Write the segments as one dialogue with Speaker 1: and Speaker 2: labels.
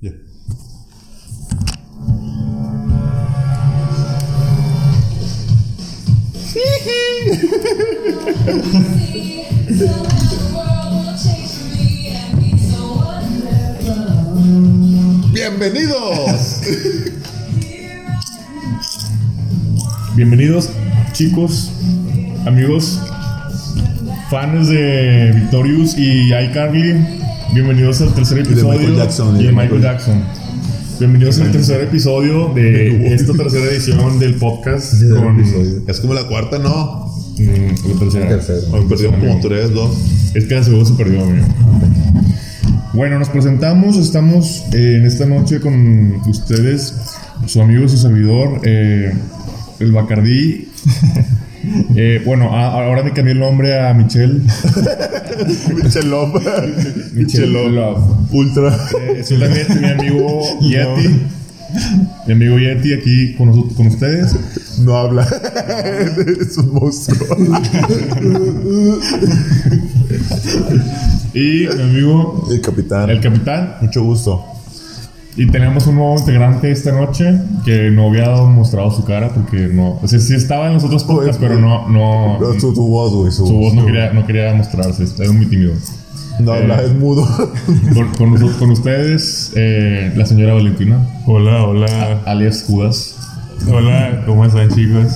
Speaker 1: Ya. Bienvenidos.
Speaker 2: Bienvenidos, chicos, amigos, fans de Victorious y iCarly. Bienvenidos al tercer
Speaker 1: de
Speaker 2: episodio.
Speaker 1: Michael Jackson,
Speaker 2: y
Speaker 1: y
Speaker 2: de
Speaker 1: de
Speaker 2: Michael
Speaker 1: Michael-
Speaker 2: Jackson. Bienvenidos al tercer episodio de esta tercera edición del podcast. con-
Speaker 1: es como la cuarta, no.
Speaker 2: Mm, la tercera.
Speaker 3: Tercera.
Speaker 2: Oh,
Speaker 1: Perdió
Speaker 2: amigo.
Speaker 1: como tres, dos.
Speaker 2: Es que la segunda se perdió, amigo. Bueno, nos presentamos. Estamos eh, en esta noche con ustedes, su amigo y su servidor, eh, el Bacardí. Eh, bueno, a- ahora me cambié el nombre a Michelle.
Speaker 1: Michelop.
Speaker 2: Michelle Love.
Speaker 1: Ultra.
Speaker 2: Eh, soy también mi amigo Yeti. Mi amigo Yeti aquí con, nosotros, con ustedes.
Speaker 1: No habla. es un monstruo.
Speaker 2: Y mi amigo,
Speaker 3: El capitán.
Speaker 2: el capitán.
Speaker 1: Mucho gusto.
Speaker 2: Y tenemos un nuevo integrante esta noche que no había mostrado su cara porque no. O sea, sí estaba en los otros podcasts, pero no. no
Speaker 3: Pero su, tu voz, güey. Su,
Speaker 2: su voz no quería, no quería mostrarse, era muy tímido.
Speaker 3: No habla, es mudo.
Speaker 2: Con, con nosotros- con ustedes, eh, la señora Valentina,
Speaker 4: Hola, hola,
Speaker 2: alias Judas.
Speaker 4: hola, ¿cómo están chicos?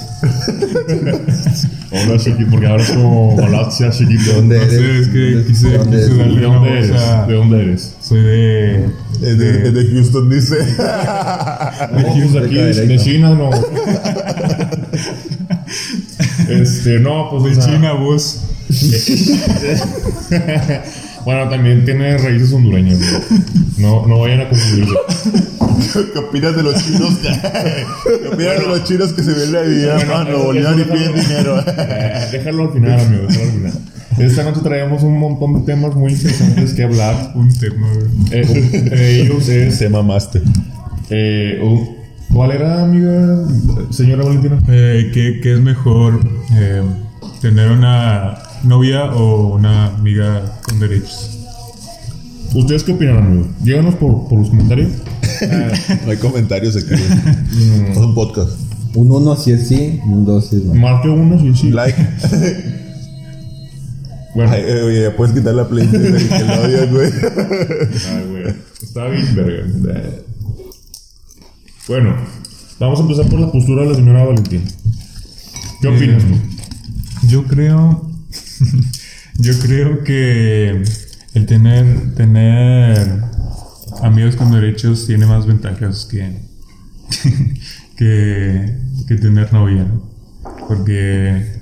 Speaker 2: Hola, Chiqui, porque ahora es como Galaxia, Chiqui. ¿De
Speaker 3: dónde
Speaker 4: No sé, es que quise,
Speaker 3: ¿Dónde
Speaker 4: quise
Speaker 3: eres?
Speaker 4: darle
Speaker 2: ¿De
Speaker 4: una
Speaker 2: dónde
Speaker 4: voz
Speaker 2: eres?
Speaker 4: a...
Speaker 2: ¿De dónde eres?
Speaker 4: Soy de...
Speaker 3: Es de, es de Houston, dice.
Speaker 2: ¿De aquí, de, aquí,
Speaker 3: caeré,
Speaker 2: de
Speaker 3: ¿no?
Speaker 2: China no? este, no, pues
Speaker 4: de
Speaker 2: o sea,
Speaker 4: China, vos.
Speaker 2: Bueno, también tiene raíces hondureñas. No, no, no vayan a confundirlo.
Speaker 1: ¿Qué opinas de los chinos? ¿Qué opinas de los chinos que se ven la vida, mano? Bolívar y piden dinero.
Speaker 2: Eh,
Speaker 4: Pues,
Speaker 2: déjalo al final, amigo. Déjalo al final. Esta noche traemos un montón de temas muy interesantes que hablar.
Speaker 4: Un tema, güey.
Speaker 2: Eh, un- entre ellos es.
Speaker 1: Te mamaste.
Speaker 2: eh, un- ¿Cuál era, amiga? Señora Valentina.
Speaker 4: Eh, ¿qué, qué es mejor? eh, ¿Tener una novia o una amiga con derechos?
Speaker 2: ¿Ustedes qué opinan, amigo? Lléganos por, por los comentarios.
Speaker 1: No hay comentarios aquí. güey. Es un podcast.
Speaker 5: Un 1 si es sí, un 2 si es no.
Speaker 2: Marque uno, sí, sí.
Speaker 1: Like.
Speaker 2: Bueno,
Speaker 3: Ay, eh, oye, ya puedes quitar la play de Nickelodeon, güey.
Speaker 2: Ay, güey. Está bien, verga. Eh. Bueno, vamos a empezar por la postura de la señora Valentín. ¿Qué opinas tú?
Speaker 4: Yo creo... yo creo que el tener, tener amigos con derechos tiene más ventajas que... que, que tener novia, ¿no? Porque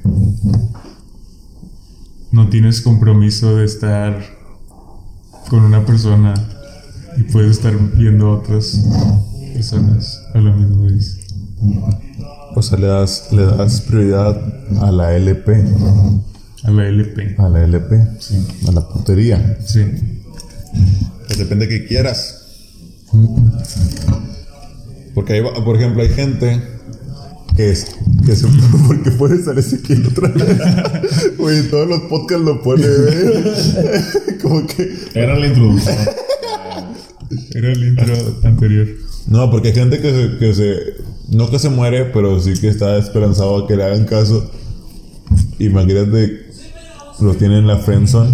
Speaker 4: no tienes compromiso de estar con una persona y puedes estar viendo a otras personas a la misma vez.
Speaker 3: O sea, le das, le das prioridad a la LP.
Speaker 4: A la LP.
Speaker 3: A la LP. A la putería.
Speaker 4: Sí.
Speaker 1: Pues depende de qué quieras. Porque, hay, va- por ejemplo, hay gente
Speaker 3: Que es. Que es porque puede salir Ezequiel otra vez. Güey, en todos los podcasts lo pone, güey. Como que.
Speaker 2: Era la introducción.
Speaker 4: Era el intro anterior.
Speaker 3: No, porque hay gente que se, que se. No que se muere, pero sí que está esperanzado a que le hagan caso. Imagínate, los tienen en la friendzone.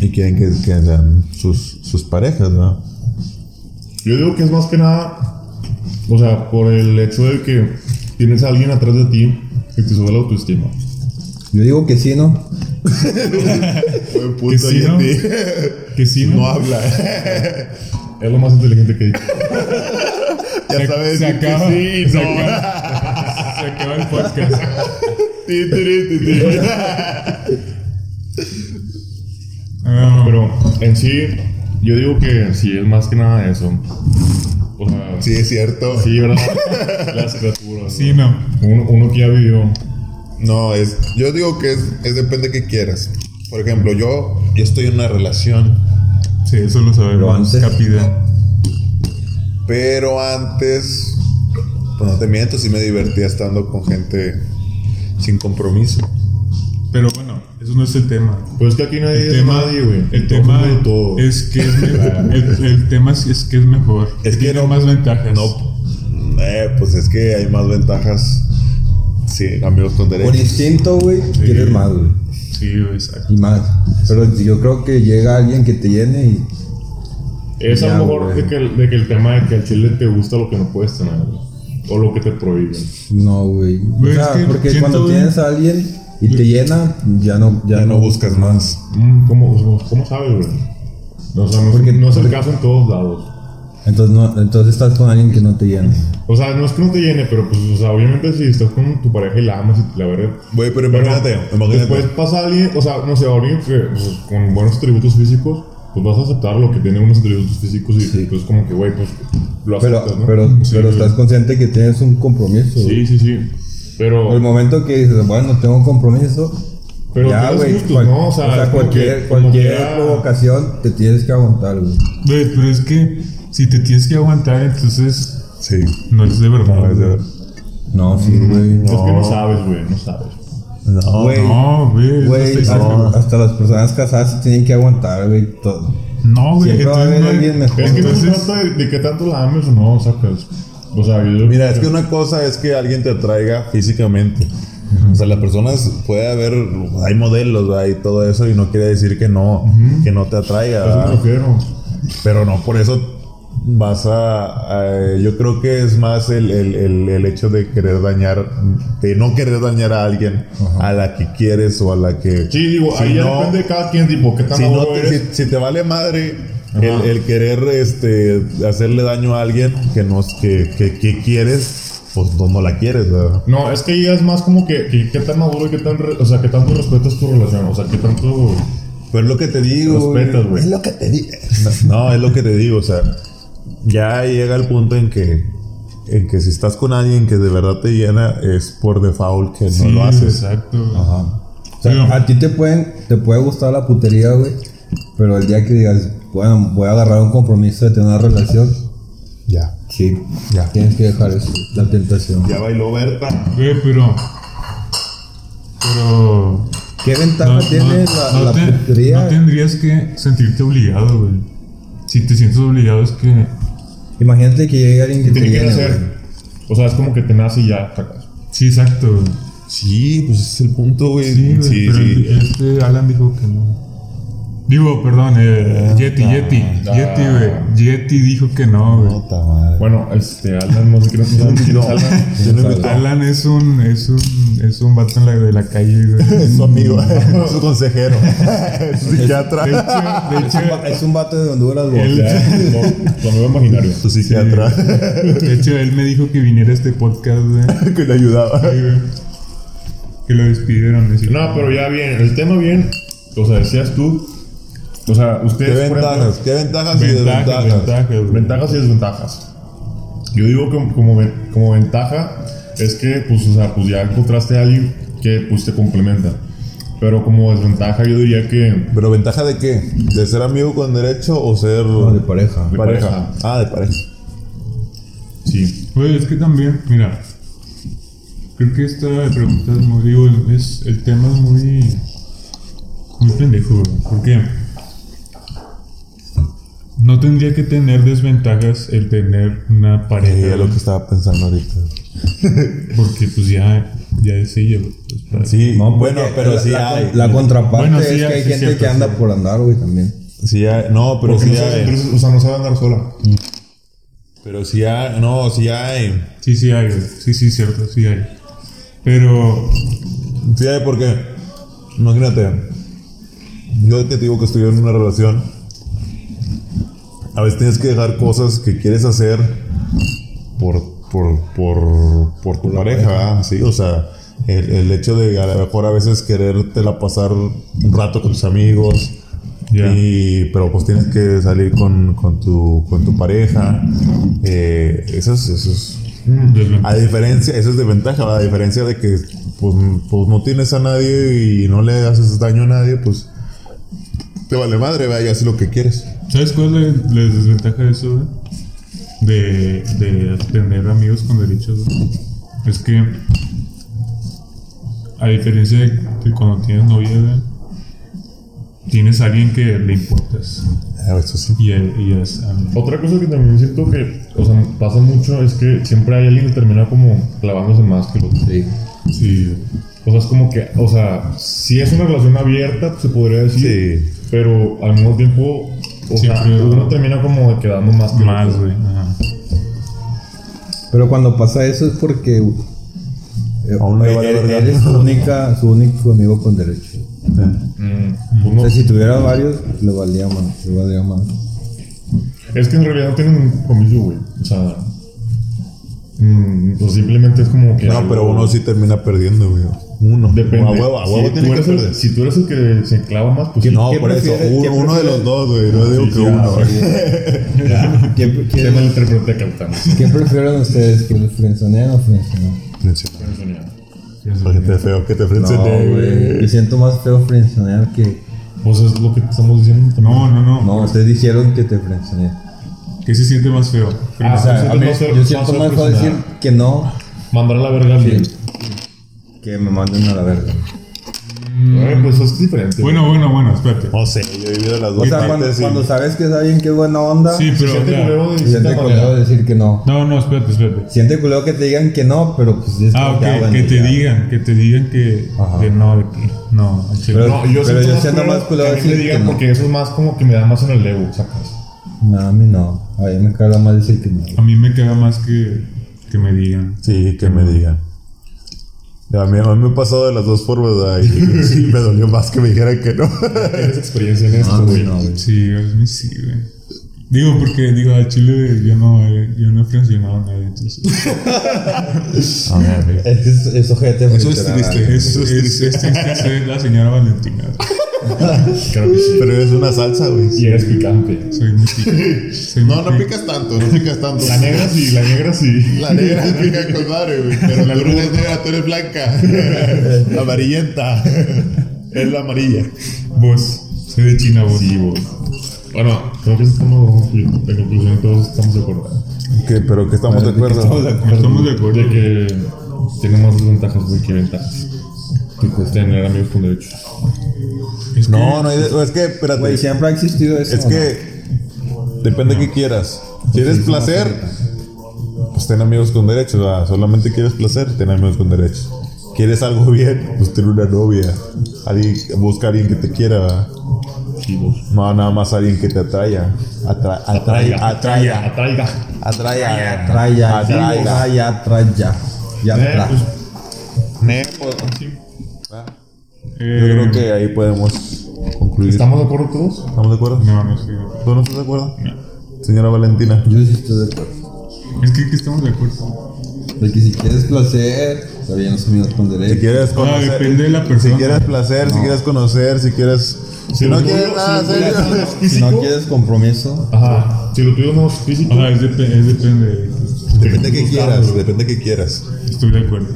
Speaker 3: Y quieren que, que sean sus, sus parejas, ¿no?
Speaker 2: Yo digo que es más que nada, o sea, por el hecho de que tienes a alguien atrás de ti que te sube la autoestima.
Speaker 5: Yo digo que sí, ¿no?
Speaker 3: Buen punto,
Speaker 4: Que sí, ¿no?
Speaker 3: Yeti.
Speaker 4: Que sí, ¿no?
Speaker 3: habla.
Speaker 2: Es lo más inteligente que he dicho.
Speaker 3: Ya sabes.
Speaker 4: se
Speaker 3: Yeti.
Speaker 4: acaba.
Speaker 2: sí,
Speaker 4: se,
Speaker 2: no.
Speaker 4: acaba se acaba el podcast.
Speaker 3: Ti, tiri, ti, ti.
Speaker 4: Ah, pero
Speaker 2: Pero en sí, yo digo que sí, es más que nada eso. O sea, sí,
Speaker 3: Sí, es cierto.
Speaker 2: ¿verdad? Las criaturas.
Speaker 4: sí, no.
Speaker 2: Uno, uno que ya vivió.
Speaker 3: No, es.
Speaker 1: Yo digo que es, es depende de qué quieras. Por ejemplo, yo, yo estoy en una relación,
Speaker 4: Sí, eso lo
Speaker 5: Pero
Speaker 4: sabemos.
Speaker 5: antes-
Speaker 4: Capitán.
Speaker 1: pero antes, pues no te miento, sí me divertía estando con gente sin compromiso.
Speaker 4: Pero bueno, Eso no es el tema.
Speaker 2: Pero Pues es que aquí nadie
Speaker 4: El
Speaker 2: es
Speaker 4: tema,
Speaker 2: nadie, güey.
Speaker 4: el
Speaker 2: Todo
Speaker 4: tema
Speaker 2: mundo todo.
Speaker 4: es que es mejor. el, el tema es, es que es mejor.
Speaker 3: Es que
Speaker 4: Tiene
Speaker 3: no-
Speaker 4: más ventajas.
Speaker 3: No, eh, pues es que hay más ventajas. Sí, amigos con
Speaker 5: Por
Speaker 3: derechos.
Speaker 5: instinto, güey, quieres más, güey.
Speaker 4: Sí, güey, exacto.
Speaker 5: Y más. Pero yo creo que llega alguien que te llene y.
Speaker 2: Es a
Speaker 5: Ya,
Speaker 2: lo mejor
Speaker 5: güey.
Speaker 2: de que, el- de que el tema de que al chile te gusta lo que no puedes tener, güey. O lo que te prohíben.
Speaker 5: No, güey. O
Speaker 4: Güey, es
Speaker 5: sea,
Speaker 4: que
Speaker 5: porque
Speaker 4: siento,
Speaker 5: cuando
Speaker 4: güey.
Speaker 5: tienes a alguien y te llena, ya no. Ya,
Speaker 3: Ya no
Speaker 5: no.
Speaker 3: buscas más.
Speaker 2: Mm, ¿Cómo, cómo sabes, güey? No, o sea, no, es-
Speaker 5: Porque- pues
Speaker 2: no es el
Speaker 5: porque-
Speaker 2: caso en todos lados.
Speaker 5: Entonces, no, entonces estás con alguien que no te llena.
Speaker 2: O sea, no es que no te llene, pero pues, o sea, obviamente si estás con tu pareja y la amas y la verga.
Speaker 3: Güey, pero
Speaker 2: Pero
Speaker 3: imagínate, imagínate.
Speaker 2: Después pasa alguien, o sea, no sé, alguien que pues, con buenos atributos físicos, pues vas a aceptar lo que tiene unos atributos físicos y
Speaker 5: Sí.
Speaker 2: pues como que, güey, pues lo
Speaker 5: Pero,
Speaker 2: aceptas, ¿no?
Speaker 5: pero,
Speaker 2: Sí,
Speaker 5: pero
Speaker 2: güey.
Speaker 5: estás consciente que tienes un compromiso.
Speaker 2: Sí,
Speaker 5: güey.
Speaker 2: sí, sí. Pero...
Speaker 5: El momento que dices, bueno, tengo un compromiso.
Speaker 2: Pero
Speaker 5: ya,
Speaker 2: tienes
Speaker 5: güey.
Speaker 2: gustos,
Speaker 5: cual-
Speaker 2: ¿no? O sea, es como
Speaker 5: cualquier,
Speaker 2: que- como
Speaker 5: cualquier
Speaker 2: que ah, ya-
Speaker 5: provocación te tienes que aguantar, güey.
Speaker 4: Güey, pero es que si te tienes que aguantar, entonces
Speaker 3: Sí.
Speaker 4: no es de verdad.
Speaker 3: No, es de
Speaker 4: güey.
Speaker 3: verdad.
Speaker 5: No, sí, güey.
Speaker 2: Es que Mm, no sabes, güey, no sabes.
Speaker 3: No.
Speaker 5: Güey,
Speaker 4: No, güey. eso
Speaker 5: güey,
Speaker 4: está-
Speaker 5: hasta, hasta las personas casadas se tienen que aguantar, güey. todo.
Speaker 4: No, güey.
Speaker 5: Siempre va a
Speaker 4: entonces
Speaker 5: haber
Speaker 4: no hay-
Speaker 5: alguien mejor.
Speaker 2: Es que no se
Speaker 4: Entonces-
Speaker 2: trata de, de qué tanto la ames o no, sacas. O sea, yo...
Speaker 3: Mira, es que una cosa es que alguien te atraiga físicamente. O sea, las personas puede haber, hay modelos, ¿verdad? y todo eso, y no quiere decir que no, que Pues no te atraiga.
Speaker 2: a eso me
Speaker 3: ¿verdad?
Speaker 2: refiero.
Speaker 3: Pero no, por eso vas a, a- yo creo que es más el, el- el- el hecho de querer dañar, de no querer dañar a alguien a la que quieres o a la que...
Speaker 2: Sí, digo,
Speaker 3: si
Speaker 2: ahí ya
Speaker 3: no-
Speaker 2: depende de cada quien, tipo, qué tan
Speaker 3: si, no
Speaker 2: maduro
Speaker 3: te,
Speaker 2: eres.
Speaker 3: si, si te vale madre el, el querer este, hacerle daño a alguien que no es- que, que, que quieres, pues no, no la quieres, ¿verdad?
Speaker 2: No, es que ahí es más como que, que qué tan maduro y qué tan... re- o sea, qué tanto respetas tu relación. O sea, qué tanto...
Speaker 3: Pero es lo que te digo.
Speaker 2: Respetas, güey.
Speaker 3: Es lo que te digo. No, es lo que te digo, o sea, ya llega el punto en que en que si estás con alguien que de verdad te llena es por default que no
Speaker 4: Sí,
Speaker 3: lo haces.
Speaker 4: Exacto. güey.
Speaker 5: O sea,
Speaker 4: Sí.
Speaker 5: a ti te pueden, te puede gustar la putería, güey. Pero el día que digas, bueno, voy a agarrar un compromiso de tener una relación,
Speaker 3: Ya.
Speaker 5: sí,
Speaker 3: Ya.
Speaker 5: tienes que dejar eso, la tentación.
Speaker 3: Ya bailó Berta.
Speaker 4: Güey, pero. Pero.
Speaker 5: ¿Qué ventaja tiene la,
Speaker 4: no
Speaker 5: la
Speaker 4: te-
Speaker 5: putería?
Speaker 4: no tendrías que sentirte obligado, güey. Si te sientes obligado es que.
Speaker 5: Imagínate que llegue alguien que te
Speaker 2: Tiene que
Speaker 5: llene,
Speaker 2: nacer.
Speaker 5: güey.
Speaker 2: O sea, es como que te nace y ya, sacas.
Speaker 4: Sí, exacto, güey.
Speaker 3: Sí, pues es el punto, güey.
Speaker 4: Sí,
Speaker 3: Sí,
Speaker 4: güey,
Speaker 3: sí.
Speaker 4: pero el- este Alan dijo que no. Digo, perdón, eh, Yeti, Yeti. Yeti, güey. Yeti dijo que no, güey.
Speaker 3: Puta madre.
Speaker 2: Bueno, este, Alan, no sé qué no sé quién es Alan.
Speaker 3: Yo no invito
Speaker 4: Alan es un, es un, es un vato en la- de la calle, güey.
Speaker 3: a su amigo, su consejero, su
Speaker 4: De
Speaker 3: psiquiatra,
Speaker 4: hecho, de
Speaker 5: Es un, va-
Speaker 4: hecho,
Speaker 5: es un vato de Honduras, güey.
Speaker 2: O sea, no, Lo amigo imaginario.
Speaker 3: su psiquiatra
Speaker 4: de hecho, él me dijo que viniera a este podcast, güey.
Speaker 3: que le ayudaba.
Speaker 4: Sí, güey. Que lo despidieron. decía.
Speaker 2: No, pero ya bien, el tema bien, o sea, decías tú, o sea,
Speaker 3: ¿Qué
Speaker 2: ustedes... por ejemplo,
Speaker 3: ventajas? ¿Qué ventajas y
Speaker 4: Ventajas,
Speaker 3: desventajas?
Speaker 4: ventajas, güey.
Speaker 2: Ventajas y desventajas. Yo digo que como, ven- como ventaja es que, pues, o sea, pues ya encontraste a alguien que, pues, te complementa. Pero como desventaja yo diría que...
Speaker 3: Pero ventaja de qué? ¿De ser amigo con derecho o ser
Speaker 5: No, de pareja.
Speaker 3: pareja?
Speaker 2: pareja.
Speaker 3: Ah, de pareja.
Speaker 2: Sí.
Speaker 4: Güey, Pues, es que también, mira. Creo que esta pregunta es muy. Digo, es, el tema es muy. Muy pendejo, güey. ¿Por qué? No tendría que tener desventajas el tener una
Speaker 3: Sí,
Speaker 4: pareja.
Speaker 3: Eh, es lo que estaba pensando ahorita.
Speaker 4: Porque, pues ya, ya es ella, güey. Pues, para-
Speaker 3: Sí,
Speaker 5: No, porque
Speaker 3: bueno, pero
Speaker 5: la-
Speaker 3: sí
Speaker 5: la,
Speaker 3: hay.
Speaker 5: La contraparte
Speaker 4: Bueno, sí,
Speaker 5: es que
Speaker 4: ya,
Speaker 5: hay
Speaker 4: sí,
Speaker 5: gente
Speaker 4: cierto,
Speaker 5: que anda
Speaker 4: sí.
Speaker 5: por andar, güey, también.
Speaker 3: Sí hay. No, pero sí
Speaker 2: Porque no sabes,
Speaker 3: hay.
Speaker 2: entonces, o sea, no sabe andar sola.
Speaker 3: Pero sí hay. No, sí hay.
Speaker 4: Sí, sí hay, güey. Sí, sí, cierto, sí hay. Pero.
Speaker 3: Sí hay porque. Imagínate. Yo que te digo que estoy en una relación. A veces tienes que dejar cosas que quieres hacer por, por, por, por tu pareja, ¿verdad? sí, o sea, el, el hecho de a lo mejor a veces querértela pasar un rato con tus amigos,
Speaker 4: Ya.
Speaker 3: y, pero pues tienes que salir con, con, tu, con tu pareja, eh, eso es, eso es-
Speaker 4: desventaja.
Speaker 3: a diferencia, eso es de ventaja, ¿verdad? a diferencia de que pues, pues no tienes a nadie y no le haces daño a nadie, pues te vale madre, vaya, y haces lo que quieres.
Speaker 4: ¿Sabes cuál es la, la desventaja de eso, güey? De, de tener amigos con derechos, güey? Es que, a diferencia de, de cuando tienes novia, güey, tienes a alguien que le importas.
Speaker 3: Ah, Eso sí.
Speaker 4: Y, él- y es a mí.
Speaker 2: Otra cosa que también siento que, o sea, pasa mucho es que siempre hay alguien que termina como clavándose más que el otro.
Speaker 5: Sí.
Speaker 2: Sí. O sea, es como que, o sea, si es una relación abierta, se podría decir.
Speaker 3: Sí.
Speaker 2: Pero al mismo tiempo, o
Speaker 4: Siempre-
Speaker 2: sea, uno termina como de quedando más que el
Speaker 4: Más,
Speaker 2: otro.
Speaker 4: güey. ajá.
Speaker 5: Pero cuando pasa eso es porque. eh,
Speaker 3: Aún le
Speaker 5: él-
Speaker 3: vale
Speaker 5: él-
Speaker 3: verga.
Speaker 5: él es su, única, su único amigo con derecho.
Speaker 2: Mm, pues no-
Speaker 5: O sea, si tuviera varios, le valía más. Le valía más.
Speaker 2: Es que en realidad no tienen un compromiso, güey. O sea, mm, pues simplemente es como que.
Speaker 3: No,
Speaker 2: algo-
Speaker 3: pero uno sí termina perdiendo, güey. Uno.
Speaker 2: Depende.
Speaker 3: A huevo, a
Speaker 2: Si
Speaker 3: huevo
Speaker 2: tú
Speaker 3: tiene que
Speaker 2: eres el-
Speaker 3: perder.
Speaker 2: Si tú eres el que se clava más, pues.
Speaker 3: No,
Speaker 5: ¿Qué
Speaker 3: por eso.
Speaker 5: prefieres?
Speaker 3: Uno,
Speaker 5: ¿Qué
Speaker 3: uno de los
Speaker 5: prefieres?
Speaker 3: dos, güey. No digo
Speaker 2: sí,
Speaker 3: que
Speaker 2: ya,
Speaker 3: uno.
Speaker 2: güey.
Speaker 5: ¿Qué,
Speaker 2: Se
Speaker 5: qué-
Speaker 2: malinterpreta, capitán.
Speaker 5: qué prefieren ustedes? ¿Que los frenzonean o frenzonean?
Speaker 3: Frenzonear.
Speaker 4: Sí, es-
Speaker 3: Porque te feo que te frenzoneé,
Speaker 5: No,
Speaker 3: güey.
Speaker 5: güey. Yo siento más feo frenzonear que.
Speaker 2: Pues es lo que estamos diciendo también.
Speaker 4: No, no, no.
Speaker 5: No, ustedes dijeron que te frenzonean.
Speaker 4: ¿Qué se siente más feo?
Speaker 2: Ah,
Speaker 5: O sea,
Speaker 2: siento
Speaker 5: a mí-
Speaker 2: más feo-
Speaker 5: yo siento
Speaker 2: más
Speaker 5: más
Speaker 2: feo
Speaker 5: feo decir que no
Speaker 2: Mandar a la verga al bien.
Speaker 5: que me manden a la verga. Mm.
Speaker 2: pues eso es diferente.
Speaker 4: Bueno, bueno, bueno, espérate.
Speaker 3: No sé, yo he vivido las dos
Speaker 5: O sea, cuando,
Speaker 3: partes y-
Speaker 5: cuando sabes que es alguien que es buena onda,
Speaker 4: Sí, pero.
Speaker 2: Siente
Speaker 4: mira,
Speaker 2: culero de
Speaker 5: siente
Speaker 2: distinta
Speaker 5: culero
Speaker 2: manera.
Speaker 5: decir que no.
Speaker 4: No, no, espérate, espérate.
Speaker 5: Siente culero que te digan que no, pero pues es
Speaker 4: Ah,
Speaker 5: como
Speaker 4: ok,
Speaker 5: ah, bueno,
Speaker 4: que te
Speaker 5: ya.
Speaker 4: digan, que te digan que,
Speaker 5: Ajá.
Speaker 4: que no, de que no. al chile.
Speaker 5: Pero-
Speaker 2: No, yo
Speaker 5: pero
Speaker 2: siento
Speaker 5: yo
Speaker 2: más
Speaker 5: siento
Speaker 2: culero
Speaker 5: más culero
Speaker 2: que a mí me
Speaker 5: decir que
Speaker 2: digan
Speaker 5: no.
Speaker 2: porque eso es más como que me da más en el ego, sacas.
Speaker 5: No, a mí no. A mí me caga más decir que no.
Speaker 4: a mí me queda más que, que me digan.
Speaker 3: Sí, que me digan. A mí, a mí me ha pasado de las dos formas, ¿verdad? y sí, me dolió más que me dijeran que no.
Speaker 2: Tienes experiencia en
Speaker 5: No,
Speaker 2: esto, güey.
Speaker 5: güey, no, güey.
Speaker 4: Sí, a mí sí, güey. Digo, porque digo, al chile yo no, eh, yo no he presionado a nadie. Entonces,
Speaker 5: Ah, Es que es, es ojete. frente a la-
Speaker 4: es, es, es, triste ser la señora Valentina.
Speaker 2: Claro que sí.
Speaker 3: Pero es una salsa, güey.
Speaker 2: Y eres picante.
Speaker 4: Soy muy tica. Soy muy
Speaker 6: No, no
Speaker 4: tica.
Speaker 6: picas tanto, no picas tanto.
Speaker 2: La negra sí, la negra sí.
Speaker 6: La negra pica con madre, güey. Pero tú no eres negra, tú eres blanca. Amarillenta. Es la amarilla.
Speaker 4: Vos, soy de China, vos.
Speaker 2: Sí, vos. Bueno, creo que estamos en conclusión, todos estamos de acuerdo.
Speaker 3: Que, pero que estamos de acuerdo.
Speaker 4: Estamos de acuerdo.
Speaker 2: De que tiene más desventajas güey, que ventajas. Que cuesta tener amigos con derechos.
Speaker 4: Es que-
Speaker 3: No, no, hay de- es que, espérate.
Speaker 5: Güey, siempre ha existido eso.
Speaker 3: es
Speaker 5: ¿no?
Speaker 3: que depende de qué quieras. ¿Quieres placer? Pues ten amigos con derechos, ¿verdad? Solamente quieres placer, ten amigos con derechos. ¿Quieres algo bien? Pues ten una novia. Alguien, busca a alguien que te quiera, ¿verdad?
Speaker 2: Sí, vos.
Speaker 3: No, nada más alguien que te atraiga. Atra- atraiga. Atraiga.
Speaker 2: Atraiga.
Speaker 3: Atraiga.
Speaker 5: Traya,
Speaker 3: Atraiga.
Speaker 5: traya, traya. Ya,
Speaker 2: Eh,
Speaker 5: tra.
Speaker 2: pues,
Speaker 4: eh,
Speaker 3: Yo creo que ahí podemos concluir. ¿Estamos,
Speaker 2: ¿Estamos de acuerdo todos?
Speaker 3: de acuerdo?
Speaker 4: No, no estoy de acuerdo.
Speaker 3: ¿Tú no estás de acuerdo? Señora Valentina.
Speaker 5: Yo sí estoy de acuerdo.
Speaker 4: Es que, que estamos de acuerdo.
Speaker 5: De que si quieres placer, está bien los amigos con
Speaker 3: Si
Speaker 5: derecho.
Speaker 3: quieres
Speaker 4: Ah,
Speaker 3: conocer.
Speaker 4: depende de la
Speaker 3: si
Speaker 4: persona.
Speaker 3: quieres placer, si quieres conocer, si quieres. Si no
Speaker 2: lo
Speaker 3: quieres
Speaker 2: tuyo-
Speaker 3: nada
Speaker 2: si lo tuyo
Speaker 3: serio.
Speaker 2: es
Speaker 5: Si no
Speaker 2: físico,
Speaker 5: quieres compromiso,
Speaker 4: Ah,
Speaker 2: Ajá. Si lo tuyo no es
Speaker 4: O
Speaker 2: físico,
Speaker 4: sea, es, depe- es depende.
Speaker 3: Depende que quieras, depende que quieras.
Speaker 4: Estoy de acuerdo.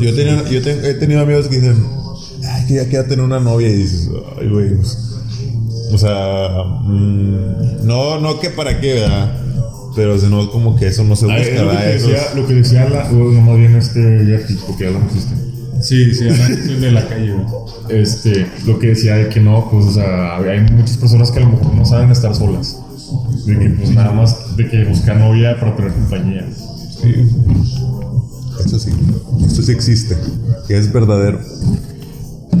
Speaker 3: Yo, tenía, yo te- he tenido amigos que dicen, ay, que ya quiero tener una novia. Y dices, ay, güey. pues, o sea, mm, no, no que para qué, ¿verdad? Pero si no, como que eso no se busca,
Speaker 2: Ah, es lo que
Speaker 3: ¿verdad?
Speaker 2: te
Speaker 3: Eso es-
Speaker 2: decía, lo que decía la, bueno, más bien este Jackie, porque ya lo metiste.
Speaker 4: Sí, sí, Alan es el de la calle, güey.
Speaker 2: Este, lo que decía de que no, pues, o sea, hay muchas personas que a lo mejor no saben estar solas. De que, pues, nada más de que buscar novia para tener compañía.
Speaker 3: Eso sí, esto sí existe, que es verdadero.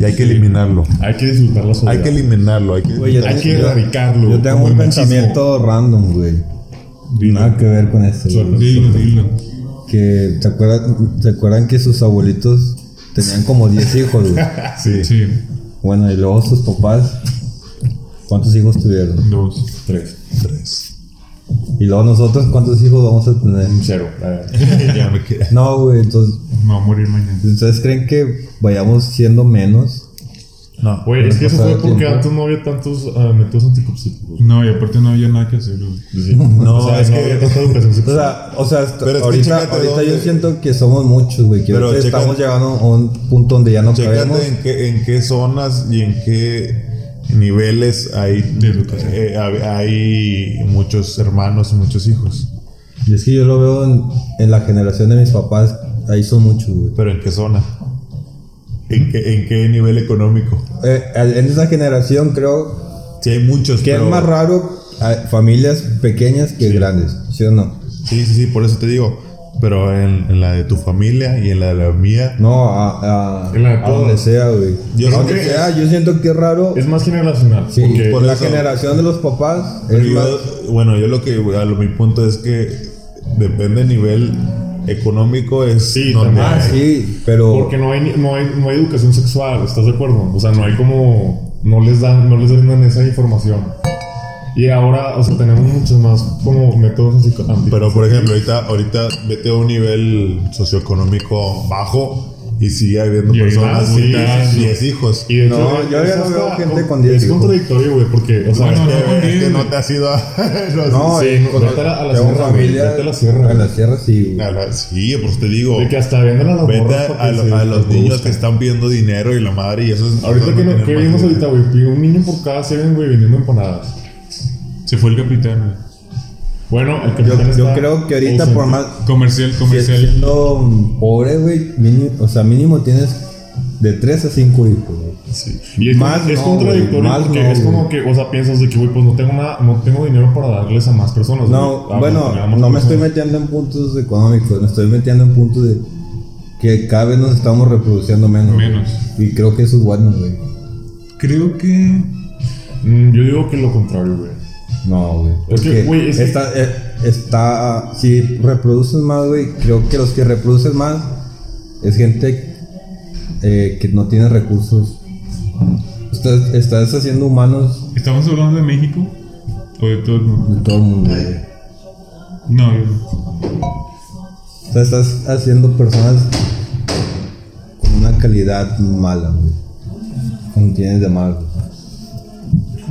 Speaker 3: Y hay que eliminarlo.
Speaker 2: Hay que disfrutar la soledad.
Speaker 3: Hay que eliminarlo, hay que
Speaker 5: Güey, yo
Speaker 2: Hay
Speaker 5: tengo-
Speaker 2: que erradicarlo.
Speaker 5: yo tengo
Speaker 2: como
Speaker 5: un
Speaker 2: el machismo.
Speaker 5: pensamiento random, güey. Nada que ver con esto. güey.
Speaker 4: Dilo, dilo.
Speaker 5: Que te acuerdan, ¿te acuerdan que sus abuelitos tenían como 10 hijos, güey?
Speaker 3: Sí.
Speaker 4: Sí,
Speaker 5: Bueno, y luego sus papás, ¿cuántos hijos tuvieron?
Speaker 4: dos.
Speaker 2: Tres.
Speaker 5: Y luego nosotros, ¿cuántos hijos vamos a tener?
Speaker 2: Cero. la verdad.
Speaker 3: Ya me quedé.
Speaker 5: No, güey, entonces,
Speaker 4: Me va a morir mañana.
Speaker 5: ¿ustedes creen que vayamos siendo menos?
Speaker 3: No.
Speaker 2: Güey, es que eso fue
Speaker 5: pasado el
Speaker 2: porque
Speaker 5: tiempo.
Speaker 2: antes no había tantos ah, métodos anticonceptivos.
Speaker 4: No, y aparte no había nada que hacer, güey.
Speaker 2: Sí.
Speaker 3: No,
Speaker 2: O sea,
Speaker 3: es
Speaker 2: no
Speaker 3: que-
Speaker 2: había tanta educación
Speaker 5: O
Speaker 2: sexual.
Speaker 5: sea, o sea hasta-
Speaker 3: Pero es que
Speaker 5: ahorita,
Speaker 3: chécate
Speaker 5: ahorita
Speaker 3: dónde-
Speaker 5: yo siento que somos muchos, güey, que
Speaker 3: Pero
Speaker 5: ahorita
Speaker 3: chécate-
Speaker 5: estamos llegando a un punto donde ya no cabemos.
Speaker 3: Chécate en qué, en qué zonas y en qué niveles hay, eh, hab- hay muchos hermanos y muchos hijos.
Speaker 5: Y es que yo lo veo en, en la generación de mis papás, ahí son muchos, güey.
Speaker 3: Pero en qué zona. ¿En qué, en qué nivel económico?
Speaker 5: Eh, en esa generación creo
Speaker 3: Sí, hay muchos.
Speaker 5: que
Speaker 3: pero-
Speaker 5: es más raro eh, familias pequeñas que grandes, ¿sí o no?
Speaker 3: Sí, sí, sí, por eso te digo. Pero en, en la de tu familia y en la de la mía.
Speaker 5: No, a, a,
Speaker 2: En la de
Speaker 5: a
Speaker 2: todos.
Speaker 5: donde sea, güey.
Speaker 3: Yo
Speaker 5: Yo
Speaker 3: no
Speaker 5: donde
Speaker 3: creo.
Speaker 5: sea, yo siento que es raro.
Speaker 2: Es más generacional.
Speaker 5: sí,
Speaker 2: porque
Speaker 3: por
Speaker 5: la
Speaker 3: eso.
Speaker 5: generación de los papás
Speaker 3: pero
Speaker 5: es
Speaker 3: yo-
Speaker 5: más.
Speaker 3: bueno, yo lo que. A lo, mi punto es que depende del nivel económico. Es
Speaker 2: Sí,
Speaker 3: donde
Speaker 2: también.
Speaker 5: Ah,
Speaker 3: hay-
Speaker 5: sí, pero.
Speaker 2: Porque no hay, ni- no, hay, no hay educación sexual, ¿estás de acuerdo? O sea, no hay como... No les dan, no les brindan esa información. Y ahora, o sea, tenemos muchos más como métodos psico- anti-
Speaker 3: Pero por ejemplo, ahorita, ahorita vete a un nivel socioeconómico bajo y sigue habiendo
Speaker 2: Y ahí
Speaker 3: personas
Speaker 2: va,
Speaker 3: con
Speaker 2: sí,
Speaker 3: 10
Speaker 2: sí.
Speaker 3: hijos.
Speaker 2: Y de hecho,
Speaker 5: No, yo
Speaker 2: es
Speaker 5: ya no veo
Speaker 2: hasta
Speaker 5: gente
Speaker 2: con-
Speaker 5: con diez
Speaker 2: Es
Speaker 5: hijos.
Speaker 2: contradictorio, güey, porque... O sea,
Speaker 3: Bueno,
Speaker 2: no,
Speaker 3: es que,
Speaker 2: no,
Speaker 3: es que
Speaker 2: no,
Speaker 3: no te has ido a.
Speaker 5: No, eh,
Speaker 2: sí,
Speaker 5: es-
Speaker 2: no, vete a la- a la
Speaker 5: tengo
Speaker 2: sierra,
Speaker 5: familia-
Speaker 2: güey, vete a la sierra.
Speaker 5: A la sierra, sí, güey.
Speaker 3: a la- sí, pues te digo.
Speaker 2: de que hasta venden a los
Speaker 3: Vete
Speaker 2: morros
Speaker 3: a,
Speaker 2: porque
Speaker 3: lo-
Speaker 2: se-
Speaker 3: a los
Speaker 2: porque
Speaker 3: niños
Speaker 2: buscan.
Speaker 3: que están pidiendo dinero y la madre y eso es.
Speaker 2: Ahorita que, no,
Speaker 3: tienen
Speaker 2: que
Speaker 3: más
Speaker 2: vimos ahorita,
Speaker 3: dinero.
Speaker 2: güey, vi un niño por cada 100, güey, vendiendo empanadas.
Speaker 4: Se fue el capitán.
Speaker 2: Bueno, el
Speaker 5: Yo,
Speaker 2: capitán
Speaker 5: yo
Speaker 2: está
Speaker 5: creo que ahorita,
Speaker 2: ausente.
Speaker 5: por más.
Speaker 3: Ah,
Speaker 4: güey. Comercial,
Speaker 5: si-
Speaker 4: comercial.
Speaker 5: Siendo mm, pobre, güey, mini- o sea, mínimo tienes de 3 a 5 hijos, güey.
Speaker 2: Y es,
Speaker 5: Más
Speaker 2: es
Speaker 5: no,
Speaker 2: contradictorio
Speaker 5: güey, más
Speaker 2: porque
Speaker 5: no,
Speaker 2: es como que, o sea, piensas de que, güey, pues no tengo nada, no tengo dinero para darles a más personas.
Speaker 5: No,
Speaker 2: güey. Ah,
Speaker 5: bueno,
Speaker 2: pues,
Speaker 5: no
Speaker 2: tenemos
Speaker 5: me estoy
Speaker 2: personas.
Speaker 5: metiendo en puntos económicos, me estoy metiendo en puntos de que cada vez nos estamos reproduciendo menos. güey.
Speaker 4: Menos.
Speaker 5: Y creo que eso es bueno, güey.
Speaker 4: Creo que.
Speaker 2: Mm, yo digo que lo contrario, güey.
Speaker 5: No, güey.
Speaker 2: Es que,
Speaker 5: Porque
Speaker 2: güey, es que-
Speaker 5: está, eh, está- si reproduces más, güey, creo que los que reproducen más es gente eh, que no tiene recursos. Estás, estás haciendo humanos
Speaker 4: ¿Estamos hablando de México? ¿O de todo el mundo?
Speaker 5: de todo el mundo, güey.
Speaker 4: No, yo-
Speaker 5: O sea, estás haciendo personas con una calidad mala, güey. Como tienes de malo.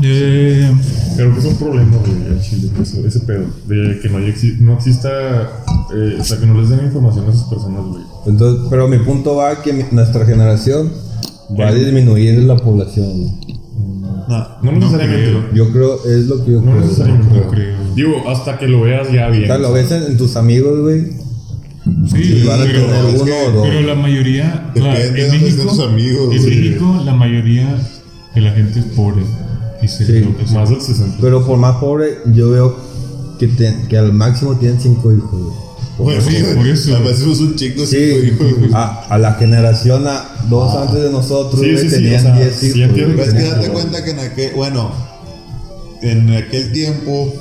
Speaker 4: Eh,
Speaker 2: Pero que es un problema, güey, al chile, que eso- ese pedo. De que no, haya exi- no exista, eh, o sea, que no les den información a esas personas, güey.
Speaker 5: Entonces, pero mi punto va a que mi- nuestra generación va a disminuir la población, güey.
Speaker 2: No necesariamente.
Speaker 4: creo.
Speaker 5: Yo creo, es lo que yo
Speaker 2: No
Speaker 5: creo.
Speaker 2: necesariamente.
Speaker 5: güey.
Speaker 4: no creo.
Speaker 2: Digo, hasta que lo veas ya
Speaker 5: O
Speaker 2: bien.
Speaker 5: sea, lo ves en, en tus amigos, güey.
Speaker 4: Sí,
Speaker 5: Y van a
Speaker 4: pero-
Speaker 5: tener uno o dos.
Speaker 4: Pero la mayoría.
Speaker 3: Depende
Speaker 4: la-
Speaker 3: de dónde estén tus amigos,
Speaker 4: En
Speaker 3: güey.
Speaker 4: México, la mayoría de la gente es pobre. Y se
Speaker 5: Sí,
Speaker 4: creo que sí.
Speaker 2: Más del 60.
Speaker 5: Pero por más pobre, yo veo que, te- que al máximo tienen cinco hijos, güey.
Speaker 3: Bueno,
Speaker 4: Sí, por eso.
Speaker 3: Además, somos un chingo, cinco
Speaker 5: Sí,
Speaker 3: hijos.
Speaker 5: a, a la generación a- dos antes de nosotros,
Speaker 2: Ah. Sí,
Speaker 5: güey,
Speaker 2: sí, sí, o
Speaker 5: tenían
Speaker 2: sea,
Speaker 5: 10
Speaker 2: sí
Speaker 5: hijos.
Speaker 2: entiendo
Speaker 5: güey.
Speaker 3: Pero es que date cuenta que en aquel, bueno, en aquel tiempo,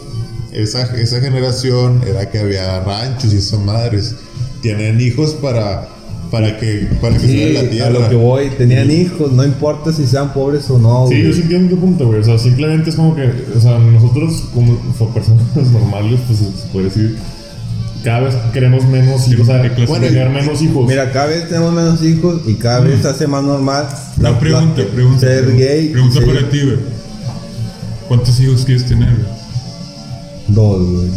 Speaker 3: esa, esa generación era que había ranchos y esas madres. Tienen hijos para, para que, para que
Speaker 5: Sí,
Speaker 3: salga la tierra.
Speaker 5: a lo que voy, tenían hijos, no importa si sean pobres o no.
Speaker 2: Sí, yo
Speaker 5: güey.
Speaker 2: sí entiendo tu punto, güey. O sea, simplemente es como que, o sea, nosotros como fo- personas normales, pues se puede decir, cada vez queremos menos hijos, o sea,
Speaker 4: Bueno,
Speaker 2: tener menos hijos.
Speaker 5: Mira, cada vez tenemos menos hijos y cada vez se hace más normal
Speaker 4: La
Speaker 5: la-
Speaker 4: pregunta,
Speaker 5: la-
Speaker 4: pregunta.
Speaker 5: ser
Speaker 4: pregunta,
Speaker 5: gay.
Speaker 4: Pregunta
Speaker 5: ser
Speaker 4: para ti, güey. ¿Cuántos hijos quieres tener, güey?
Speaker 5: Dos, güey.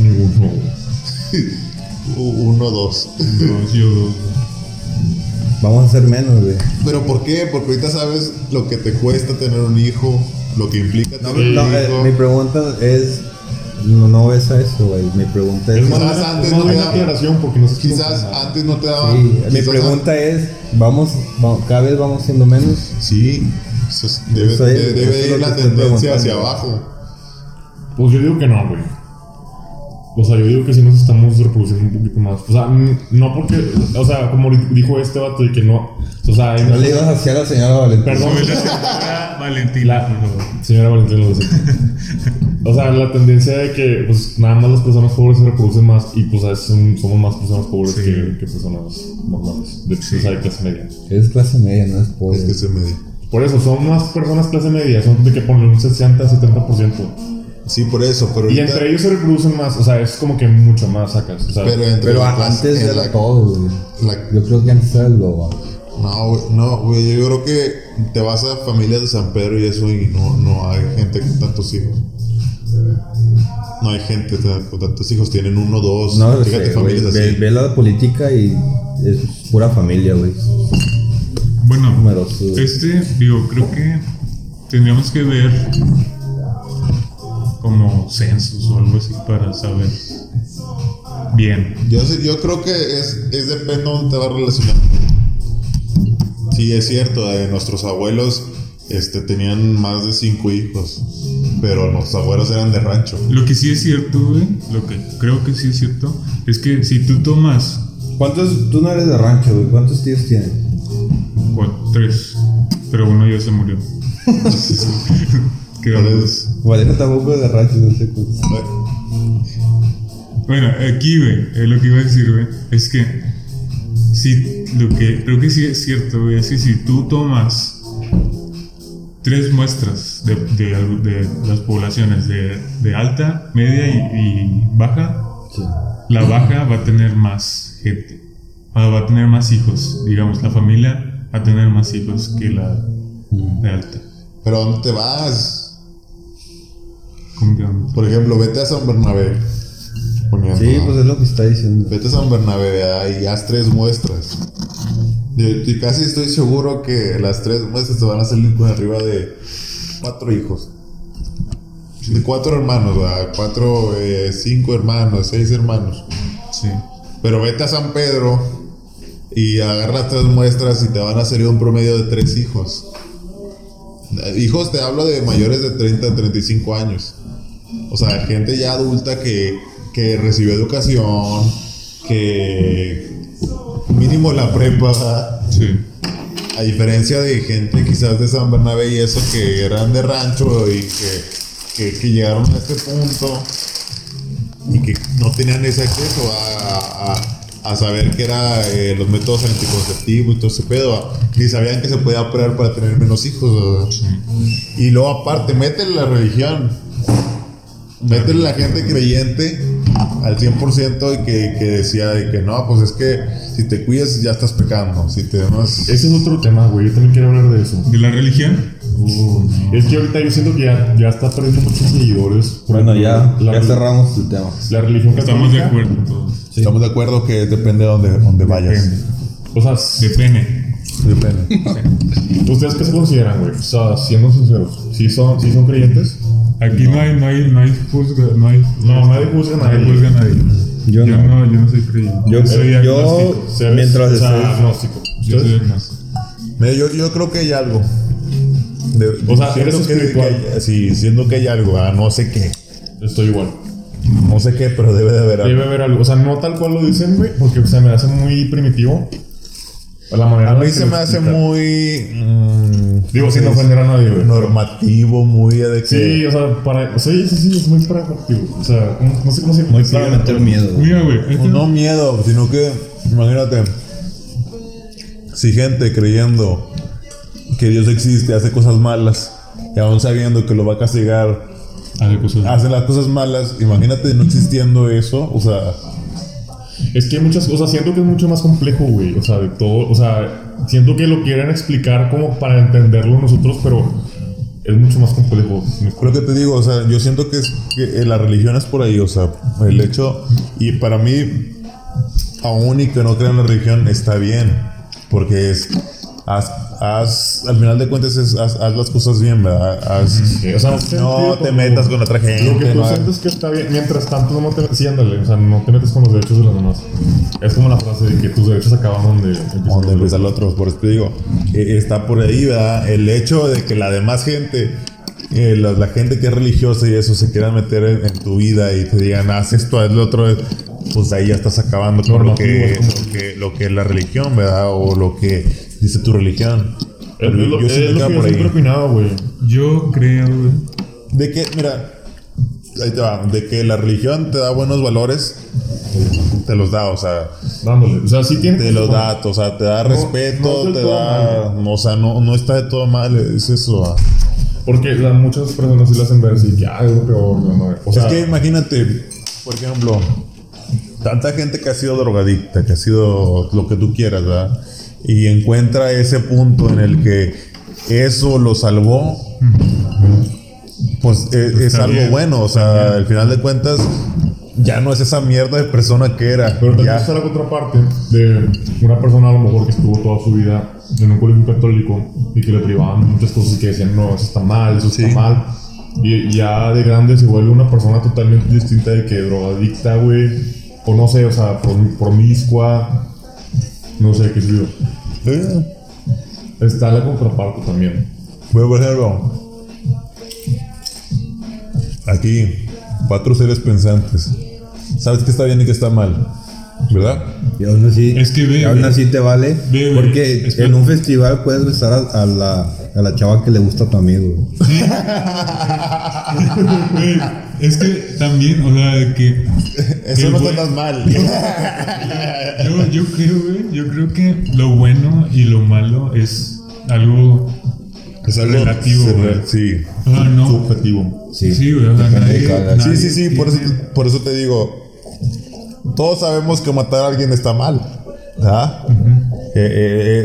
Speaker 2: ninguno. güey.
Speaker 3: U- Uno, dos.
Speaker 4: Dos, yo dos, güey.
Speaker 5: Vamos a ser menos, güey.
Speaker 3: ¿Pero por qué? Porque ahorita sabes lo que te cuesta tener un hijo, lo que implica
Speaker 5: No,
Speaker 3: tener
Speaker 5: no,
Speaker 3: un
Speaker 5: eh,
Speaker 3: hijo.
Speaker 5: mi pregunta es. No, no ves a eso, güey. Mi pregunta es.
Speaker 2: Es más,
Speaker 3: Quizás
Speaker 2: es
Speaker 3: antes
Speaker 2: más
Speaker 3: no
Speaker 2: bien
Speaker 3: era-
Speaker 2: aclaración porque no sé si-
Speaker 3: Quizás antes no te daban.
Speaker 5: Sí, mi
Speaker 3: quizás
Speaker 5: pregunta es: ¿vamos, va- cada vez vamos siendo menos?
Speaker 3: Sí, eso es- debe,
Speaker 5: Eso es-
Speaker 3: de- debe
Speaker 5: eso es
Speaker 3: ir
Speaker 5: lo
Speaker 3: la
Speaker 5: que estoy
Speaker 3: tendencia hacia
Speaker 5: preguntando.
Speaker 3: abajo.
Speaker 2: Pues yo digo que no, güey. O sea, yo digo que sí nos estamos reproduciendo un poquito más. O sea, n- no porque, o sea, como di- dijo este vato de que no, o sea, hay-
Speaker 5: No le ibas hacia la señora Valentina.
Speaker 2: Perdón.
Speaker 4: Soy la señora Valentina, por favor.
Speaker 2: Señora Valentina lo dice. O sea, la tendencia de que pues nada más las personas pobres se reproducen más y pues a veces son- somos más personas pobres
Speaker 4: Sí.
Speaker 2: que, que personas normales, de, o sea, de clase media.
Speaker 5: Es clase media, no es pobre.
Speaker 3: Es que se me.
Speaker 2: Por eso, son más personas clase media, son de que ponen un 60-70%.
Speaker 3: Sí, por eso, pero
Speaker 2: Y
Speaker 3: ahorita-
Speaker 2: entre ellos se reproducen más, o sea, es como que mucho más sacas. O sea,
Speaker 3: Pero, entre
Speaker 5: Pero
Speaker 3: la
Speaker 5: a-
Speaker 3: clase-
Speaker 5: antes
Speaker 3: en
Speaker 5: era
Speaker 3: la-
Speaker 5: todo, güey.
Speaker 3: la-
Speaker 5: Yo creo que antes era el global.
Speaker 3: No, güey, no, güey, yo creo que te vas a familias de San Pedro y eso y no, no hay gente con tantos hijos. No hay gente tan- con tantos hijos, tienen uno, dos,
Speaker 5: No,
Speaker 3: fíjate
Speaker 5: sé, güey,
Speaker 3: familias
Speaker 5: ve,
Speaker 3: así.
Speaker 5: ve la política y es pura familia, güey.
Speaker 4: Bueno,
Speaker 5: Números, sí.
Speaker 4: este, digo, creo que tendríamos que ver como censos o algo así para saber bien.
Speaker 3: Yo, sé- yo creo que es, es depende de dónde te vas a relacionar. Sí, es cierto, eh, nuestros abuelos este, tenían más de cinco hijos, pero los abuelos eran de rancho.
Speaker 4: Lo que sí es cierto, güey, lo que creo que sí es cierto, es que si tú tomas
Speaker 5: ¿Cuántos? Tú no eres de rancho, güey. ¿Cuántos tíos tienes?
Speaker 4: cua- tres, pero uno ya se murió. Qué horror.
Speaker 3: Entonces,
Speaker 5: Valero tampoco es de rancho, no sé cuántos.
Speaker 4: Bueno, aquí, güey, eh, lo que iba a decir, güey, es que si lo que creo que sí es cierto, güey, es que si tú tomas tres muestras de, de al- de las poblaciones de, de alta, media y, y baja, la baja va a tener más gente, o sea, va a tener más hijos, digamos, la familia va a tener más hijos que la de alta.
Speaker 3: pero ¿dónde te vas?
Speaker 4: ¿Cómo que dónde?
Speaker 3: Por ejemplo, vete a San Bernabé. Poniendo,
Speaker 5: Sí,
Speaker 3: ¿no?
Speaker 5: pues es lo que está diciendo.
Speaker 3: Vete a San Bernabé ah, y haz tres muestras. Yo, yo casi estoy seguro que las tres muestras te van a salir con arriba de cuatro hijos. De cuatro hermanos, ¿verdad? cuatro, eh, cinco hermanos, seis hermanos.
Speaker 4: Sí.
Speaker 3: Pero vete a San Pedro y agarras tres muestras y te van a salir un promedio de tres hijos. Eh, Hijos te hablo de mayores de 30 a 35 años. O sea, gente ya adulta que, que recibió educación, que mínimo la prepa, ¿verdad?
Speaker 4: Sí.
Speaker 3: a diferencia de gente quizás de San Bernabé y eso que eran de rancho y que, que- que llegaron a este punto y que no tenían ese acceso a, a- a saber qué eran los métodos anticonceptivos y todo ese pedo, ¿va? ni sabían que se podía operar para tener menos hijos. ¿verdad? Y luego aparte, métele la religión, métele la gente creyente al 100% y que, que decía de que no, pues es que si te cuidas ya estás pecando, si te demas...
Speaker 2: Ese es otro tema, güey. Yo también quiero hablar de eso.
Speaker 4: ¿De la religión?
Speaker 2: Es que ahorita yo siento que ya, ya está perdiendo muchos seguidores. Por
Speaker 5: Bueno, ya,
Speaker 2: ejemplo,
Speaker 5: ya
Speaker 2: la,
Speaker 5: cerramos el tema.
Speaker 2: la religión católica.
Speaker 4: Estamos de acuerdo todos.
Speaker 3: Estamos de acuerdo que depende de donde, donde vayas.
Speaker 2: O sea, s-
Speaker 4: De pene.
Speaker 3: Depende.
Speaker 2: ¿ustedes qué se consideran, güey? O sea, siendo sinceros, ¿sí son, sí son creyentes?
Speaker 4: Aquí no, hay, no hay, no hay juzga, no hay.
Speaker 2: No, nadie juzga a nadie.
Speaker 4: Nadie juzga a nadie.
Speaker 5: Yo
Speaker 4: Yo
Speaker 5: no.
Speaker 4: no, yo no soy creyente.
Speaker 5: Yo,
Speaker 2: Soy
Speaker 5: yo,
Speaker 2: agnóstico, ¿sabes?
Speaker 5: mientras
Speaker 2: o sea,
Speaker 5: estés-
Speaker 2: agnóstico.
Speaker 4: Yo soy
Speaker 2: ¿Ustedes?
Speaker 4: agnóstico.
Speaker 3: Mira, yo, yo creo que hay algo. De-
Speaker 2: O sea,
Speaker 3: siento
Speaker 2: eres
Speaker 3: que,
Speaker 2: espiritual.
Speaker 3: que hay- sí, siento que hay algo. ah, no sé qué.
Speaker 2: Estoy igual.
Speaker 3: No sé qué, pero debe de haber algo.
Speaker 2: Debe haber algo. O sea, no tal cual lo dicen, güey, porque o sea, me hace muy primitivo. A la manera
Speaker 3: A
Speaker 2: en la
Speaker 3: mí
Speaker 2: que
Speaker 3: se
Speaker 2: lo
Speaker 3: me hace
Speaker 2: explican.
Speaker 3: muy. mm,
Speaker 2: Digo, sin
Speaker 3: es
Speaker 2: ofender a nadie, güey.
Speaker 3: Normativo, muy de que.
Speaker 2: Sí, o sea, para. O sea, sí, sí, sí, es muy pragmático. O sea, no, no sé cómo se. Muy
Speaker 5: Para meter miedo. güey.
Speaker 4: Mira, güey. este-
Speaker 3: No miedo, sino que. Imagínate. Si gente creyendo que Dios existe, hace cosas malas y aún sabiendo que lo va a castigar
Speaker 4: Hace Ah, cosas.
Speaker 3: hacen las cosas malas. Imagínate no existiendo eso. O sea,
Speaker 2: Es que hay muchas cosas, siento que es mucho más complejo, güey. O sea, de todo, o sea, siento que lo quieren explicar como para entenderlo nosotros, pero es mucho más complejo. Me-
Speaker 3: creo que te digo, o sea, yo siento que, es, que eh, la religión es por ahí. O sea, el hecho. Y para mí, aún y que no crean en la religión, está bien. Porque es. Haz, haz- al final de cuentas, es, haz, haz las cosas bien, ¿verdad? Haz-
Speaker 2: O sea, sentido
Speaker 3: no te
Speaker 2: como-
Speaker 3: metas con otra gente.
Speaker 2: Lo que tú
Speaker 3: no hagas-
Speaker 2: sientes que está bien, mientras tanto no te. Sí, ándale, o sea, no te metes con los derechos de los demás. Es como la frase de que tus derechos acaban donde. empiezan
Speaker 3: donde
Speaker 2: los
Speaker 3: empieza el otro. Por eso te digo, eh, está por ahí, ¿verdad? El hecho de que la demás gente, eh, la, la gente que es religiosa y eso, se quiera meter en, en tu vida y te digan, haz esto, haz lo otro, pues ahí ya estás acabando con lo que,
Speaker 2: Normativo,
Speaker 3: lo, que, lo que es la religión, ¿verdad? O lo que dice tu religión.
Speaker 2: Es, es lo,
Speaker 3: Yo
Speaker 2: es
Speaker 3: siento
Speaker 2: lo
Speaker 3: que va
Speaker 2: que yo
Speaker 3: por ahí.
Speaker 2: siempre opinaba, güey.
Speaker 4: Yo creo, güey.
Speaker 3: De que, mira, ahí te va, de que la religión te da buenos valores, te los da, o sea,
Speaker 2: Dándole. O sea, sí tiene.
Speaker 3: te
Speaker 2: que-
Speaker 3: los da, o sea, te da respeto,
Speaker 2: no es del
Speaker 3: te
Speaker 2: todo
Speaker 3: da, no, o sea, no, no está de todo mal, es eso. ah. ¿verdad?
Speaker 2: Porque o sea, muchas personas sí las hacen ver así, ya es lo peor, la madre. O sea,
Speaker 3: es que imagínate, por ejemplo, tanta gente que ha sido drogadicta, que ha sido lo que tú quieras, ¿verdad? Y encuentra ese punto en el que eso lo salvó, pues es, es algo
Speaker 2: bien,
Speaker 3: bueno, o sea, al final de cuentas, ya no es esa mierda de persona que era.
Speaker 2: Pero también
Speaker 3: ya.
Speaker 2: está la contraparte de una persona a lo mejor que estuvo toda su vida en un colegio católico y que le privaban de muchas cosas y que decían, no, eso está mal, eso está mal. Y y ya de grande se vuelve una persona totalmente distinta de que drogadicta, güey. O no sé, o sea, prom- promiscua. No sé qué sé yo.
Speaker 3: Eh,
Speaker 2: está la contraparte también.
Speaker 7: Bueno, por ejemplo, aquí, cuatro seres pensantes. Sabes que está bien y que está mal, ¿verdad?
Speaker 5: Y aún así,
Speaker 4: Es que ve,
Speaker 5: y aún
Speaker 4: güey.
Speaker 5: así te vale.
Speaker 4: Ve, güey.
Speaker 5: porque
Speaker 4: Espera.
Speaker 5: en un festival puedes besar a, a la, a la chava que le gusta a tu amigo. güey.
Speaker 4: Güey, Es que también, o sea, de que.
Speaker 3: Eso
Speaker 4: el
Speaker 3: no
Speaker 4: güey-
Speaker 3: está tan mal.
Speaker 4: Yo, yo creo, güey, yo creo que lo bueno y lo malo es algo
Speaker 7: Es algo
Speaker 4: Relativo,
Speaker 7: se-
Speaker 4: güey.
Speaker 7: Sí,
Speaker 4: O sea, no.
Speaker 7: subjetivo.
Speaker 5: Sí.
Speaker 4: Sí, güey, o sea,
Speaker 5: Depende
Speaker 4: nadie-
Speaker 5: de cada-
Speaker 4: nadie-
Speaker 7: Sí, sí, sí, por eso, por eso te digo. Todos sabemos que matar a alguien está mal. ¿verdad? Eh, eh,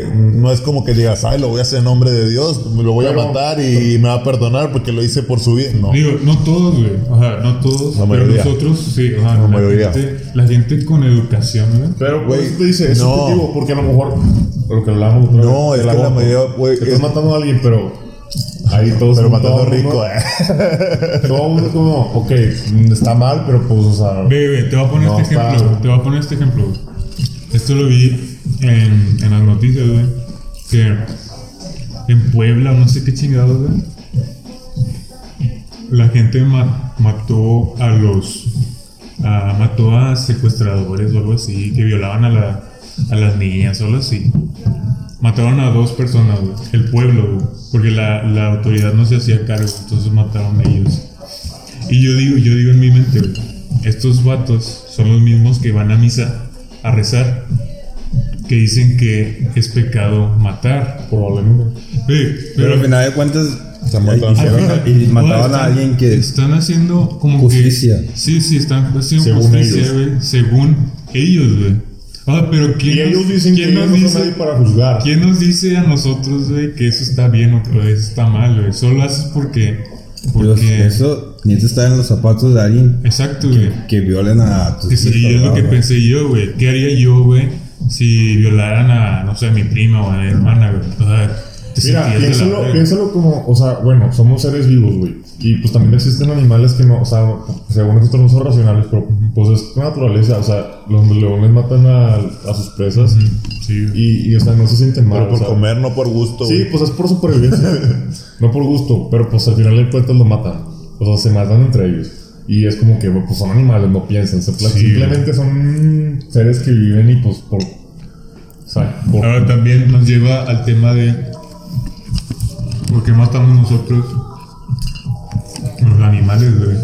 Speaker 7: eh, no es como que digas, ay, lo voy a hacer en nombre de Dios, lo voy a matar y me va a perdonar porque lo hice por su bien. No.
Speaker 4: Digo, no todos, güey. O sea, no todos.
Speaker 7: La
Speaker 4: pero
Speaker 7: mayoría.
Speaker 4: nosotros, sí, o sea, la,
Speaker 7: mayoría.
Speaker 4: Gente, la gente con educación, güey.
Speaker 2: Pero,
Speaker 7: Güey,
Speaker 2: güey, te dice, es
Speaker 7: no.
Speaker 2: subjetivo, porque a lo mejor. Lo que hablamos otra
Speaker 7: No,
Speaker 2: vez,
Speaker 7: es que
Speaker 2: del
Speaker 7: la
Speaker 2: aborto.
Speaker 7: mayoría, güey,
Speaker 2: Estás
Speaker 7: es-
Speaker 2: matando a alguien, pero. Ahí todos.
Speaker 7: Pero
Speaker 2: todo
Speaker 7: matando
Speaker 2: mundo-
Speaker 7: rico, eh.
Speaker 2: Todo mundo como, ok, está mal, pero pues, o sea.
Speaker 4: Bebe, te voy a poner
Speaker 2: No,
Speaker 4: este
Speaker 2: está-
Speaker 4: ejemplo. güey, Te voy a poner este ejemplo. güey. Esto lo vi en, en las noticias, güey. Que en Puebla, no sé qué chingados, güey. La gente ma- mató a los. a- mató a secuestradores o algo así, que violaban a, la- a las niñas o algo así. Mataron a dos personas, güey, El pueblo, güey, Porque la, la autoridad no se hacía cargo, entonces mataron a ellos. Y yo digo, yo digo en mi mente, güey, estos vatos son los mismos que van a misa a rezar, que dicen que es pecado matar. Probablemente.
Speaker 5: Pero, al
Speaker 4: pero,
Speaker 5: final de cuentas,
Speaker 7: Se matan.
Speaker 5: y-
Speaker 7: Al
Speaker 4: final-
Speaker 5: y, mataban
Speaker 4: Bueno,
Speaker 5: a
Speaker 4: están-
Speaker 5: alguien que.
Speaker 4: Están haciendo como
Speaker 5: Justicia.
Speaker 4: que. Sí, sí, están haciendo
Speaker 2: Según
Speaker 4: justicia,
Speaker 2: ellos.
Speaker 4: güey. Según ellos, güey. Ah, pero ¿quién,
Speaker 2: Y ellos
Speaker 4: nos-
Speaker 2: dicen que
Speaker 4: quién
Speaker 2: ellos
Speaker 4: nos
Speaker 2: no son
Speaker 4: dice,
Speaker 2: nadie para juzgar.
Speaker 4: ¿Quién nos dice a nosotros, güey, que eso está bien o que eso está mal, güey? Solo haces porque.
Speaker 5: Dios,
Speaker 4: porque
Speaker 5: eso, necesita estar en los zapatos de alguien
Speaker 4: exacto, güey.
Speaker 5: que pues, violen a tus
Speaker 4: Sí, sí, es lo que
Speaker 5: güey.
Speaker 4: pensé yo, güey. ¿Qué haría yo, güey, si violaran a, no sé, a mi prima o a mi hermana, güey? O sea, te
Speaker 2: Mira,
Speaker 4: sentías de la
Speaker 2: piénsalo,
Speaker 4: verga.
Speaker 2: piénsalo como, o sea, bueno, somos seres vivos, güey. Y pues también existen animales que no, o sea, según nosotros no son racionales, pero pues es naturaleza. O sea, los leones matan a, a sus presas
Speaker 4: Sí, güey.
Speaker 2: y, y, o sea, no se sienten mal.
Speaker 7: Pero por
Speaker 2: o sea,
Speaker 7: comer, no por gusto,
Speaker 2: Sí,
Speaker 7: güey.
Speaker 2: pues es por supervivencia. no por gusto, pero pues al final de cuentas lo matan. O sea, se matan entre ellos. Y es como que, pues son animales, no piensan. se- Simplemente son seres que viven y pues por... O sea, por...
Speaker 4: Ahora también nos lleva al tema de por qué matamos nosotros los animales, güey.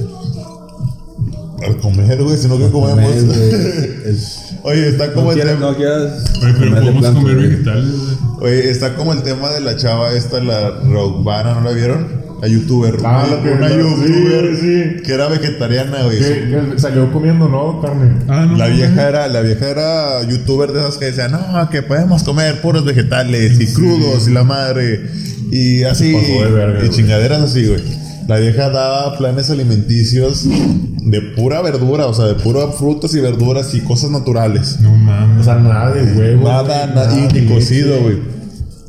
Speaker 7: Al comer, güey, si no, ¿qué comemos?
Speaker 5: Comer, güey, es-
Speaker 7: Oye, está como
Speaker 5: No
Speaker 7: el
Speaker 5: quieras,
Speaker 7: tema-
Speaker 5: no quieras.
Speaker 4: Oye,
Speaker 5: comer
Speaker 4: pero
Speaker 5: de
Speaker 4: podemos
Speaker 5: planta,
Speaker 4: comer
Speaker 5: güey.
Speaker 4: vegetales, güey.
Speaker 3: Oye, está como el tema de la chava esta, la Rockvana, ¿no la vieron? La youtuber.
Speaker 2: Ah,
Speaker 3: Una-
Speaker 2: la que-
Speaker 3: una
Speaker 2: sí,
Speaker 3: youtuber
Speaker 2: sí.
Speaker 3: que era vegetariana, güey.
Speaker 2: Que- que salió comiendo, ¿no, carne?
Speaker 4: Ah, no,
Speaker 3: La
Speaker 4: no,
Speaker 3: vieja
Speaker 4: güey.
Speaker 3: era, la vieja era youtuber de esas que decían, no, que podemos comer puros vegetales y crudos y la madre. Y así.
Speaker 2: Se pasó de verga,
Speaker 3: y
Speaker 2: güey.
Speaker 3: chingaderas así, güey. La vieja daba planes alimenticios de pura verdura, o sea, de puras frutas y verduras y cosas naturales.
Speaker 4: No mames.
Speaker 2: O sea, nada de huevo.
Speaker 3: Nada,
Speaker 2: güey,
Speaker 3: nada, y
Speaker 2: de
Speaker 3: ni
Speaker 2: leche.
Speaker 3: cocido, güey.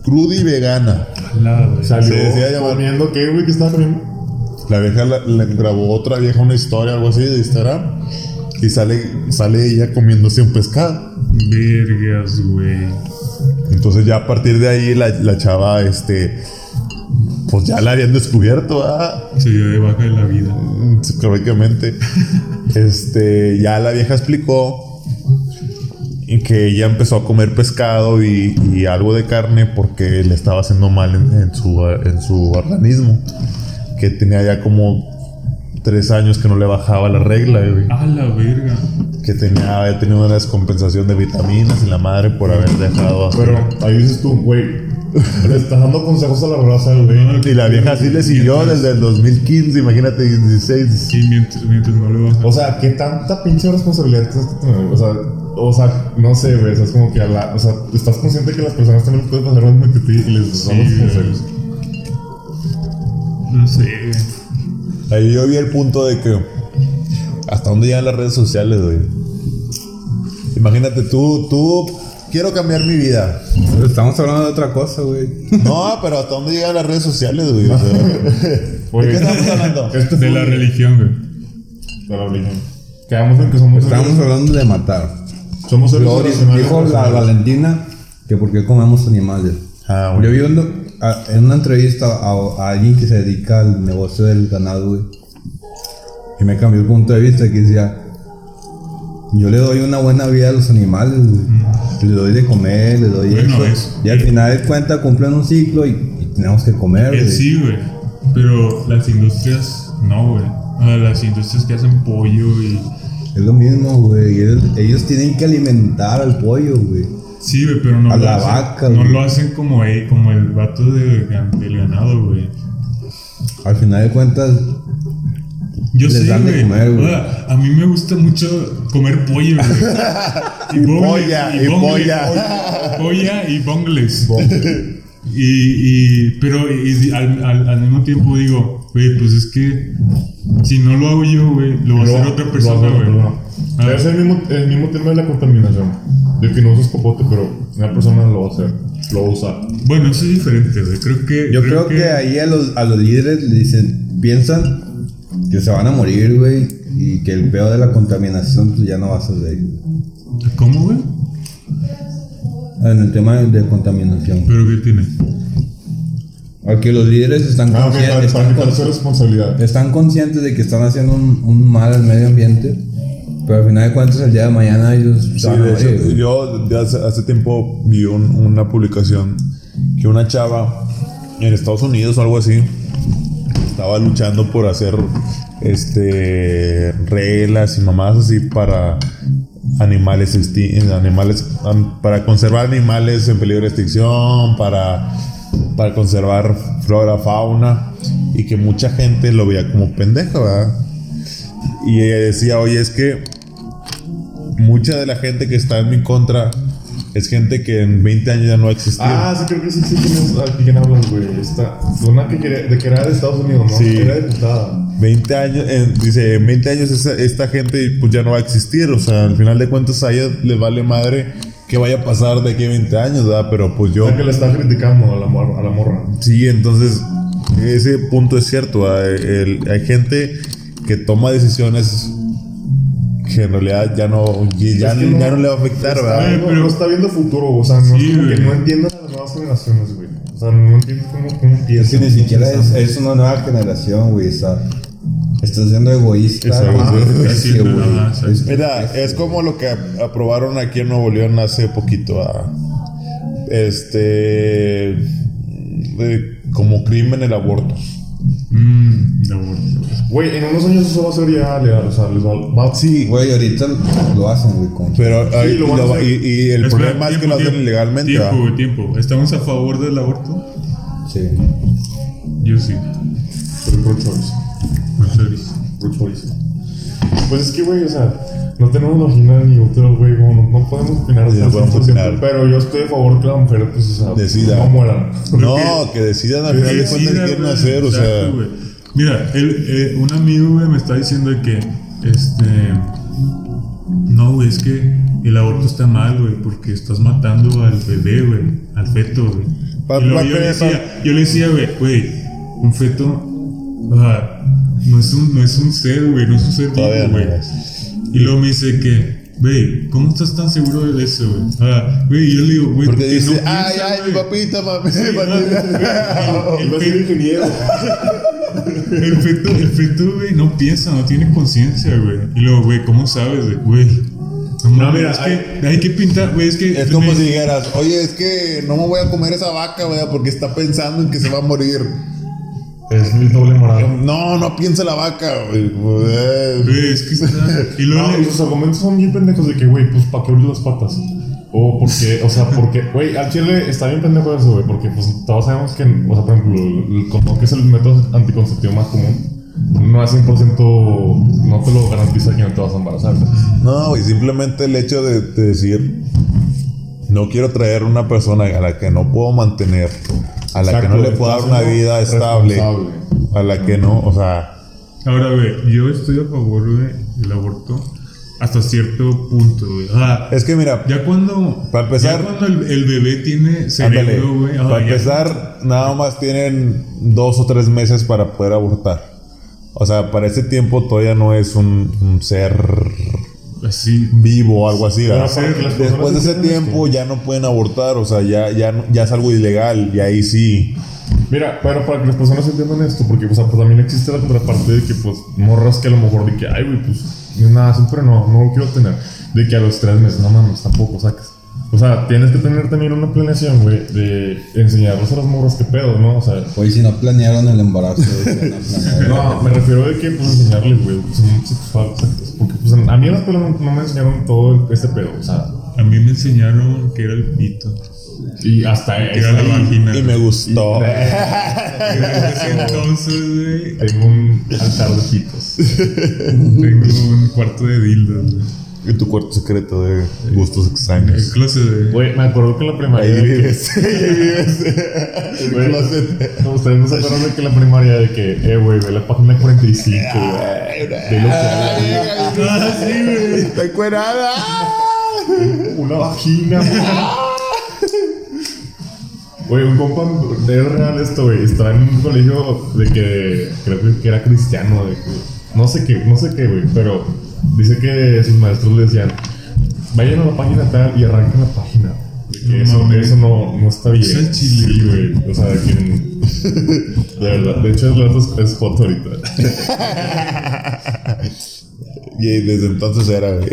Speaker 3: Cruda y vegana.
Speaker 4: ojalá, güey.
Speaker 2: Salió
Speaker 3: Se decía llamar-
Speaker 2: comiendo, ¿qué, güey? ¿Qué estaba comiendo?
Speaker 3: La vieja la- le grabó otra vieja una historia, algo así de Instagram. Y sale, sale ella comiéndose un pescado.
Speaker 4: Vergas, güey.
Speaker 3: Entonces ya a partir de ahí la, la chava, este, pues ya la habían descubierto, ¿ah?
Speaker 4: Se dio de baja de la vida.
Speaker 3: Mm, psicológicamente. este, ya la vieja explicó y que ella empezó a comer pescado y, y algo de carne porque le estaba haciendo mal en, en su, en su organismo. Que tenía ya como tres años que no le bajaba la regla, güey.
Speaker 4: A la verga.
Speaker 3: que tenía, había tenido una descompensación de vitaminas y la madre por haber dejado así.
Speaker 2: Pero ahí dices tú, güey. Le estás dando consejos a la raza, güey.
Speaker 3: Y la vieja así le siguió desde el 2015, imagínate, 16.
Speaker 4: Sí, mientras, mientras no le baja.
Speaker 2: O sea, ¿qué tanta pinche responsabilidad tienes que tener? O sea, o sea no sé, güey. O sea, es como que a la. O sea, estás consciente que las personas también pueden pasar lo mismo que tú y les das
Speaker 4: Sí,
Speaker 2: los
Speaker 4: güey.
Speaker 2: consejos.
Speaker 4: No sé, güey.
Speaker 3: Ahí yo vi el punto de que hasta dónde llegan las redes sociales, güey. Imagínate tú, tú, quiero cambiar mi vida.
Speaker 5: Pero Estamos hablando de otra cosa, güey.
Speaker 3: No, pero hasta dónde llegan las redes sociales, güey. O sea, ¿De qué estamos hablando?
Speaker 2: Este
Speaker 4: De
Speaker 2: fue-
Speaker 4: la religión, güey.
Speaker 2: De la religión. Quedamos en que somos
Speaker 5: Estamos
Speaker 2: seres,
Speaker 5: hablando de matar.
Speaker 2: somos seres
Speaker 5: Luego dijo
Speaker 2: racionales,
Speaker 5: dijo la
Speaker 2: racionales.
Speaker 5: Valentina que por qué comemos animales.
Speaker 6: Ah,
Speaker 5: Yo vi un doc- a- en una entrevista a, a alguien que se dedica al negocio del ganado, güey. Y me cambió el punto de vista que decía, yo le doy una buena vida a los animales, güey. Le doy de comer, le doy
Speaker 4: Bueno,
Speaker 5: eso.
Speaker 4: es-
Speaker 5: y al final de cuentas cumplen un ciclo y, y tenemos que comer,
Speaker 4: Eh,
Speaker 5: güey.
Speaker 4: sí, güey. Pero las industrias, no, güey. O sea, las industrias que hacen pollo y.
Speaker 5: Es lo mismo, güey. Ellos, ellos tienen que alimentar al pollo, güey.
Speaker 4: Sí, güey, pero no,
Speaker 5: A
Speaker 4: lo,
Speaker 5: la
Speaker 4: hacen,
Speaker 5: vaca,
Speaker 4: no
Speaker 5: güey.
Speaker 4: lo hacen como, eh, como el vato de gan- del ganado, güey.
Speaker 5: Al final de cuentas,
Speaker 4: Yo
Speaker 5: Les
Speaker 4: sé,
Speaker 5: dan de
Speaker 4: güey.
Speaker 5: comer, güey.
Speaker 4: O sea, a mí me gusta mucho comer pollo, güey. Y,
Speaker 6: polla, y
Speaker 4: polla. Polla y bongles. Y, y, pero y al, al, al mismo tiempo digo, güey, pues es que si no lo hago yo, güey, lo va a
Speaker 2: Lo-
Speaker 4: hacer otra
Speaker 2: lo
Speaker 4: persona,
Speaker 2: hace otra
Speaker 4: güey.
Speaker 2: persona.
Speaker 4: Ah.
Speaker 2: Debe ser el mismo, el mismo tema de la contaminación. De que no usas popote, pero una persona lo va a hacer. Lo va a usar.
Speaker 4: Bueno, eso es diferente, güey. Creo que.
Speaker 5: yo creo, que... ahí a los, a los líderes le dicen, piensan que se van a morir, güey. Y que el peor de la contaminación pues, ya no va a ser de ahí.
Speaker 4: ¿Cómo, güey?
Speaker 5: Ah, En el tema de, de contaminación.
Speaker 4: ¿Pero qué tiene?
Speaker 5: A que los líderes están,
Speaker 2: Ah, ok,
Speaker 5: conscien-
Speaker 2: para, para
Speaker 5: están,
Speaker 2: quitarse
Speaker 5: con-
Speaker 2: responsabilidad.
Speaker 5: están conscientes de que están haciendo un, un mal al medio ambiente. Pero al final de cuentas, el día de mañana ellos se
Speaker 3: Sí,
Speaker 5: van a
Speaker 3: de
Speaker 5: morir,
Speaker 3: hecho,
Speaker 5: güey.
Speaker 3: yo de hace, hace tiempo vi un- una publicación que una chava en Estados Unidos o algo así estaba luchando por hacer este reglas y mamás así para animales extin- animales am- para conservar animales en peligro de extinción, para para conservar flora, fauna y que mucha gente lo veía como pendeja, ¿verdad? Y ella decía, "Oye, es que mucha de la gente que está en mi contra es gente que en 20 años ya no va a existir.
Speaker 2: Ah, sí, creo que sí, sí, tienes a quién hablas, güey. Esta, una que, quería- de que era de Estados Unidos, ¿no?
Speaker 3: Sí.
Speaker 2: Era diputada.
Speaker 3: 20 años, en- dice, en 20 años esa- esta gente pues ya no va a existir. O sea, al final de cuentas a ella le vale madre que vaya a pasar de aquí a 20 años, ¿verdad? Pero pues yo...
Speaker 2: La que le está criticando a la, mor- a la morra.
Speaker 3: Sí, entonces ese punto es cierto. ¿verdad? El- el- hay gente que toma decisiones que en realidad ya no, ya,
Speaker 2: Es que no-
Speaker 3: ya no le va a afectar,
Speaker 2: Está
Speaker 3: ¿verdad?
Speaker 2: viendo-
Speaker 4: pero-
Speaker 2: no está viendo futuro, o sea, no,
Speaker 4: Sí,
Speaker 2: es como que
Speaker 4: güey.
Speaker 2: no entiendan las nuevas generaciones, güey. O sea, no entiendes cómo, cómo
Speaker 5: Es que
Speaker 2: piensan.
Speaker 5: ni siquiera es, es una nueva generación, güey. Está, está siendo egoísta.
Speaker 3: Exacto.
Speaker 5: güey.
Speaker 3: Está
Speaker 5: Porque,
Speaker 4: siendo
Speaker 5: güey,
Speaker 4: nada más,
Speaker 5: es-
Speaker 3: Mira, es como lo que ap- aprobaron aquí en Nuevo León hace poquito. ah. Este. eh, como crimen el aborto.
Speaker 4: Mmm, de acuerdo.
Speaker 2: Güey, en unos años eso va a ser ya legal, o sea, les va, va-
Speaker 3: Ah, Sí,
Speaker 5: Güey, ahorita lo hacen, güey. Con...
Speaker 3: pero. ahí
Speaker 2: lo van a
Speaker 3: lo va-
Speaker 2: hacer.
Speaker 3: y, y el
Speaker 4: Espera,
Speaker 3: problema es que
Speaker 4: tiempo,
Speaker 3: lo hacen
Speaker 4: tiempo,
Speaker 3: ilegalmente.
Speaker 4: Tiempo,
Speaker 3: ah.
Speaker 4: güey, tiempo. ¿Estamos a favor del aborto?
Speaker 5: Sí.
Speaker 4: Yo sí.
Speaker 2: Pero pro choice,
Speaker 3: Pues,
Speaker 4: Mercedes.
Speaker 2: pro choice. Pues es que, güey, o sea, no tenemos vagina ni útero, güey, como no, no podemos opinar
Speaker 3: Sí, no
Speaker 2: hasta el
Speaker 3: podemos
Speaker 2: 100%,
Speaker 3: opinar.
Speaker 2: pero yo estoy a favor que la mujer, pues, o sea,
Speaker 3: Decida.
Speaker 2: no mueran.
Speaker 3: No, que decidan al final de cuentas qué quieren hacer. O sea,
Speaker 4: Exacto, güey. Mira, el, eh, un amigo, güey, me está diciendo de que, este, no, güey, es que el aborto está mal, güey, porque estás matando al bebé, güey, al feto, güey.
Speaker 3: Pa-
Speaker 4: Y luego
Speaker 3: pa-
Speaker 4: yo, le
Speaker 3: pa-
Speaker 4: decía, yo le decía, güey, güey, un feto, o sea, no es un, no es un ser, güey, no es un ser
Speaker 3: Todavía
Speaker 4: vivo,
Speaker 3: no
Speaker 4: güey. Y luego me dice que, güey, ¿cómo estás tan seguro de eso, güey? O sea, güey, yo le digo, güey,
Speaker 3: porque
Speaker 4: ¿por qué
Speaker 3: dice,
Speaker 4: no
Speaker 3: ay,
Speaker 4: piensas,
Speaker 3: ay, mi
Speaker 4: güey?"
Speaker 3: papita, mami.
Speaker 4: El,
Speaker 2: Iba a
Speaker 4: el-
Speaker 2: ser ingeniero.
Speaker 4: el feto, el feto, güey, no piensa, no tiene conciencia, güey. Y luego, güey, ¿cómo sabes, güey? güey? No, mames,
Speaker 2: mira,
Speaker 4: es
Speaker 2: hay-
Speaker 4: que hay que pintar, güey, es que...
Speaker 3: Es como
Speaker 4: me-
Speaker 3: si dijeras, oye, es que no me voy a comer esa vaca, ¿verdad? Porque está pensando en que se va a morir.
Speaker 2: es mi doble moral.
Speaker 3: No, no piensa la vaca, güey.
Speaker 4: Güey, es que está... Y luego...
Speaker 2: No,
Speaker 4: le-
Speaker 2: y sus argumentos son bien pendejos de que, güey, pues, ¿para qué abrir las patas? O porque, o sea, porque, güey, al chile está bien pendejo eso, güey, porque, pues, todos sabemos que, o sea, por ejemplo, el el condón, que es el método anticonceptivo más común, no es 100%, no te lo garantiza que no te vas a embarazar. güey.
Speaker 3: No, y simplemente el hecho de, de decir, no quiero traer una persona a la que no puedo mantener, a la
Speaker 2: Exacto,
Speaker 3: que no le puedo dar
Speaker 2: estás
Speaker 3: una
Speaker 2: siendo
Speaker 3: vida estable,
Speaker 2: responsable.
Speaker 3: a la que no, o sea,
Speaker 4: Ahora, güey, yo estoy a favor güey, del aborto hasta cierto punto, güey. Ah,
Speaker 3: es que mira,
Speaker 4: ya cuando...
Speaker 3: Para empezar-
Speaker 4: Ya cuando el, el bebé tiene
Speaker 3: ándale,
Speaker 4: cerebro, güey. ah,
Speaker 3: para
Speaker 4: ya-
Speaker 3: empezar, nada más tienen dos o tres meses para este poder abortar. O sea, para ese tiempo todavía no es un, un ser
Speaker 4: así.
Speaker 3: vivo o algo así. ¿verdad?
Speaker 2: Pero aparte que las personas
Speaker 3: Después de ese
Speaker 2: entiendan esto.
Speaker 3: tiempo ya no pueden abortar, o sea, ya, ya, no- ya es algo ilegal y ahí sí.
Speaker 2: Mira, pero para que las personas entiendan esto, porque pues, pues, también existe la contraparte de que, pues, morras que a lo mejor de que, ay, güey, pues, no es nada, siempre no, no lo quiero tener. De que a los tres meses, no mames, tampoco sacas. O sea, tienes que tener también una planeación, güey, de enseñarles a las morras qué pedo, ¿no? O sea,
Speaker 5: Oye, si no planearon el embarazo, güey, si no planearon.
Speaker 2: no, me refiero de que, pues, enseñarles, güey, que son sexuales, sacas. Porque, pues, a mí en la escuela no, no me enseñaron todo este pedo, o sea,
Speaker 4: A mí me enseñaron que era el pito.
Speaker 2: y hasta
Speaker 4: Que era la vagina.
Speaker 3: Y me gustó.
Speaker 4: Desde entonces, güey,
Speaker 2: Tengo un altar de pitos.
Speaker 4: tengo un cuarto de dildos, güey.
Speaker 3: Y tu cuarto secreto de gustos
Speaker 4: El
Speaker 3: extraños.
Speaker 4: closet, güey.
Speaker 2: Güey, me acuerdo que en la
Speaker 3: Ahí
Speaker 2: primaria. de que-
Speaker 3: vives. Ahí vives. El
Speaker 2: Güey,
Speaker 3: closet.
Speaker 2: no, Ustedes no se acuerdan de que en la primaria de que, eh, güey, ve la página 45, güey. Ve lo que hay.
Speaker 3: Está encuerada.
Speaker 2: Una vagina, güey. Güey, un compa, es real esto, güey. Estaba en un colegio de que creo que- que era cristiano, de que, no sé qué, no sé qué, güey, pero dice que sus maestros le decían, vayan a la página tal y arranquen la página. De que
Speaker 4: No
Speaker 2: eso,
Speaker 4: mames.
Speaker 2: eso no, no está bien.
Speaker 4: Eso es chile,
Speaker 2: Sí, güey. O sea, de que. De verdad, de hecho, el rato es- es foto ahorita.
Speaker 3: Y desde entonces era, güey.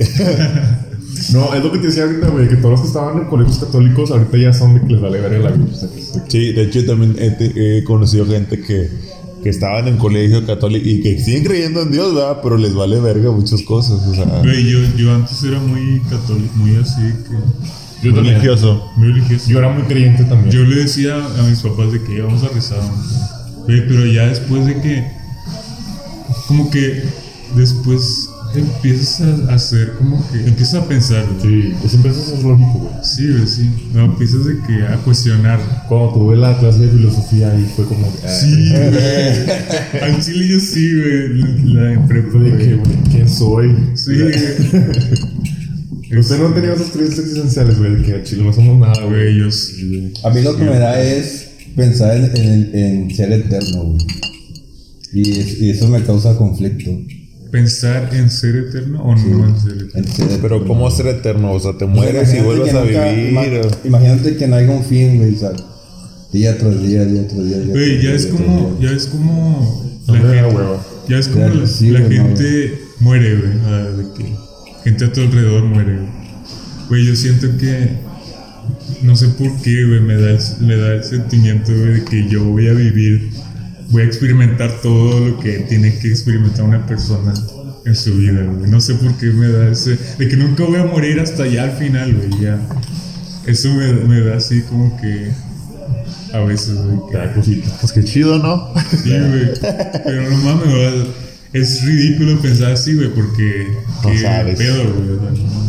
Speaker 2: No, es lo que te decía ahorita, güey, que todos los que estaban en colegios católicos ahorita ya son de que les vale ver la vida. o sea, que-
Speaker 3: Sí, de hecho yo también he, te- he conocido gente que, que estaban en colegio católico y que siguen creyendo en Dios, ¿verdad? Pero les vale verga muchas cosas, o sea,
Speaker 4: Güey, yo, yo antes era muy católico, muy así, que...
Speaker 2: Yo también.
Speaker 3: religioso.
Speaker 4: Muy religioso.
Speaker 2: Yo era muy creyente también.
Speaker 4: Yo le decía a mis papás de que íbamos a rezar. Güey, pero ya después de que. Como que. Después empiezas a hacer como que. Empiezas a pensar. güey.
Speaker 2: sí, pues siempre eso es lógico, güey.
Speaker 4: Sí, güey, sí. No, empiezas de que a cuestionar.
Speaker 2: Cuando tuve la clase de filosofía ahí fue como. ah,
Speaker 4: Sí, güey. Al chile yo sí, güey. La, la en prepa,
Speaker 2: fue de que,
Speaker 4: güey.
Speaker 2: güey, ¿quién soy?
Speaker 4: Sí, güey.
Speaker 2: Usted no tenía esas creencias existenciales, güey, de que a Chile no somos nada, güey.
Speaker 4: Güey, yo sí, güey.
Speaker 5: A mí lo que me da es pensar en, en- en ser eterno, güey. Y, es- y eso me causa conflicto.
Speaker 4: Pensar en ser eterno o no en ser eterno.
Speaker 5: en ser
Speaker 3: Pero
Speaker 5: eterno.
Speaker 3: ¿cómo ser eterno? O sea, te
Speaker 5: O sea,
Speaker 3: mueres y
Speaker 5: imagínate
Speaker 3: vuelves
Speaker 5: que
Speaker 3: a
Speaker 5: nunca-
Speaker 3: vivir.
Speaker 5: ima- Imagínate que no haya un fin, güey, o sea, día tras día, día tras día. día
Speaker 4: Güey, ya
Speaker 5: tras día,
Speaker 4: es
Speaker 5: día tras
Speaker 4: como,
Speaker 5: día.
Speaker 4: ya es como
Speaker 2: No
Speaker 4: la
Speaker 2: me da
Speaker 4: gente,
Speaker 2: hueva.
Speaker 4: ya es como
Speaker 5: Ya,
Speaker 4: la,
Speaker 5: sí,
Speaker 4: la
Speaker 5: güey, no,
Speaker 4: gente muere, güey, ah, de que gente a tu alrededor muere, güey. Güey, yo siento que no sé por qué, güey, me da el, me da el sentimiento güey, de que yo voy a vivir, voy a experimentar todo lo que tiene que experimentar una persona en su vida, güey. No sé por qué me da ese, de que nunca voy a morir hasta allá al final, güey, ya. Eso me, me da así como que a veces, güey, que-
Speaker 2: Te da cosita.
Speaker 6: Pues qué chido, ¿no?
Speaker 4: Sí, güey. Pero no mames, güey. Es ridículo pensar así, güey, porque.
Speaker 3: No
Speaker 4: qué
Speaker 3: sabes.
Speaker 4: pedo, güey. o sea, no.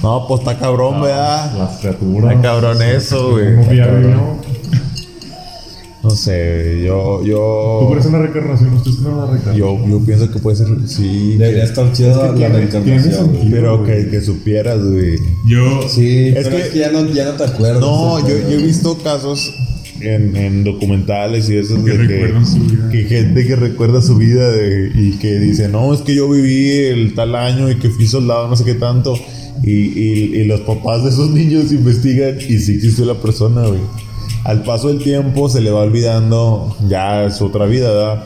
Speaker 3: No, pues está cabrón, ¿verdad?
Speaker 2: Las criaturas.
Speaker 3: Está cabrón eso, güey.
Speaker 2: Como
Speaker 3: Está
Speaker 2: viable,
Speaker 3: cabrón.
Speaker 2: ¿no?
Speaker 3: No sé, yo,
Speaker 2: Tú
Speaker 3: yo,
Speaker 2: crees en la reencarnación, ustedes creen en la reencarnación.
Speaker 3: yo, yo pienso que puede ser, sí,
Speaker 5: Debería estar chido
Speaker 2: Es que
Speaker 5: la
Speaker 2: tiene- tiene
Speaker 5: reencarnación.
Speaker 2: sentido.
Speaker 5: güey.
Speaker 3: pero que, que supieras, güey.
Speaker 4: Yo.
Speaker 5: Sí,
Speaker 3: Es
Speaker 5: pero
Speaker 3: que-
Speaker 5: es que ya no, ya no te acuerdas.
Speaker 3: No,
Speaker 5: o sea,
Speaker 3: yo,
Speaker 5: pero-
Speaker 3: yo he visto casos en, en documentales y esos
Speaker 4: Que
Speaker 3: de
Speaker 4: recuerdan su vida.
Speaker 3: que gente que recuerda su vida de- y que dice, no, es que yo viví el tal año y que fui soldado, no sé qué tanto. Y, y- y los papás de esos niños investigan y sí existió la persona, güey. Al paso del tiempo se le va olvidando ya su otra vida, ¿verdad?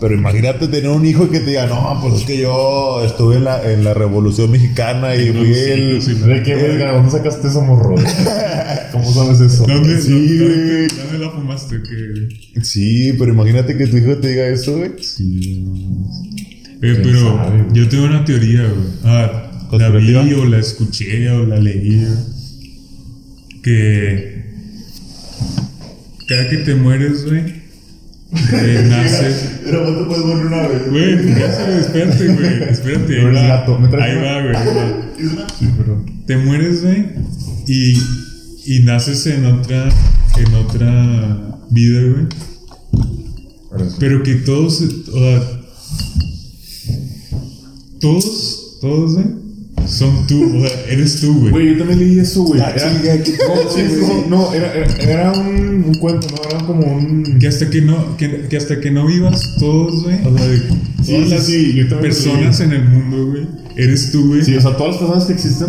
Speaker 3: Pero imagínate tener un hijo que te diga, no, pues es que yo estuve en la, en la Revolución Mexicana y fui el...
Speaker 4: sí,
Speaker 2: ¿De qué, verga? ¿Dónde sacaste ese morro? ¿Cómo sabes eso?
Speaker 4: ¿Dónde,
Speaker 3: Sí,
Speaker 4: dónde-
Speaker 3: güey.
Speaker 4: dónde la fumaste? Eh, Que,
Speaker 3: Sí, pero imagínate que tu hijo te diga eso, güey.
Speaker 4: Eh, pero
Speaker 2: sabe, güey?
Speaker 4: yo tengo una teoría, güey. Ah, la vi
Speaker 3: ¿Conspirativa?
Speaker 4: o la escuché o la leí, güey. Que. Cada que te mueres, güey. Renaces.
Speaker 3: Pero vos te puedes morir una vez.
Speaker 4: Güey, ya se espérate, güey. Espérate. ahí
Speaker 2: No eres
Speaker 4: va.
Speaker 2: gato, me traes
Speaker 4: Ahí
Speaker 2: una-
Speaker 4: va, güey. ahí va.
Speaker 2: Sí, pero.
Speaker 4: Te mueres, güey, y, y naces en otra, en otra vida, güey. Pero que todos, o sea, todos, todos, güey, Son tú, o sea, eres tú, güey.
Speaker 2: Güey, yo también leí eso, güey. Era-
Speaker 3: chinga, qué
Speaker 2: No, sí, no, no, era, era, era un, un cuento, ¿no? Era como un.
Speaker 4: Que hasta que no, que, que hasta que no vivas todos, güey.
Speaker 2: O sea, de-
Speaker 4: todas las
Speaker 2: yo también
Speaker 4: personas
Speaker 2: leí.
Speaker 4: en el mundo, güey. Eres tú, güey.
Speaker 2: Sí, o sea, todas las personas que existen,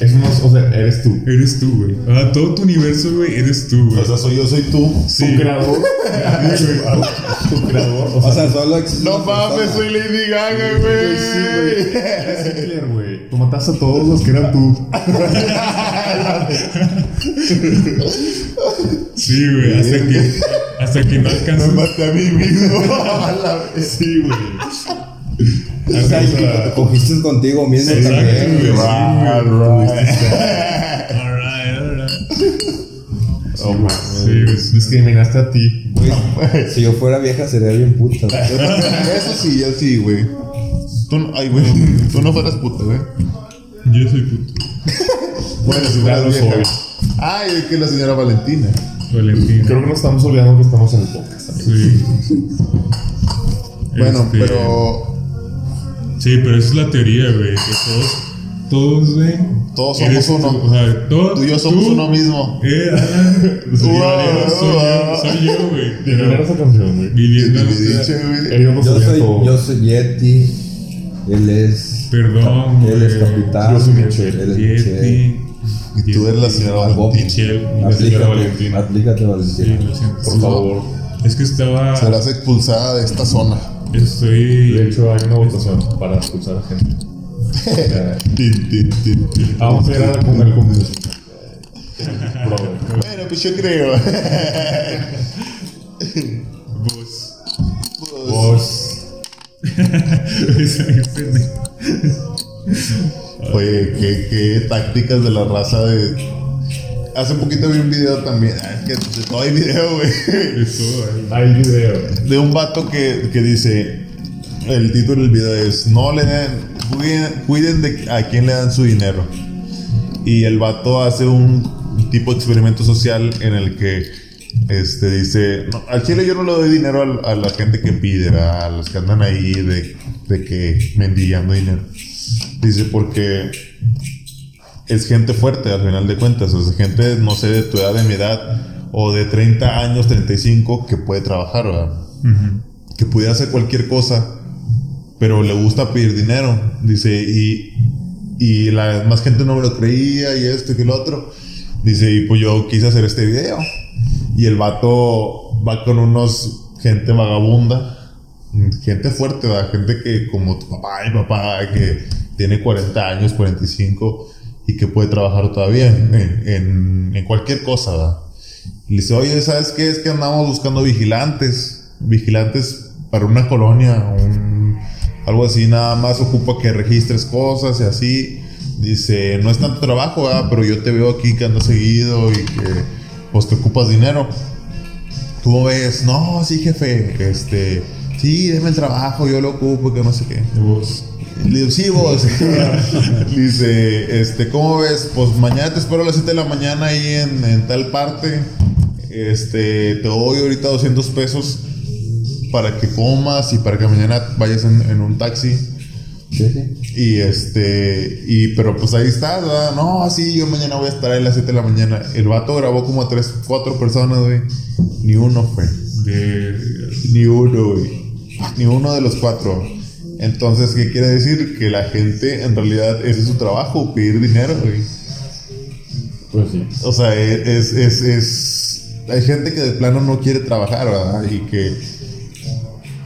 Speaker 2: es más, o sea, eres tú.
Speaker 4: Eres tú, güey. O sea, todo tu universo, güey, eres tú, güey.
Speaker 3: O sea, soy yo, soy tú.
Speaker 4: sí.
Speaker 2: Tu creador. tu creador. O sea,
Speaker 5: O sea, solo existe.
Speaker 3: No
Speaker 5: una
Speaker 3: mames,
Speaker 5: persona.
Speaker 3: soy Lady Gaga, güey.
Speaker 2: sí, güey. Eres Hitler, güey. Tú mataste a todos los que eran tú.
Speaker 4: Sí, güey. Hasta que, hasta que no alcanzas.
Speaker 3: Maté a mí mismo. A la vez.
Speaker 2: Sí, güey.
Speaker 5: O sea, y que te cogiste contigo mismo
Speaker 4: Exacto,
Speaker 5: también.
Speaker 4: güey.
Speaker 3: Ah, right.
Speaker 4: Alright, alright.
Speaker 2: Oh, man.
Speaker 4: Sí, güey.
Speaker 2: Discriminaste a ti.
Speaker 5: Güey, Si yo fuera vieja sería bien puta. güey.
Speaker 3: Eso sí, yo sí, güey. Tú no, ay, güey, tú no fueras puta, güey.
Speaker 4: Yo soy puto.
Speaker 3: Bueno, si
Speaker 2: Ya
Speaker 3: fueras
Speaker 2: lo
Speaker 3: vieja.
Speaker 2: soy.
Speaker 3: Ay, es que la señora Valentina.
Speaker 4: Valentín.
Speaker 2: Creo que nos estamos olvidando que estamos en el podcast.
Speaker 4: Sí.
Speaker 3: Bueno,
Speaker 4: Este,
Speaker 3: pero
Speaker 4: Sí, pero esa es la teoría, güey. Que todos. Todos, güey.
Speaker 3: Todos somos
Speaker 4: eres tú,
Speaker 3: uno.
Speaker 4: O sea, todos.
Speaker 3: tú y yo somos
Speaker 4: tú,
Speaker 3: uno mismo.
Speaker 4: Eh, Alan. soy
Speaker 3: Wow,
Speaker 4: Valero, soy yo,
Speaker 3: wow.
Speaker 4: soy yo, güey.
Speaker 2: Primero
Speaker 4: Pero
Speaker 2: esa canción, güey.
Speaker 4: Viviendo.
Speaker 3: Te he
Speaker 4: o
Speaker 3: dicho,
Speaker 4: sea,
Speaker 3: güey.
Speaker 2: Ellos no
Speaker 5: Yo
Speaker 2: sabían
Speaker 5: soy,
Speaker 2: todo.
Speaker 5: yo soy Yeti. Él es.
Speaker 4: Perdón,
Speaker 5: Él es
Speaker 4: güey.
Speaker 5: capitán.
Speaker 2: Yo soy Michel.
Speaker 5: Él es Michel.
Speaker 4: Yeti.
Speaker 3: Y tú eres la señora
Speaker 5: Bob.
Speaker 3: Valentina.
Speaker 4: Michel.
Speaker 2: La señora
Speaker 5: Aplícate,
Speaker 2: Valentina.
Speaker 5: aplícate,
Speaker 4: Sí,
Speaker 5: Valentina.
Speaker 4: lo siento.
Speaker 2: Por favor.
Speaker 4: Es que estaba.
Speaker 3: Serás expulsada de esta zona.
Speaker 2: De
Speaker 4: Estoy.
Speaker 2: hecho, hay una votación para expulsar a gente. Eh,
Speaker 3: Tin, tin, tin, tin.
Speaker 2: Vamos a ir a con el concurso. Bro,
Speaker 3: Bueno, pues yo creo.
Speaker 4: Vos.
Speaker 2: vos.
Speaker 3: Oye, qué, qué tácticas de la raza de. Hace poquito vi un video también. Ah, Es que de todo hay video, güey.
Speaker 4: Eso, ahí.
Speaker 2: Hay video.
Speaker 3: De un vato que, que dice. El título del video es: No le den. Cuiden, cuiden de a quién le dan su dinero. Y el vato hace un tipo de experimento social en el que. Este dice: "No, Al chile yo no le doy dinero al- a, la gente que pide, a los que andan ahí de, de que mendigando dinero. Dice: Porque es gente fuerte al final de cuentas. O sea, gente, no sé, de tu edad, de mi edad, o de 30 años, 35, que puede trabajar, ¿verdad? Que puede hacer cualquier cosa, pero le gusta pedir dinero. Dice, y, y la más gente no me lo creía, y esto y que lo otro. Dice, y pues yo quise hacer este video. Y el vato va con unos gente vagabunda. Gente fuerte, ¿verdad? Gente que como tu papá y papá, que tiene 40 años, 45 y que puede trabajar todavía en, en- en cualquier cosa, ¿verdad? Y le dice, oye, ¿sabes qué? Es que andamos buscando vigilantes, vigilantes para una colonia, un- algo así, nada más ocupa que registres cosas y así. Dice, no es tanto trabajo, ¿verdad? Pero yo te veo aquí que andas seguido y que pues te ocupas dinero. Tú ves, no, sí, jefe, este, sí, deme el trabajo, yo lo ocupo, que no sé qué.
Speaker 4: Vos.
Speaker 3: Le digo, sí, vos. Le dice, este, ¿cómo ves? Pues mañana te espero a las 7 de la mañana ahí en, en tal parte. Este, te doy ahorita 200 pesos para que comas y para que mañana vayas en, en un taxi.
Speaker 5: Sí, sí.
Speaker 3: Y este, y, pero pues ahí estás, ¿verdad? No, sí, yo mañana voy a estar ahí a las 7 de la mañana. El vato grabó como a 3, 4 personas, güey. Ni uno fue.
Speaker 4: De.
Speaker 3: Ni uno, güey. Ni uno de los cuatro. Entonces, ¿qué quiere decir? Que la gente, en realidad, ese es su trabajo, pedir dinero, güey.
Speaker 2: Pues sí.
Speaker 3: O sea, e- es, es, es... Hay gente que de plano no quiere trabajar, ¿verdad? Y que...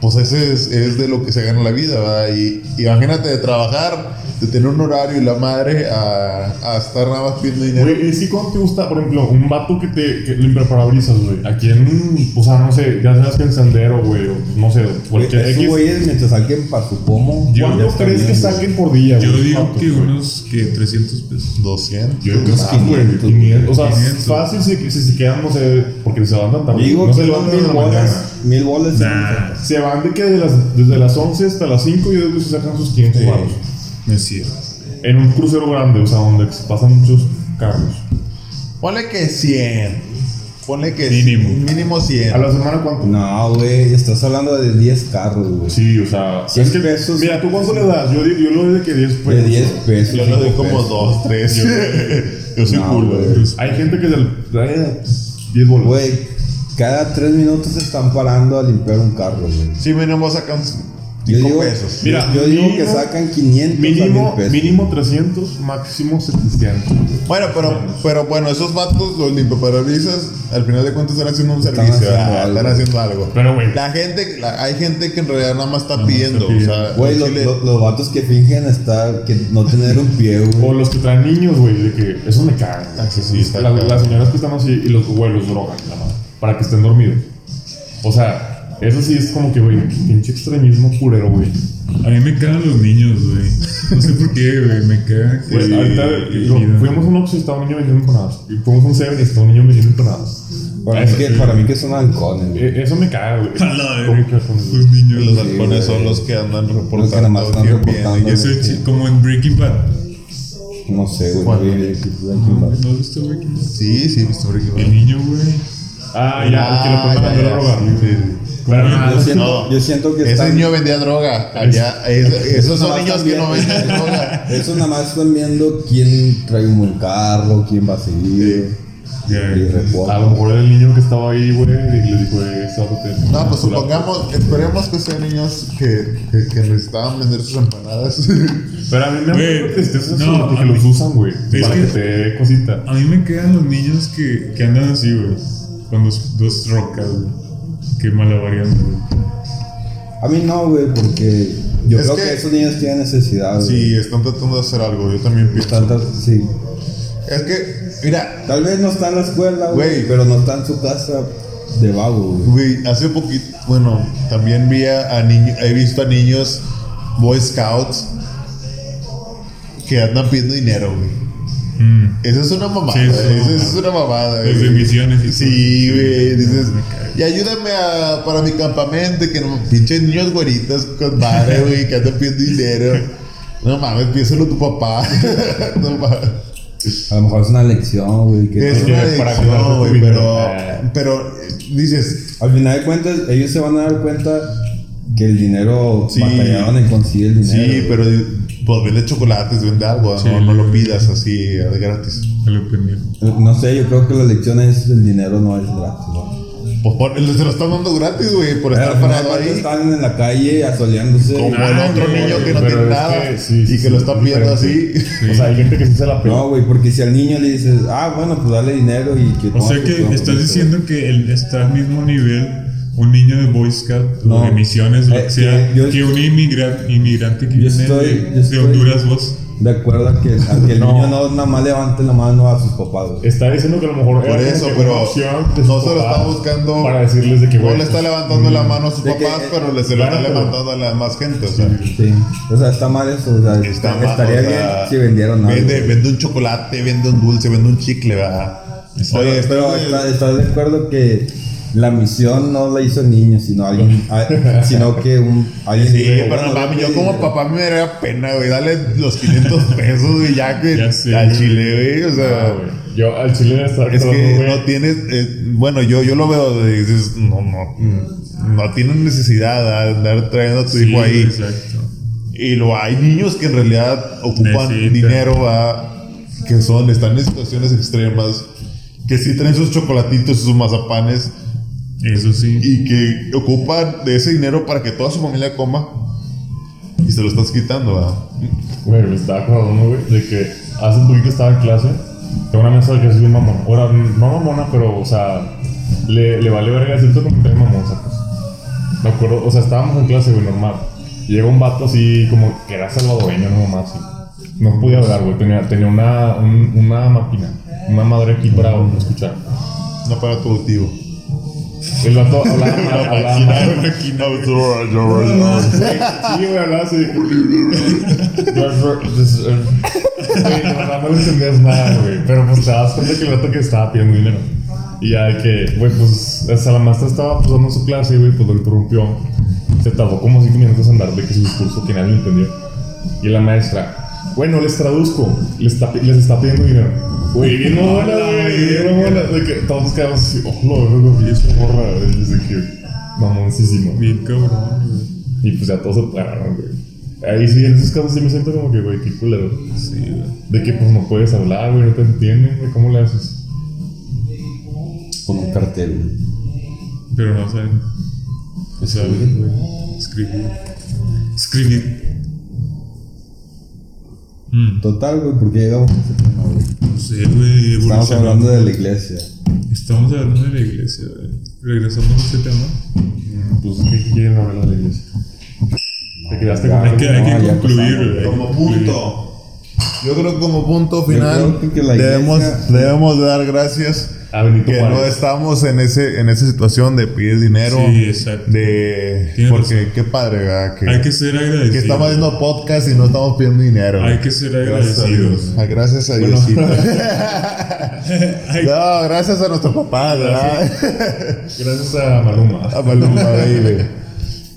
Speaker 3: Pues ese es, es de lo que se gana la vida, ¿verdad? Y y imagínate de trabajar, de tener un horario y la madre a, a estar nada más pidiendo dinero.
Speaker 2: Güey, es que cuando te gusta, por ejemplo, un vato que te que limpia parabrisas, güey. Aquí en, o sea, no sé, ya sabes que en Sendero, güey, o no sé, cualquier
Speaker 5: Esos
Speaker 2: X.
Speaker 5: güeyes mientras saquen para su pomo.
Speaker 2: ¿Cuánto
Speaker 5: ya
Speaker 2: crees
Speaker 5: están
Speaker 2: que
Speaker 5: bien,
Speaker 2: saquen por día,
Speaker 4: Yo
Speaker 2: güey,
Speaker 4: digo
Speaker 2: vatos,
Speaker 4: que
Speaker 2: güey?
Speaker 4: unos que 300 pesos.
Speaker 3: 200.
Speaker 2: Yo creo que sí,
Speaker 3: Ah,
Speaker 5: Unos
Speaker 2: güey.
Speaker 5: 500,
Speaker 2: 500, O sea,
Speaker 4: 500.
Speaker 2: fácil si, si se quedan, no sé, porque se van tan tarde.
Speaker 5: güey. Digo
Speaker 2: no
Speaker 5: que
Speaker 2: se
Speaker 5: van
Speaker 2: levantan
Speaker 5: mil
Speaker 2: en la mañana.
Speaker 5: bolas. Mil bolas.
Speaker 4: Nah,
Speaker 2: Se van de que desde las, desde las 11 hasta las 5 y después se sacan sus 500 baros.
Speaker 4: no es cierto.
Speaker 2: En un crucero grande, o sea, donde pasan muchos carros.
Speaker 3: Ponle que 100. Ponle que
Speaker 2: Mínimo.
Speaker 3: mínimo, mínimo 100.
Speaker 2: ¿A la semana cuánto?
Speaker 5: No, güey, estás hablando de 10 carros, güey.
Speaker 2: Sí, o sea.
Speaker 5: Cien
Speaker 2: es que,
Speaker 5: pesos.
Speaker 2: Mira, ¿tú cuánto le das? Yo, di- yo lo doy de que 10 pesos.
Speaker 5: de 10 pesos.
Speaker 3: Yo le doy
Speaker 5: cinco
Speaker 3: como
Speaker 5: pesos.
Speaker 3: 2, 3. Yo soy
Speaker 5: No,
Speaker 3: culo.
Speaker 5: güey.
Speaker 2: Hay gente que se le trae 10 bolas.
Speaker 5: Güey, cada 3 minutos se están parando a limpiar un carro, güey.
Speaker 3: Sí, mínimo sacan
Speaker 5: Yo
Speaker 3: 5
Speaker 5: digo,
Speaker 3: pesos.
Speaker 2: Mira,
Speaker 5: yo digo que
Speaker 2: mínimo-
Speaker 5: sacan 500 a
Speaker 2: Mínimo,
Speaker 5: 1000 pesos.
Speaker 2: mínimo 300, máximo 700.
Speaker 3: Bueno, pero, pero bueno, esos vatos, los limpiaparabrisas, al final de cuentas están haciendo un
Speaker 5: Están
Speaker 3: servicio.
Speaker 5: haciendo
Speaker 3: ah,
Speaker 5: algo.
Speaker 3: están haciendo algo.
Speaker 2: Pero, güey.
Speaker 3: La gente, la- hay gente que en realidad nada más está pidiendo.
Speaker 2: pidiendo.
Speaker 3: O sea,
Speaker 5: Güey,
Speaker 3: en
Speaker 5: los,
Speaker 3: Chile-
Speaker 5: los- los vatos que fingen estar, que no tener un pie, güey.
Speaker 2: O los que traen niños, güey, de que eso me caga. güey.
Speaker 3: Ah, sí, sí, está
Speaker 2: La-
Speaker 3: cabrón.
Speaker 2: las señoras que están así y los güey los drogan, la madre, para que estén dormidos. O sea, eso sí es como que, güey, pinche extremismo purero, güey.
Speaker 4: A mí me cagan los niños, güey. No sé por qué, güey. Me cagan. que-
Speaker 2: Güey, ahorita
Speaker 4: que-
Speaker 2: digo, fuimos a un Oxxo y estaba un niño vendiendo empanadas. Y fuimos a un Seven y estaba un niño vendiendo empanadas.
Speaker 5: Para, mí que, para mí que son halcones, güey.
Speaker 2: E- eso me caga, güey.
Speaker 4: A la verga.
Speaker 2: Como que con-
Speaker 4: Los niños.
Speaker 3: Los
Speaker 5: Sí,
Speaker 3: halcones
Speaker 5: güey.
Speaker 3: son los que andan
Speaker 5: Los que nada más
Speaker 3: reportando.
Speaker 5: están
Speaker 3: que
Speaker 5: reportando.
Speaker 3: vienen.
Speaker 4: Eso es chi- como en Breaking Bad.
Speaker 5: No sé, güey.
Speaker 3: ¿Cuál?
Speaker 5: güey,
Speaker 4: ¿No
Speaker 5: güey.
Speaker 4: has visto Breaking Bad?
Speaker 3: Sí, sí, pues, visto Breaking Bad.
Speaker 4: El niño, güey.
Speaker 2: Ah, ya, que lo
Speaker 3: Ah,
Speaker 2: ponen a
Speaker 3: ya,
Speaker 2: vender
Speaker 3: ya,
Speaker 2: droga.
Speaker 3: sí, sí, sí.
Speaker 2: Pero nada,
Speaker 5: Yo siento,
Speaker 3: No.
Speaker 5: yo siento que
Speaker 3: Ese
Speaker 5: están...
Speaker 3: niño vendía droga. Allá, es- esos son
Speaker 5: nada más
Speaker 3: niños
Speaker 5: están
Speaker 3: que no
Speaker 5: viendo-
Speaker 3: venden droga.
Speaker 5: Esos nada más están viendo quién trae un buen carro, quién va a seguir.
Speaker 4: Ya,
Speaker 5: Y
Speaker 2: a
Speaker 5: reporta.
Speaker 2: lo mejor era el niño que estaba ahí, güey, y le dijo, eh, esta botella.
Speaker 3: No, pues supongamos, esperemos que sean niños que, que, que necesitaban vender sus empanadas.
Speaker 2: Pero a mí me
Speaker 4: Güey,
Speaker 2: da tristeza
Speaker 4: no,
Speaker 2: no,
Speaker 4: a
Speaker 2: porque
Speaker 4: mí-
Speaker 2: los usan, güey.
Speaker 4: Es
Speaker 2: Para que,
Speaker 4: que-
Speaker 2: te dé cosita.
Speaker 3: Ah,
Speaker 4: A mí me quedan los niños que, que andan así, güey. Con dos, dos rocas, güey. Que malabarean, güey.
Speaker 5: A mí no, güey, porque yo
Speaker 3: Es
Speaker 5: creo que...
Speaker 3: que-
Speaker 5: esos niños tienen necesidad, güey.
Speaker 3: Sí, están tratando de hacer algo, yo también pienso.
Speaker 5: Tantas- sí.
Speaker 3: Es que, mira,
Speaker 5: Tal vez no está en la escuela, güey,
Speaker 3: Güey.
Speaker 5: pero no está en su casa de vago, güey.
Speaker 3: Güey, hace poquito, bueno, también vi a, a niños, he visto a niños Boy Scouts que andan pidiendo dinero, güey.
Speaker 4: Mm.
Speaker 3: Esa es una mamada,
Speaker 4: Sí, es una
Speaker 3: esa es
Speaker 4: mamada.
Speaker 3: una mamada,
Speaker 4: Los de misiones y
Speaker 3: Sí,
Speaker 4: todo.
Speaker 3: güey, dices,
Speaker 4: Me cago.
Speaker 3: y ayúdame a- para mi campamento, que no, pinches niños güeritas con madre, güey, que andan pidiendo dinero. No mames, piénsalo tu papá. no mames.
Speaker 5: A lo mejor es una lección, güey. que-
Speaker 3: Es una
Speaker 2: para cuidar
Speaker 3: adicción,
Speaker 2: tu
Speaker 3: güey,
Speaker 2: vida.
Speaker 3: pero,
Speaker 4: Ah.
Speaker 3: pero eh, dices,
Speaker 5: Al final de cuentas, ellos se van a dar cuenta que el dinero
Speaker 3: Sí.
Speaker 5: batallaron en conseguir el dinero.
Speaker 3: Sí, pero pues vende chocolates, vende agua,
Speaker 4: Sí.
Speaker 3: no, no lo pidas así eh, gratis.
Speaker 4: A lo pendejo.
Speaker 5: No sé, yo creo que la lección es el dinero no es gratis, güey.
Speaker 3: Pues por, se lo están dando gratis, güey, por
Speaker 5: Pero
Speaker 3: estar
Speaker 5: al final de
Speaker 3: parado
Speaker 5: cuentas
Speaker 3: Pues ahí.
Speaker 5: están en la calle asoleándose.
Speaker 3: Como el
Speaker 4: Ah,
Speaker 3: otro
Speaker 4: no,
Speaker 3: niño que
Speaker 4: güey,
Speaker 3: no
Speaker 2: pero
Speaker 3: tiene
Speaker 2: es
Speaker 3: nada
Speaker 2: que sí,
Speaker 3: y
Speaker 2: sí,
Speaker 3: que lo
Speaker 2: sí,
Speaker 3: está
Speaker 2: es
Speaker 3: pidiendo así.
Speaker 2: diferente. O sea, hay gente que sí se la pega.
Speaker 5: No, güey, porque si al niño le dices, ah, bueno, pues dale dinero y que...
Speaker 4: O sea que estás diciendo que él está al mismo nivel un niño de Boy Scout o
Speaker 5: No.
Speaker 4: de misiones, lo
Speaker 5: Eh,
Speaker 4: que sea,
Speaker 5: que yo-
Speaker 4: que un inmigra- inmigrante que
Speaker 5: Yo
Speaker 4: viene
Speaker 5: estoy-
Speaker 4: de,
Speaker 5: yo
Speaker 4: de
Speaker 5: estoy-
Speaker 4: Honduras, vos.
Speaker 5: De acuerdo a que, a que el
Speaker 2: No.
Speaker 5: niño no nada más levante la mano a sus papás, güey.
Speaker 2: Está diciendo que a lo mejor
Speaker 3: Por eso,
Speaker 2: como que
Speaker 3: pero
Speaker 2: una opción de
Speaker 3: no
Speaker 2: sus
Speaker 3: se lo está
Speaker 2: papás
Speaker 3: buscando.
Speaker 2: Para decirles de que,
Speaker 3: No
Speaker 2: güey,
Speaker 3: le está
Speaker 2: pues,
Speaker 3: levantando la mano a sus
Speaker 5: de que,
Speaker 3: papás,
Speaker 5: eh,
Speaker 3: pero le se lo
Speaker 2: claro,
Speaker 3: está
Speaker 2: pero-
Speaker 3: levantando a la más gente. O sea,
Speaker 5: Sí. O sea, está mal eso, o sea,
Speaker 3: está
Speaker 5: está-
Speaker 3: mal,
Speaker 5: estaría
Speaker 3: o sea,
Speaker 5: bien si vendieran algo.
Speaker 3: Vende, vende un chocolate, vende un dulce, vende un chicle, ¿verdad? Oye,
Speaker 5: Pero
Speaker 3: este-
Speaker 5: está- estás de acuerdo que la misión no la hizo el niño, sino alguien, a- sino que un alguien.
Speaker 3: Sí,
Speaker 5: dijo,
Speaker 3: pero
Speaker 5: bueno,
Speaker 3: no mames, yo
Speaker 5: dale,
Speaker 3: como
Speaker 5: dale.
Speaker 3: papá me daría pena, güey. Dale los 500 pesos, güey, ya que
Speaker 4: Ya sé,
Speaker 3: al
Speaker 4: güey.
Speaker 3: chile, güey. O sea,
Speaker 2: ah, güey, Yo al chile le está
Speaker 3: es que
Speaker 2: güey.
Speaker 3: no tienes. eh, bueno, yo, yo lo veo, de- dices, no, no, mm, no tienes necesidad de andar trayendo a tu hijo ahí.
Speaker 4: Exacto.
Speaker 3: Y lo hay niños que en realidad ocupan
Speaker 4: Necesitan.
Speaker 3: dinero, ¿verdad? que son, están en situaciones extremas, que sí traen sus chocolatitos, sus mazapanes
Speaker 4: Eso sí.
Speaker 3: y que ocupan de ese dinero para que toda su familia coma y se lo estás quitando, ¿verdad?
Speaker 2: Güey, me estaba acordando, güey, de que hace un poquito estaba en clase. Tengo una mesa que es bien mamona. Ahora, no mamona, pero, o sea, le, le vale verga cierto comentario mamón, pues. Me acuerdo, o sea, estábamos en clase, güey, normal. Y Llega un vato así, como que era salvadoreño, no mamá, así. No podía hablar, güey. Tenía, tenía una, un- una máquina, una madre aquí para escuchar.
Speaker 3: Un aparato auditivo.
Speaker 2: El vato hablaba mal, hablaba mal.
Speaker 3: Máquina.
Speaker 2: Sí, güey, hablaba así. pues, Güey, no, no le entendías nada, güey. Pero pues te das cuenta que el rato que estaba pidiendo dinero. Y ya de que, güey, pues hasta la maestra estaba pues, dando su clase, güey, pues lo interrumpió. Se tardó como 5 minutos en darle que su discurso que nadie entendió. Y la maestra, bueno, les traduzco, les está, pi- les está pidiendo dinero. Güey, bien mamona, güey. Bien mamona. De que todos nos quedamos así, oh, lo veo, es una morra, güey. Dice que mamoncísimo.
Speaker 4: Bien cabrón, güey.
Speaker 2: Y pues ya todos se pararon, güey. Ahí sí, en esos casos sí me siento como que, güey, qué culero. Sí, De que pues no puedes hablar, güey, no te entienden, güey, ¿cómo le haces?
Speaker 5: Con un cartel, güey.
Speaker 4: Pero no saben. O sea, güey. Escribir. Escribir. Mm,
Speaker 5: Total, güey, porque llegamos a ese tema, güey.
Speaker 4: no sé, güey.
Speaker 5: Estamos
Speaker 4: evolucionando.
Speaker 5: hablando de la iglesia.
Speaker 4: Estamos hablando de la iglesia, güey. Regresamos a ese tema.
Speaker 2: Pues, ¿qué quieren hablar de la iglesia? Te quedaste
Speaker 5: ya,
Speaker 2: con
Speaker 4: Hay que, hay
Speaker 5: No,
Speaker 4: que
Speaker 5: ya
Speaker 4: concluir, güey.
Speaker 5: empezamos.
Speaker 4: hay que
Speaker 3: Ah, Como
Speaker 4: concluir.
Speaker 3: punto. Yo creo que como punto final
Speaker 5: Yo creo que la
Speaker 3: debemos,
Speaker 5: iglesia-
Speaker 3: debemos dar gracias
Speaker 2: a Ah, Benito
Speaker 3: que no
Speaker 2: Juárez.
Speaker 3: estamos en ese en esa situación de pedir dinero
Speaker 4: Sí, exacto.
Speaker 3: de
Speaker 4: Tienes
Speaker 3: porque qué padre ¿verdad? que,
Speaker 4: Hay que ser agradecidos.
Speaker 3: que estamos haciendo podcast y no estamos pidiendo dinero.
Speaker 4: Hay que ser
Speaker 3: gracias a
Speaker 4: agradecidos.
Speaker 3: Dios. Ah, Gracias a Dios. no, gracias a nuestro papá, ¿verdad?
Speaker 2: Gracias a Maluma.
Speaker 3: A Maluma Baby.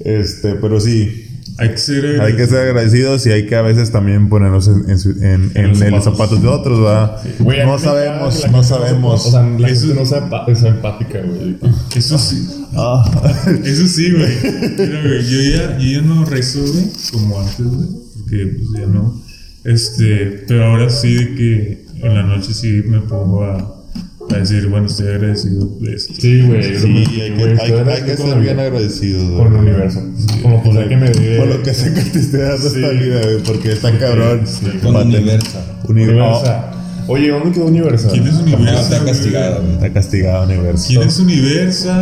Speaker 3: Este, pero sí,
Speaker 4: Hay que
Speaker 3: hay
Speaker 4: ser
Speaker 3: que
Speaker 4: agradecidos.
Speaker 3: ser agradecidos y hay que a veces también ponernos en, en su- en- en
Speaker 2: los
Speaker 3: el
Speaker 2: zapatos.
Speaker 3: zapatos de otros, ¿verdad?
Speaker 2: Güey, a mí
Speaker 3: no
Speaker 2: me
Speaker 3: sabemos,
Speaker 2: caga que la
Speaker 3: no
Speaker 2: gente
Speaker 3: sabemos.
Speaker 2: se- O sea, la
Speaker 4: Eso-
Speaker 2: gente no sea pa- es empática, güey.
Speaker 4: Eso sí.
Speaker 3: Ah.
Speaker 4: Eso sí, güey. Mira, güey, yo ya, yo ya no rezo, güey, como antes, güey. Porque pues ya no. Este, pero ahora sí de que en la noche sí me pongo a, a decir, bueno, estoy agradecido de esto.
Speaker 2: Sí, güey.
Speaker 3: Sí, hay que,
Speaker 2: güey,
Speaker 3: hay,
Speaker 2: estoy
Speaker 3: hay que
Speaker 2: con
Speaker 3: ser
Speaker 2: el-
Speaker 3: bien agradecidos.
Speaker 2: Con el
Speaker 3: güey.
Speaker 2: universo. Como por que me dé.
Speaker 3: Por lo que sé que te estoy dando esta vida, güey, porque está cabrón.
Speaker 5: Con
Speaker 3: Va a tener- Oh,
Speaker 5: Universa.
Speaker 3: Universa.
Speaker 2: Universa. Oye, ¿dónde quedó Universa?
Speaker 4: ¿Quién es
Speaker 5: No,
Speaker 4: Universa?
Speaker 5: está
Speaker 4: güey?
Speaker 5: castigada, güey.
Speaker 3: Está castigado Universo.
Speaker 4: ¿Quién es Universa?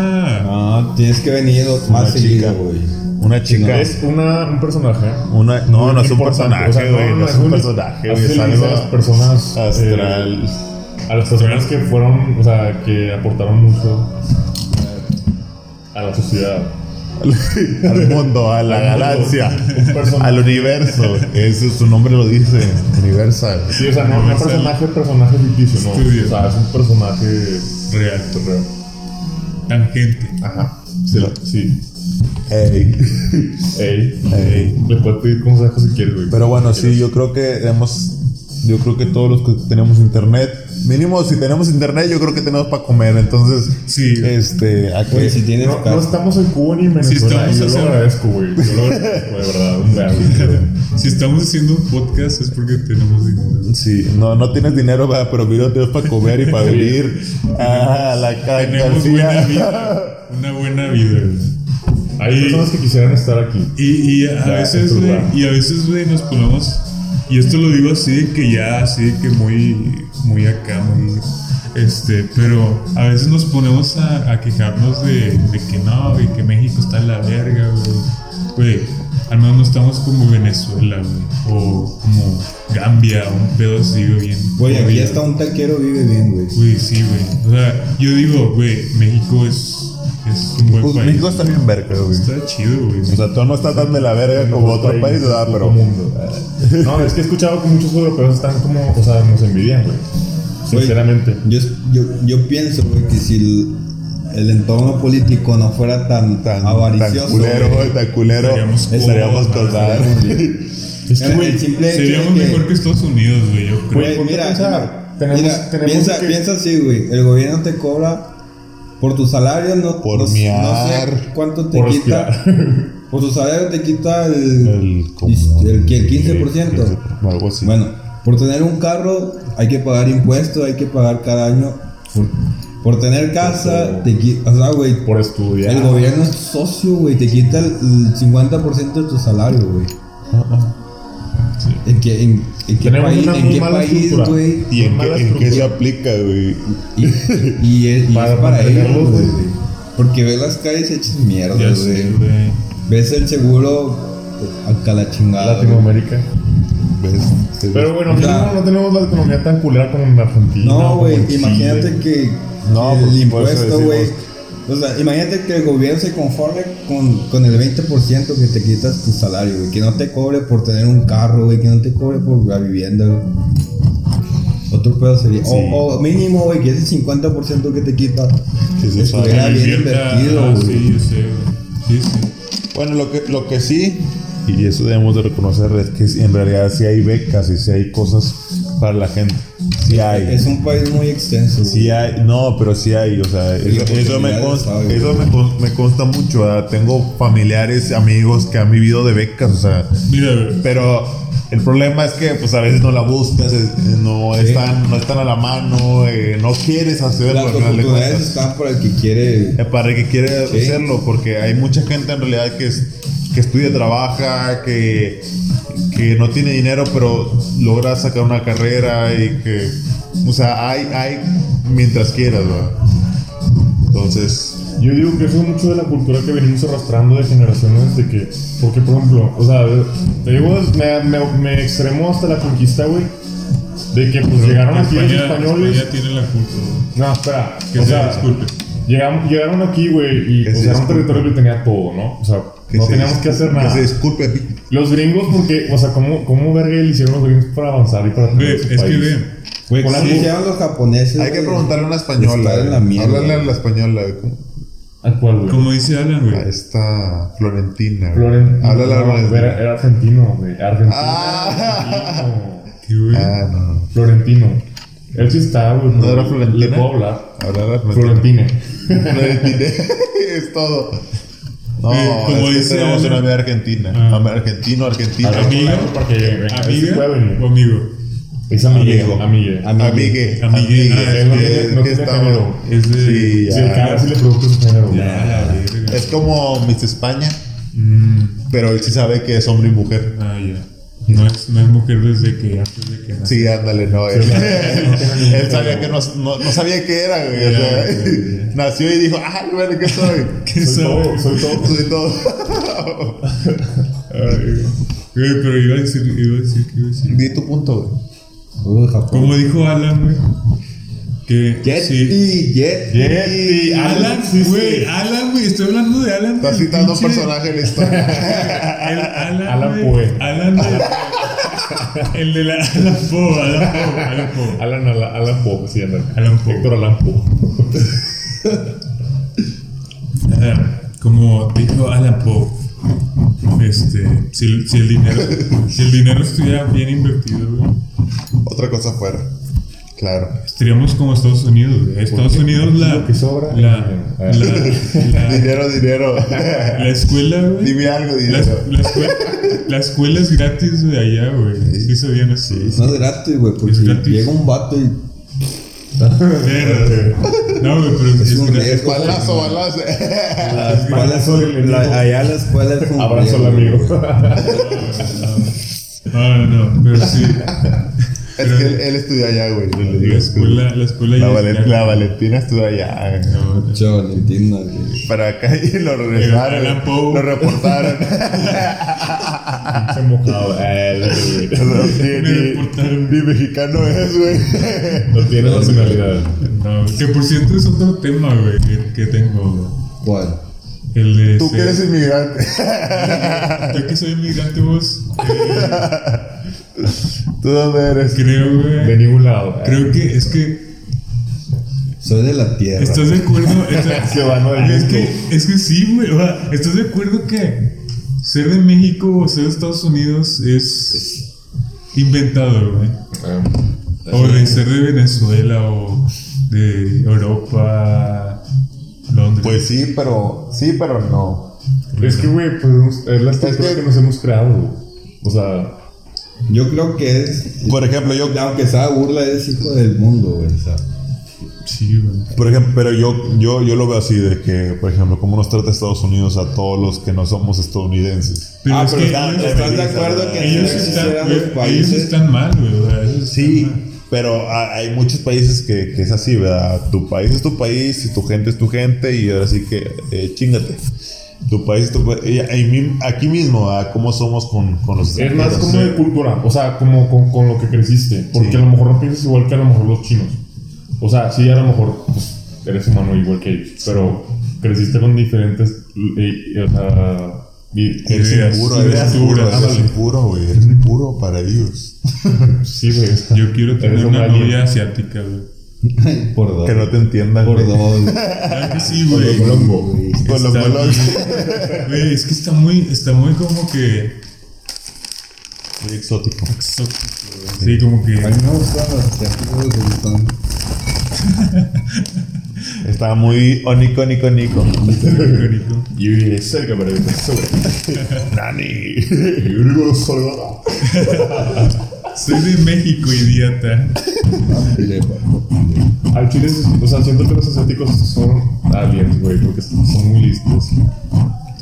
Speaker 5: No, tienes que venir más seguido, güey.
Speaker 3: Una chica.
Speaker 2: Es una, un personaje.
Speaker 3: Una, no,
Speaker 2: muy
Speaker 3: no es un
Speaker 2: importante.
Speaker 3: personaje,
Speaker 2: O sea,
Speaker 3: güey. No, es un personaje, güey. Es
Speaker 2: Así le dicen a las
Speaker 3: algo
Speaker 2: personas. eh,
Speaker 3: astral.
Speaker 2: a las personas que fueron. O sea, que aportaron mucho. eh, A la sociedad.
Speaker 3: al mundo, a la
Speaker 2: Al mundo.
Speaker 3: galaxia,
Speaker 2: Un personaje.
Speaker 3: al universo. Eso, su nombre lo dice, universal.
Speaker 2: Sí, o sea, no, no es un personaje, personaje ficticio, ¿no?
Speaker 4: Estudio.
Speaker 2: O sea, es un personaje
Speaker 4: Real.
Speaker 2: real.
Speaker 4: Tangente.
Speaker 2: Ajá. Sí. lo- sí.
Speaker 3: Ey.
Speaker 2: Ey.
Speaker 3: Ey.
Speaker 2: Le puedes pedir consejos si quieres, güey.
Speaker 3: Pero bueno, sí, yo creo que hemos. Yo creo que todos los que tenemos internet, mínimo si tenemos internet, yo creo que tenemos para comer. Entonces,
Speaker 4: Sí.
Speaker 3: este, aquí.
Speaker 5: Güey, si tienes
Speaker 2: No, no
Speaker 5: casa-
Speaker 2: estamos en Cuba ni en Venezuela.
Speaker 4: estamos
Speaker 2: yo lo
Speaker 4: haciendo-
Speaker 2: agradezco, güey. Yo lo agradezco, de verdad. Un verbo, güey.
Speaker 4: Si estamos haciendo un podcast es porque tenemos dinero.
Speaker 3: Sí, no, no tienes dinero, va, pero mínimo tienes para comer y para vivir. Ah, la
Speaker 4: Tenemos buena
Speaker 3: cancilla.
Speaker 4: vida. Una buena vida, güey.
Speaker 2: Hay personas que quisieran estar aquí.
Speaker 4: Y, y a
Speaker 2: Ya,
Speaker 4: veces,
Speaker 2: es
Speaker 4: güey,
Speaker 2: verdad.
Speaker 4: y a veces, güey, nos ponemos, y esto lo digo así de que ya, así de que muy, muy acá, muy, este, pero a veces nos ponemos a, a quejarnos de, de que no, güey, que México está en la verga, güey. Güey, al menos no estamos como Venezuela, güey, o como Gambia, un pedo así, güey, bien.
Speaker 5: Güey, aquí
Speaker 4: horrible.
Speaker 5: hasta un taquero vive bien, güey.
Speaker 4: Güey, sí, güey. O sea, yo digo, güey, México es, es un buen
Speaker 3: Pues
Speaker 4: país.
Speaker 3: México está bien verga, güey.
Speaker 4: Está chido, güey.
Speaker 3: O sea, todo no está tan de la verga como otro país, ¿verdad? Pero.
Speaker 2: mundo. No, es que he escuchado que muchos europeos están como. O sea, nos envidian, güey.
Speaker 5: Güey,
Speaker 2: Sinceramente.
Speaker 5: Yo, yo, yo pienso, güey, que si el, el entorno político no fuera tan,
Speaker 3: Ah, tan,
Speaker 5: Ah, avaricioso.
Speaker 3: tan culero,
Speaker 5: güey,
Speaker 3: tan culero,
Speaker 4: Estaríamos
Speaker 3: estaríamos
Speaker 4: cómodos,
Speaker 3: con dar.
Speaker 2: Es que,
Speaker 5: el-
Speaker 2: güey,
Speaker 5: el simple hecho
Speaker 4: Seríamos
Speaker 5: de que-
Speaker 4: mejor que Estados Unidos, güey, yo creo.
Speaker 5: Güey,
Speaker 2: ¿por qué
Speaker 5: mira,
Speaker 2: pensar?
Speaker 5: mira,
Speaker 2: Tenemos-
Speaker 5: mira,
Speaker 2: tenemos
Speaker 5: piensa,
Speaker 2: que-
Speaker 5: piensa así, güey. El gobierno te cobra por tu salario, no
Speaker 3: Por
Speaker 5: no, no sé
Speaker 3: miar.
Speaker 5: cuánto te
Speaker 2: Por
Speaker 5: quita. Por tu salario te quita el,
Speaker 3: El, como-
Speaker 5: el que- el 15%.
Speaker 3: Algo así.
Speaker 5: Bueno, por tener un carro hay que pagar impuestos, hay que pagar cada año. Por, por tener casa, te quita, o sea, güey,
Speaker 2: por estudiar.
Speaker 5: el gobierno es socio, güey, te quita el, el 50% de tu salario, güey. ¿En qué, en, en qué
Speaker 2: Tenemos
Speaker 5: país,
Speaker 2: una
Speaker 5: en
Speaker 2: muy
Speaker 5: qué
Speaker 2: mala
Speaker 5: país,
Speaker 2: estructura.
Speaker 5: güey?
Speaker 3: ¿Y en qué,
Speaker 2: mala
Speaker 3: en qué se
Speaker 2: estructura.
Speaker 3: aplica, güey?
Speaker 5: Y, y es, y es
Speaker 2: Para
Speaker 5: para,
Speaker 2: mantenerlos,
Speaker 5: ellos, güey.
Speaker 2: güey.
Speaker 5: Porque ves las calles hechas mierda,
Speaker 4: Ya sé,
Speaker 5: güey.
Speaker 4: güey.
Speaker 5: Ves el seguro acá la chingada. güey.
Speaker 2: Latinoamérica.
Speaker 3: ¿Ves? ¿Te ves?
Speaker 2: Pero bueno,
Speaker 5: O sea-
Speaker 2: mínimo no tenemos la economía tan culera como en Argentina.
Speaker 5: No,
Speaker 2: como
Speaker 5: güey,
Speaker 2: en Chile.
Speaker 5: imagínate que
Speaker 3: No, pues,
Speaker 5: que
Speaker 3: por
Speaker 5: el
Speaker 3: supuesto,
Speaker 5: impuesto, güey.
Speaker 3: decimos-
Speaker 5: O sea, imagínate que el gobierno se conforme con, con el 20% que te quitas tu salario, güey. Que no te cobre por tener un carro, güey. Que no te cobre por la vivienda, güey. Otro pedo sería. o- O, mínimo, güey, que ese 50% que te quita
Speaker 3: Sí, sí,
Speaker 5: estuviera
Speaker 3: sabe.
Speaker 4: Que
Speaker 5: bien
Speaker 4: invierta-
Speaker 5: invertido,
Speaker 4: ah,
Speaker 5: güey.
Speaker 4: Sí, yo sé, güey. Sí, sí.
Speaker 3: Bueno, lo que, lo que sí, y eso debemos de reconocer, es que en realidad sí hay becas y sí hay cosas para la gente. Sí hay.
Speaker 5: Es un país muy extenso. güey.
Speaker 3: Sí hay, no, pero sí hay, o sea, eso,
Speaker 5: oportunidades
Speaker 3: eso me, consta,
Speaker 5: hay, güey.
Speaker 3: eso me, cons- me consta mucho. ¿verdad? Tengo familiares, amigos que han vivido de becas, o sea,
Speaker 4: Mira, güey.
Speaker 3: pero el problema es que pues a veces no la buscas, es- no, están, no están a la mano, eh, no quieres hacerlo.
Speaker 5: Las
Speaker 3: al final de
Speaker 5: oportunidades
Speaker 3: cuentas.
Speaker 5: están para el que quiere.
Speaker 3: Eh, para el que quiere
Speaker 5: Sí.
Speaker 3: hacerlo, porque hay mucha gente en realidad que, es- que estudia, trabaja, que, que no tiene dinero, pero logra sacar una carrera y que, o sea, hay, hay mientras quieras, ¿verdad? Entonces,
Speaker 2: Yo digo que eso es mucho de la cultura que venimos arrastrando de generaciones, de que, porque por ejemplo, o sea, te digo, me, me, me extremo hasta la conquista, güey, de que pues llegaron aquí los
Speaker 4: España,
Speaker 2: españoles.
Speaker 4: España tiene la culpa, güey.
Speaker 2: No, espera,
Speaker 4: Que
Speaker 2: o
Speaker 4: se
Speaker 2: sea,
Speaker 4: disculpe.
Speaker 2: llegam- llegaron aquí, güey, y
Speaker 3: Que
Speaker 2: pues
Speaker 3: se
Speaker 2: era un
Speaker 3: disculpe.
Speaker 2: territorio que tenía todo, ¿no? O sea,
Speaker 3: que
Speaker 2: no
Speaker 3: se
Speaker 2: teníamos
Speaker 3: discul-
Speaker 2: que hacer nada.
Speaker 3: se disculpe, pi-
Speaker 2: Los gringos, porque, o sea, ¿cómo, cómo verga le hicieron los gringos para avanzar y para tener
Speaker 4: Ve,
Speaker 2: su
Speaker 4: es que
Speaker 2: país?
Speaker 4: ve.
Speaker 5: Güey,
Speaker 2: Con
Speaker 5: ¿cómo
Speaker 2: algo-
Speaker 5: hicieron los japoneses?
Speaker 3: hay que
Speaker 5: güey?
Speaker 3: preguntarle a una española.
Speaker 5: Estar en la mierda.
Speaker 3: Háblale a la española. ¿cómo?
Speaker 2: ¿Al cual, güey?
Speaker 4: Como dice Alan,
Speaker 3: A
Speaker 5: Ah,
Speaker 4: güey.
Speaker 3: esta Florentina. güey.
Speaker 2: Florentino.
Speaker 3: Háblale a la
Speaker 2: no,
Speaker 3: Florentina.
Speaker 2: era, era argentino, güey. Argentino.
Speaker 3: Ah.
Speaker 2: argentino.
Speaker 4: Sí, güey.
Speaker 3: Ah, no. no.
Speaker 2: Florentino. Él sí está, güey.
Speaker 3: ¿No era Florentina?
Speaker 2: Le puedo hablar.
Speaker 3: Háblale a la Florentina.
Speaker 2: Florentine.
Speaker 3: No le tiré, es todo. No,
Speaker 4: Eh, como
Speaker 3: es que
Speaker 4: dice Ah.
Speaker 3: tenemos
Speaker 4: Alan.
Speaker 3: una amiga argentina. Am- Argentino, argentino.
Speaker 4: Amiga,
Speaker 2: Para que venga. Ese puede
Speaker 4: amiga
Speaker 2: venir.
Speaker 4: o amigo.
Speaker 2: Es amigo.
Speaker 3: Amigo.
Speaker 2: Amigo.
Speaker 3: Amigue.
Speaker 4: Amigue.
Speaker 3: Amigue.
Speaker 4: Ah,
Speaker 3: Es
Speaker 4: no
Speaker 3: que-
Speaker 2: tiene- no
Speaker 3: que
Speaker 2: tiene
Speaker 3: estaba-
Speaker 2: género.
Speaker 4: Es de-
Speaker 3: Sí,
Speaker 2: Sí,
Speaker 3: ya.
Speaker 2: cada vez se le produjo su género,
Speaker 5: Ah,
Speaker 2: güey.
Speaker 4: A la verga. Mm,
Speaker 3: Es como Miss España, pero él sí sabe que es hombre y mujer.
Speaker 4: Ah, ya. No es, no es mujer desde que antes de que nace.
Speaker 3: Sí, ándale, no. Él,
Speaker 2: tiene
Speaker 3: él sabía que no, no, no sabía que era, güey. o sea,
Speaker 4: Ya, ya,
Speaker 3: nació y dijo, ah, bueno, ¿qué soy?
Speaker 2: Soy todo, soy todo.
Speaker 3: Soy todo.
Speaker 4: Ay, güey, pero iba a decir, iba a decir, que iba a decir.
Speaker 3: Di tu punto, güey.
Speaker 5: Uy, Japón.
Speaker 4: Como dijo Alan, güey. Que sí.
Speaker 5: Yeti, Yeti.
Speaker 2: Yeti.
Speaker 4: Alan,
Speaker 2: sí, sí.
Speaker 4: güey, Alan, güey, estoy hablando de Alan.
Speaker 3: Estás
Speaker 4: güey,
Speaker 3: citando un
Speaker 4: pinche-
Speaker 3: personaje de la historia.
Speaker 4: el Alan,
Speaker 2: Alan
Speaker 4: güey,
Speaker 2: Poe.
Speaker 4: Alan, güey. el de la Alan Poe, Alan Poe, Alan Poe.
Speaker 2: Alan, Alan, Alan Poe, sí, Alan.
Speaker 4: Alan Poe.
Speaker 2: Héctor Alan Poe.
Speaker 4: Ah, Como dijo Alan Poe, este, si, el- si el dinero, si el dinero estuviera bien invertido, güey,
Speaker 3: Otra cosa fuera. Claro.
Speaker 4: estaríamos como Estados Unidos, güey. Estados Unidos la,
Speaker 2: Lo que sobra.
Speaker 4: la,
Speaker 2: Ah.
Speaker 4: la, la-
Speaker 3: Dinero, dinero.
Speaker 4: la escuela, güey.
Speaker 3: Dime algo,
Speaker 4: La,
Speaker 3: dinero.
Speaker 4: la escuela, la escuela es gratis de allá, güey. Sí, se bien así.
Speaker 5: No es gratis, güey, porque
Speaker 4: Es gratis.
Speaker 5: llega un vato y.
Speaker 4: Pero- no, güey, pero
Speaker 5: Es un
Speaker 4: gra-
Speaker 5: riesgo.
Speaker 3: Balazo, balazo. Ah,
Speaker 5: La escuela es un- la- allá la escuela es un
Speaker 2: Abrazo al
Speaker 5: riesgo,
Speaker 2: amigo.
Speaker 5: güey.
Speaker 4: No, no, no, pero sí.
Speaker 3: Es que él, él estudió allá, güey. le digo.
Speaker 4: La escuela, la escuela
Speaker 3: La,
Speaker 4: ya es
Speaker 3: Valen-
Speaker 4: gratis.
Speaker 3: la Valentina estudió allá. güey.
Speaker 4: No, no.
Speaker 5: Mucho Valentina, güey.
Speaker 3: Para acá y lo regresaron.
Speaker 4: Alan Poe.
Speaker 3: Lo reportaron.
Speaker 2: Se mojado. Eh, lo que-
Speaker 3: ni,
Speaker 4: Me
Speaker 3: ni-
Speaker 4: reportaron.
Speaker 3: ni mexicano es, güey.
Speaker 2: No tiene nacionalidad.
Speaker 4: No, que por cierto es otro tema, güey, que- que tengo, güey.
Speaker 5: ¿Cuál?
Speaker 4: El de
Speaker 3: Tú
Speaker 4: ser-
Speaker 3: que eres inmigrante.
Speaker 4: Yo que soy inmigrante, vos, eh,
Speaker 3: ¿Tú dónde eres?
Speaker 4: creo,
Speaker 2: De
Speaker 4: güey.
Speaker 2: ningún lado. eh.
Speaker 4: Creo que es que.
Speaker 5: Soy de la tierra.
Speaker 4: ¿Estás de acuerdo? Esa- Ah,
Speaker 2: Se van del
Speaker 4: es,
Speaker 2: mundo.
Speaker 4: que, es que sí, güey. o sea, ¿Estás de acuerdo que ser de México o ser de Estados Unidos es inventado, güey? O de ser de Venezuela o de Europa, Londres.
Speaker 3: Pues sí, pero. Sí, pero no.
Speaker 2: Es que, güey, pues es la estructura que nos hemos creado. güey. O sea,
Speaker 5: Yo creo que es.
Speaker 3: Por ejemplo, yo.
Speaker 5: Aunque sea burla, es hijo del mundo, güey. o sea.
Speaker 4: sí, güey.
Speaker 3: Por ejemplo, pero yo, yo, yo lo veo así, de que, por ejemplo, cómo nos trata Estados Unidos a todos los que no somos estadounidenses.
Speaker 4: Pero
Speaker 5: ah,
Speaker 4: es
Speaker 5: pero
Speaker 4: que
Speaker 5: están-
Speaker 4: ellos-
Speaker 5: estás de acuerdo que
Speaker 4: ellos,
Speaker 5: si no
Speaker 4: están,
Speaker 5: existieran
Speaker 4: güey,
Speaker 5: los
Speaker 4: ellos
Speaker 5: países.
Speaker 4: están mal, güey. o sea, ellos
Speaker 3: Sí,
Speaker 4: están mal.
Speaker 3: pero ha- hay muchos países que, que es así, ¿verdad? Tu país es tu país y tu gente es tu gente y ahora sí que eh, chingate. Tu país es tu país. Y- y mi- aquí mismo, ¿verdad? ¿Cómo somos con, con los
Speaker 2: es más
Speaker 3: extranjeros?
Speaker 2: como de cultura. O sea, como con, con lo que creciste. Porque
Speaker 3: Sí.
Speaker 2: a lo mejor no piensas igual que a lo mejor los chinos. O sea, sí, a lo mejor pues, eres humano igual que ellos. Pero creciste con diferentes. eh, o sea. y-
Speaker 3: Eres
Speaker 4: Ideas,
Speaker 3: impuro, eres
Speaker 4: ideas
Speaker 3: impuro,
Speaker 4: puras.
Speaker 3: eres impuro, güey. Eres impuro para Dios.
Speaker 2: Sí, güey. o sea,
Speaker 4: Yo quiero
Speaker 2: eres
Speaker 4: tener
Speaker 2: un
Speaker 4: una
Speaker 2: alien.
Speaker 4: novia asiática, güey.
Speaker 5: Por dos.
Speaker 3: Que no te entiendan,
Speaker 5: Por
Speaker 3: güey.
Speaker 5: dos.
Speaker 4: Claro que sí, güey.
Speaker 5: güey.
Speaker 3: Con los
Speaker 4: Está
Speaker 3: colores.
Speaker 4: bien. Güey, es que está muy, está muy como que.
Speaker 3: muy exótico.
Speaker 4: Exótico, güey. Sí, como que.
Speaker 5: A mí me gustan los teatros de Gustavo.
Speaker 3: Estaba muy onico, onico, onico.
Speaker 4: orgánico.
Speaker 2: Yo iré cerca para que te sobre.
Speaker 3: Nani. Yurigo Salgado.
Speaker 4: Soy de México, idiota.
Speaker 2: Al chile, o sea, siento que los asiáticos son aliens, güey, porque son muy listos.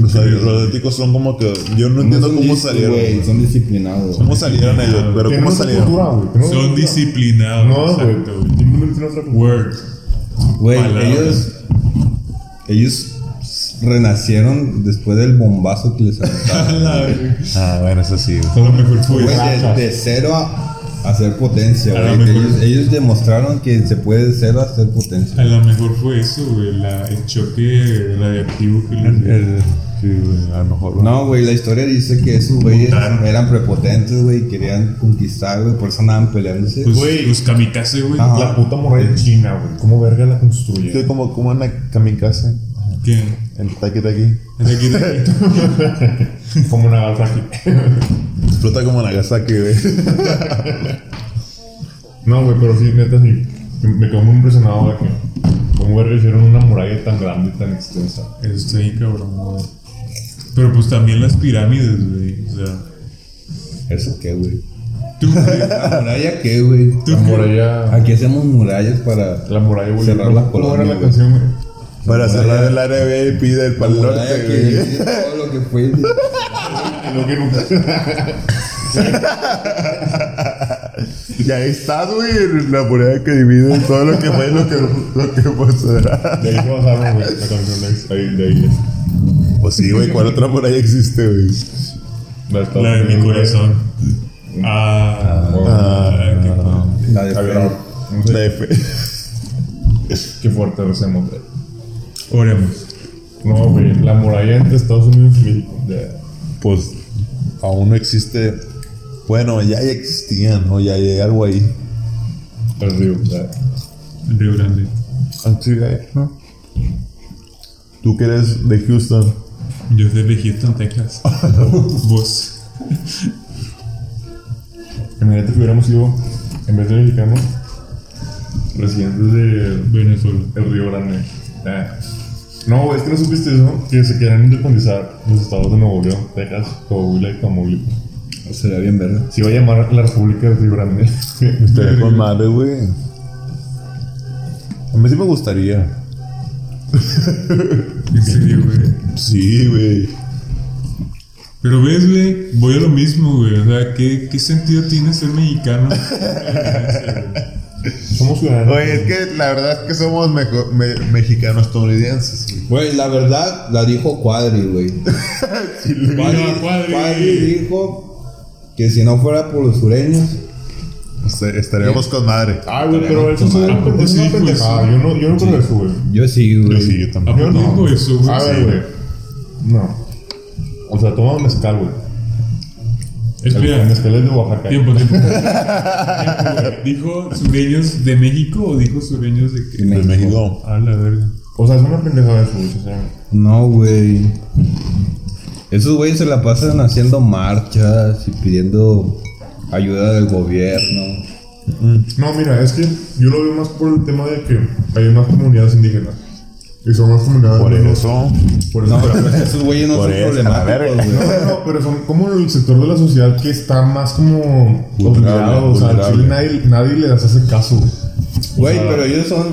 Speaker 3: O sea, los éticos son como que. Yo no entiendo
Speaker 5: son
Speaker 3: cómo
Speaker 5: listos,
Speaker 3: salieron.
Speaker 5: güey, Son disciplinados.
Speaker 3: ¿Cómo salieron ellos? Pero
Speaker 2: Tienen
Speaker 3: ¿cómo
Speaker 2: otra
Speaker 3: salieron?
Speaker 2: cultura, güey. Tienen otra
Speaker 4: Son
Speaker 2: cultura.
Speaker 4: disciplinados.
Speaker 2: No, güey.
Speaker 4: exacto, güey.
Speaker 2: Simplemente tienen otra cultura.
Speaker 4: Word.
Speaker 5: Güey,
Speaker 4: Palabras.
Speaker 5: ellos. Ellos renacieron después del bombazo que les aventaron.
Speaker 3: Ah, bueno, eso sí. güey.
Speaker 4: A lo mejor fue.
Speaker 5: Güey, de, de cero a, a ser potencia,
Speaker 4: A lo
Speaker 5: güey.
Speaker 4: mejor.
Speaker 5: Ellos, ellos demostraron que se puede de cero a ser potencia.
Speaker 4: A lo mejor fue eso, güey. la- el choque radiactivo que les dio.
Speaker 3: El- Sí, güey, a lo mejor.
Speaker 5: No, güey, la historia dice que esos güeyes eran prepotentes, güey, querían conquistar, güey, por eso andaban peleándose.
Speaker 4: Pues,
Speaker 2: Güey.
Speaker 4: los kamikaze, güey.
Speaker 5: Ajá.
Speaker 2: La puta muralla china, güey. ¿Cómo verga la construyen?
Speaker 3: Estoy como, como una kamikaze.
Speaker 4: ¿Qué?
Speaker 3: El taque aquí.
Speaker 4: ¿Es aquí, de aquí?
Speaker 2: Como una garza aquí.
Speaker 3: Explota como Nagasaki, güey.
Speaker 2: No, güey, pero sí, neta, sí. Me quedo muy impresionado de que. ¿Cómo verga hicieron una muralla tan grande y tan extensa?
Speaker 4: Eso está bien cabrón, güey. Pero pues también las pirámides, güey. O sea,
Speaker 5: ¿Eso qué, güey?
Speaker 4: tú, güey,
Speaker 5: ¿La muralla qué, güey?
Speaker 2: La
Speaker 4: tú qué?
Speaker 2: muralla.
Speaker 5: Aquí hacemos murallas para...
Speaker 2: La muralla, güey.
Speaker 5: Cerrar la
Speaker 2: ¿Cómo era
Speaker 5: colonia,
Speaker 2: la
Speaker 5: güey.
Speaker 2: canción, güey?
Speaker 3: Para cerrar el área VIP del Pal
Speaker 5: muralla
Speaker 3: Norte,
Speaker 5: que
Speaker 3: güey.
Speaker 5: divide todo lo que fue...
Speaker 2: Lo que nunca.
Speaker 3: Y ahí está, güey. La moneda que divide todo lo que fue lo que, lo que pasará.
Speaker 2: De ahí se basaron, güey. La canción de ahí- ahí. De ahí es.
Speaker 3: Pues sí, güey. ¿Cuál otra muralla existe, güey?
Speaker 2: Estados
Speaker 4: La de mi
Speaker 2: Unidos,
Speaker 4: corazón. Ah,
Speaker 2: güey.
Speaker 3: Ah,
Speaker 4: qué padre.
Speaker 5: La de
Speaker 2: A ver,
Speaker 5: Fer.
Speaker 2: no sé,
Speaker 3: La F.
Speaker 2: qué fuerte recemos. güey.
Speaker 4: Oremos.
Speaker 2: No, güey, la muralla entre Estados Unidos y México. De-
Speaker 3: Pues aún no existe. Bueno, ya ya existían, ¿no? Ya hay algo ahí.
Speaker 2: El río. de-
Speaker 4: El Río Grande.
Speaker 3: Ah, Sí, hay, ¿no? Tú que eres de Houston.
Speaker 4: Yo soy de Houston, Texas. Vos.
Speaker 2: Imagínate que hubiéramos sido, en vez de mexicanos, residentes del
Speaker 4: Venezuela.
Speaker 2: Río Grande. Ah. No, güey, es que no supiste eso, que se querían independizar los estados de Nuevo León, Texas, Coahuila y Tamaulipas.
Speaker 5: Sería bien verga.
Speaker 2: Se iba a llamar la República del Río Grande.
Speaker 3: Estaría con madre, güey. A mí sí me gustaría.
Speaker 4: En serio, güey.
Speaker 3: Sí, güey.
Speaker 4: Pero ves, güey, voy a lo mismo, güey. O sea, ¿qué, qué sentido tiene ser mexicano?
Speaker 2: Somos ciudadanos.
Speaker 3: Oye, es que la verdad es que somos mejo- me- mexicanos estadounidenses. güey.
Speaker 5: Güey, la verdad la dijo Cuadri, güey.
Speaker 4: Viva Cuadri.
Speaker 5: Cuadri dijo que si no fuera por los sureños...
Speaker 3: Est- Este, Estaríamos con madre.
Speaker 2: Ah, güey, pero eso es
Speaker 4: Ah,
Speaker 2: una es
Speaker 4: pues sí,
Speaker 2: una
Speaker 4: pues,
Speaker 2: pendejada.
Speaker 4: sí.
Speaker 2: Yo no, yo no creo eso, güey.
Speaker 5: Yo sí, güey.
Speaker 3: Sí, yo
Speaker 4: ¿A
Speaker 3: tampoco.
Speaker 4: poco dijo eso, güey?
Speaker 2: A
Speaker 4: Sí,
Speaker 2: ver, güey. No. O sea, toma mezcal, güey. El
Speaker 4: Espera,
Speaker 2: mezcal es de Oaxaca.
Speaker 4: tiempo, tiempo. Tiempo, güey. ¿Dijo sureños de México o dijo sureños de qué?
Speaker 3: De México.
Speaker 4: A la verga.
Speaker 2: O sea, es una pendejada eso, güey. sinceramente.
Speaker 5: No, güey. Esos güeyes se la pasan haciendo marchas y pidiendo ayuda del gobierno.
Speaker 2: No, mira, es que yo lo veo más por el tema de que hay más comunidades indígenas. Y son más comunidades
Speaker 3: Por
Speaker 2: menos-
Speaker 3: eso. pues,
Speaker 2: Por eso.
Speaker 5: No, pero esos güeyes no
Speaker 3: Por
Speaker 5: son
Speaker 3: eso, la verga.
Speaker 5: problemáticos, güey.
Speaker 2: No, no, pero son como el sector de la sociedad que está más como
Speaker 3: Vulnerable,
Speaker 2: olvidado. O sea, al chile
Speaker 3: vulnerable.
Speaker 2: nadie, nadie les hace caso. güey.
Speaker 5: Güey, pero ellos son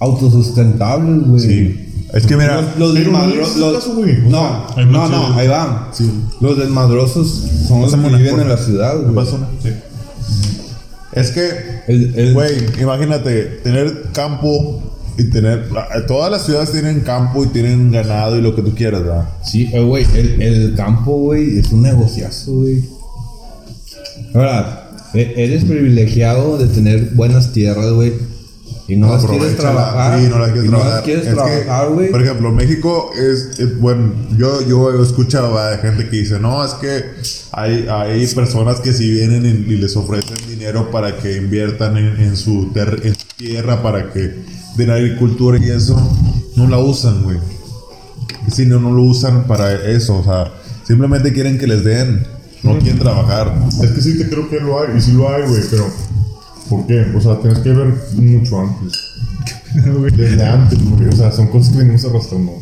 Speaker 5: autosustentables, güey.
Speaker 3: Sí. Es que mira.
Speaker 5: Los, los
Speaker 2: Pero no les
Speaker 5: desmadrosos.
Speaker 2: haces caso, güey. O
Speaker 5: no,
Speaker 4: hay
Speaker 5: no,
Speaker 4: muchos-
Speaker 5: no, ahí van. Los desmadrosos son los que
Speaker 3: Pásame una,
Speaker 5: viven
Speaker 3: porfa.
Speaker 5: en la ciudad,
Speaker 3: ¿Qué
Speaker 5: güey.
Speaker 3: pasó? Es que
Speaker 5: El, el-
Speaker 3: Güey, imagínate tener campo y tener. la- Todas las ciudades tienen campo y tienen ganado y lo que tú quieras, ¿verdad?
Speaker 5: Sí, eh, güey, el, el campo, güey, es un negociazo, güey. Ahora, e- eres privilegiado de tener buenas tierras, güey. Y no, las quieres
Speaker 3: Aprovechala.
Speaker 5: trabajar.
Speaker 3: Sí, no las
Speaker 5: y
Speaker 3: quieres
Speaker 5: no las
Speaker 3: trabajar.
Speaker 5: quieres
Speaker 3: Es que,
Speaker 5: trabajar, güey.
Speaker 3: Por ejemplo, México es. es- bueno, yo, yo he escuchado a gente que dice: No, es que hay, hay personas que si vienen y, y les ofrecen dinero para que inviertan en, en su, ter- en su tierra, para que. de la agricultura y eso, no la usan, güey. Si no, no lo usan para eso, o sea, simplemente quieren que les den. No quieren trabajar.
Speaker 2: Es que sí te creo que lo hay, y sí lo hay, güey, pero ¿por qué? O sea, tienes que ver mucho antes. Desde antes, güey. O sea, son cosas que venimos arrastrando.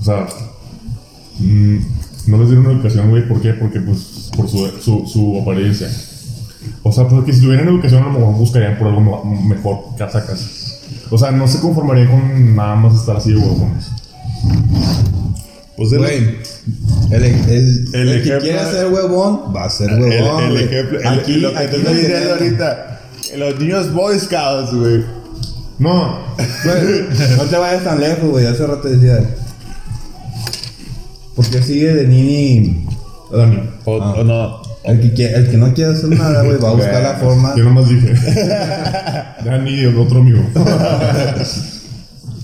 Speaker 2: O sea, mm, no les dieron una educación, güey, ¿por qué? Porque, pues, por su, su, su apariencia. O sea, pues que si tuvieran educación, a lo mejor buscarían por algo ma- mejor, casacas. O sea, no se conformarían con nada más estar así, güey.
Speaker 3: Pues el,
Speaker 5: Güey, el, el,
Speaker 3: El
Speaker 5: el que
Speaker 3: ejemplo-
Speaker 5: quiera ser huevón va a ser
Speaker 3: el,
Speaker 5: huevón.
Speaker 3: el
Speaker 5: güey.
Speaker 3: ejemplo. el-
Speaker 5: aquí,
Speaker 3: lo que
Speaker 5: aquí
Speaker 3: te estoy
Speaker 5: lo
Speaker 3: diciendo
Speaker 5: tenemos.
Speaker 3: ahorita. Los niños Boy Scouts, güey.
Speaker 2: No,
Speaker 5: Güey, no te vayas tan lejos, güey. Hace rato decía. Porque sigue de Nini.
Speaker 3: O,
Speaker 5: Ah.
Speaker 3: o no.
Speaker 5: El que, quie- el que no quiere hacer nada, güey, va a buscar la forma.
Speaker 2: yo nomás dije. Dani, el otro amigo.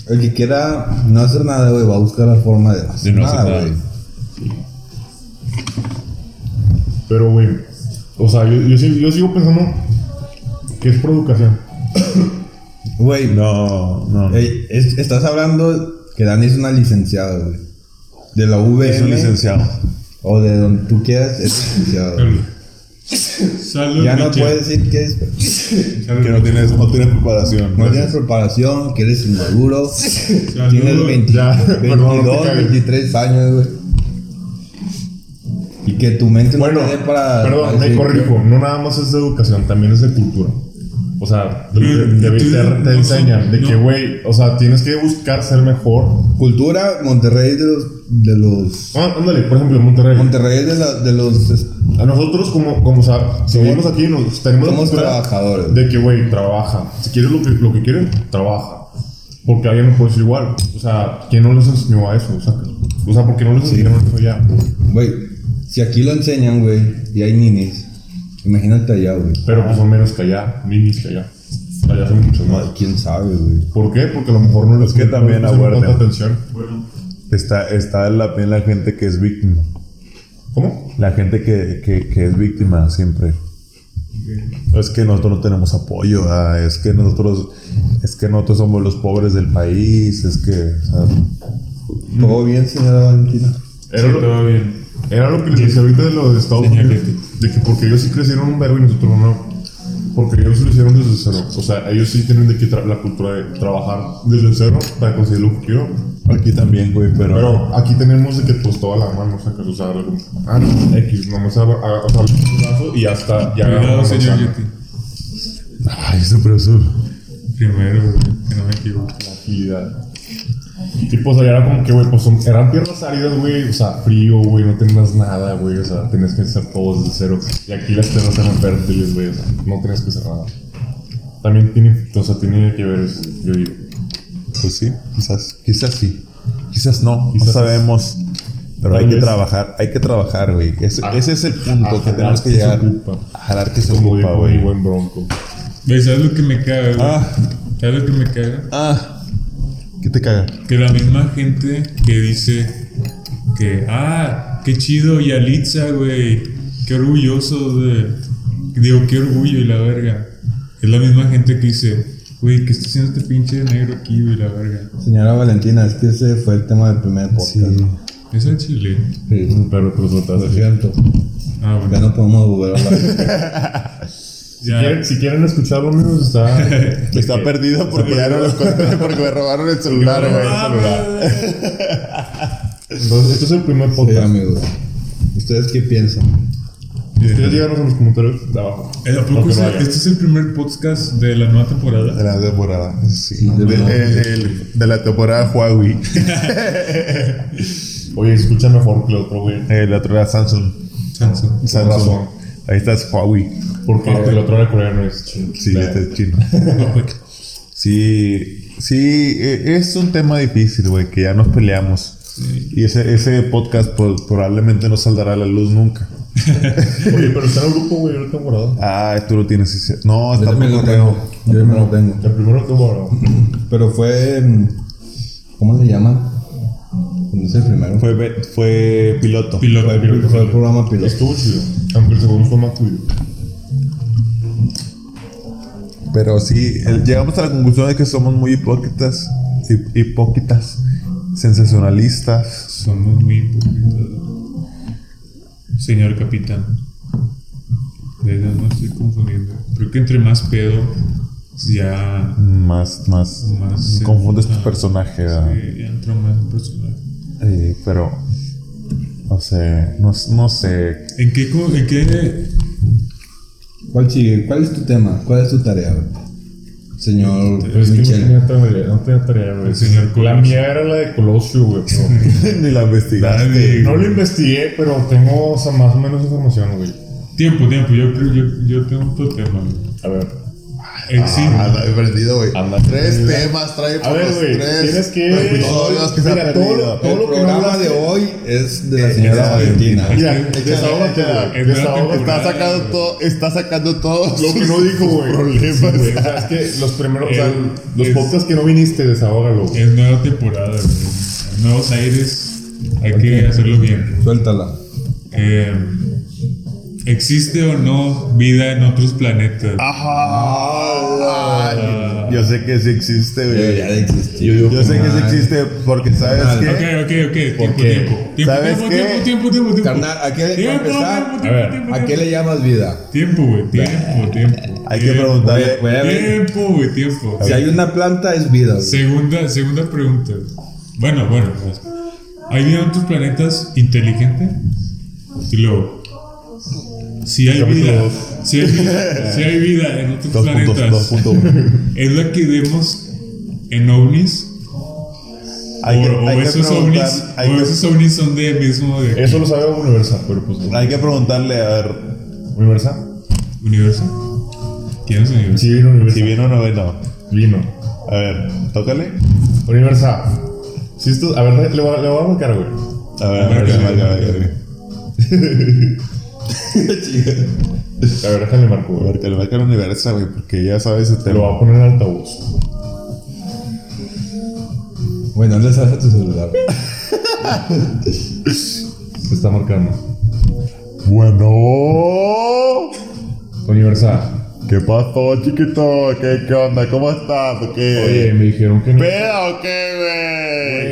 Speaker 5: El que quiera no hacer nada, güey, va a buscar la forma de no hacer
Speaker 3: De no hacer
Speaker 5: nada,
Speaker 3: nada.
Speaker 5: güey.
Speaker 2: Pero, güey, o sea, yo, yo, sig- yo sigo pensando que es por educación.
Speaker 5: Güey,
Speaker 3: No, no. no.
Speaker 5: Ey, es- estás hablando que Dani es una licenciada, güey. De la
Speaker 3: Es un
Speaker 5: UVM
Speaker 3: licenciado.
Speaker 5: o de donde tú quieras, es licenciado.
Speaker 4: Salud,
Speaker 5: ya no
Speaker 4: Michel.
Speaker 5: puedes decir que es,
Speaker 4: Salud,
Speaker 3: Que no tienes, no tienes preparación.
Speaker 5: no tienes preparación, que eres inmaduro. tienes
Speaker 4: Salud,
Speaker 5: 20
Speaker 2: ya, perdón, no
Speaker 5: 22,
Speaker 2: te cagues.
Speaker 5: 23 años, güey. Y que tu mente
Speaker 2: Bueno,
Speaker 5: no te dé para.
Speaker 2: perdón,
Speaker 3: Ah,
Speaker 5: para
Speaker 2: me
Speaker 5: decir,
Speaker 2: corrijo, no nada más es de educación, también es de cultura. O sea, de- de- de- de- te, te enseñan de que, güey, o sea, tienes que buscar ser mejor.
Speaker 5: Cultura, Monterrey es de los. De los
Speaker 2: Ah, ándale, por ejemplo, en Monterrey.
Speaker 5: Monterrey es de, la- de los.
Speaker 2: A nosotros, como, como o sea, si vivimos aquí, nos, tenemos la
Speaker 5: Somos
Speaker 2: cultura
Speaker 5: trabajadores.
Speaker 2: De que, güey, trabaja. Si quieres lo que, lo que quieren, trabaja. Porque allá no puede ser igual. O sea, ¿quién no les enseñó a eso? O sea, que- o sea ¿por qué no les enseñaron eso allá?
Speaker 5: Güey, si aquí lo enseñan, güey, y hay ninis, imagínate allá, güey.
Speaker 2: Pero
Speaker 3: Ah.
Speaker 2: pues son menos que allá, ninis que allá. Allá son muchos más.
Speaker 5: No, quién sabe, güey.
Speaker 2: ¿Por qué? Porque a lo mejor no les
Speaker 3: que también
Speaker 2: no les pusieron
Speaker 3: aguarden.
Speaker 2: tanta atención.
Speaker 3: Está, está en la piel la gente que es víctima.
Speaker 2: ¿Cómo?
Speaker 3: La gente que, que, que es víctima siempre. Es que nosotros no tenemos apoyo, ah, es que nosotros es que nosotros somos los pobres del país, es que o sea,
Speaker 2: Mm.
Speaker 5: Todo bien, señora Valentina.
Speaker 2: Era,
Speaker 4: Sí,
Speaker 2: lo,
Speaker 4: todo bien.
Speaker 2: era lo que les decía ahorita de los Estados Unidos. De que porque ellos sí crecieron un verbo y nosotros no. Porque ellos lo hicieron desde cero. O sea, ellos sí tienen de que tra- la cultura de trabajar desde cero para conseguir lo que quiero.
Speaker 3: aquí también, güey, pero,
Speaker 2: Pero aquí tenemos de que pues toda la mano sacas, o sea, algo. Ah, no, X, nomás abra- a- o sea, abra un brazo y ya está. Ya agarra
Speaker 4: Cuidado,
Speaker 2: una
Speaker 4: señor
Speaker 2: manzana.
Speaker 4: Yeti.
Speaker 3: ay, ese profesor.
Speaker 4: Primero, güey, que no me equivoco.
Speaker 2: actividad. Y pues allá era como que, güey, pues son- eran tierras áridas, güey, o sea, frío, güey, no tenías nada, güey, o sea, tenías que hacer todo desde cero. Y aquí las tierras eran fértiles, güey, o sea, no tenías que hacer nada. También tiene, o sea, tiene que ver eso, yo digo.
Speaker 3: Pues sí, quizás, quizás sí. Quizás no,
Speaker 2: Quizás
Speaker 3: no
Speaker 2: sí.
Speaker 3: sabemos. Pero hay
Speaker 2: Tal
Speaker 3: que
Speaker 2: vez.
Speaker 3: trabajar, hay que trabajar, güey. Ese,
Speaker 2: A-
Speaker 3: ese es el punto
Speaker 2: a
Speaker 3: que tenemos que
Speaker 2: jalar que se
Speaker 3: llegar.
Speaker 2: ocupa.
Speaker 3: A jalar que se
Speaker 2: Como
Speaker 3: ocupa,
Speaker 2: dijo mi
Speaker 3: güey.
Speaker 2: buen bronco.
Speaker 4: Güey, ¿Sabes lo que me caga, güey?
Speaker 3: Ah.
Speaker 4: ¿Sabes lo que me caga?
Speaker 3: Ah, ¿qué te caga?
Speaker 4: Que la misma gente que dice que, ah, qué chido, Yalitza, güey, qué orgulloso de. Digo, qué orgullo y la verga. Es la misma gente que dice, güey, ¿qué está haciendo este pinche negro aquí, güey, la verga?
Speaker 5: Señora Valentina, es que ese fue el tema del primer podcast.
Speaker 4: Es el chile.
Speaker 5: Sí,
Speaker 2: Pero pues lo estás
Speaker 5: Lo siento.
Speaker 4: Ah,
Speaker 5: Ya
Speaker 4: bueno.
Speaker 5: no podemos volver a hablar.
Speaker 4: Ya.
Speaker 2: Quieren- Si quieren escucharlo, amigos, está...
Speaker 3: Está perdido porque ya no lo encontré porque me robaron el celular, güey.
Speaker 4: Ah, güey.
Speaker 2: Entonces, este es el primer
Speaker 5: Sí,
Speaker 2: podcast.
Speaker 5: amigos. ¿Ustedes qué piensan?
Speaker 2: Ustedes díganos en los comentarios de abajo.
Speaker 4: Eh, ¿A
Speaker 2: Lo
Speaker 4: poco
Speaker 2: que
Speaker 4: es-
Speaker 2: no haya.
Speaker 4: este es el primer podcast de la nueva temporada?
Speaker 3: De la temporada. Sí.
Speaker 5: de
Speaker 3: De,
Speaker 5: verdad.
Speaker 3: el- el- de la temporada Huawei.
Speaker 2: Oye, escucha mejor que el otro, güey.
Speaker 3: El otro era Samsung.
Speaker 4: Samsung.
Speaker 3: Samsung.
Speaker 2: razón.
Speaker 3: Ahí estás Huawei.
Speaker 2: Porque el otro era coreano, es chino.
Speaker 3: Sí,
Speaker 2: Nah.
Speaker 3: este es chino. Sí, sí, eh, es un tema difícil, güey, que ya nos peleamos. Y ese, ese podcast pues, probablemente no saldrá a la luz nunca.
Speaker 2: Oye, pero está en el grupo, güey, ahorita morado.
Speaker 3: Ah, tú lo tienes. sí, sí. No, está
Speaker 5: Yo me
Speaker 3: por
Speaker 5: lo
Speaker 3: correo.
Speaker 5: tengo. Yo me lo tengo.
Speaker 2: El primero que morado.
Speaker 5: Pero fue. mm, ¿Cómo le llama? ¿Cómo es el primero?
Speaker 3: Fue,
Speaker 5: Fue,
Speaker 3: ve- fue piloto.
Speaker 4: Piloto.
Speaker 5: fue el programa piloto.
Speaker 2: Estuvo chido. Aunque el segundo fue más tuyo.
Speaker 3: Pero sí, el- llegamos a la conclusión de que somos muy hipócritas. hip- hipócritas. Sensacionalistas.
Speaker 4: Somos muy hipócritas. Señor capitán. Verga, no estoy confundiendo. Creo que entre más pedo, ya.
Speaker 3: Más, más.
Speaker 4: Más, eh,
Speaker 3: confundes tu
Speaker 4: ah,
Speaker 3: personaje, ¿verdad?
Speaker 4: Sí, eh, ya entra más el personaje.
Speaker 3: Sí, pero. No sé, no, no sé.
Speaker 4: ¿En qué, co- ¿En qué
Speaker 5: ¿Cuál sigue? ¿Cuál es tu tema? ¿Cuál es tu tarea? güey? Señor
Speaker 2: Pero es que no
Speaker 5: Michel.
Speaker 2: tenía tarea, no tenía tarea, güey.
Speaker 4: señor
Speaker 2: La
Speaker 4: Colosio.
Speaker 2: mía era la de Colosio, güey. pero-
Speaker 3: Ni la investigaste.
Speaker 2: No lo investigué, pero tengo o sea, más o menos información, güey.
Speaker 4: Tiempo, tiempo, yo creo, yo, yo tengo otro tema. güey.
Speaker 2: A ver.
Speaker 6: Ah,
Speaker 4: El cine.
Speaker 6: Anda aprendido, güey.
Speaker 2: Anda
Speaker 6: Tres
Speaker 2: aprendido.
Speaker 6: temas trae
Speaker 2: A
Speaker 6: por
Speaker 2: ver,
Speaker 6: los
Speaker 2: güey.
Speaker 6: tres.
Speaker 2: Tienes que.
Speaker 6: episodios que se
Speaker 2: Mira,
Speaker 6: ha
Speaker 2: todo,
Speaker 6: perdido.
Speaker 2: todo
Speaker 5: El
Speaker 2: lo que Eh, no
Speaker 5: programa de
Speaker 2: hablaste-
Speaker 5: hoy es de la señora
Speaker 4: es-
Speaker 5: Valentina.
Speaker 4: es-
Speaker 2: Mira,
Speaker 4: Échale,
Speaker 2: desahógate,
Speaker 6: échale.
Speaker 2: güey.
Speaker 4: Está
Speaker 2: Desahógate.
Speaker 6: Está sacando todo, está sacando todo
Speaker 2: eh, Lo que no dijo, güey.
Speaker 6: problemas.
Speaker 2: Sí, güey, o sea, es que los primeros. o sea,
Speaker 4: El-
Speaker 2: los
Speaker 4: es-
Speaker 2: podcasts que no viniste, desahógalo, güey.
Speaker 4: Es nueva temporada, güey. Nuevos aires. Hay que hacerlo bien.
Speaker 5: Suéltala.
Speaker 4: Eh, ¿Existe o no vida en otros planetas?
Speaker 6: Ajá. Yo sé que sí existe,
Speaker 5: Yo
Speaker 6: güey.
Speaker 5: ya existe.
Speaker 6: Yo, sé que sí existe porque sabes
Speaker 5: Carnal.
Speaker 6: que.
Speaker 4: ok, ok, ok. Tiempo,
Speaker 5: qué?
Speaker 4: tiempo. Tiempo,
Speaker 6: ¿Sabes
Speaker 4: tiempo,
Speaker 6: qué?
Speaker 4: tiempo, tiempo, tiempo, tiempo.
Speaker 5: Carnal, ¿a qué, para
Speaker 4: Tiempo, tiempo,
Speaker 5: empezar,
Speaker 4: tiempo,
Speaker 2: A ver,
Speaker 4: tiempo,
Speaker 5: ¿a qué le llamas vida?
Speaker 4: Tiempo, güey. Tiempo, tiempo.
Speaker 6: Hay que preguntarle.
Speaker 5: Voy a ver.
Speaker 4: Tiempo, güey, tiempo.
Speaker 5: Si hay una planta, es vida. güey.
Speaker 4: Segunda, segunda pregunta. Bueno, bueno. pues, ¿Hay vida en otros planetas inteligente? Y luego, si hay vida, si hay vida, si hay vida en otros
Speaker 6: Dos puntos, dos
Speaker 4: planetas,
Speaker 6: punto uno.
Speaker 4: ¿es la que vemos en ovnis?
Speaker 6: Hay que,
Speaker 4: o, o
Speaker 6: hay que
Speaker 4: esos
Speaker 6: preguntar-
Speaker 4: ovnis,
Speaker 6: hay
Speaker 4: o
Speaker 6: que-
Speaker 4: esos ovnis son de mismo de
Speaker 2: Eso lo sabe Universal, pero pues.
Speaker 6: hay que preguntarle, a ver,
Speaker 2: ¿Universal?
Speaker 4: universo. ¿Quién es universo?
Speaker 2: Sí, vino Universal.
Speaker 6: si vino o no vino.
Speaker 2: Vino.
Speaker 6: A ver, tócale.
Speaker 2: Universal. Si esto, a ver, le voy a, le voy a marcar, güey.
Speaker 6: A ver, a ver, a ver, a ver, a ver.
Speaker 2: A ver, déjale marco,
Speaker 6: A
Speaker 2: güey.
Speaker 6: ver, te lo va a caer universo, güey, porque ya sabes el
Speaker 2: Te lo voy
Speaker 6: tema.
Speaker 2: a poner en altavoz.
Speaker 5: Bueno, le sabes a tu celular.
Speaker 2: Se está marcando.
Speaker 6: Bueno,
Speaker 2: Universal.
Speaker 6: ¿qué pasó, chiquito? ¿Qué, qué onda? ¿Cómo estás? ¿O qué?
Speaker 2: Oye, me dijeron que no.
Speaker 6: ¿Peda o qué,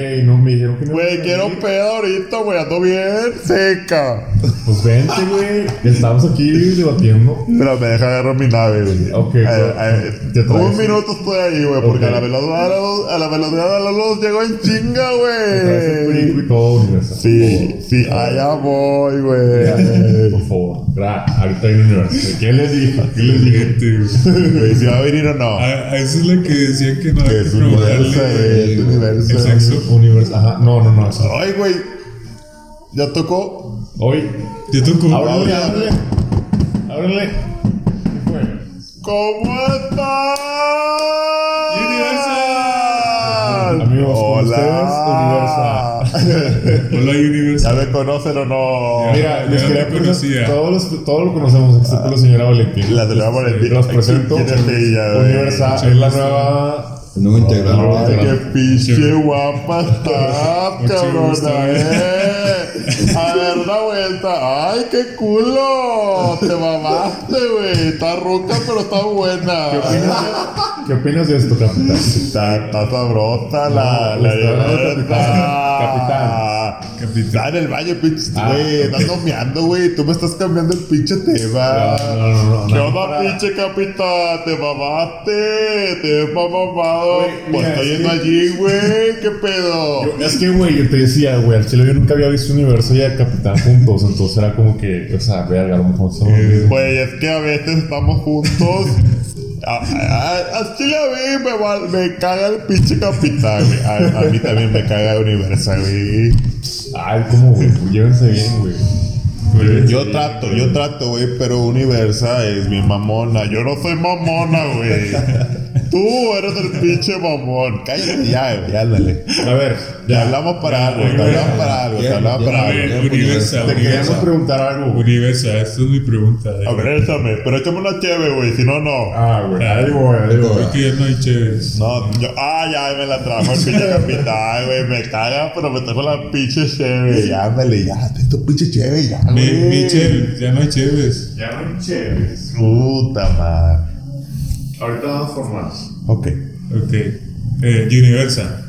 Speaker 2: Güey, no, me dijeron que no.
Speaker 6: güey? Güey, quiero peda ahorita, güey, ando bien seca.
Speaker 2: Pues vente, güey. Ya Estamos aquí debatiendo.
Speaker 6: Pero me deja agarrar mi nave, güey.
Speaker 2: Ok,
Speaker 6: A-
Speaker 2: claro.
Speaker 6: a-
Speaker 2: Te traigo.
Speaker 6: Un minuto estoy ahí, güey, porque
Speaker 2: Ok.
Speaker 6: a la velocidad de la luz, a la velocidad de la luz llegó en chinga,
Speaker 2: Traes el perico
Speaker 6: güey.
Speaker 2: y todo, Universal.
Speaker 6: Sí, sí, allá voy,
Speaker 2: Eh,
Speaker 6: güey.
Speaker 2: Por favor. Gra, ahorita viene Universal. ¿Qué les dije? ¿Qué les dije?
Speaker 4: Gente, güey.
Speaker 6: Güey, si va a venir o no.
Speaker 4: A, a eso es lo que decían que no
Speaker 6: Que
Speaker 4: hay que
Speaker 6: es un universo,
Speaker 4: preguntarle.
Speaker 6: güey, es un universo.
Speaker 4: El sexo.
Speaker 2: Universal. Ajá. No, no, no. eso.
Speaker 6: Ay, güey. Ya tocó.
Speaker 2: Hoy.
Speaker 4: Te tocó.
Speaker 2: Ábrele, ábrele. Ábrele. ¿Qué fue?
Speaker 6: ¿Cómo estás?
Speaker 2: Universal. Amigos, con
Speaker 6: Hola.
Speaker 4: Hola, universo.
Speaker 6: ¿Ya me conocen o no?
Speaker 2: Mira,
Speaker 4: Ya
Speaker 2: les
Speaker 4: la
Speaker 2: quería
Speaker 4: conocía.
Speaker 2: presentar. Todos, los- todos lo conocemos, excepto la señora Valentín.
Speaker 6: La de la Valentina.
Speaker 2: Los presento.
Speaker 6: ¿Quién es ella, güey?
Speaker 2: Universal es la nueva.
Speaker 5: El nuevo integrante.
Speaker 6: Ay, qué pinche guapa estás,
Speaker 4: Mucho gusto,
Speaker 6: cabrona, eh. A ver, una vuelta. Ay, qué culo. Te mamaste, güey. Está ruca, pero está buena.
Speaker 2: ¿Qué opinas de esto, capitán?
Speaker 6: Está, está sabrosa la,
Speaker 2: No,
Speaker 6: la
Speaker 2: está- capitán,
Speaker 6: capitán. Está
Speaker 4: Capitán.
Speaker 6: en el baño, pinche.
Speaker 2: Ah,
Speaker 6: Güey, estás nomeando, güey. Tú me estás cambiando el pinche tema.
Speaker 2: No, no, no,
Speaker 6: ¿Qué
Speaker 2: no.
Speaker 6: onda, pinche capitán? Te mamaste. Te ves más mamado.
Speaker 2: Güey,
Speaker 6: pues
Speaker 2: mira,
Speaker 6: estoy
Speaker 2: es
Speaker 6: yendo
Speaker 2: que-
Speaker 6: allí, güey. ¿Qué pedo?
Speaker 2: Yo- Es que, güey, yo te decía, güey, al chile yo nunca había visto Universo y a Capitán juntos, entonces era como que, o sea, verga, a lo mejor somos.
Speaker 6: Güey, es que a veces estamos juntos. Ah, A, a- a- a Chile a mí me, va- me caga el pinche capitán, güey. A, a mí también me caga Universal, güey.
Speaker 2: Ay, ¿cómo, güey? Llévense bien, güey.
Speaker 6: Yo trato, yo trato, güey, pero Universa es mi mamona. Yo no soy mamona, güey. Tú eres el pinche mamón. Cállate ya, güey, ándale.
Speaker 2: A ver,
Speaker 6: Te
Speaker 2: ya.
Speaker 6: hablamos para algo, te hablamos para algo, te hablamos para
Speaker 4: A
Speaker 6: algo.
Speaker 4: ver, universo,
Speaker 2: Te queríamos
Speaker 4: universo.
Speaker 2: preguntar algo, güey.
Speaker 4: Universo, esta es mi pregunta. eh.
Speaker 6: A ver, échame, pero échame una chévere, güey, si no, no.
Speaker 2: Ah, güey, ahí voy, ahí voy.
Speaker 4: Creo que ya no hay chéves.
Speaker 6: No, yo, ah, ya me la trajo el pinche capitán, güey, me caga, pero me trajo la pinche chévere. Ya, ándale, ya, te tu pinche chévere, ya,
Speaker 4: Mi,
Speaker 6: güey.
Speaker 4: mi chéves, ya no hay chéves.
Speaker 2: Ya ven chéveres.
Speaker 6: Puta madre.
Speaker 2: Ahorita vamos por más.
Speaker 6: Ok.
Speaker 4: Ok. Eh, Universa,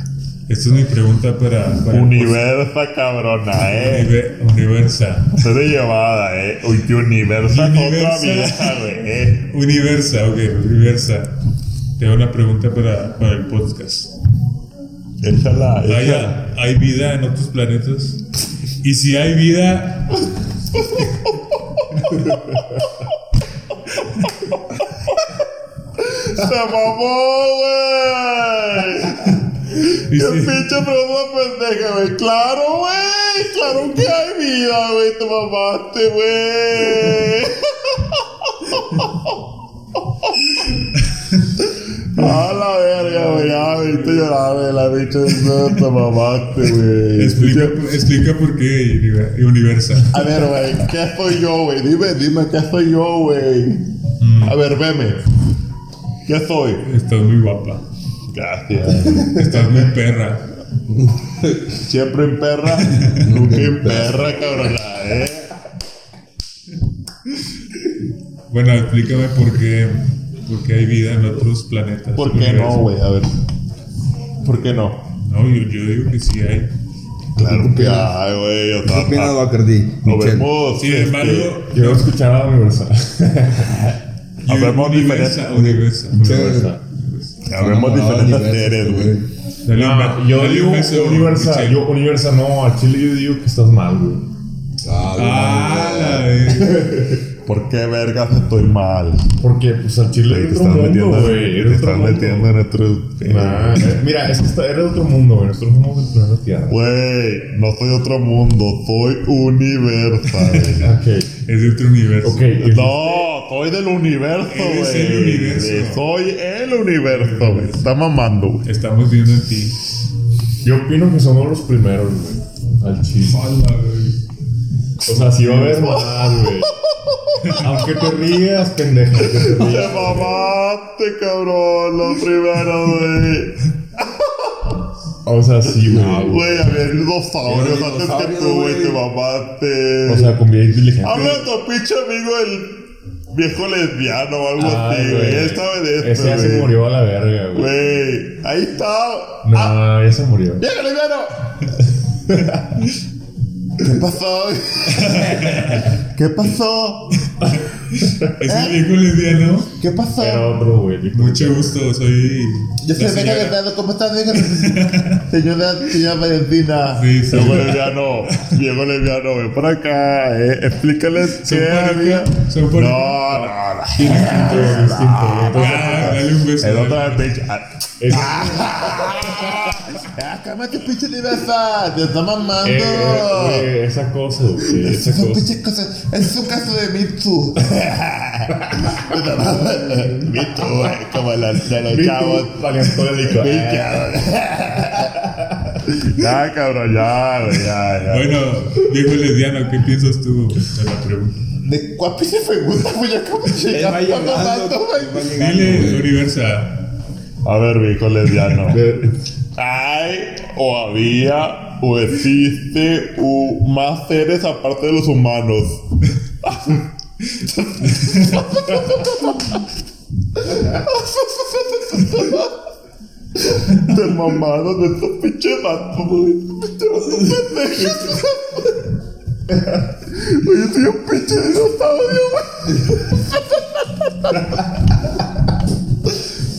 Speaker 4: Esta es mi pregunta para. para
Speaker 6: Universa cabrona, eh.
Speaker 4: Univer- Universa.
Speaker 6: Estás de llevada, eh. Uy, que universa con toda
Speaker 4: Universa.
Speaker 6: mi vida, güey, eh.
Speaker 4: Universa, ok, Universa. Tengo una pregunta para, para el podcast.
Speaker 6: Échala,
Speaker 4: ¿Hay,
Speaker 6: échala.
Speaker 4: ¿Hay vida en otros planetas? Y si hay vida,
Speaker 6: ¡Se mamó, güey!
Speaker 4: y si-
Speaker 6: ¡Qué pinche pregunta pendeja, güey! ¡Claro, güey! ¡Claro que hay vida, güey! ¡Te mamaste, güey! ¡A la verga, güey! ¡Ya me viste llorar, güey! ¡La bicha de te mamaste, güey!
Speaker 4: explica, explica por qué Univer- Universa.
Speaker 6: A ver, güey, ¿qué soy yo, güey? Dime, dime, ¿qué soy yo, güey?
Speaker 4: Mm.
Speaker 6: A ver, veme. ¿Qué soy?
Speaker 4: Estás muy guapa.
Speaker 6: Gracias.
Speaker 4: Estás muy perra.
Speaker 6: Siempre en perra, nunca en perra, cabrón. ¿eh?
Speaker 4: Bueno, explícame por qué, por qué hay vida en otros planetas.
Speaker 6: ¿Por qué no,
Speaker 4: Universo.
Speaker 6: güey? A ver. ¿Por qué no?
Speaker 4: No, yo, yo digo que sí hay.
Speaker 6: Claro que hay, güey. o
Speaker 5: ¿Qué
Speaker 6: sea,
Speaker 5: opinas, Bacardi?
Speaker 6: Lo
Speaker 5: Michel.
Speaker 6: vemos.
Speaker 4: Sin
Speaker 6: este,
Speaker 4: embargo,
Speaker 2: Yo escuchaba a Universal.
Speaker 4: yo-
Speaker 6: Hablemos
Speaker 4: Universa, Universa.
Speaker 5: Michel,
Speaker 6: Habemos
Speaker 5: enamorado del
Speaker 6: diferentes
Speaker 5: universo,
Speaker 6: seres, güey.
Speaker 4: Dale un
Speaker 2: No,
Speaker 4: be-
Speaker 2: yo
Speaker 4: dale
Speaker 2: digo
Speaker 4: un beso,
Speaker 2: Universal,
Speaker 4: Michelle.
Speaker 2: yo Universal no, al Chile yo digo que estás mal, güey.
Speaker 4: Ah, la de-
Speaker 6: ¿Por qué vergas estoy mal?
Speaker 2: Porque pues al
Speaker 3: Güey,
Speaker 2: Chile eres
Speaker 3: te
Speaker 2: otro
Speaker 3: estás
Speaker 2: mundo,
Speaker 3: metiendo,
Speaker 2: güey.
Speaker 3: te
Speaker 2: eres otro
Speaker 3: estás
Speaker 2: mundo.
Speaker 3: metiendo en otros.
Speaker 2: Nah, eh, mira, es que está- eres de otro mundo, güey. Nosotros somos del planeta Tierra.
Speaker 6: Güey, no soy otro mundo, soy universal.
Speaker 2: Ok,
Speaker 4: es de otro universo.
Speaker 2: ok. y-
Speaker 6: No, soy del universo,
Speaker 4: Eres
Speaker 6: güey.
Speaker 4: el universo.
Speaker 6: Soy el universo, güey. Está mamando, güey.
Speaker 4: Estamos viendo en ti.
Speaker 2: Yo opino que somos los primeros, güey. Al Chile.
Speaker 4: Hola, güey.
Speaker 2: O sea, sí va a haber más, güey. Aunque te rías, pendejo. aunque te rías.
Speaker 6: Te mamaste, cabrón, lo primero, güey.
Speaker 2: O sea, sí, güey.
Speaker 6: Ah, Güey, había dinosaurios
Speaker 5: Era
Speaker 6: antes que
Speaker 5: dinosaurio,
Speaker 6: tú, güey,
Speaker 5: güey.
Speaker 6: te mamaste.
Speaker 2: O sea, con vida inteligente.
Speaker 6: Habla de tu pinche amigo, el viejo lesbiano o algo
Speaker 2: Ah,
Speaker 6: así, güey. Él sabe de
Speaker 2: Ese
Speaker 6: esto,
Speaker 2: ya se
Speaker 6: güey.
Speaker 2: murió a la verga, güey.
Speaker 6: Güey, ahí está.
Speaker 2: No, ya se murió.
Speaker 6: ¡Viejo lesbiano! ¿Qué pasó? ¿Qué pasó?
Speaker 4: Es el viejo lesbiano.
Speaker 6: ¿Qué pasó?
Speaker 2: Era otro, güey.
Speaker 4: Mucho gusto, soy.
Speaker 6: Yo soy
Speaker 4: la
Speaker 6: Venga
Speaker 4: señora-
Speaker 6: Guerrero, ¿cómo estás, Venga? señora, señora Valentina.
Speaker 4: Sí, sí.
Speaker 6: Viejo lesbiano, viejo lesbiano, ven por acá, eh. Explícales
Speaker 4: Son
Speaker 6: qué
Speaker 4: pareja,
Speaker 6: había.
Speaker 4: son
Speaker 6: No,
Speaker 4: pareja.
Speaker 6: no, no.
Speaker 4: Ah, dale un beso.
Speaker 6: El
Speaker 4: dale.
Speaker 6: otro era pinche. Ah,
Speaker 2: eh,
Speaker 6: ah, cálmate, pinche diversa. Te está mamando.
Speaker 2: eh,
Speaker 6: eh,
Speaker 2: Esa cosa, güey. Esa
Speaker 6: Son
Speaker 2: cosa.
Speaker 6: pinches cosas. Es un caso de Me Too. Me Too, eh, como la, de los
Speaker 2: Ah,
Speaker 6: chavos. Me
Speaker 2: eh,
Speaker 6: Too. Ya, cabrón, ya, güey, ya, ya.
Speaker 4: Bueno, viejo lesbiano, ¿qué piensas tú de la pregunta?
Speaker 6: ¿De cuál pinche pregunta, güey? Ya como
Speaker 5: Él va
Speaker 6: chingado está mamando,
Speaker 5: llegando, él va
Speaker 6: güey.
Speaker 5: llegando,
Speaker 4: Dile,
Speaker 5: güey.
Speaker 4: Universa.
Speaker 6: A ver, viejo lesbiano. Hay o había o existe u- más seres aparte de los humanos. Te mamaron de estos pinches vatos, güey. Te Oye, soy un pinche dinosaurio, güey.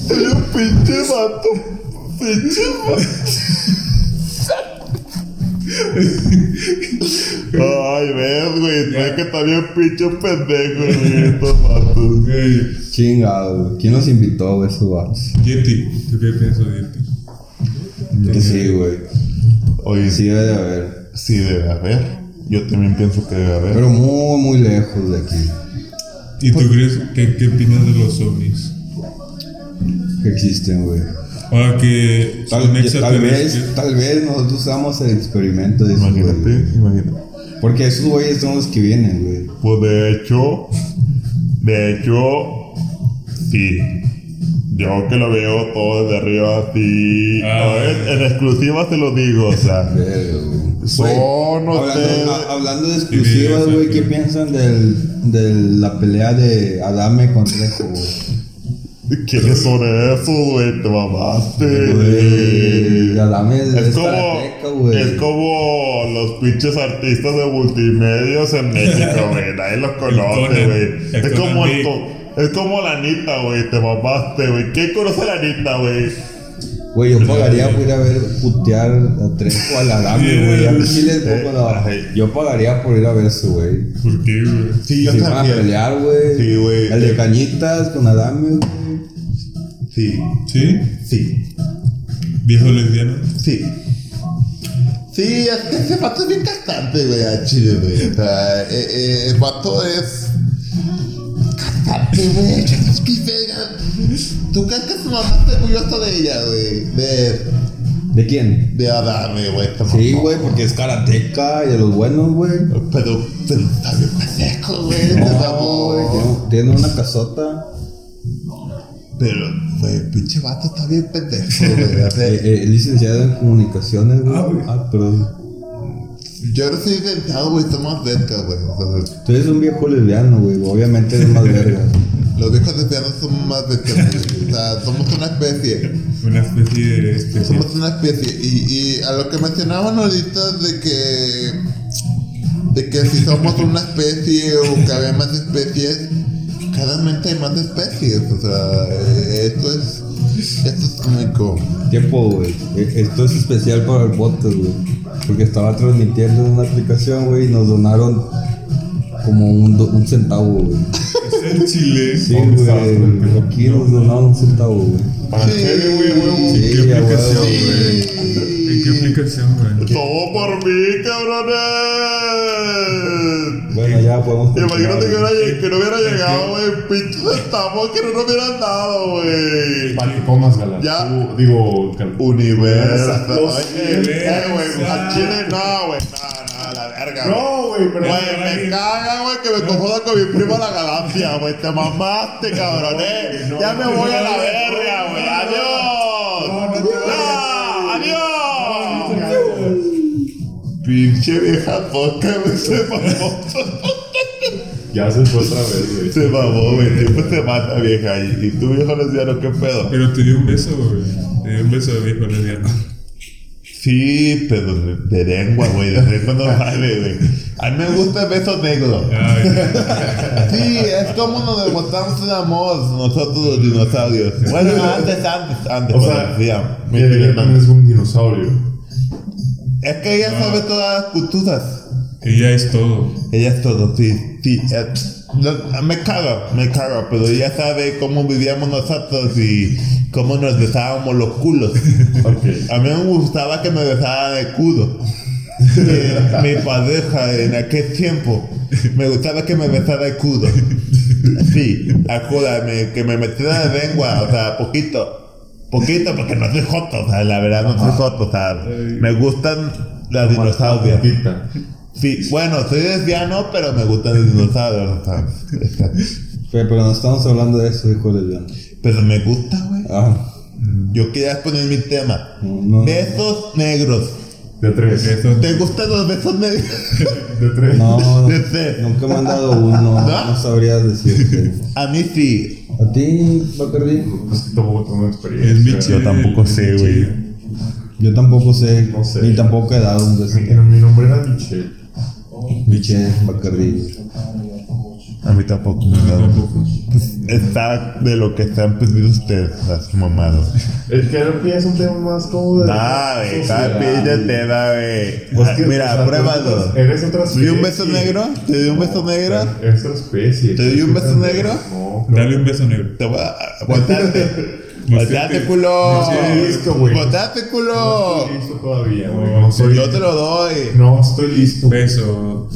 Speaker 6: Soy un pinche vato. Pinche vato. Ay, ves, güey. No es que está bien pinche pendejo, güey. Estos vatos.
Speaker 4: Hey,
Speaker 5: Chingado, güey. ¿quién los invitó, güey, esos vatos?
Speaker 4: Yeti, ¿tú qué piensas de Yeti?
Speaker 5: Sí, güey.
Speaker 6: Oye, sí,
Speaker 5: Sí, debe de haber.
Speaker 6: sí debe haber. Yo también pienso que debe haber.
Speaker 5: Pero muy, muy lejos de aquí.
Speaker 4: ¿Y
Speaker 6: Pues-
Speaker 4: tú crees que, qué opinas de los ovnis?
Speaker 5: Que existen, güey.
Speaker 4: O que
Speaker 5: Tal,
Speaker 4: son
Speaker 5: tal
Speaker 4: extraterrestres.
Speaker 5: vez, tal vez nosotros usamos el experimento de esos
Speaker 6: Imagínate,
Speaker 5: güeyes.
Speaker 6: imagínate.
Speaker 5: Porque esos güeyes son los que vienen, güey.
Speaker 6: Pues de hecho, de hecho, sí. Yo que lo veo todo desde arriba, sí.
Speaker 4: Ah,
Speaker 6: A ver, en exclusiva te lo digo, o sea.
Speaker 5: Verga, güey.
Speaker 6: Son
Speaker 5: Güey,
Speaker 6: ustedes-
Speaker 5: hablando, ha- hablando de exclusivas,
Speaker 4: Sí,
Speaker 5: güey,
Speaker 4: sí.
Speaker 5: ¿qué piensan del, de la pelea de Adame con Trejo, güey?
Speaker 1: ¿Qué le sobre eso, güey? Te mamaste.
Speaker 5: Güey, ya dame
Speaker 1: Es
Speaker 5: esta
Speaker 1: como,
Speaker 5: teca, güey.
Speaker 1: es como los pinches artistas de multimedios en México, güey. Nadie los conoce,
Speaker 4: Conan,
Speaker 1: güey.
Speaker 4: el
Speaker 1: Es como
Speaker 4: Conan
Speaker 1: el
Speaker 4: Big.
Speaker 1: co- es como la Anita, güey. Te mamaste, güey. ¿Quién conoce a la Anita, güey?
Speaker 5: Güey, yo pagaría por ir a ver putear a tres o al Adame, güey. A mí sí les pongo la-
Speaker 1: Eh,
Speaker 5: Yo pagaría por ir a ver eso, güey.
Speaker 4: ¿Por qué, güey?
Speaker 6: Sí, yo
Speaker 5: Si van a
Speaker 6: también.
Speaker 5: pelear, güey.
Speaker 6: Sí, güey.
Speaker 5: El de
Speaker 6: Eh.
Speaker 5: cañitas con Adame, güey.
Speaker 6: Sí,
Speaker 4: ¿Sí?
Speaker 6: sí,
Speaker 4: Viejo lesbiano.
Speaker 6: sí. Sí, es que ese vato es bien cantante, güey, a Chile, güey. O sea, eh, eh, el vato es. Cantante, güey. Es que verga. Tú crees que su mamá está orgullosa de ella, güey. De,
Speaker 5: ¿De quién?
Speaker 6: de Adame, güey. esta
Speaker 5: Sí,
Speaker 6: mamá.
Speaker 5: güey, porque es karateca y de los buenos, güey.
Speaker 6: Pero, pero está bien pendejo, güey. te
Speaker 5: No,
Speaker 6: mamó.
Speaker 5: güey, tiene- Tiene una casota.
Speaker 6: Pero, güey, pinche vato está bien pendejo, güey. O sea,
Speaker 5: Eh, eh, licenciado en comunicaciones, güey.
Speaker 4: Ah, güey.
Speaker 5: Ah, perdón.
Speaker 6: Yo no soy inventado, güey, está más cerca, güey. O sea,
Speaker 5: Tú eres un viejo lesbiano, güey. Obviamente eres más verga.
Speaker 6: los viejos lesbianos somos más cerca, güey. O sea, somos una especie.
Speaker 4: Una especie de este, especie.
Speaker 6: Somos una especie. Y, y a lo que mencionaban ahorita de que. de que si somos una especie o que había más especies, claramente hay más especies. O sea, eh, esto es. esto es único.
Speaker 5: Tiempo, güey. Eh, Esto es especial para el podcast, güey. Porque estaba transmitiendo en una aplicación, güey, y nos donaron como un, do- un centavo, güey.
Speaker 4: Es el chile.
Speaker 5: Sí, güey. Aquí nos donaron un centavo, güey.
Speaker 1: Para Chile, güey, huevo.
Speaker 5: Sí,
Speaker 4: ¿Qué
Speaker 5: a
Speaker 4: aplicación,
Speaker 5: huevo.
Speaker 4: güey? ¿En qué aplicación, güey?
Speaker 1: Todo por mí, cabrones.
Speaker 5: Bueno, ya podemos. continuar,
Speaker 1: Imagínate que,
Speaker 5: güey.
Speaker 1: hubiera lleg- que no hubiera llegado, güey. Pinches estamos que no nos hubieran dado, güey.
Speaker 2: Para que comas, galán.
Speaker 1: Ya.
Speaker 2: Tú- Digo, cal-
Speaker 1: Universa.
Speaker 2: Los
Speaker 1: Eh, güey,
Speaker 4: Universa.
Speaker 1: a Chile no, güey. No, no, la verga.
Speaker 2: No, güey, pero.
Speaker 1: Güey, Pues me caga, güey, que me confundan con mi primo la galaxia, güey. Te mamaste, cabrón, eh. Ya me voy a la verga, güey. Adiós. Ya, Adiós. Pinche vieja poca, güey. Se mamó.
Speaker 2: Ya se fue otra vez, güey.
Speaker 1: Se mamó, güey. Siempre se mata, vieja. Y y tú, viejo lesbiano, ¿qué pedo?
Speaker 4: Pero te dio un beso, güey. Te dio un beso de viejo lesbiano.
Speaker 1: Sí, pero de- de lengua, güey. De lengua no vale, güey. A mí me gusta el beso negro.
Speaker 4: Ay,
Speaker 6: Sí, es como nos demostramos el amor nosotros los dinosaurios.
Speaker 1: Bueno, Ah, antes, antes, antes.
Speaker 2: O
Speaker 1: cuando
Speaker 2: sea,
Speaker 1: decía,
Speaker 2: Mi
Speaker 1: mi prima.
Speaker 2: hermano es un dinosaurio.
Speaker 6: Es que ella sabe todas las culturas.
Speaker 4: ella es todo.
Speaker 6: Ella es todo, sí, sí. es- no, me cago, me cago, pero ella sabe cómo vivíamos nosotros y cómo nos besábamos los culos.
Speaker 2: Ok.
Speaker 6: A mí me gustaba que me besaran el culo. Mi, mi pareja en aquel tiempo me gustaba que me besara el culo. Sí, acuérdame que me metiera la lengua, o sea, poquito. Poquito, porque no soy joto, o sea, la verdad no soy joto, o sea, me gustan las dinosaurias.
Speaker 2: Patita.
Speaker 6: Sí, bueno, soy lesbiano, pero me gustan los dinosaurios, o sea,
Speaker 5: Pero pero no estamos hablando de eso, hijo lesbiano.
Speaker 6: pero me gusta, güey.
Speaker 5: Ah,
Speaker 6: Yo quería poner mi tema.
Speaker 5: no, no.
Speaker 6: Besos negros.
Speaker 2: De tres.
Speaker 4: Eso
Speaker 6: ¿Te gustan los besos negros?
Speaker 2: De tres.
Speaker 5: No,
Speaker 6: De tres.
Speaker 5: nunca me han dado uno,
Speaker 6: ¿No?
Speaker 5: no sabría decirte.
Speaker 6: A mí sí.
Speaker 5: ¿A ti, Bacardi?
Speaker 2: Es que tampoco tengo
Speaker 4: es mi
Speaker 2: experiencia.
Speaker 4: chile.
Speaker 1: tampoco sé, güey.
Speaker 5: Yo tampoco sé,
Speaker 2: No sé.
Speaker 5: ni tampoco he dado un beso.
Speaker 2: Mi, mi nombre era Michelle.
Speaker 5: Biche, Bacardi.
Speaker 1: A mí tampoco. Pues, Está de lo que están perdiendo ustedes, las mamadas.
Speaker 2: El que no es un tema más como de.
Speaker 1: Ah, güey, está
Speaker 2: sociedad.
Speaker 1: pinche tema, güey. Ah,
Speaker 2: Pues que,
Speaker 1: Mira,
Speaker 2: o sea,
Speaker 1: pruébalo.
Speaker 2: tú Eres otra
Speaker 1: ¿Te
Speaker 2: especie.
Speaker 1: dio un beso negro? ¿Te dio un beso negro?
Speaker 2: Es otra especie.
Speaker 1: ¿Te doy un beso negro?
Speaker 2: No, claro.
Speaker 4: Dale un beso negro.
Speaker 1: Te voy a... Volteate. Volteate,
Speaker 2: No
Speaker 1: culo.
Speaker 2: estoy listo, güey.
Speaker 1: Volteate, culo.
Speaker 2: estoy listo todavía, güey. No, soy-
Speaker 1: Yo te lo doy.
Speaker 2: no estoy listo.
Speaker 4: Beso.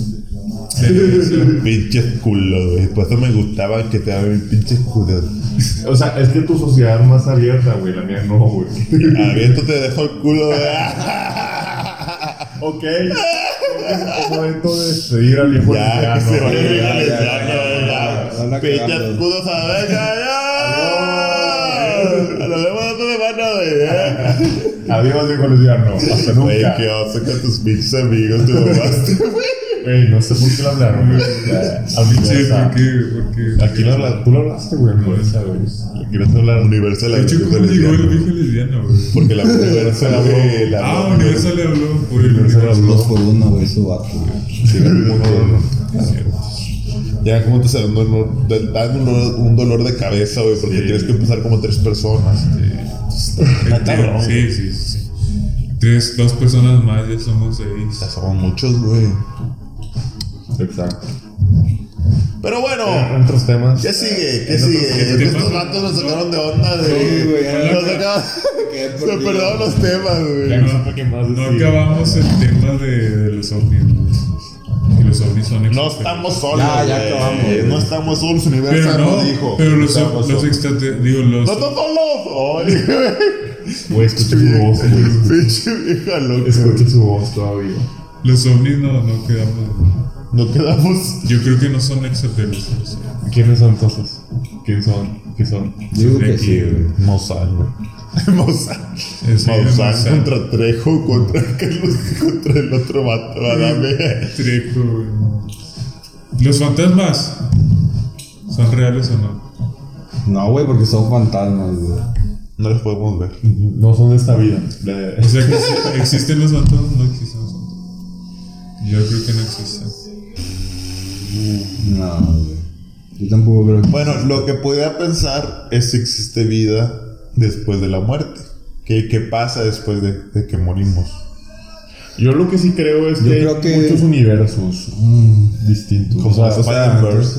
Speaker 4: Delicioso.
Speaker 1: Pinches culos, güey. Por eso me gustaba que te daban pinches culos.
Speaker 2: O sea, es que tu sociedad es más abierta, güey. La mía no, güey.
Speaker 1: Abierto te dejo el culo de.
Speaker 2: ok. Es momento de despedir al viejo
Speaker 1: Ya, que
Speaker 2: lesbiano,
Speaker 1: se vaya
Speaker 2: güey.
Speaker 1: el
Speaker 5: ya, ya,
Speaker 1: lesbiano,
Speaker 5: ya,
Speaker 1: ya.
Speaker 5: ya, ya, ya, ya,
Speaker 1: Pinches
Speaker 5: ya.
Speaker 1: culos a verga, ya. Nos vemos la otra semana, güey.
Speaker 2: Adiós, viejo lesbiano. Hasta
Speaker 1: Güey,
Speaker 2: nunca.
Speaker 1: qué oso con tus pinches amigos, te mamaste, güey.
Speaker 2: Güey, no sé por qué lo hablaron, güey.
Speaker 4: Sí,
Speaker 2: Universal.
Speaker 4: ¿por qué? Porque.
Speaker 2: Aquí lo hablaste, tú lo hablaste, güey. Por esa, güey. Le quieres hablar
Speaker 6: Universal
Speaker 4: De hecho,
Speaker 6: habló
Speaker 4: ¿cómo
Speaker 6: de
Speaker 4: llegó el
Speaker 6: lesbiana.
Speaker 4: viejo lesbiana, güey?
Speaker 6: Porque la Universal habló- la
Speaker 4: Ah,
Speaker 6: habló-
Speaker 4: Universal le habló por el
Speaker 2: Universal
Speaker 4: universo.
Speaker 2: habló.
Speaker 5: Dos por uno, güey, su vato. güey.
Speaker 6: Sí, era como que- Ya como te sale un dolor, te dan un dolor, un dolor de cabeza, güey, porque tienes que empezar como tres personas.
Speaker 4: Este, Sí, sí, sí. sí. Tres, dos personas más, ya somos seis.
Speaker 6: Ya somos muchos, güey.
Speaker 2: Exacto.
Speaker 6: Pero bueno,
Speaker 2: En otros temas.
Speaker 6: ¿qué sigue? ¿Qué sigue? Estos vatos nos sacaron de onda,
Speaker 5: Sí,
Speaker 6: güey.
Speaker 5: güey, ya
Speaker 6: Nos
Speaker 5: me-
Speaker 6: sacaron...
Speaker 5: quedé
Speaker 6: Se
Speaker 5: perdido.
Speaker 6: perdieron los temas,
Speaker 2: Ya
Speaker 6: güey.
Speaker 2: no supe qué más
Speaker 4: No
Speaker 2: decir.
Speaker 4: acabamos el tema de, de los ovnis, güey. Y los ovnis son
Speaker 6: No
Speaker 4: extraterrestres.
Speaker 6: estamos solos,
Speaker 5: Ya, ya
Speaker 6: güey.
Speaker 5: acabamos, güey.
Speaker 6: No estamos solos,
Speaker 4: Pero
Speaker 6: Universal
Speaker 4: no,
Speaker 6: nos dijo.
Speaker 4: pero los,
Speaker 6: No estamos
Speaker 4: los
Speaker 6: solos.
Speaker 4: extraterrestres, digo, los...
Speaker 6: ¡No estamos solos! Ay,
Speaker 2: Güey, escuché su voz, güey.
Speaker 6: Pinche vieja loca.
Speaker 2: Escuché su voz todavía.
Speaker 4: Los ovnis no, no quedamos.
Speaker 6: No quedamos...
Speaker 4: Yo creo que no son extraterrestres. güey.
Speaker 2: ¿Quiénes son entonces? ¿Quién son? ¿Qué son?
Speaker 5: Digo que
Speaker 4: Aquí,
Speaker 5: sí, güey.
Speaker 6: Mozart, güey. Mozart.
Speaker 4: Es
Speaker 6: Maussan
Speaker 4: Maussan.
Speaker 6: contra Trejo, contra Carlos, contra el otro vato, Adame.
Speaker 4: Trejo, güey. ¿Los fantasmas son reales o no?
Speaker 5: No, güey, porque son fantasmas, güey.
Speaker 6: No los podemos ver.
Speaker 2: No son de esta vida. De-
Speaker 4: O sea, que si- ¿existen los fantasmas? No existen los fantasmas. Yo creo que no existen.
Speaker 5: No, güey. Yo tampoco creo que.
Speaker 6: Bueno, lo que podía pensar es si existe vida después de la muerte. ¿Qué, qué pasa después de, de que morimos?
Speaker 2: Yo lo que sí creo es
Speaker 5: Yo
Speaker 2: que,
Speaker 5: creo
Speaker 2: hay
Speaker 5: que-
Speaker 2: muchos universos mm, distintos.
Speaker 6: Como
Speaker 2: o
Speaker 6: las
Speaker 2: sea,
Speaker 6: Spider-Verse.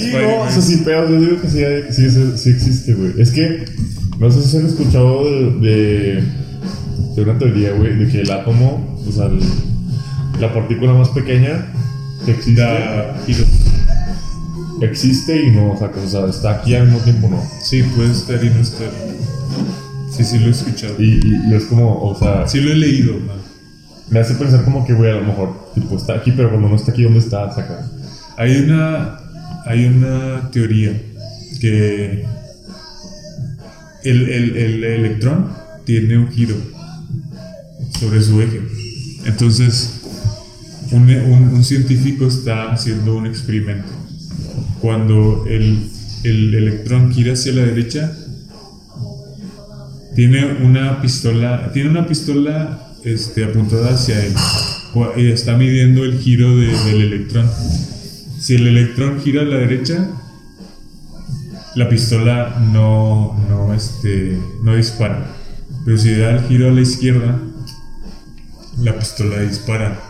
Speaker 2: sí, no, o sea, sin pedos, yo digo que sí, hay- sí, sí- sí existe, güey. Es que, no sé si se han escuchado de, de, de una teoría, güey, de que el átomo, o sea, el- la partícula más pequeña que existe, existe y no, o sea, que, o sea, está aquí al mismo tiempo, no.
Speaker 4: Sí, puede estar y no estar. Sí, sí lo he escuchado.
Speaker 2: Y, y- y es como, o sea,
Speaker 4: Sí lo he leído, man.
Speaker 2: me hace pensar como que, güey, a lo mejor, tipo, está aquí, pero cuando no está aquí, ¿dónde está? Saca.
Speaker 4: Hay una, hay una teoría que el, el- el electrón tiene un giro sobre su eje. Entonces, un, un- un científico está haciendo un experimento. Cuando el, el electrón gira hacia la derecha, tiene una pistola, tiene una pistola este, apuntada hacia él Cu- y está midiendo el giro de- del electrón. Si el electrón gira a la derecha, la pistola no, no, este, no dispara. Pero si da el giro a la izquierda, la pistola dispara.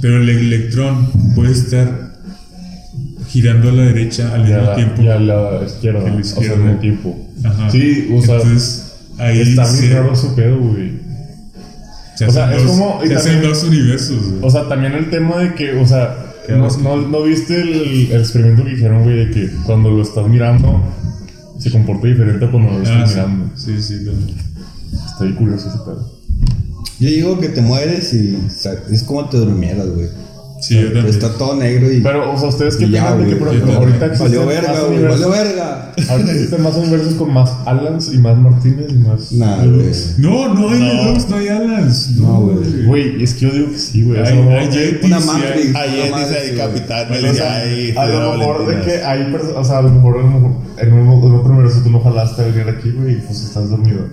Speaker 4: Pero el electrón puede estar girando a la derecha al
Speaker 2: Y a
Speaker 4: mismo
Speaker 2: la,
Speaker 4: tiempo.
Speaker 2: y a la izquierda,
Speaker 4: A la
Speaker 2: o sea,
Speaker 4: izquierda.
Speaker 2: al mismo tiempo.
Speaker 4: Ajá.
Speaker 2: Sí, o sea,
Speaker 4: Entonces, ahí
Speaker 2: está muy
Speaker 4: se-
Speaker 2: raro su pedo, güey.
Speaker 4: se
Speaker 2: o sea,
Speaker 4: hacen
Speaker 2: es
Speaker 4: dos-
Speaker 2: como- y
Speaker 4: se hacen
Speaker 2: también-
Speaker 4: dos universos. güey.
Speaker 2: O sea, también el tema de que, o sea,
Speaker 4: Qué
Speaker 2: no,
Speaker 4: asco.
Speaker 2: no, no viste el, el experimento que dijeron, güey, de que cuando lo estás mirando se comporta diferente a cuando lo
Speaker 4: Ah,
Speaker 2: estás
Speaker 4: sí.
Speaker 2: mirando.
Speaker 4: sí, sí, también.
Speaker 2: Está bien curioso ese pedo.
Speaker 5: Yo digo que te mueres y. o sea, es como te durmieras, güey.
Speaker 4: Sí, yo también.
Speaker 5: Está todo negro y.
Speaker 2: Pero, o sea, ¿ustedes qué
Speaker 5: Y ya,
Speaker 2: piensan de que,
Speaker 5: güey,
Speaker 2: por
Speaker 4: yo
Speaker 2: ejemplo,
Speaker 4: también.
Speaker 2: ahorita existen
Speaker 5: Valió verga,
Speaker 2: más
Speaker 5: güey. Valió
Speaker 2: universos?
Speaker 5: verga.
Speaker 2: Ahorita existen más universos con más Alans y más Martínez y más...
Speaker 5: Nah, güey.
Speaker 4: No, no hay
Speaker 6: No.
Speaker 4: Lennox, no hay Allans.
Speaker 5: No, güey.
Speaker 2: Güey, es que yo digo que sí, güey. O sea,
Speaker 4: Hay-
Speaker 2: no-
Speaker 4: hay Yetis,
Speaker 5: Una
Speaker 4: sí,
Speaker 5: Matrix.
Speaker 4: hay-
Speaker 5: Ay,
Speaker 6: Ahí
Speaker 5: no
Speaker 6: dice
Speaker 5: mames,
Speaker 6: ahí
Speaker 5: sí,
Speaker 6: capitales,
Speaker 2: Bueno, o
Speaker 6: y
Speaker 2: sea,
Speaker 6: ahí
Speaker 2: a
Speaker 6: Fedora
Speaker 2: lo mejor de
Speaker 6: Valentinas.
Speaker 2: que hay personas, o sea, a lo mejor en un- en un- en otro universo tú no jalaste a venir aquí, güey, y pues estás dormido.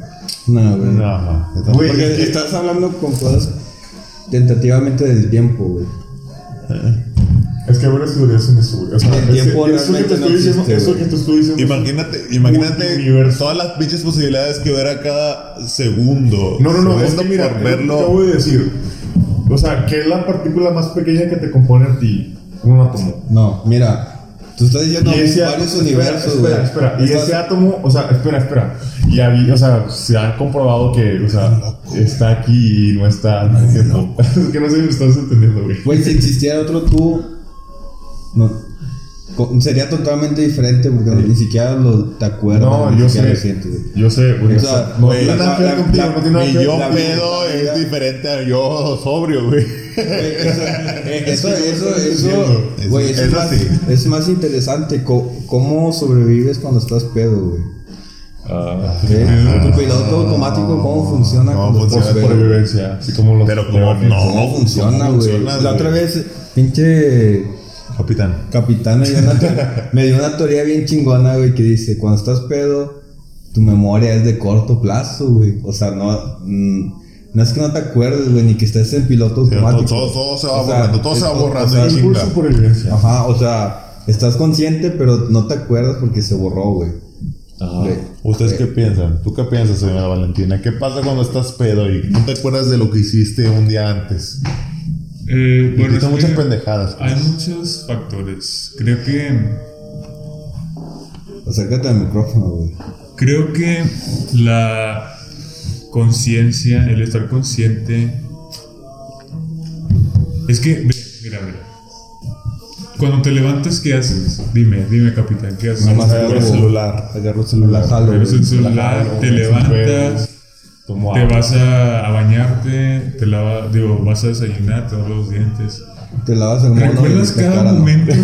Speaker 5: No, güey.
Speaker 2: Ajá.
Speaker 5: Porque
Speaker 2: Güey, es que-
Speaker 5: estás hablando con cosas tentativamente del tiempo, güey.
Speaker 2: Es que ahora estudié eso en eso, güey. O sea,
Speaker 5: El
Speaker 2: ese-
Speaker 5: tiempo
Speaker 2: eso que
Speaker 5: realmente
Speaker 2: te
Speaker 5: no
Speaker 2: estoy diciendo,
Speaker 5: existe,
Speaker 2: eso
Speaker 5: güey.
Speaker 2: que te estoy diciendo.
Speaker 6: Imagínate, imagínate
Speaker 2: Multiverso.
Speaker 6: todas las pinches posibilidades que ver a cada segundo.
Speaker 2: No, no, no, es
Speaker 6: Segundo
Speaker 2: que mira,
Speaker 6: por
Speaker 2: verlo.
Speaker 6: verlo.
Speaker 2: acabo de decir. O sea, ¿qué es la partícula más pequeña que te compone a ti? Un átomo.
Speaker 5: No, mira. Tú estás diciendo
Speaker 2: ese
Speaker 5: varios
Speaker 2: átomo-
Speaker 5: universos, güey.
Speaker 2: espera, espera, espera. Y
Speaker 5: Estás-
Speaker 2: ese átomo, o sea, espera, espera. Y habí- o sea, se ha comprobado que, o sea, está aquí y no está. No entiendo. es que no sé si me estás entendiendo, güey.
Speaker 5: Güey, si existiera otro tú, no, co- sería totalmente diferente porque ni siquiera lo te acuerdas.
Speaker 2: No,
Speaker 5: ni
Speaker 2: yo
Speaker 5: siquiera
Speaker 2: sé.
Speaker 5: lo sientes, güey.
Speaker 2: Yo sé, güey.
Speaker 5: O
Speaker 2: O
Speaker 5: sea,
Speaker 2: sea,
Speaker 5: no
Speaker 2: no
Speaker 5: tiene
Speaker 2: tiene
Speaker 5: nada
Speaker 2: nada
Speaker 5: que ver contigo, no tiene nada
Speaker 6: Mi
Speaker 5: que ver.
Speaker 6: yo
Speaker 5: La-
Speaker 6: pedo
Speaker 5: la-
Speaker 6: es diferente a yo sobrio, güey.
Speaker 5: Güey, eso- eh, Eso, eso, eso,
Speaker 6: entiendo. Es-
Speaker 5: güey, eso es
Speaker 6: es
Speaker 5: más,
Speaker 6: así.
Speaker 5: es más interesante. co- ¿Cómo sobrevives cuando estás pedo, güey?
Speaker 2: Ah,
Speaker 5: ¿eh? Tu piloto automático, ¿cómo funciona? con
Speaker 6: No,
Speaker 5: los
Speaker 6: funciona
Speaker 5: post-
Speaker 6: por el-
Speaker 2: supervivencia, así como los.
Speaker 6: Pero como
Speaker 2: leones.
Speaker 6: no.
Speaker 5: ¿Cómo funciona,
Speaker 6: ¿Cómo
Speaker 5: güey?
Speaker 6: funciona,
Speaker 5: La otra
Speaker 6: güey?
Speaker 5: vez, pinche
Speaker 6: Capitán.
Speaker 5: capitán me dio, una teoría, me dio una teoría bien chingona, güey, que dice, cuando estás pedo, tu memoria es de corto plazo, güey. O sea, no, mm, no es que no te acuerdes, güey, ni que estés en piloto
Speaker 6: Sí, todo,
Speaker 5: automático.
Speaker 6: todo- todo se va
Speaker 5: O sea,
Speaker 6: borrando, todo
Speaker 5: es
Speaker 6: se va
Speaker 5: todo-
Speaker 6: borrando
Speaker 5: o sea,
Speaker 6: en
Speaker 2: Es por
Speaker 6: chinga.
Speaker 2: supervivencia.
Speaker 5: Ajá, o sea, estás consciente, pero no te acuerdas porque se borró, güey. Güey.
Speaker 6: ¿Ustedes qué piensan? ¿Tú qué piensas, señora Valentina? ¿Qué pasa cuando estás pedo y no te acuerdas de lo que hiciste un día antes?
Speaker 4: Eh,
Speaker 6: Y
Speaker 4: bueno,
Speaker 6: son
Speaker 4: es
Speaker 6: muchas
Speaker 4: que
Speaker 6: pendejadas.
Speaker 4: Hay muchos factores. Creo que.
Speaker 5: Acércate al micrófono, güey.
Speaker 4: Creo que la conciencia, el estar consciente. Es que, ve, mira, mira. Cuando te levantas, ¿qué haces? Dime, dime, capitán, ¿qué haces?
Speaker 5: Nomás
Speaker 6: Agarro el
Speaker 5: Luego.
Speaker 6: celular, agarro el celular.
Speaker 5: La jalo, güey.
Speaker 4: Ves el celular, te levantas,
Speaker 6: Tomo
Speaker 4: te
Speaker 6: agua.
Speaker 4: vas a, a bañarte, te lavas, digo, vas a desayunar, te lavas los dientes.
Speaker 5: Te lavas el mono. y
Speaker 4: ¿Recuerdas
Speaker 5: te
Speaker 4: cada
Speaker 5: cara, ¿no?
Speaker 4: momento?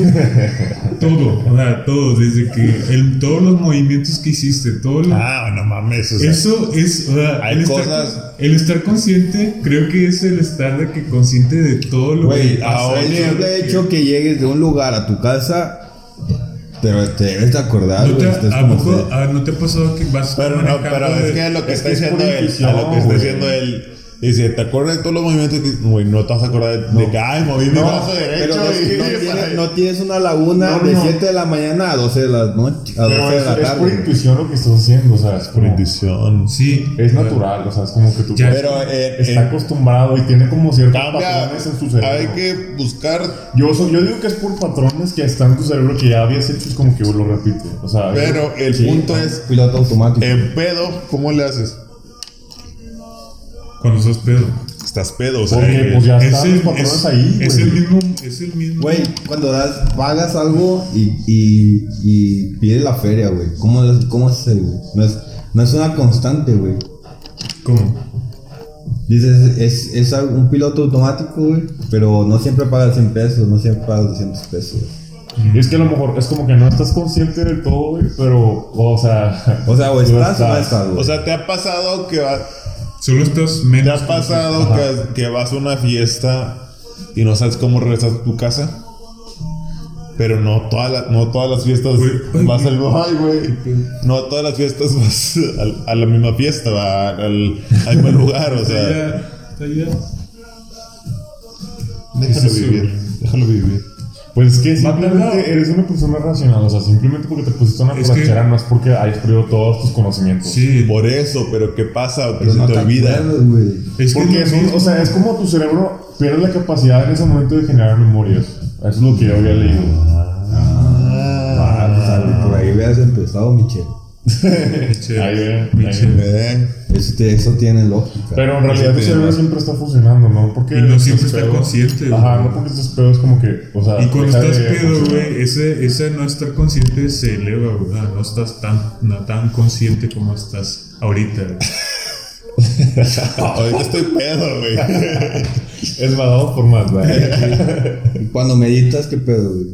Speaker 4: Todo, o sea, todo, desde que el- todos los movimientos que hiciste, todo lo-
Speaker 6: Ah, no mames. o sea,
Speaker 4: Eso es, o sea,
Speaker 6: Hay
Speaker 4: el,
Speaker 6: cosas-
Speaker 4: estar, el estar consciente, creo que es el estar de que consciente de todo lo
Speaker 5: Güey,
Speaker 4: que
Speaker 5: ahora el
Speaker 4: pasa.
Speaker 5: simple hecho que llegues de un lugar a tu casa, te, te debes de acordar,
Speaker 4: ¿No
Speaker 5: güey.
Speaker 4: te,
Speaker 5: estás
Speaker 4: ¿a
Speaker 5: como
Speaker 4: poco-
Speaker 5: que-
Speaker 4: ah, ¿No te ha pasado que vas
Speaker 6: este Pero no,
Speaker 4: manejando
Speaker 6: pero
Speaker 4: de-
Speaker 6: es que lo que
Speaker 2: es
Speaker 6: está
Speaker 2: que es
Speaker 6: diciendo él, a
Speaker 2: purificación,
Speaker 6: lo que está
Speaker 2: güey.
Speaker 6: diciendo él, dice, ¿te acuerdas de todos los movimientos que güey, no te vas a acordar de, de que ay, moví mi brazo
Speaker 5: pero
Speaker 6: derecho
Speaker 5: no,
Speaker 6: y
Speaker 5: no
Speaker 6: y-
Speaker 5: tienes, no tienes una laguna
Speaker 2: No,
Speaker 5: de
Speaker 2: no.
Speaker 5: 7 de la mañana a 12 de la noche, a 12
Speaker 2: Pero
Speaker 5: de
Speaker 2: es,
Speaker 5: la
Speaker 2: es por
Speaker 5: tarde.
Speaker 2: intuición lo que estás haciendo, o sea, es
Speaker 6: por
Speaker 2: por intuición.
Speaker 6: intuición.
Speaker 4: Sí.
Speaker 2: Es natural, o sea, es como que tu
Speaker 4: Ya.
Speaker 2: cuerpo
Speaker 6: Pero eh,
Speaker 2: está
Speaker 6: eh,
Speaker 2: acostumbrado y tiene como ciertos
Speaker 6: cambia,
Speaker 2: patrones en su cerebro.
Speaker 6: hay que buscar,
Speaker 2: Yo, so- yo digo que es por patrones que están en tu cerebro que ya habías hecho, es como que lo repite. O sea,
Speaker 6: pero el
Speaker 2: Sí.
Speaker 6: punto es,
Speaker 5: Piloto automático.
Speaker 6: en pedo, ¿cómo le haces?
Speaker 4: Cuando estás pedo.
Speaker 6: Estás pedo, o sea,
Speaker 2: Porque
Speaker 6: eh,
Speaker 2: pues ya
Speaker 4: Es
Speaker 2: están
Speaker 4: el,
Speaker 2: los patrones
Speaker 4: es-
Speaker 2: ahí,
Speaker 4: es
Speaker 2: güey.
Speaker 4: el mismo, es el mismo.
Speaker 5: Güey, cuando das, pagas algo y, y, y pides la feria, güey. ¿Cómo, es- ¿Cómo es eso, güey? No es, no es una constante, güey.
Speaker 4: ¿Cómo?
Speaker 5: Dices, es, es algo- un piloto automático, güey. Pero no siempre pagas 100 pesos, no siempre pagas 200 pesos, güey.
Speaker 2: Y es que a lo mejor es como que no estás consciente del todo, güey, pero, o sea...
Speaker 5: O sea, o
Speaker 2: tú
Speaker 5: estás o no estás, güey.
Speaker 6: o sea, ¿te ha pasado que vas,
Speaker 4: Solo estás
Speaker 6: te
Speaker 4: menos.
Speaker 6: ha pasado que, que vas a una fiesta y no sabes cómo regresar a tu casa? Pero no todas las, no todas las fiestas
Speaker 4: Güey.
Speaker 6: vas al ay, güey. No todas las fiestas vas al- a, la misma fiesta, va, al, al mismo lugar, o
Speaker 4: Está
Speaker 6: sea.
Speaker 4: allá, está allá.
Speaker 6: Déjalo
Speaker 4: Sí, sí,
Speaker 6: vivir, déjalo vivir.
Speaker 2: Pues es que
Speaker 4: Va plantado.
Speaker 2: simplemente eres una persona racional, o sea, simplemente porque te pusiste una
Speaker 4: Es que-
Speaker 2: borrachera no es porque hayas perdido todos tus conocimientos.
Speaker 4: Sí.
Speaker 6: Por eso, pero ¿qué pasa? Pues, Que
Speaker 5: Pero
Speaker 6: se
Speaker 5: no
Speaker 6: te olvida.
Speaker 5: acuerdas, güey.
Speaker 4: Es que
Speaker 2: Porque
Speaker 4: es
Speaker 2: es,
Speaker 4: lo
Speaker 2: un-
Speaker 4: mismo.
Speaker 2: o sea, es como tu cerebro pierde la capacidad en ese momento de generar memorias. Eso es lo que yo había leído.
Speaker 5: Ah, pues, al- por ahí hubieras empezado, Michelle.
Speaker 4: Che,
Speaker 2: Ahí, eh,
Speaker 4: mi
Speaker 2: ahí.
Speaker 4: che.
Speaker 6: Eh,
Speaker 5: Eso, te- Este, eso tiene lógica.
Speaker 2: Pero en realidad tu
Speaker 6: Sí,
Speaker 2: cerebro
Speaker 6: ¿no?
Speaker 2: siempre está funcionando, ¿no? Porque
Speaker 4: Y no
Speaker 2: estás
Speaker 4: siempre está
Speaker 2: pedo.
Speaker 4: consciente, güey.
Speaker 2: Ajá, no porque estos pedos como que, o sea...
Speaker 4: Y cuando
Speaker 2: deja
Speaker 4: estás
Speaker 2: de
Speaker 4: pedo,
Speaker 2: funcionar.
Speaker 4: güey, ese, ese no estar consciente se eleva, güey. Ah, No estás tan, no tan consciente como estás ahorita. güey.
Speaker 6: ahorita estoy pedo, güey.
Speaker 2: Es vadado por más, ¿verdad?
Speaker 5: Y Cuando meditas, ¿qué pedo, güey?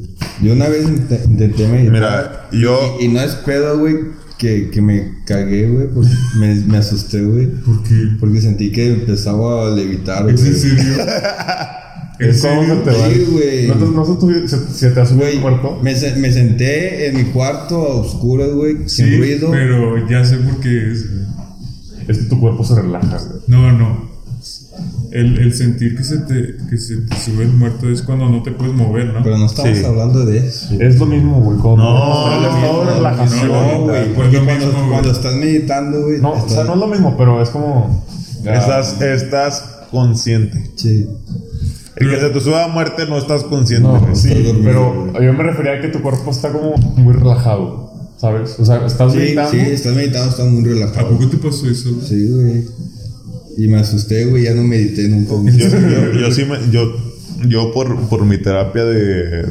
Speaker 5: Yo una vez int- intenté meditar.
Speaker 6: Mira, yo.
Speaker 5: Y no es pedo, güey, que, que me cagué, güey. porque Me, me asusté, güey.
Speaker 4: ¿Por qué?
Speaker 5: Porque sentí que empezaba a levitar, güey.
Speaker 4: pues, ¿Es en serio? ¿En
Speaker 2: Es como se
Speaker 4: serio?
Speaker 2: te va.
Speaker 5: Sí, güey.
Speaker 2: ¿No, te- no se, tuvi- se, se te ha subido
Speaker 5: Güey,
Speaker 2: el muerto?
Speaker 5: me, se- me senté en mi cuarto a oscuras, güey, sin
Speaker 4: Sí,
Speaker 5: ruido.
Speaker 4: pero ya sé por qué es, güey.
Speaker 2: Es que tu cuerpo se relaja, güey.
Speaker 4: No, no. El, el sentir que se, te, que se te sube el muerto es cuando no te puedes mover, ¿no?
Speaker 5: Pero no estamos hablando de eso.
Speaker 2: Es lo mismo, güey. cuando-
Speaker 6: No,
Speaker 2: el estado de
Speaker 6: no,
Speaker 2: relajación. güey.
Speaker 4: no,
Speaker 5: güey.
Speaker 4: pues lo
Speaker 5: porque cuando,
Speaker 4: mismo, güey.
Speaker 5: cuando estás meditando, güey.
Speaker 2: No, o sea,
Speaker 5: estás-
Speaker 2: no es lo mismo, pero es como... ya,
Speaker 6: Estás, estás consciente.
Speaker 5: Sí.
Speaker 6: El que se te suba a muerte no estás consciente.
Speaker 2: No,
Speaker 6: güey.
Speaker 2: sí,
Speaker 5: Estás dormido,
Speaker 2: pero yo me refería a que tu cuerpo está como muy relajado, ¿sabes? O sea, estás
Speaker 5: Sí,
Speaker 2: meditando.
Speaker 5: sí, estás meditando, estás muy
Speaker 4: ¿A
Speaker 3: Ah,
Speaker 5: relajado.
Speaker 4: poco te pasó eso? güey?
Speaker 5: Sí, güey. Y me asusté, güey, ya no medité nunca. güey.
Speaker 6: Yo, yo- yo sí me- yo, yo por, por mi terapia de,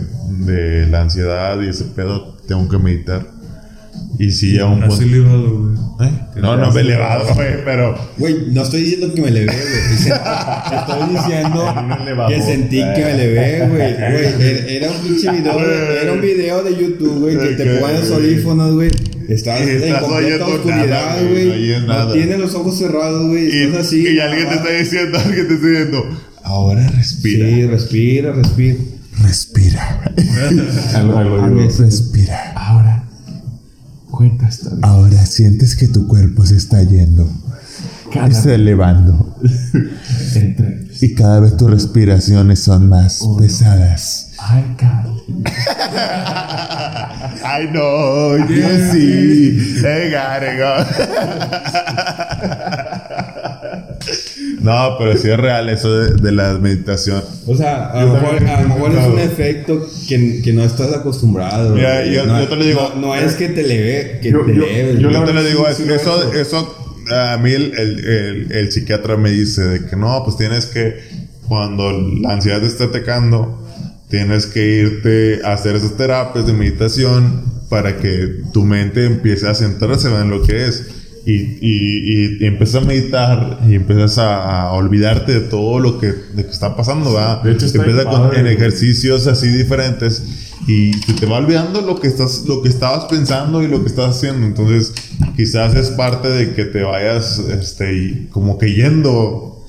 Speaker 6: de la ansiedad y ese pedo, tengo que meditar. Y sí, ya un
Speaker 4: Has
Speaker 6: punto.
Speaker 4: elevado, güey.
Speaker 6: ¿Eh? No, no me he elevado, güey, pero.
Speaker 5: Güey, no estoy diciendo que me le ve, güey. Estoy diciendo
Speaker 2: En un elevador.
Speaker 5: que sentí que me le ve, güey. er,
Speaker 3: Ah,
Speaker 5: Güey, era- era un pinche video, güey. Era un video de YouTube, güey, que te
Speaker 6: Ok,
Speaker 5: ponen los
Speaker 6: güey.
Speaker 5: audífonos, güey. Estás,
Speaker 3: Y estás
Speaker 5: en completa
Speaker 3: oyendo nada,
Speaker 5: oscuridad,
Speaker 3: güey, no
Speaker 6: oyes
Speaker 5: güey. No,
Speaker 6: nada.
Speaker 5: tienes los ojos cerrados, güey.
Speaker 3: Y,
Speaker 5: Estás Pues así.
Speaker 3: y alguien te
Speaker 5: nada.
Speaker 3: está diciendo, alguien te está diciendo, ahora respira.
Speaker 5: Sí, respira, respira.
Speaker 6: Respira.
Speaker 2: Algo- algo digo.
Speaker 6: Respira.
Speaker 3: Ahora, cuenta esta vez.
Speaker 6: Ahora sientes que tu cuerpo se está yendo. Se está elevando. Y cada vez tus respiraciones son más
Speaker 3: Oh,
Speaker 6: pesadas.
Speaker 3: Ay, cabrón. I know, you see, they
Speaker 6: eh,
Speaker 3: gotta go.
Speaker 6: No, pero sí es real eso de, de la meditación.
Speaker 5: O sea, a lo mejor, a lo mejor es un efecto que, que no estás acostumbrado.
Speaker 6: Mira,
Speaker 5: güey.
Speaker 6: yo-
Speaker 5: no,
Speaker 6: yo te lo digo.
Speaker 5: No, no es que te le ve, que
Speaker 2: Yo-
Speaker 5: te
Speaker 2: yo-
Speaker 5: leves.
Speaker 2: yo
Speaker 5: güey.
Speaker 2: la
Speaker 6: Yo te lo
Speaker 2: verdad,
Speaker 6: digo,
Speaker 2: sí, sí lo
Speaker 6: eso,
Speaker 2: he
Speaker 6: eso a mí el, el- el- el psiquiatra me dice de que no, pues tienes que, cuando la ansiedad te está atacando, tienes que irte a hacer esas terapias de meditación para que tu mente empiece a centrarse en lo que es. Y, y, y- y empiezas a meditar y empiezas a, a olvidarte de todo lo que, de que está pasando, ¿verdad?
Speaker 2: De hecho, está
Speaker 6: empiezas
Speaker 2: bien
Speaker 6: con-
Speaker 2: padre,
Speaker 6: en
Speaker 2: güey.
Speaker 6: ejercicios así diferentes y se te va olvidando lo que estás lo que estabas pensando y lo que estás haciendo entonces quizás es parte de que te vayas este y como que yendo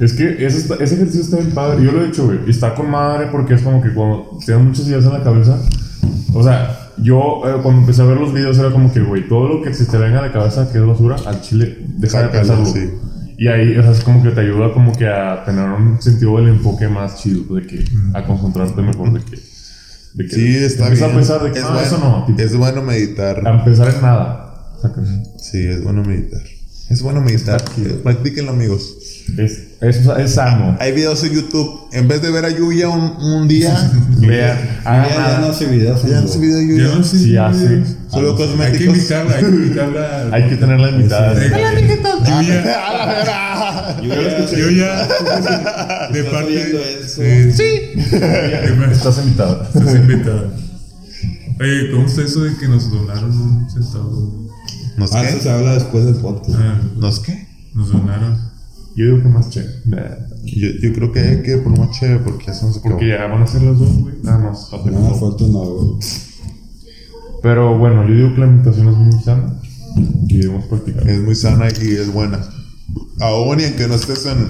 Speaker 2: Es que eso está- ese ejercicio está bien padre. Yo lo he hecho, güey. Y está con madre porque es como que cuando te dan muchas ideas en la cabeza. O sea, yo eh, cuando empecé a ver los videos era como que, güey, todo lo que se te venga a la cabeza que es basura, al chile, deja de
Speaker 6: Sácalo,
Speaker 2: pensarlo.
Speaker 6: sí.
Speaker 2: Y ahí, o sea, es como que te ayuda como que a tener un sentido del enfoque más chido, de que a concentrarte mejor, de que. De que
Speaker 6: sí está
Speaker 2: empieza
Speaker 6: bien
Speaker 2: a pensar de que
Speaker 6: es,
Speaker 2: "Ah,
Speaker 6: bueno,
Speaker 2: eso no. tipo,
Speaker 6: es bueno meditar
Speaker 2: a pensar en nada. Sacas.
Speaker 6: sí es bueno meditar es bueno meditar practíquenlo amigos
Speaker 2: Es, es, es sano.
Speaker 6: hay videos en YouTube en vez de ver a Yuya un, un día
Speaker 2: Vean, hagan
Speaker 5: Ya, ya
Speaker 2: nada.
Speaker 5: no hace videos.
Speaker 6: vean ese video de
Speaker 4: Ya
Speaker 6: Yuya
Speaker 4: no sé.
Speaker 2: Sí,
Speaker 4: ya
Speaker 2: hace.
Speaker 4: sé.
Speaker 6: solo
Speaker 4: Hay que
Speaker 6: cosméticos
Speaker 4: invitarla, hay que invitarla.
Speaker 2: Hay que tenerla invitada.
Speaker 4: Yo ya,
Speaker 6: A la verga.
Speaker 4: yo ya, de
Speaker 5: oyendo
Speaker 4: parte.
Speaker 5: eso?
Speaker 4: sí.
Speaker 2: Estás invitada.
Speaker 4: Estás invitada. Oye, ¿cómo está eso de que nos donaron un centavo?
Speaker 6: nos
Speaker 5: Ah, eso
Speaker 6: qué
Speaker 5: se habla después del podcast.
Speaker 4: Ah,
Speaker 6: nos qué
Speaker 4: nos donaron.
Speaker 2: Yo digo que más che.
Speaker 6: yo, yo creo que hay que por más chévere porque ya se nos acabó.
Speaker 2: Porque ya van a ser las dos, güey. Nada más.
Speaker 5: No, no, foto no, güey.
Speaker 2: Pero bueno, yo digo que la meditación es muy sana. Y debemos practicar.
Speaker 6: Es muy sana y es buena. Aún y en que no estés en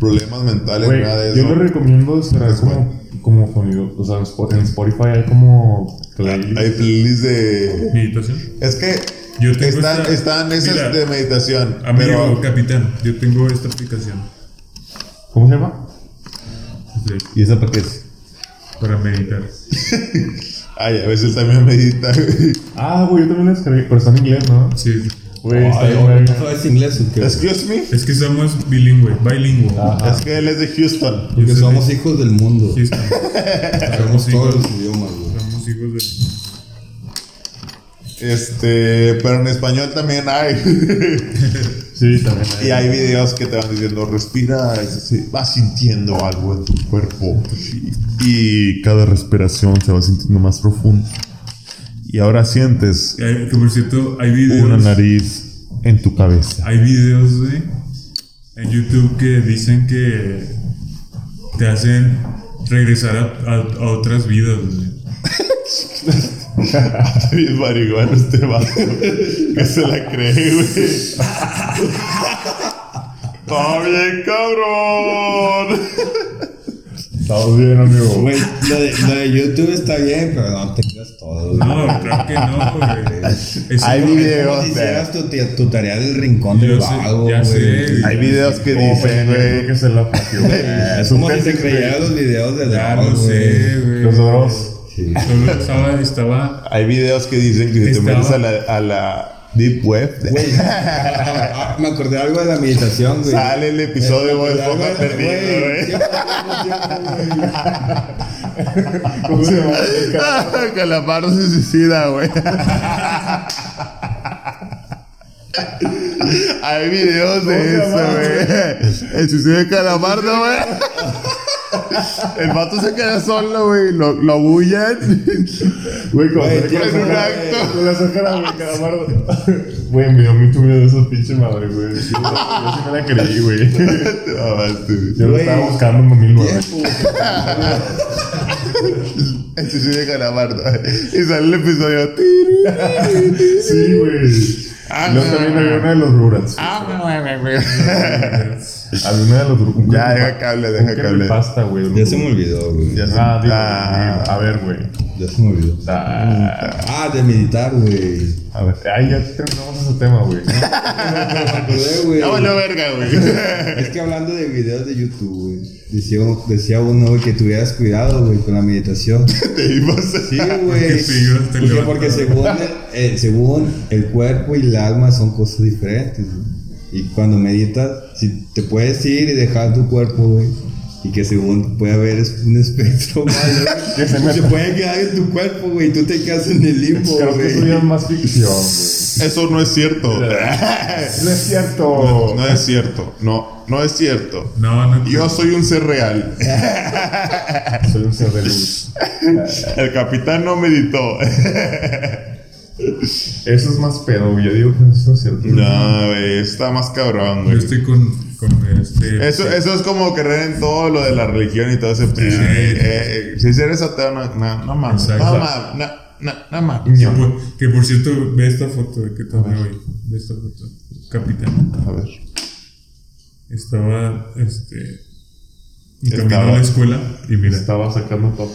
Speaker 6: problemas mentales,
Speaker 2: Güey,
Speaker 6: nada de
Speaker 2: yo
Speaker 6: eso.
Speaker 2: le recomiendo descargar
Speaker 6: Es
Speaker 2: como, como sonido. O sea, en Spo- en Spotify hay como playlist.
Speaker 6: Hay playlists de.
Speaker 4: Meditación.
Speaker 6: Es que
Speaker 4: Yo tengo
Speaker 6: están,
Speaker 4: esta-
Speaker 6: están esas
Speaker 4: Mira,
Speaker 6: de meditación.
Speaker 4: Amigo,
Speaker 6: pero-
Speaker 4: capitán, yo tengo esta aplicación
Speaker 2: ¿Cómo se llama?
Speaker 4: de-
Speaker 6: ¿Y esa para qué es?
Speaker 4: para meditar.
Speaker 6: Ay, a veces también medita. güey.
Speaker 2: Ah, güey, yo también la descargué. Pero está en inglés, ¿no?
Speaker 4: Sí,
Speaker 2: Güey, está
Speaker 5: Ay,
Speaker 2: bien, verga.
Speaker 5: ¿Sabes inglés o qué?
Speaker 6: Excuse me.
Speaker 4: es que somos bilingüe, bilingüe.
Speaker 6: Es que él es de
Speaker 4: Yo
Speaker 6: Houston.
Speaker 5: Porque
Speaker 4: soy
Speaker 5: somos hijos del mundo.
Speaker 4: de Houston.
Speaker 5: Somos
Speaker 4: Somos hijos,
Speaker 5: todos los idiomas, güey.
Speaker 4: somos hijos de.
Speaker 6: Este, pero en español también hay.
Speaker 2: Sí, también. hay.
Speaker 6: Y hay videos que te van diciendo, respira, es así, vas sintiendo algo en tu cuerpo. Y cada respiración se va sintiendo más profunda. Y ahora sientes
Speaker 4: Hay- Que por cierto, hay
Speaker 6: una
Speaker 4: videos.
Speaker 6: nariz en tu cabeza.
Speaker 4: Hay videos, güey, en YouTube que dicen que te hacen regresar a, a- a otras vidas, güey.
Speaker 6: Bien marihuana este vato. Que se la cree, güey. Está bien, cabrón.
Speaker 2: Estamos bien, amigo.
Speaker 5: Güey, lo de, lo de YouTube está bien, pero no tengas todo, güey.
Speaker 4: No, claro que no, güey. Es
Speaker 6: Hay
Speaker 4: como-
Speaker 6: videos. eh.
Speaker 5: Como si
Speaker 6: o sea.
Speaker 5: hicieras tu, tía- tu tarea del rincón
Speaker 4: Yo
Speaker 5: del
Speaker 4: sé,
Speaker 5: vago,
Speaker 4: ya sé.
Speaker 5: güey.
Speaker 6: Hay videos que
Speaker 2: Como
Speaker 6: dicen,
Speaker 2: pendejo
Speaker 6: güey.
Speaker 2: que se la partió.
Speaker 5: Es como si te creyeran los videos de
Speaker 4: Ya
Speaker 5: Dragon,
Speaker 4: lo
Speaker 5: güey.
Speaker 4: sé, güey.
Speaker 2: Los dos.
Speaker 5: Sí.
Speaker 4: Solo estaba, estaba.
Speaker 6: Hay videos que dicen que si te
Speaker 4: Estaba-
Speaker 6: metes a la, a la Deep Web,
Speaker 5: Güey, ah, ah, me acordé algo de la meditación, güey.
Speaker 6: sale el episodio de Bob
Speaker 5: Me acordé
Speaker 6: Esponja
Speaker 5: algo de-
Speaker 6: perdido,
Speaker 5: güey,
Speaker 6: güey.
Speaker 5: siempre tengo tiempo, güey.
Speaker 2: ¿Cómo se llama?
Speaker 6: Ah, Calamardo se suicida, güey. Hay videos de eso, güey. El suicidio de Calamardo, güey. El vato se queda solo, güey. Lo, lo bullan.
Speaker 2: Güey, como
Speaker 5: Güey,
Speaker 2: se
Speaker 5: tiene
Speaker 2: le
Speaker 6: un
Speaker 2: saca-
Speaker 6: acto.
Speaker 2: Con la sacada, güey, calamardo. Güey, me dio mucho miedo esa pinche madre, güey. Yo, yo sí me la creí, güey.
Speaker 6: Te mamaste, güey.
Speaker 2: Yo lo
Speaker 5: Güey.
Speaker 2: estaba buscando en 2009.
Speaker 5: Tiempo, güey.
Speaker 1: El suicidio de Calamardo. Y sale el episodio. tiri.
Speaker 2: Sí, güey.
Speaker 1: Ah,
Speaker 2: Luego
Speaker 1: no,
Speaker 2: también
Speaker 1: no,
Speaker 2: había
Speaker 1: no.
Speaker 2: una de los Rugrats.
Speaker 1: Ah, güey, güey, güey.
Speaker 2: Había una de los Rugrats.
Speaker 1: Ya, deja que hable, deja que hable.
Speaker 2: pasta, güey.
Speaker 5: Ya se me olvidó, güey.
Speaker 1: Ya se-
Speaker 2: Ah, digo,
Speaker 1: Ah.
Speaker 2: digo, a ver, güey.
Speaker 5: Ya se me olvidó.
Speaker 2: Ah,
Speaker 5: Ah, de meditar, güey.
Speaker 2: a ver. Ay, ya terminamos ese tema, güey.
Speaker 5: Me acordé, güey.
Speaker 1: Ya valió verga, güey.
Speaker 5: Es que hablando de videos de YouTube, güey. Decía, decía uno, güey, que tuvieras cuidado, güey, con la meditación.
Speaker 1: Te ibas a-
Speaker 5: Sí, güey.
Speaker 4: Que sí, yo te
Speaker 5: Porque,
Speaker 4: levanto.
Speaker 5: porque según, el, eh, según el cuerpo y el alma son cosas diferentes. güey. Y cuando meditas, si te puedes ir y dejar tu cuerpo, güey. Y que según puede haber es- un espectro malo. güey,
Speaker 2: Que se
Speaker 5: y
Speaker 2: me-
Speaker 5: se puede quedar en tu cuerpo, güey. Y tú te quedas en el limbo,
Speaker 2: Creo que eso ya
Speaker 5: güey.
Speaker 2: es más ficción, güey.
Speaker 1: Eso no es cierto.
Speaker 2: No es cierto.
Speaker 1: Pues No es cierto. No, no es cierto.
Speaker 4: No, no.
Speaker 1: Yo soy un ser real.
Speaker 2: Soy un ser de luz.
Speaker 1: El capitán no meditó.
Speaker 2: Eso es más pedo, güey. Yo digo que eso es cierto.
Speaker 1: No, güey, está más cabrón,
Speaker 4: Yo
Speaker 1: güey.
Speaker 4: estoy con, con este.
Speaker 1: Eso, eso es como creer en todo lo de la religión y todo ese pedo.
Speaker 4: Sí.
Speaker 1: Eh, eh, si eres ateo, no, no, no mames.
Speaker 4: Exacto.
Speaker 1: No mames. No, no, no mames.
Speaker 4: Que por, que por cierto, ve esta foto de que tomé hoy. Ve esta foto. Capitán.
Speaker 1: A ver.
Speaker 4: Estaba, este. Caminó
Speaker 1: Estaba.
Speaker 4: a la escuela y mira.
Speaker 2: Estaba sacando todo.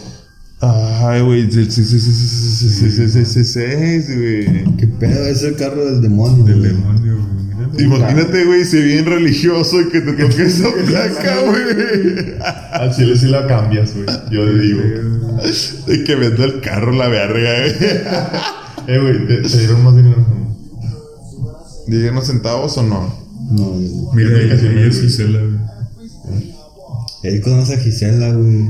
Speaker 1: Ay, güey. Sí, sí, sí, sí, sí, sí, sí, sí, sí, sí, sí, güey.
Speaker 5: ¿Qué pedo? Es el carro del demonio.
Speaker 4: El
Speaker 5: güey.
Speaker 4: demonio, güey. míralo.
Speaker 1: Imagínate, güey, si bien religioso y que te toque esa placa, güey.
Speaker 2: Al chile sí la cambias, güey. Yo le digo.
Speaker 1: Y que venda el carro la verga,
Speaker 2: Eh, güey, te, te dieron más dinero.
Speaker 1: güey. Díganos centavos o no.
Speaker 5: No, güey.
Speaker 4: Mira,
Speaker 2: Qué
Speaker 4: ella, ella es
Speaker 2: impresionante.
Speaker 4: Gisela, güey.
Speaker 5: Él conoce a Gisela, güey.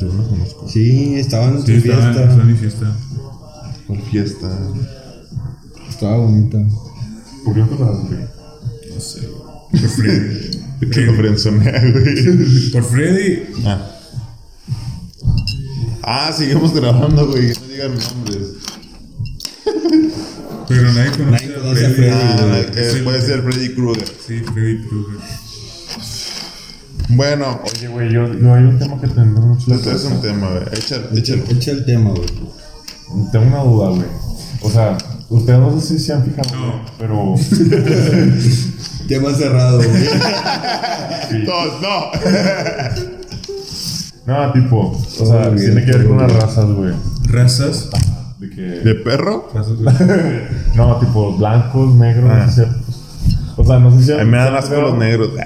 Speaker 2: Yo no conozco.
Speaker 5: Sí, estaban en tu
Speaker 4: Sí, estaba,
Speaker 5: fiesta.
Speaker 4: estaba en mi fiesta.
Speaker 1: Por fiesta.
Speaker 5: Estaba bonita.
Speaker 2: ¿Por qué no te las güey?
Speaker 4: No sé. Por Freddy.
Speaker 1: Que lo frenzonea, güey.
Speaker 4: Por Freddy.
Speaker 1: Ah. Ah, seguimos grabando, güey. No digan nombres.
Speaker 4: Pero nadie conoce,
Speaker 5: Nadie conoce a
Speaker 4: a Freddy.
Speaker 5: Freddy,
Speaker 1: Ah,
Speaker 5: güey.
Speaker 1: eh, puede ser Freddy Krueger.
Speaker 4: Sí, Freddy Krueger.
Speaker 1: Bueno,
Speaker 2: Oye, güey, yo, yo hay un tema que tengo mucho la
Speaker 1: esto es un tema, güey. Échale,
Speaker 5: Echa,
Speaker 1: échale.
Speaker 5: echa el tema, güey.
Speaker 2: Tengo una duda, güey. O sea, ustedes no sé si se han fijado, güey, pero.
Speaker 5: Tema cerrado, güey.
Speaker 1: No, no.
Speaker 2: Nada, tipo. O sea,
Speaker 5: Todo bien,
Speaker 2: tiene que ver
Speaker 5: todo
Speaker 2: con las
Speaker 5: bien.
Speaker 2: razas, güey.
Speaker 4: Razas.
Speaker 2: De que.
Speaker 1: ¿De perro?
Speaker 4: Razas, güey.
Speaker 2: No, tipo blancos, negros,
Speaker 1: Ah.
Speaker 2: no sé. O sea, no sé si.
Speaker 1: A mí me dan asco los negros.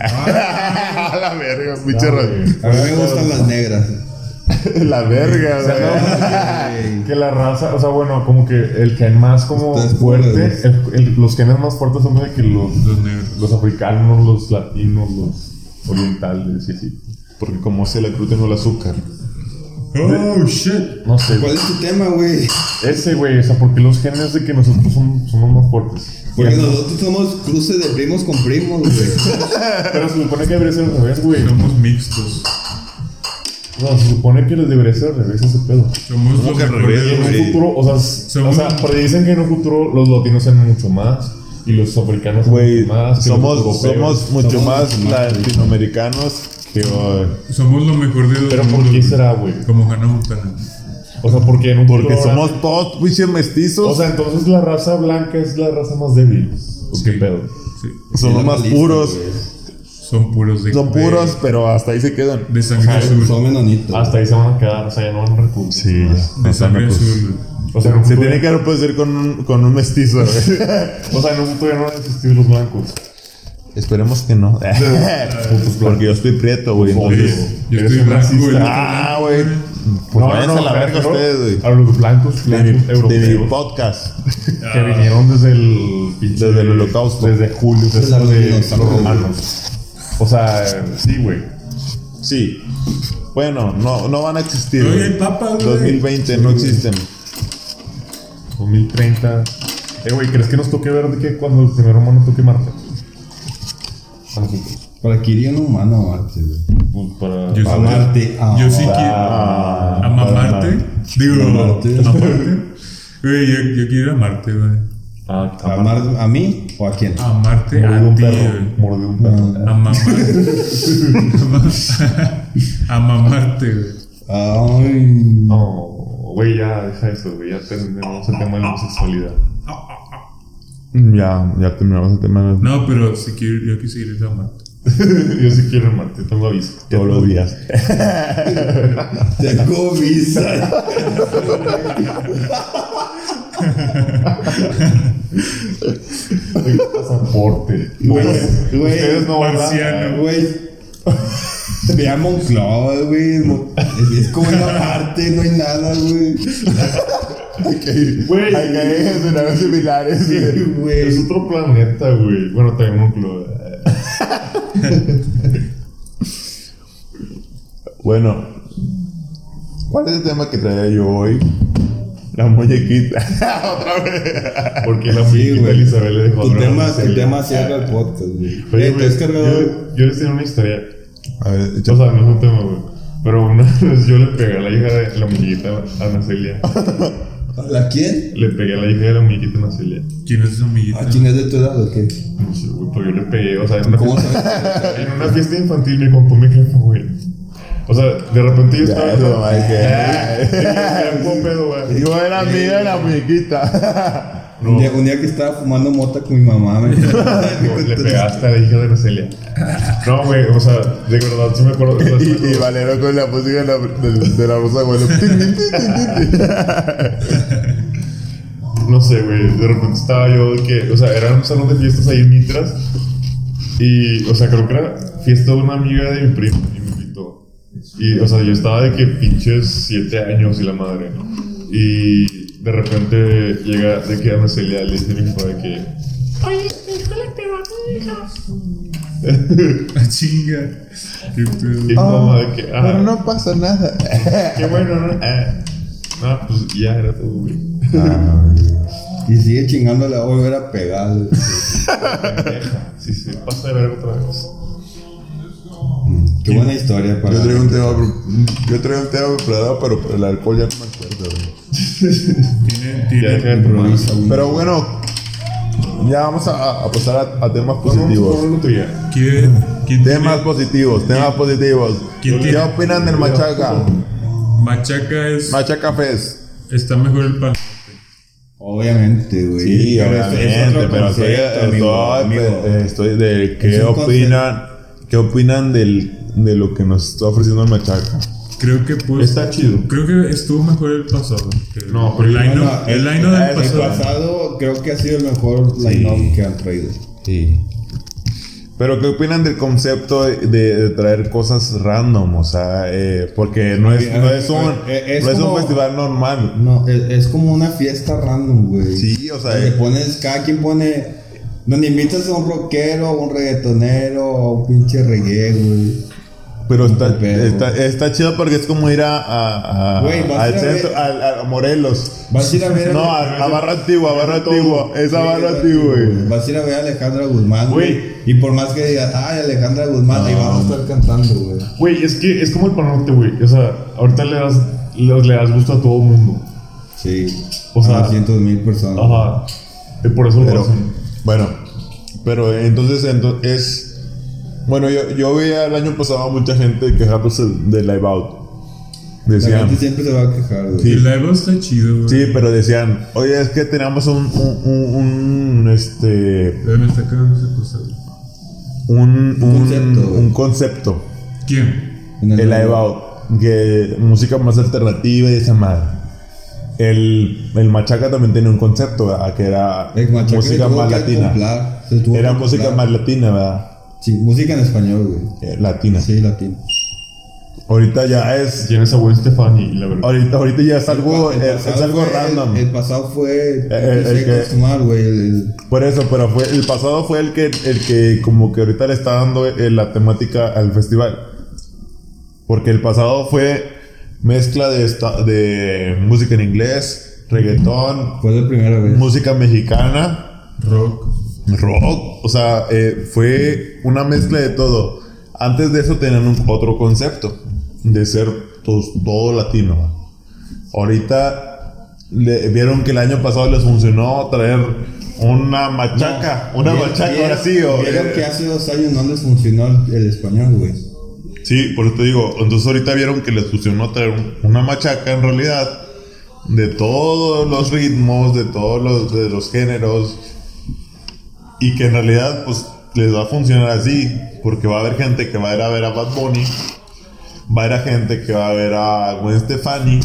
Speaker 1: A la verga, pinche
Speaker 2: No,
Speaker 1: ra-
Speaker 2: güey.
Speaker 5: A mí me gustan las negras.
Speaker 1: La verga, güey.
Speaker 5: Güey.
Speaker 2: Que la raza, o sea, bueno, como que el gen más como
Speaker 5: Ustedes
Speaker 2: fuerte,
Speaker 5: pobres,
Speaker 2: el- el- los genes más fuertes son de que los,
Speaker 4: Los negros.
Speaker 2: los africanos, los latinos, los orientales y así.
Speaker 1: Porque como se la cruten el azúcar.
Speaker 4: Oh, shit.
Speaker 2: No sé,
Speaker 5: ¿Cuál es tu tema, güey?
Speaker 2: ese güey, o sea, porque los genes de que nosotros son- somos más fuertes.
Speaker 5: Porque nosotros somos cruces de primos con primos, güey.
Speaker 2: Pero se supone que debería ser al revés, güey.
Speaker 4: Somos mixtos.
Speaker 2: No, se supone que les debería ser al revés ese pedo.
Speaker 4: Somos
Speaker 1: ¿Cómo
Speaker 4: los
Speaker 1: que al
Speaker 4: mejores.
Speaker 1: revés,
Speaker 2: En un
Speaker 1: güey?
Speaker 2: futuro, o sea, s- o
Speaker 4: Según-
Speaker 2: sea, pero dicen que en un futuro los latinos son mucho más y los africanos son
Speaker 6: Güey,
Speaker 2: mucho más. que los
Speaker 6: somos,
Speaker 2: europeos.
Speaker 6: somos mucho
Speaker 5: Somos
Speaker 6: más
Speaker 5: mucho más, güey.
Speaker 6: latinoamericanos que...
Speaker 4: Somos lo mejor de dos
Speaker 2: Pero
Speaker 4: mundos,
Speaker 2: ¿por qué
Speaker 4: güey.
Speaker 2: será, güey?
Speaker 4: Como Hannah Montana.
Speaker 2: O sea, porque en un
Speaker 6: Porque
Speaker 2: futuro ahora-
Speaker 6: somos todos pinches
Speaker 2: O
Speaker 6: mestizos.
Speaker 2: sea, entonces la raza blanca es la raza más débil. ¿O
Speaker 4: Sí.
Speaker 2: qué pedo?
Speaker 4: Sí.
Speaker 6: somos más
Speaker 5: Lista,
Speaker 6: puros.
Speaker 5: güey.
Speaker 4: Son puros de.
Speaker 6: Son puros, pero hasta ahí se quedan.
Speaker 4: De, de sangre azul.
Speaker 5: Son menonitos.
Speaker 2: Hasta ahí se van a quedar, o sea, ya no van a recursos.
Speaker 6: Sí,
Speaker 4: de
Speaker 6: o sea,
Speaker 4: sangre
Speaker 6: no, pues,
Speaker 4: azul. güey.
Speaker 2: O sea, en un
Speaker 6: Se
Speaker 2: futuro,
Speaker 6: tiene que reproducir con un, con un mestizo. güey.
Speaker 2: o sea, en un futuro ya no van a existir los blancos.
Speaker 6: Esperemos que no. Porque yo estoy prieto, güey. Entonces,
Speaker 4: Yo
Speaker 2: Eres
Speaker 4: estoy
Speaker 2: un
Speaker 4: blanco,
Speaker 2: racista.
Speaker 4: güey.
Speaker 6: ah, güey. Pues váyanse a la verga
Speaker 2: pero
Speaker 6: ustedes, güey.
Speaker 2: A los blancos,
Speaker 6: De
Speaker 2: blancos
Speaker 6: mi, de mi
Speaker 2: europeos
Speaker 6: podcast.
Speaker 2: que vinieron desde el pinche-
Speaker 6: Desde el holocausto.
Speaker 2: Desde Julio, desde,
Speaker 5: Desde los
Speaker 2: de los
Speaker 5: dinosaurios.
Speaker 2: romanos. O sea, sí, güey.
Speaker 6: Sí. Bueno, no, no van a existir.
Speaker 4: Oye,
Speaker 6: güey.
Speaker 4: el Papa, güey.
Speaker 6: 2020 no existen.
Speaker 2: 2030. Eh, güey, ¿crees que nos toque ver de que cuando el primer humano toque Marte? A nosotros.
Speaker 5: Para que iría un humano a Marte, güey.
Speaker 2: Pues para.
Speaker 4: Yo
Speaker 5: A
Speaker 4: sí-
Speaker 5: Marte, a
Speaker 4: Yo sí quiero.
Speaker 2: Ah,
Speaker 4: A mamarte. Digo, a
Speaker 5: Mamarte.
Speaker 4: Marte. Güey, yo, yo quiero ir a Marte, güey.
Speaker 2: Ah,
Speaker 5: ¿A, Mar- ¿A mí o a quién?
Speaker 4: A Marte,
Speaker 2: Mordió
Speaker 4: a
Speaker 2: un
Speaker 4: ti,
Speaker 2: perro.
Speaker 4: güey.
Speaker 2: Mordió un perro.
Speaker 4: A mamarte. A mamarte, güey.
Speaker 5: Ay.
Speaker 2: No, güey, ya, deja eso, güey. Ya terminamos el tema de la homosexualidad.
Speaker 3: Ya, ya terminamos el tema de
Speaker 4: No, pero si quiero, yo quisiera ir a Marte.
Speaker 2: Yo sí quiero Marte, tengo aviso.
Speaker 3: todos los días.
Speaker 5: Tengo visa.
Speaker 2: Pasaporte.
Speaker 5: Güey, güey,
Speaker 2: Ustedes no van
Speaker 4: marciano.
Speaker 5: Güey. Ve a Monclova, güey. Mo- Es, es como una parte, no hay nada, güey.
Speaker 2: Güey,
Speaker 6: Hay que escenarios similares.
Speaker 2: es
Speaker 5: Güey.
Speaker 2: otro planeta, güey. Bueno, también un club. eh,
Speaker 3: Bueno, ¿cuál es el tema que traía yo hoy? La muñequita.
Speaker 2: Porque la
Speaker 5: Sí,
Speaker 2: muñequita
Speaker 5: güey.
Speaker 2: Elizabeth le dejó
Speaker 5: Tu
Speaker 2: hablar a
Speaker 5: tema, tu
Speaker 2: Marcela.
Speaker 5: tema cierra el podcast, güey.
Speaker 2: Oye,
Speaker 5: Güey, ¿te
Speaker 2: güey,
Speaker 5: has cargado?
Speaker 2: Yo, yo les tenía una historia.
Speaker 3: A ver,
Speaker 2: O sea, no es un tema, güey. Pero una vez yo le pegué a la hija de la muñequita a Ana Celia.
Speaker 5: ¿A ¿La quién?
Speaker 2: Le pegué a la hija de la muñequita a Ana Celia.
Speaker 4: ¿Quién es su amiguita?
Speaker 5: ¿A quién es de tu edad o qué?
Speaker 2: No sé, Pues, güey, pero yo le pegué. O sea, en una,
Speaker 5: ¿Cómo
Speaker 2: fiesta,
Speaker 5: sabes?
Speaker 2: en una fiesta infantil me contó mi jefa, güey. O sea, de repente yo estaba.
Speaker 3: Ya, no, hay que-
Speaker 2: Era un buen pedo, güey.
Speaker 6: Yo era amiga de la muñequita.
Speaker 5: Un, día, un día que estaba fumando mota con mi mamá, me
Speaker 2: Güey, Le pegaste a la hija de Ana Celia. No, güey, o sea, de verdad, sí me acuerdo. o sea,
Speaker 6: Y, y Valero con la música de la, de, de la rosa, güey.
Speaker 2: No sé, güey, de repente estaba yo de que, o sea, era un salón de fiestas ahí en Mitras. Y, o sea, creo que era fiesta de una amiga de mi primo y me invitó. Y, o sea, yo estaba de que pinches siete años y la madre. Y de repente llega de que a Marcelia le dice a mi papá de que.
Speaker 8: Oye, mi hijo le pegó a mi hija.
Speaker 4: Chinga. Qué pedo.
Speaker 2: Y mi mamá de que. Ah,
Speaker 6: Pero no pasa nada.
Speaker 2: qué bueno, ¿no? Ah, ah, pues ya era todo, güey.
Speaker 5: Y sigue chingando la volver a pegar. güey.
Speaker 2: Sí, sí, pasa de verga otra vez.
Speaker 5: Qué buena historia para.
Speaker 6: Yo traigo un tema, pro- yo traigo un tema preparado, pero el alcohol ya no me acuerdo. güey.
Speaker 4: Tiene,
Speaker 2: Ya deja
Speaker 4: tiene.
Speaker 2: de tomar.
Speaker 5: Improvisa, güey.
Speaker 6: Pero bueno, ya vamos a, a pasar a, a temas
Speaker 2: Vamos
Speaker 6: positivos.
Speaker 2: con lo tuya.
Speaker 4: ¿Quién, quién
Speaker 6: Temas
Speaker 4: tiene-
Speaker 6: positivos, temas positivos.
Speaker 4: ¿Quién
Speaker 6: ¿Qué
Speaker 4: tiene?
Speaker 6: opinan del machaca?
Speaker 4: Machaca es.
Speaker 6: Machaca Fest.
Speaker 4: está mejor el pan.
Speaker 5: Obviamente, güey. Pero es- es otro
Speaker 3: pero estoy,
Speaker 5: concepto, amigo,
Speaker 3: estoy-
Speaker 5: amigo.
Speaker 3: eh, estoy de qué
Speaker 5: Es un
Speaker 3: opinan, qué opinan del, de lo que nos está ofreciendo el machaca.
Speaker 4: Creo que puede.
Speaker 3: Está chido.
Speaker 4: Creo que estuvo mejor el pasado. que-
Speaker 2: No,
Speaker 4: el line
Speaker 5: Bueno,
Speaker 4: el line
Speaker 5: el
Speaker 4: del pasado.
Speaker 5: pasado creo que ha sido el mejor line-up que han traído.
Speaker 3: Sí. Pero ¿qué opinan del concepto de, de traer cosas random? O sea, eh, porque no es, no es, un,
Speaker 5: Eh, eh, es
Speaker 3: no es un
Speaker 5: como-
Speaker 3: festival normal.
Speaker 5: No, es, es como una fiesta random, güey.
Speaker 3: Sí, o sea,
Speaker 5: Donde
Speaker 3: eh,
Speaker 5: pones, cada quien pone. Donde invitas a un rockero, a un reggaetonero, a un pinche reggae, güey.
Speaker 3: pero está,
Speaker 5: Pero-
Speaker 3: está, está chido porque es como ir a, a- a-
Speaker 5: Güey, vas a
Speaker 3: al
Speaker 5: ir a ver-
Speaker 3: centro, al- al- a Morelos.
Speaker 5: Vas a ir a ver.
Speaker 3: No,
Speaker 5: a,
Speaker 3: a, a Barra Antigua, a Barra Antigua. Esa Barra Antigua, güey.
Speaker 5: Vas a ir a ver a Alejandra Guzmán,
Speaker 2: Güey.
Speaker 5: güey. Y por más que digas, ay, Alejandra Guzmán, ahí vamos a estar cantando, güey.
Speaker 2: Güey, es que es como el panorte, güey. O sea, ahorita le das, le, le das gusto a todo mundo.
Speaker 5: Sí.
Speaker 2: O sea-
Speaker 5: a 200 mil personas.
Speaker 2: Ajá. Y por eso lo
Speaker 3: Pero,
Speaker 2: hacen.
Speaker 3: bueno, pero entonces ento- es. Bueno, yo, yo veía el año pasado a mucha gente quejándose de Live Out.
Speaker 5: La
Speaker 3: Decían.
Speaker 5: gente siempre se va a quejar, güey.
Speaker 3: Sí.
Speaker 4: El live está chido, güey.
Speaker 3: Sí, pero decían, oye, es que teníamos un, un, un, un, este,
Speaker 4: Pero Me está quedando esa cosa. güey.
Speaker 3: un, un-
Speaker 5: Concepto, güey.
Speaker 3: un concepto,
Speaker 4: ¿Quién?
Speaker 5: En
Speaker 3: el live out, que música más alternativa y esa madre. El, el machaca también tenía un concepto, ¿verdad? Que era
Speaker 5: El eh, machaca
Speaker 3: música
Speaker 5: se tuvo
Speaker 3: más
Speaker 5: que
Speaker 3: latina.
Speaker 5: acoplar, se tuvo
Speaker 3: Era
Speaker 5: que
Speaker 3: música
Speaker 5: acoplar.
Speaker 3: más latina, ¿verdad?
Speaker 5: Sí, música en español, güey.
Speaker 3: Eh, latina.
Speaker 5: Sí, latina.
Speaker 3: Ahorita ya es,
Speaker 2: Tienes a Gwen Stefani, la verdad.
Speaker 3: ahorita, ahorita ya es algo,
Speaker 5: El
Speaker 3: es,
Speaker 5: pasado
Speaker 3: es algo
Speaker 5: fue-
Speaker 3: random. Eh,
Speaker 5: El, pasado fue. El,
Speaker 3: el que-
Speaker 5: güey. el- el-
Speaker 3: Por eso, pero fue el pasado fue el que el que como que ahorita le está dando eh, la temática al festival. Porque el pasado fue mezcla de esta- de música en inglés, reggaetón,
Speaker 5: fue la primera vez.
Speaker 3: música mexicana,
Speaker 4: Rock.
Speaker 3: rock, o sea, eh, fue una mezcla de todo. Antes de eso tenían un- otro concepto de ser tos- todo latino. Ahorita le- vieron que el año pasado les funcionó traer una machaca, una
Speaker 5: Vieron-
Speaker 3: machaca,
Speaker 5: vieron-
Speaker 3: ahora sí. o-
Speaker 5: Vieron
Speaker 3: eh,
Speaker 5: que hace dos años no les funcionó el, el español, güey.
Speaker 6: Sí, por eso te digo, entonces ahorita vieron que les funcionó traer un- una machaca en realidad de todos los ritmos, de todos los, de los géneros y que en realidad pues les va a funcionar así porque va a haber gente que va a ir a ver a Bad Bunny, va a haber gente que va a ver a Gwen Stefani,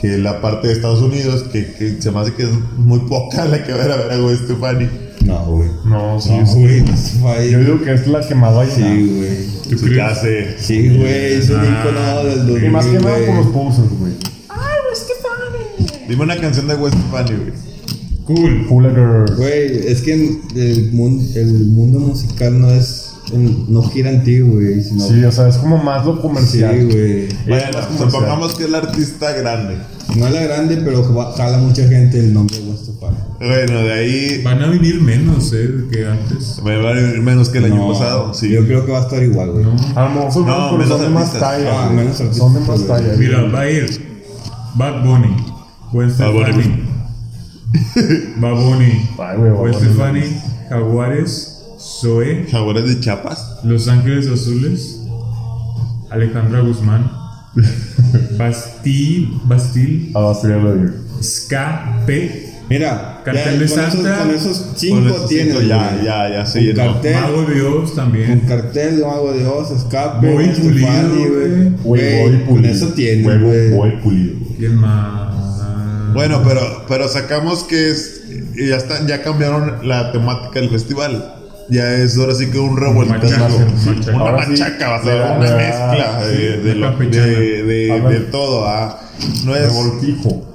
Speaker 6: que es la parte de Estados Unidos que, que se me hace que es muy poca la que va a ir a ver a Gwen Stefani.
Speaker 5: No, güey.
Speaker 4: No, sí,
Speaker 5: No,
Speaker 4: es-
Speaker 5: güey, no se va a
Speaker 2: Yo
Speaker 5: ir.
Speaker 2: digo que es la que más baila.
Speaker 5: Sí, güey.
Speaker 4: ¿tú
Speaker 6: Se te
Speaker 4: crees?
Speaker 6: hace
Speaker 5: Sí, güey, es un icono del 2000,
Speaker 2: Ah. Y más que nada
Speaker 5: güey.
Speaker 2: por los pulsos, güey.
Speaker 8: ¡Ay, Stefani!
Speaker 6: Dime una canción de Gwen Stefani, güey.
Speaker 4: Cool.
Speaker 2: Hula Girl.
Speaker 5: Güey, es que en- el mundo, el mundo musical no es. en- no gira en ti, güey. Sino,
Speaker 2: Sí, o sea, es como más lo
Speaker 5: Sí,
Speaker 2: comercial.
Speaker 5: güey.
Speaker 2: Ella es
Speaker 6: Bueno,
Speaker 2: más comercial.
Speaker 6: supongamos que es la artista grande.
Speaker 5: No es la grande, pero va- jala mucha gente el nombre de West Stefani.
Speaker 6: Bueno, de ahí
Speaker 4: Van a venir menos, eh, que antes.
Speaker 6: me va a venir menos que el año pasado. Sí.
Speaker 5: Yo creo que va a estar igual, güey.
Speaker 2: A lo mejor son
Speaker 6: No,
Speaker 2: más, pero
Speaker 6: menos
Speaker 2: son de más
Speaker 6: artistas.
Speaker 2: talla.
Speaker 5: Ah,
Speaker 2: güey.
Speaker 5: menos artistas,
Speaker 2: Son de más
Speaker 5: güey.
Speaker 2: talla.
Speaker 4: Mira, va a ir Bad Bunny, Gwen
Speaker 6: Bad Bunny.
Speaker 4: Stefani, Bad Bunny,
Speaker 2: Ay, güey, Bad
Speaker 4: Gwen
Speaker 2: Bunny.
Speaker 4: Stefani, Jaguares, Zoe,
Speaker 6: Jaguares de Chiapas.
Speaker 4: Los Ángeles Azules, Alejandra Guzmán, Bastille, Bastille,
Speaker 2: Ah, sí, ya lo digo.
Speaker 4: Ska, P,
Speaker 5: Mira,
Speaker 4: Cartel de
Speaker 5: con,
Speaker 4: Santa.
Speaker 5: Esos, con esos cinco
Speaker 6: Con esos
Speaker 5: tienes.
Speaker 6: cinco ya,
Speaker 5: güey.
Speaker 6: ya, ya se
Speaker 5: Con
Speaker 6: llenó.
Speaker 5: cartel,
Speaker 4: Mago de Dios
Speaker 5: con
Speaker 4: también.
Speaker 5: cartel, Mago de Dios, escape.
Speaker 4: Voy
Speaker 5: West
Speaker 4: pulido,
Speaker 5: Stefani,
Speaker 4: güey.
Speaker 2: Güey, voy
Speaker 5: güey. Con
Speaker 2: pulido.
Speaker 5: eso tienes,
Speaker 2: Huevo,
Speaker 5: güey.
Speaker 2: voy pulido. güey.
Speaker 4: ¿Quién más?
Speaker 6: Bueno, pero, pero sacamos que es. y Ya, están, ya cambiaron la temática del festival. Ya es ahora sí que un
Speaker 5: pues,
Speaker 6: revueltillo.
Speaker 4: Machaca, machaca.
Speaker 6: Una
Speaker 2: Ahora sí,
Speaker 6: machaca, va a ser
Speaker 2: le-
Speaker 6: una
Speaker 2: le-
Speaker 6: mezcla de, de lo- de-
Speaker 4: campechana.
Speaker 6: de-
Speaker 2: A ver.
Speaker 6: de todo. ah. No es.
Speaker 2: Revoltijo.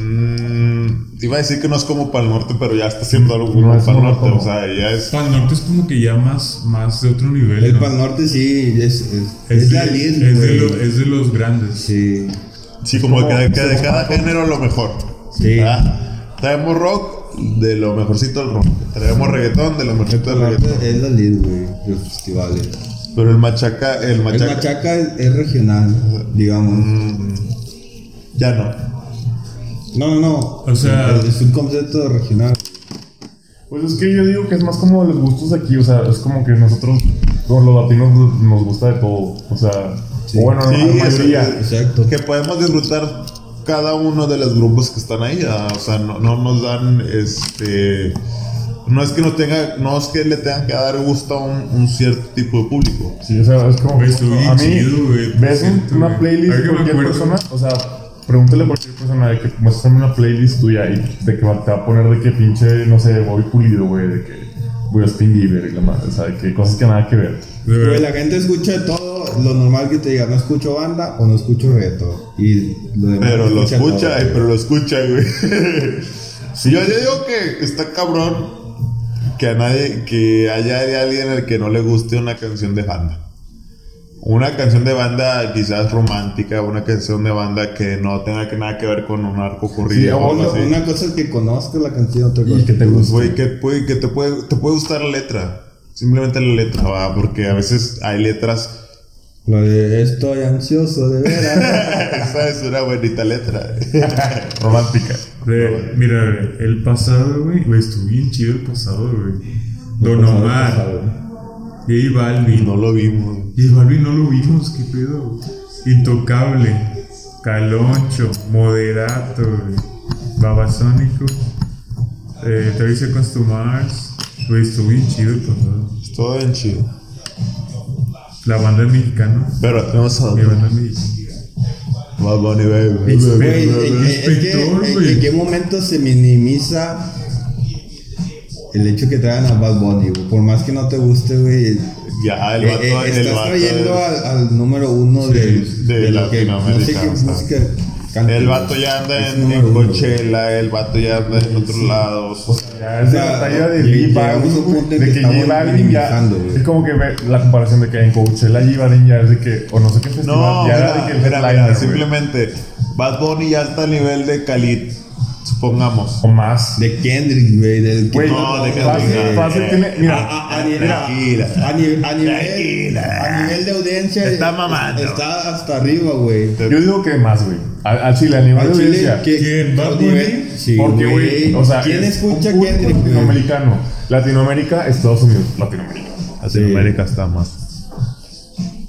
Speaker 6: mm, iba a decir que no es como para el norte, pero ya está haciendo algo como
Speaker 2: No es
Speaker 6: para el
Speaker 2: como-
Speaker 6: norte.
Speaker 2: como-
Speaker 6: O sea, ya es.
Speaker 4: Pal Norte es como que ya más, más de otro nivel.
Speaker 5: El
Speaker 4: ¿no?
Speaker 5: Pal Norte sí, es, es, es,
Speaker 4: de-
Speaker 5: la lid,
Speaker 4: es de
Speaker 5: güey.
Speaker 4: lo- es de los grandes.
Speaker 5: Sí,
Speaker 6: Sí, como,
Speaker 2: Como-
Speaker 6: que, de- que de
Speaker 2: como-
Speaker 6: cada género lo mejor.
Speaker 5: Sí.
Speaker 6: Ah. ¿verdad? Traemos rock de lo mejorcito del rock. Traemos reggaetón de lo
Speaker 5: el
Speaker 6: mejorcito
Speaker 5: Pal
Speaker 6: del
Speaker 5: Norte
Speaker 6: reggaetón.
Speaker 5: es la lid, güey, de los festivales.
Speaker 6: Pero el machaca, el machaca,
Speaker 5: El Machaca es, es regional, digamos.
Speaker 6: ya no.
Speaker 5: No, no, no.
Speaker 4: O sea-
Speaker 5: es, es un concepto regional.
Speaker 2: Pues es que yo digo que es más como los gustos de aquí, o sea, es como que nosotros, como los latinos, nos- nos gusta de todo, o sea,
Speaker 5: Sí.
Speaker 2: o bueno,
Speaker 6: Sí,
Speaker 2: la
Speaker 6: eso
Speaker 2: mayoría.
Speaker 6: es-
Speaker 5: Exacto.
Speaker 6: Que podemos disfrutar cada uno de los grupos que están ahí. ah, O sea, no, no nos dan este. No es que no tenga, no es que le tengan que dar gusto a un, un cierto tipo de público.
Speaker 2: Sí, o sea, es como.
Speaker 4: Güey, estuvo bien
Speaker 2: a mí,
Speaker 4: chido, güey, por
Speaker 2: ves un-
Speaker 4: cierto,
Speaker 2: una
Speaker 4: güey.
Speaker 2: playlist
Speaker 4: Ahora
Speaker 2: de
Speaker 4: que me
Speaker 2: cualquier
Speaker 4: acuerdo.
Speaker 2: persona, o sea, pregúntale a cualquier persona de que muéstrame una playlist tuya y de que va- te va a poner de que pinche, no sé, Bobby Pulido, güey, de que Justin Bieber y la madre, o sea, de que cosas que nada que ver.
Speaker 4: De verdad.
Speaker 5: Güey, la gente escucha de todo, lo normal que te diga, no escucho banda o no escucho reto. Y lo demás
Speaker 6: Pero lo escucha,
Speaker 5: todo.
Speaker 6: eh, pero lo escucha, güey. Yo, yo digo que está cabrón que a nadie, que haya alguien al que no le guste una canción de banda. Una canción de banda quizás romántica, una canción de banda que no tenga que nada que ver con un arco corrido
Speaker 2: Sí,
Speaker 6: o
Speaker 5: O
Speaker 6: algo
Speaker 5: lo-
Speaker 6: así.
Speaker 5: Una cosa es que conozcas la canción, otra cosa.
Speaker 2: Y que te guste.
Speaker 6: Güey, que, puede- que te, puede, te puede gustar la letra. Simplemente la letra, va, porque a veces hay letras.
Speaker 5: La de estoy ansioso de veras.
Speaker 6: Esa es una bonita letra.
Speaker 2: Romántica.
Speaker 4: De- mira, güey, el pasado, güey, güey, estuvo bien chido el pasado, güey. Don Omar, J Balvin.
Speaker 6: no lo vimos.
Speaker 4: J Balvin no lo vimos, qué pedo. güey. Intocable, Caloncho, Moderato, güey. Babasónico, eh, Travis Seconds to Mars. Güey, estuvo bien chido el pasado.
Speaker 6: Todo bien chido.
Speaker 4: La banda mexicana.
Speaker 6: Pero tenemos a
Speaker 4: Mi banda mexicana.
Speaker 6: Bad Bunny, baby.
Speaker 5: Güey, en- en- es que-
Speaker 4: Inspector,
Speaker 5: en,
Speaker 4: güey.
Speaker 5: en qué momento se minimiza el hecho que traigan a Bad Bunny, güey? Por más que no te guste, güey.
Speaker 6: Ya, el
Speaker 5: eh,
Speaker 6: vato,
Speaker 5: eh,
Speaker 6: el
Speaker 5: estás
Speaker 6: vato.
Speaker 5: trayendo al, al número uno de,
Speaker 6: de
Speaker 5: lo que- No sé qué
Speaker 6: Latinoamérica, o
Speaker 5: música canta,
Speaker 6: El
Speaker 5: güey.
Speaker 6: vato ya anda
Speaker 5: Es
Speaker 6: en,
Speaker 5: número
Speaker 6: en
Speaker 5: uno, güey.
Speaker 6: Coachella, el vato ya anda en otros lados.
Speaker 2: Ya, es de
Speaker 5: O sea,
Speaker 2: la talla de
Speaker 5: llegamos
Speaker 2: J
Speaker 5: a un
Speaker 2: Balvin,
Speaker 5: punto
Speaker 2: güey,
Speaker 5: en
Speaker 2: de
Speaker 5: que
Speaker 2: que
Speaker 5: estamos
Speaker 2: J Balvin ya.
Speaker 5: minimizando, güey.
Speaker 2: Es como que ve la comparación de que en Coachella J Balvin ya es de que, o no sé qué festival,
Speaker 6: No,
Speaker 2: ya
Speaker 6: mira,
Speaker 2: era de que el
Speaker 6: mira, mira,
Speaker 2: headliner, güey.
Speaker 6: simplemente Bad Bunny ya está a nivel de Khalid, supongamos.
Speaker 2: O más.
Speaker 5: De Kendrick, güey. Del
Speaker 2: Güey,
Speaker 6: No,
Speaker 2: no,
Speaker 6: déjate
Speaker 2: fácil,
Speaker 6: de-
Speaker 2: fácil tiene. Mira,
Speaker 5: a, a- a nivel,
Speaker 6: Tranquila.
Speaker 5: a ni- a nivel,
Speaker 6: Tranquila.
Speaker 5: a nivel de audiencia eh,
Speaker 6: Está mamando.
Speaker 5: está hasta arriba, güey.
Speaker 2: yo digo que más, güey. A, a Chile, a nivel de
Speaker 5: Al Chile,
Speaker 2: audiencia.
Speaker 5: ¿qué-
Speaker 4: ¿Quién?
Speaker 5: qué
Speaker 4: ¿Bad
Speaker 5: nivel?
Speaker 4: Bunny?
Speaker 5: Sí,
Speaker 2: Porque, güey, o sea,
Speaker 5: ¿quién
Speaker 2: es
Speaker 5: escucha
Speaker 2: un público
Speaker 5: Kendrick? güey?
Speaker 2: Latinoamericano. Latinoamérica, Estados Unidos. Latinoamérica.
Speaker 6: Latinoamérica está más.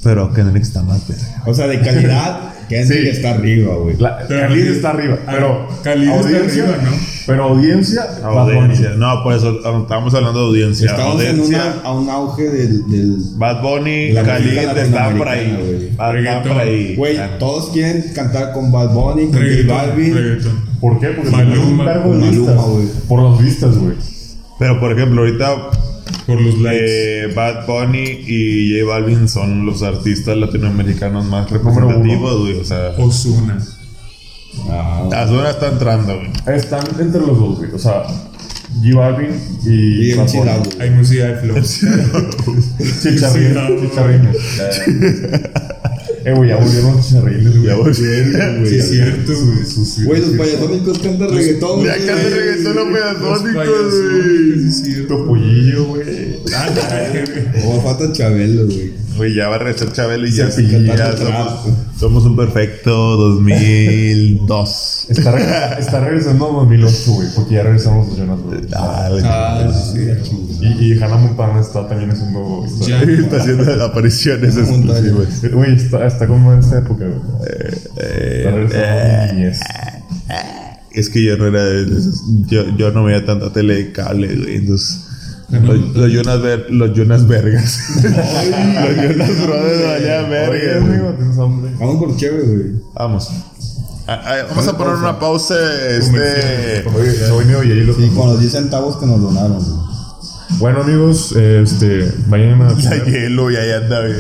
Speaker 6: Pero Kendrick está más verga.
Speaker 5: O sea, de calidad, Kendrick
Speaker 2: Sí.
Speaker 5: está arriba, güey.
Speaker 2: La,
Speaker 4: Pero
Speaker 2: Khalid
Speaker 4: Khalid-
Speaker 2: está arriba,
Speaker 4: ah,
Speaker 2: pero.
Speaker 4: Khalid está
Speaker 2: audiencia-
Speaker 4: arriba, ¿no?
Speaker 2: Pero audiencia. Bad Bunny.
Speaker 6: Audiencia. No, por eso ah, estábamos hablando de audiencia.
Speaker 5: Estamos en
Speaker 6: audiencia.
Speaker 5: una, a un auge del. del-
Speaker 6: Bad Bunny,
Speaker 5: La
Speaker 6: Khalid
Speaker 5: música
Speaker 6: están por
Speaker 5: latinoamericana, güey.
Speaker 6: ahí. Ah, Están
Speaker 4: Reggaetón.
Speaker 6: por ahí.
Speaker 5: Güey, todos quieren cantar con Bad Bunny, con J
Speaker 4: Reggaetón,
Speaker 5: Balvin,
Speaker 4: reggaetón.
Speaker 2: ¿Por qué? Porque
Speaker 4: Maluma.
Speaker 2: tenemos un vergo de
Speaker 5: Maluma,
Speaker 2: vistas.
Speaker 5: güey.
Speaker 2: Por las vistas, güey.
Speaker 6: Pero por ejemplo, ahorita
Speaker 4: Por los likes.
Speaker 6: eh, Bad Bunny y J Balvin son los artistas latinoamericanos más
Speaker 2: uno.
Speaker 6: representativos, güey. O sea,
Speaker 4: Osuna.
Speaker 6: Azura está entrando, güey.
Speaker 2: Están entre los dos, güey. O sea, G. Balvin y.
Speaker 5: y
Speaker 2: Bad
Speaker 5: un
Speaker 2: Bunny.
Speaker 5: chilado.
Speaker 4: Hay música de flow.
Speaker 2: Chicharrín,
Speaker 4: Sí, no.
Speaker 2: chicharrines. Eh, güey, ya volvieron los chicharrines, güey.
Speaker 4: Sí, es cierto, güey. Sí, sí,
Speaker 5: Güey, los
Speaker 4: sí.
Speaker 5: payasónicos cantan reggaetón, güey.
Speaker 9: Ya casi regresó los
Speaker 4: Los
Speaker 9: pedazónicos,
Speaker 4: payasónicos, sí,
Speaker 9: güey.
Speaker 4: es cierto.
Speaker 2: Topollillo, güey.
Speaker 4: Ah, caray, güey.
Speaker 5: O Oh, falta Chabelo, güey.
Speaker 6: Güey, ya va a regresar Chabelo y ya,
Speaker 5: Sí,
Speaker 6: y
Speaker 5: cantando
Speaker 6: ya
Speaker 5: trap.
Speaker 6: somos, somos un perfecto 2002.
Speaker 2: Está, reg- está regresando a 2008, güey. Porque ya regresamos los Jonas, güey.
Speaker 6: Dale.
Speaker 2: Y, y Hannah Montana está también haciendo.
Speaker 4: Ya.
Speaker 6: Está haciendo apariciones exclusivas.
Speaker 2: Güey, está, está como en esa época, güey.
Speaker 6: Eh,
Speaker 2: Está regresando a
Speaker 6: eh,
Speaker 2: mi niñez.
Speaker 6: es que yo no era de esos- yo, yo no veía tanta tele de cable, güey. Entonces, los, los Jonas Ver- los Jonas Vergas. los Jonas Brothers valían
Speaker 2: Oye,
Speaker 6: vergas. güey.
Speaker 2: amigo, tienes hambre.
Speaker 5: Vamos por chévere, güey.
Speaker 6: Vamos. Ah, ah, vamos a poner una pausa. Este.
Speaker 2: Oye, soy mío y ahí lo
Speaker 5: Y con los 10 centavos que nos donaron, güey.
Speaker 2: Bueno, amigos, eh, este, vayan a.
Speaker 6: La hielo y ahí anda, güey.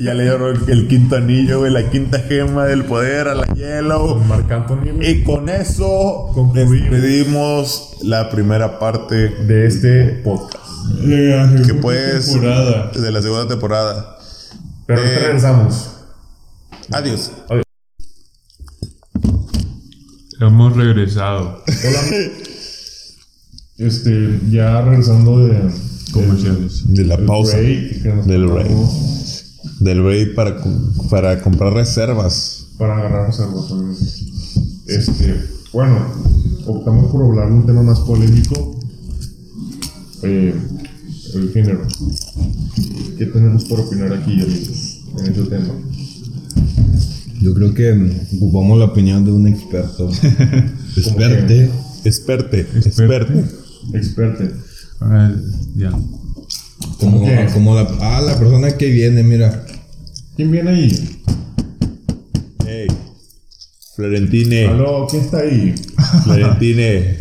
Speaker 6: Ya le dieron el, el quinto anillo, güey, la quinta gema del poder a la hielo.
Speaker 2: Marc Anthony, güey,
Speaker 6: Y con eso
Speaker 2: Concluimos.
Speaker 6: despedimos la primera parte
Speaker 2: de este podcast.
Speaker 6: que puedes
Speaker 4: temporada.
Speaker 6: de la segunda temporada.
Speaker 2: Pero ahorita
Speaker 6: Eh,
Speaker 2: regresamos.
Speaker 6: Adiós.
Speaker 4: Hemos regresado.
Speaker 2: Este, ya regresando de.
Speaker 4: Comerciales.
Speaker 6: De la pausa. Del
Speaker 2: Del
Speaker 6: break. Del break para, com- para comprar reservas.
Speaker 2: para agarrarnos al botón. Este, bueno, optamos por hablar un tema más polémico. Eh, el género. ¿Qué tenemos por opinar aquí, amigos, en este tema?
Speaker 3: Yo creo que mm, ocupamos la opinión de un experto.
Speaker 2: Experte.
Speaker 6: Experte. Experte.
Speaker 2: Experte.
Speaker 4: Ah, Ya.
Speaker 3: Como,
Speaker 2: ¿Qué?
Speaker 3: como la, ah, la persona que viene, mira.
Speaker 2: ¿Quién viene ahí?
Speaker 6: Ey. Florentine.
Speaker 2: Aló, ¿quién está ahí?
Speaker 6: Florentine.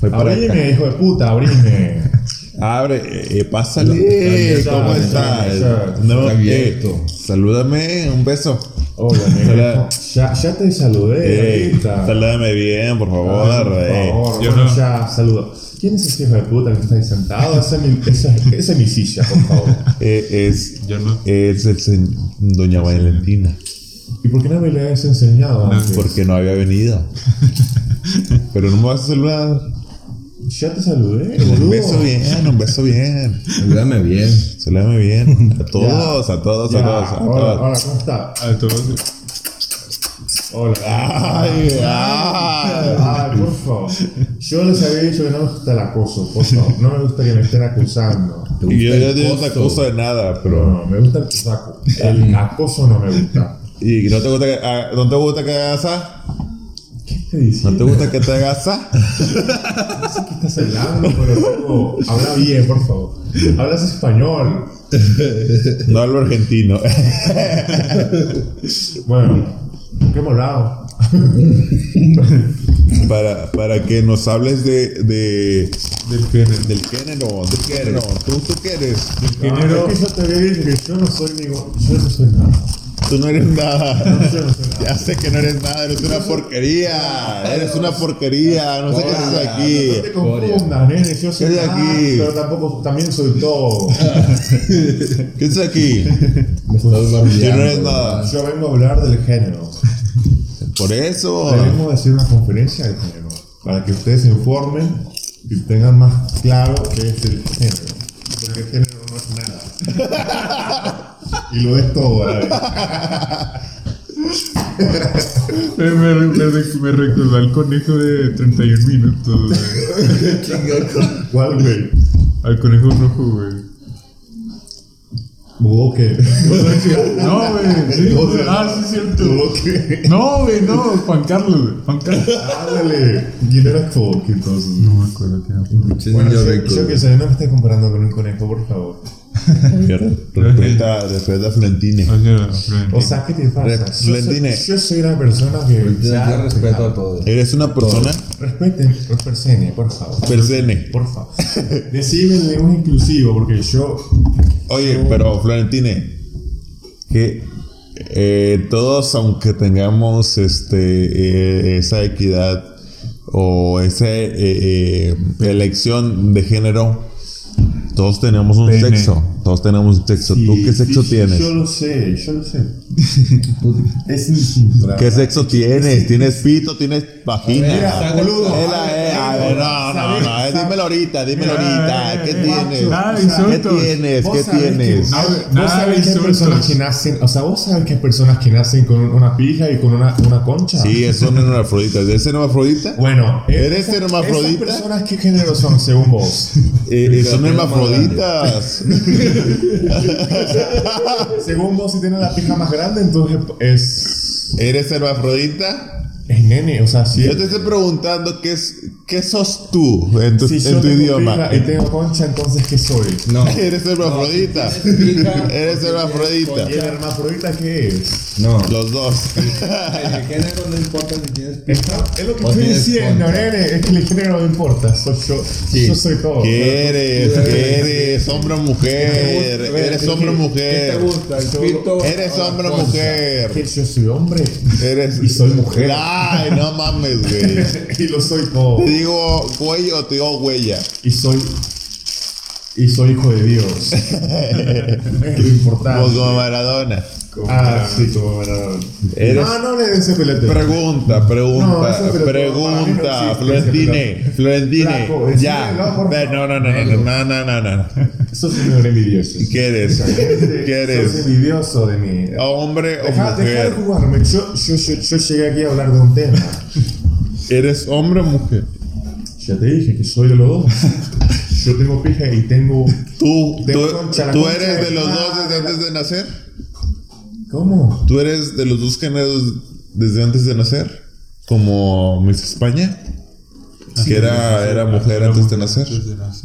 Speaker 6: Fue para acá.
Speaker 2: Abrime, hijo de puta, abrime.
Speaker 6: Abre. eh, pásale.
Speaker 2: está,
Speaker 6: ¿Cómo
Speaker 2: está, está,
Speaker 6: estás?
Speaker 2: está
Speaker 6: No, eh,
Speaker 3: abierto.
Speaker 6: salúdame. Un beso.
Speaker 2: Hola, negro. Ya, ya te saludé.
Speaker 6: Ey,
Speaker 2: ahorita.
Speaker 6: Eh, salúdame bien, por favor.
Speaker 2: Por
Speaker 6: eh.
Speaker 2: favor,
Speaker 4: Yo
Speaker 2: bueno,
Speaker 4: no.
Speaker 2: ya, saludo. ¿Quién es ese hijo de puta que está ahí sentado? Esa es mi, esa, esa es mi silla, por favor.
Speaker 6: Eh, es,
Speaker 4: Yo no.
Speaker 6: es el sen- Doña Valentina.
Speaker 2: ¿Y por qué no me le has enseñado antes?
Speaker 6: Porque no había venido. Pero no me vas a saludar.
Speaker 2: Ya te saludé.
Speaker 6: Un
Speaker 2: boludo.
Speaker 6: beso bien, un beso bien.
Speaker 3: Ayúdame bien.
Speaker 6: Saludame bien. A todos, a todos,
Speaker 2: Ya,
Speaker 6: a todos, a
Speaker 2: Hola, hola,
Speaker 6: todos.
Speaker 2: ¿cómo está?
Speaker 6: Ah,
Speaker 4: A todos.
Speaker 2: Hola.
Speaker 6: Ay, ay.
Speaker 2: Ay, Ah, por favor. Yo les había dicho que no me gusta el acoso, por favor. No me gusta que me estén acosando.
Speaker 6: Y yo yo no te acuso de nada,
Speaker 2: No,
Speaker 6: pero.
Speaker 2: no, me gusta el cosaco. El acoso no me gusta.
Speaker 6: ¿Y no te gusta que, ah, no te gusta que hagas asa?
Speaker 2: ¿Qué dices?
Speaker 6: ¿No te gusta que te hagas asa?
Speaker 2: Estás hablando, pero luego habla bien, por favor. Hablas español.
Speaker 6: No hablo argentino.
Speaker 2: Bueno, qué molado.
Speaker 6: Para, para que nos hables de. de del género. Del género, del género. Tú, tú qué eres.
Speaker 2: Primero, Ah, que yo te había dicho que yo no soy ningún. Yo no soy nada.
Speaker 6: Tú no eres nada.
Speaker 2: Yo no soy nada.
Speaker 6: Ya sé que no eres nada, eres una porquería. Eres una porquería. No sé qué haces aquí.
Speaker 2: No te confundas, nene. Yo soy
Speaker 6: Soy
Speaker 2: nada,
Speaker 6: aquí.
Speaker 2: pero tampoco también soy todo.
Speaker 6: ¿Qué haces aquí?
Speaker 3: Me estás barbeando,
Speaker 6: Tú no eres
Speaker 3: güey.
Speaker 6: nada.
Speaker 2: Yo vengo a hablar del género.
Speaker 6: Por eso.
Speaker 2: Vengo a hacer una conferencia del género. Para que ustedes se informen y tengan más claro qué es el género. Porque el género no es nada. y lo es todo a la vez.
Speaker 4: Me, me, me- me recordó al conejo de 31 minutos, güey.
Speaker 2: ¿Cuál, güey?
Speaker 4: Al conejo rojo, güey.
Speaker 2: Dudo que.
Speaker 4: No, güey. Sí, güey. ah, sí, es cierto.
Speaker 2: Dudo que.
Speaker 4: No, güey, no. Juan Carlos, güey. Juan Carlos.
Speaker 2: Ándale. ¿Quién era Kobo? entonces?
Speaker 4: No me acuerdo qué era.
Speaker 2: Bueno, yo, yo que sé, no me esté comparando con un conejo, por favor.
Speaker 6: Respeta, respeta Flentine.
Speaker 2: O sea, ¿qué te pasa? Yo soy-
Speaker 6: Flentine.
Speaker 2: Yo soy una persona que.
Speaker 5: Yo,
Speaker 2: ya-
Speaker 5: yo respeto a todos.
Speaker 6: Eres una persona
Speaker 2: Respeten, respeten, por favor.
Speaker 6: persene.
Speaker 2: Por favor. Decíbenle un inclusivo, porque yo.
Speaker 6: Oye, pero Florentine, que eh, todos, aunque tengamos este eh, esa equidad o esa eh, eh, elección de género, todos tenemos un
Speaker 4: Pene.
Speaker 6: sexo. Todos tenemos un sexo. ¿Tú qué sexo tienes?
Speaker 2: Yo lo sé, yo lo sé. es injusto.
Speaker 6: ¿Qué sexo tienes? ¿Tienes pito? ¿Tienes vagina?
Speaker 2: Mira, boludo.
Speaker 6: Eh, la- eh, a ver, no, no, no, eh, dímelo ahorita, dímelo ahorita. ¿Qué tienes?
Speaker 4: Nada de
Speaker 6: ¿Qué
Speaker 4: insultos.
Speaker 6: tienes?
Speaker 2: Vos
Speaker 6: ¿Qué
Speaker 2: sabés que-
Speaker 6: tienes?
Speaker 2: a ver,
Speaker 4: Nada
Speaker 2: Vos sabés
Speaker 4: de
Speaker 2: que hay
Speaker 4: insultos.
Speaker 2: personas que nacen, o sea, vos sabés que hay personas que nacen con una pija y con una, una concha.
Speaker 6: Sí, es un hermafrodita. ¿Es hermafrodita?
Speaker 2: Bueno,
Speaker 6: ¿Eres
Speaker 2: esas-
Speaker 6: hermafrodita?
Speaker 2: ¿Esas personas qué género son según vos?
Speaker 6: Eh, eh, son hermafroditas.
Speaker 2: según vos, si tiene la pija más grande, entonces es.
Speaker 6: ¿Eres hermafrodita?
Speaker 2: Es nene, o sea, si
Speaker 6: Yo te estoy preguntando qué, es, qué sos tú en tu,
Speaker 2: si
Speaker 6: en tu
Speaker 2: tengo
Speaker 6: idioma.
Speaker 2: pija y tengo concha, entonces ¿qué soy?
Speaker 5: No,
Speaker 6: ¿Eres hermafrodita?
Speaker 5: pija,
Speaker 6: ¿Eres hermafrodita?
Speaker 2: ¿Y el hermafrodita qué es?
Speaker 5: no.
Speaker 6: Los dos.
Speaker 5: El género no importa si tienes
Speaker 2: Está- es lo que
Speaker 5: Vos
Speaker 2: estoy
Speaker 5: tienes
Speaker 2: diciendo,
Speaker 5: concha.
Speaker 2: nene. Es que el género no importa. Soy yo, yo soy todo.
Speaker 6: ¿Qué eres? ¿Qué eres? ¿Hombre o mujer?
Speaker 5: Te gusta-
Speaker 6: ¿Eres
Speaker 5: ¿qué-
Speaker 6: hombre o
Speaker 5: ¿Qué te
Speaker 6: mujer?
Speaker 5: gusta? ¿El pito?
Speaker 6: ¿Eres
Speaker 5: la
Speaker 6: hombre o
Speaker 5: concha?
Speaker 2: Que
Speaker 6: mujer?
Speaker 2: yo soy hombre
Speaker 6: ¿Eres...
Speaker 2: y soy mujer.
Speaker 6: Ay, no mames, güey.
Speaker 2: y lo soy todo.
Speaker 6: Te digo güey o te digo huella.
Speaker 2: Y soy. Y soy hijo de Dios. es lo
Speaker 6: Como
Speaker 2: importante.
Speaker 6: como Maradona.
Speaker 2: Ah, sí, como Maradona.
Speaker 6: Eres-
Speaker 2: No, no le den ese pelete.
Speaker 6: Pregunta,
Speaker 2: No,
Speaker 6: pregunta,
Speaker 2: eso es pelotudo. Para mí no
Speaker 6: pregunta,
Speaker 2: existe
Speaker 6: Florentine, Florentine,
Speaker 2: Flaco, decímelo,
Speaker 6: ya.
Speaker 2: por
Speaker 6: Ve, No,
Speaker 2: favor.
Speaker 6: no, no, no, no, no, no, no.
Speaker 2: Sos un hombre envidioso.
Speaker 6: ¿Qué eres? ¿Qué
Speaker 2: Sos
Speaker 6: eres?
Speaker 2: envidioso de mí.
Speaker 6: ¿Hombre o
Speaker 2: Deja, deja de
Speaker 6: mujer?
Speaker 2: jugarme. Yo, yo, yo, yo llegué aquí a hablar de un tema.
Speaker 6: ¿Eres hombre o mujer?
Speaker 2: Ya te dije que soy de los dos. Yo tengo pija y tengo.
Speaker 6: ¿Tú,
Speaker 2: De
Speaker 6: tú,
Speaker 2: concha, la
Speaker 6: tú
Speaker 2: concha
Speaker 6: eres
Speaker 2: de
Speaker 6: de los
Speaker 2: tu
Speaker 6: dos desde
Speaker 2: madre.
Speaker 6: antes de nacer?
Speaker 2: ¿Cómo?
Speaker 6: ¿Tú eres de los dos géneros desde antes de nacer? Como Miss España, que era, era mujer antes de nacer.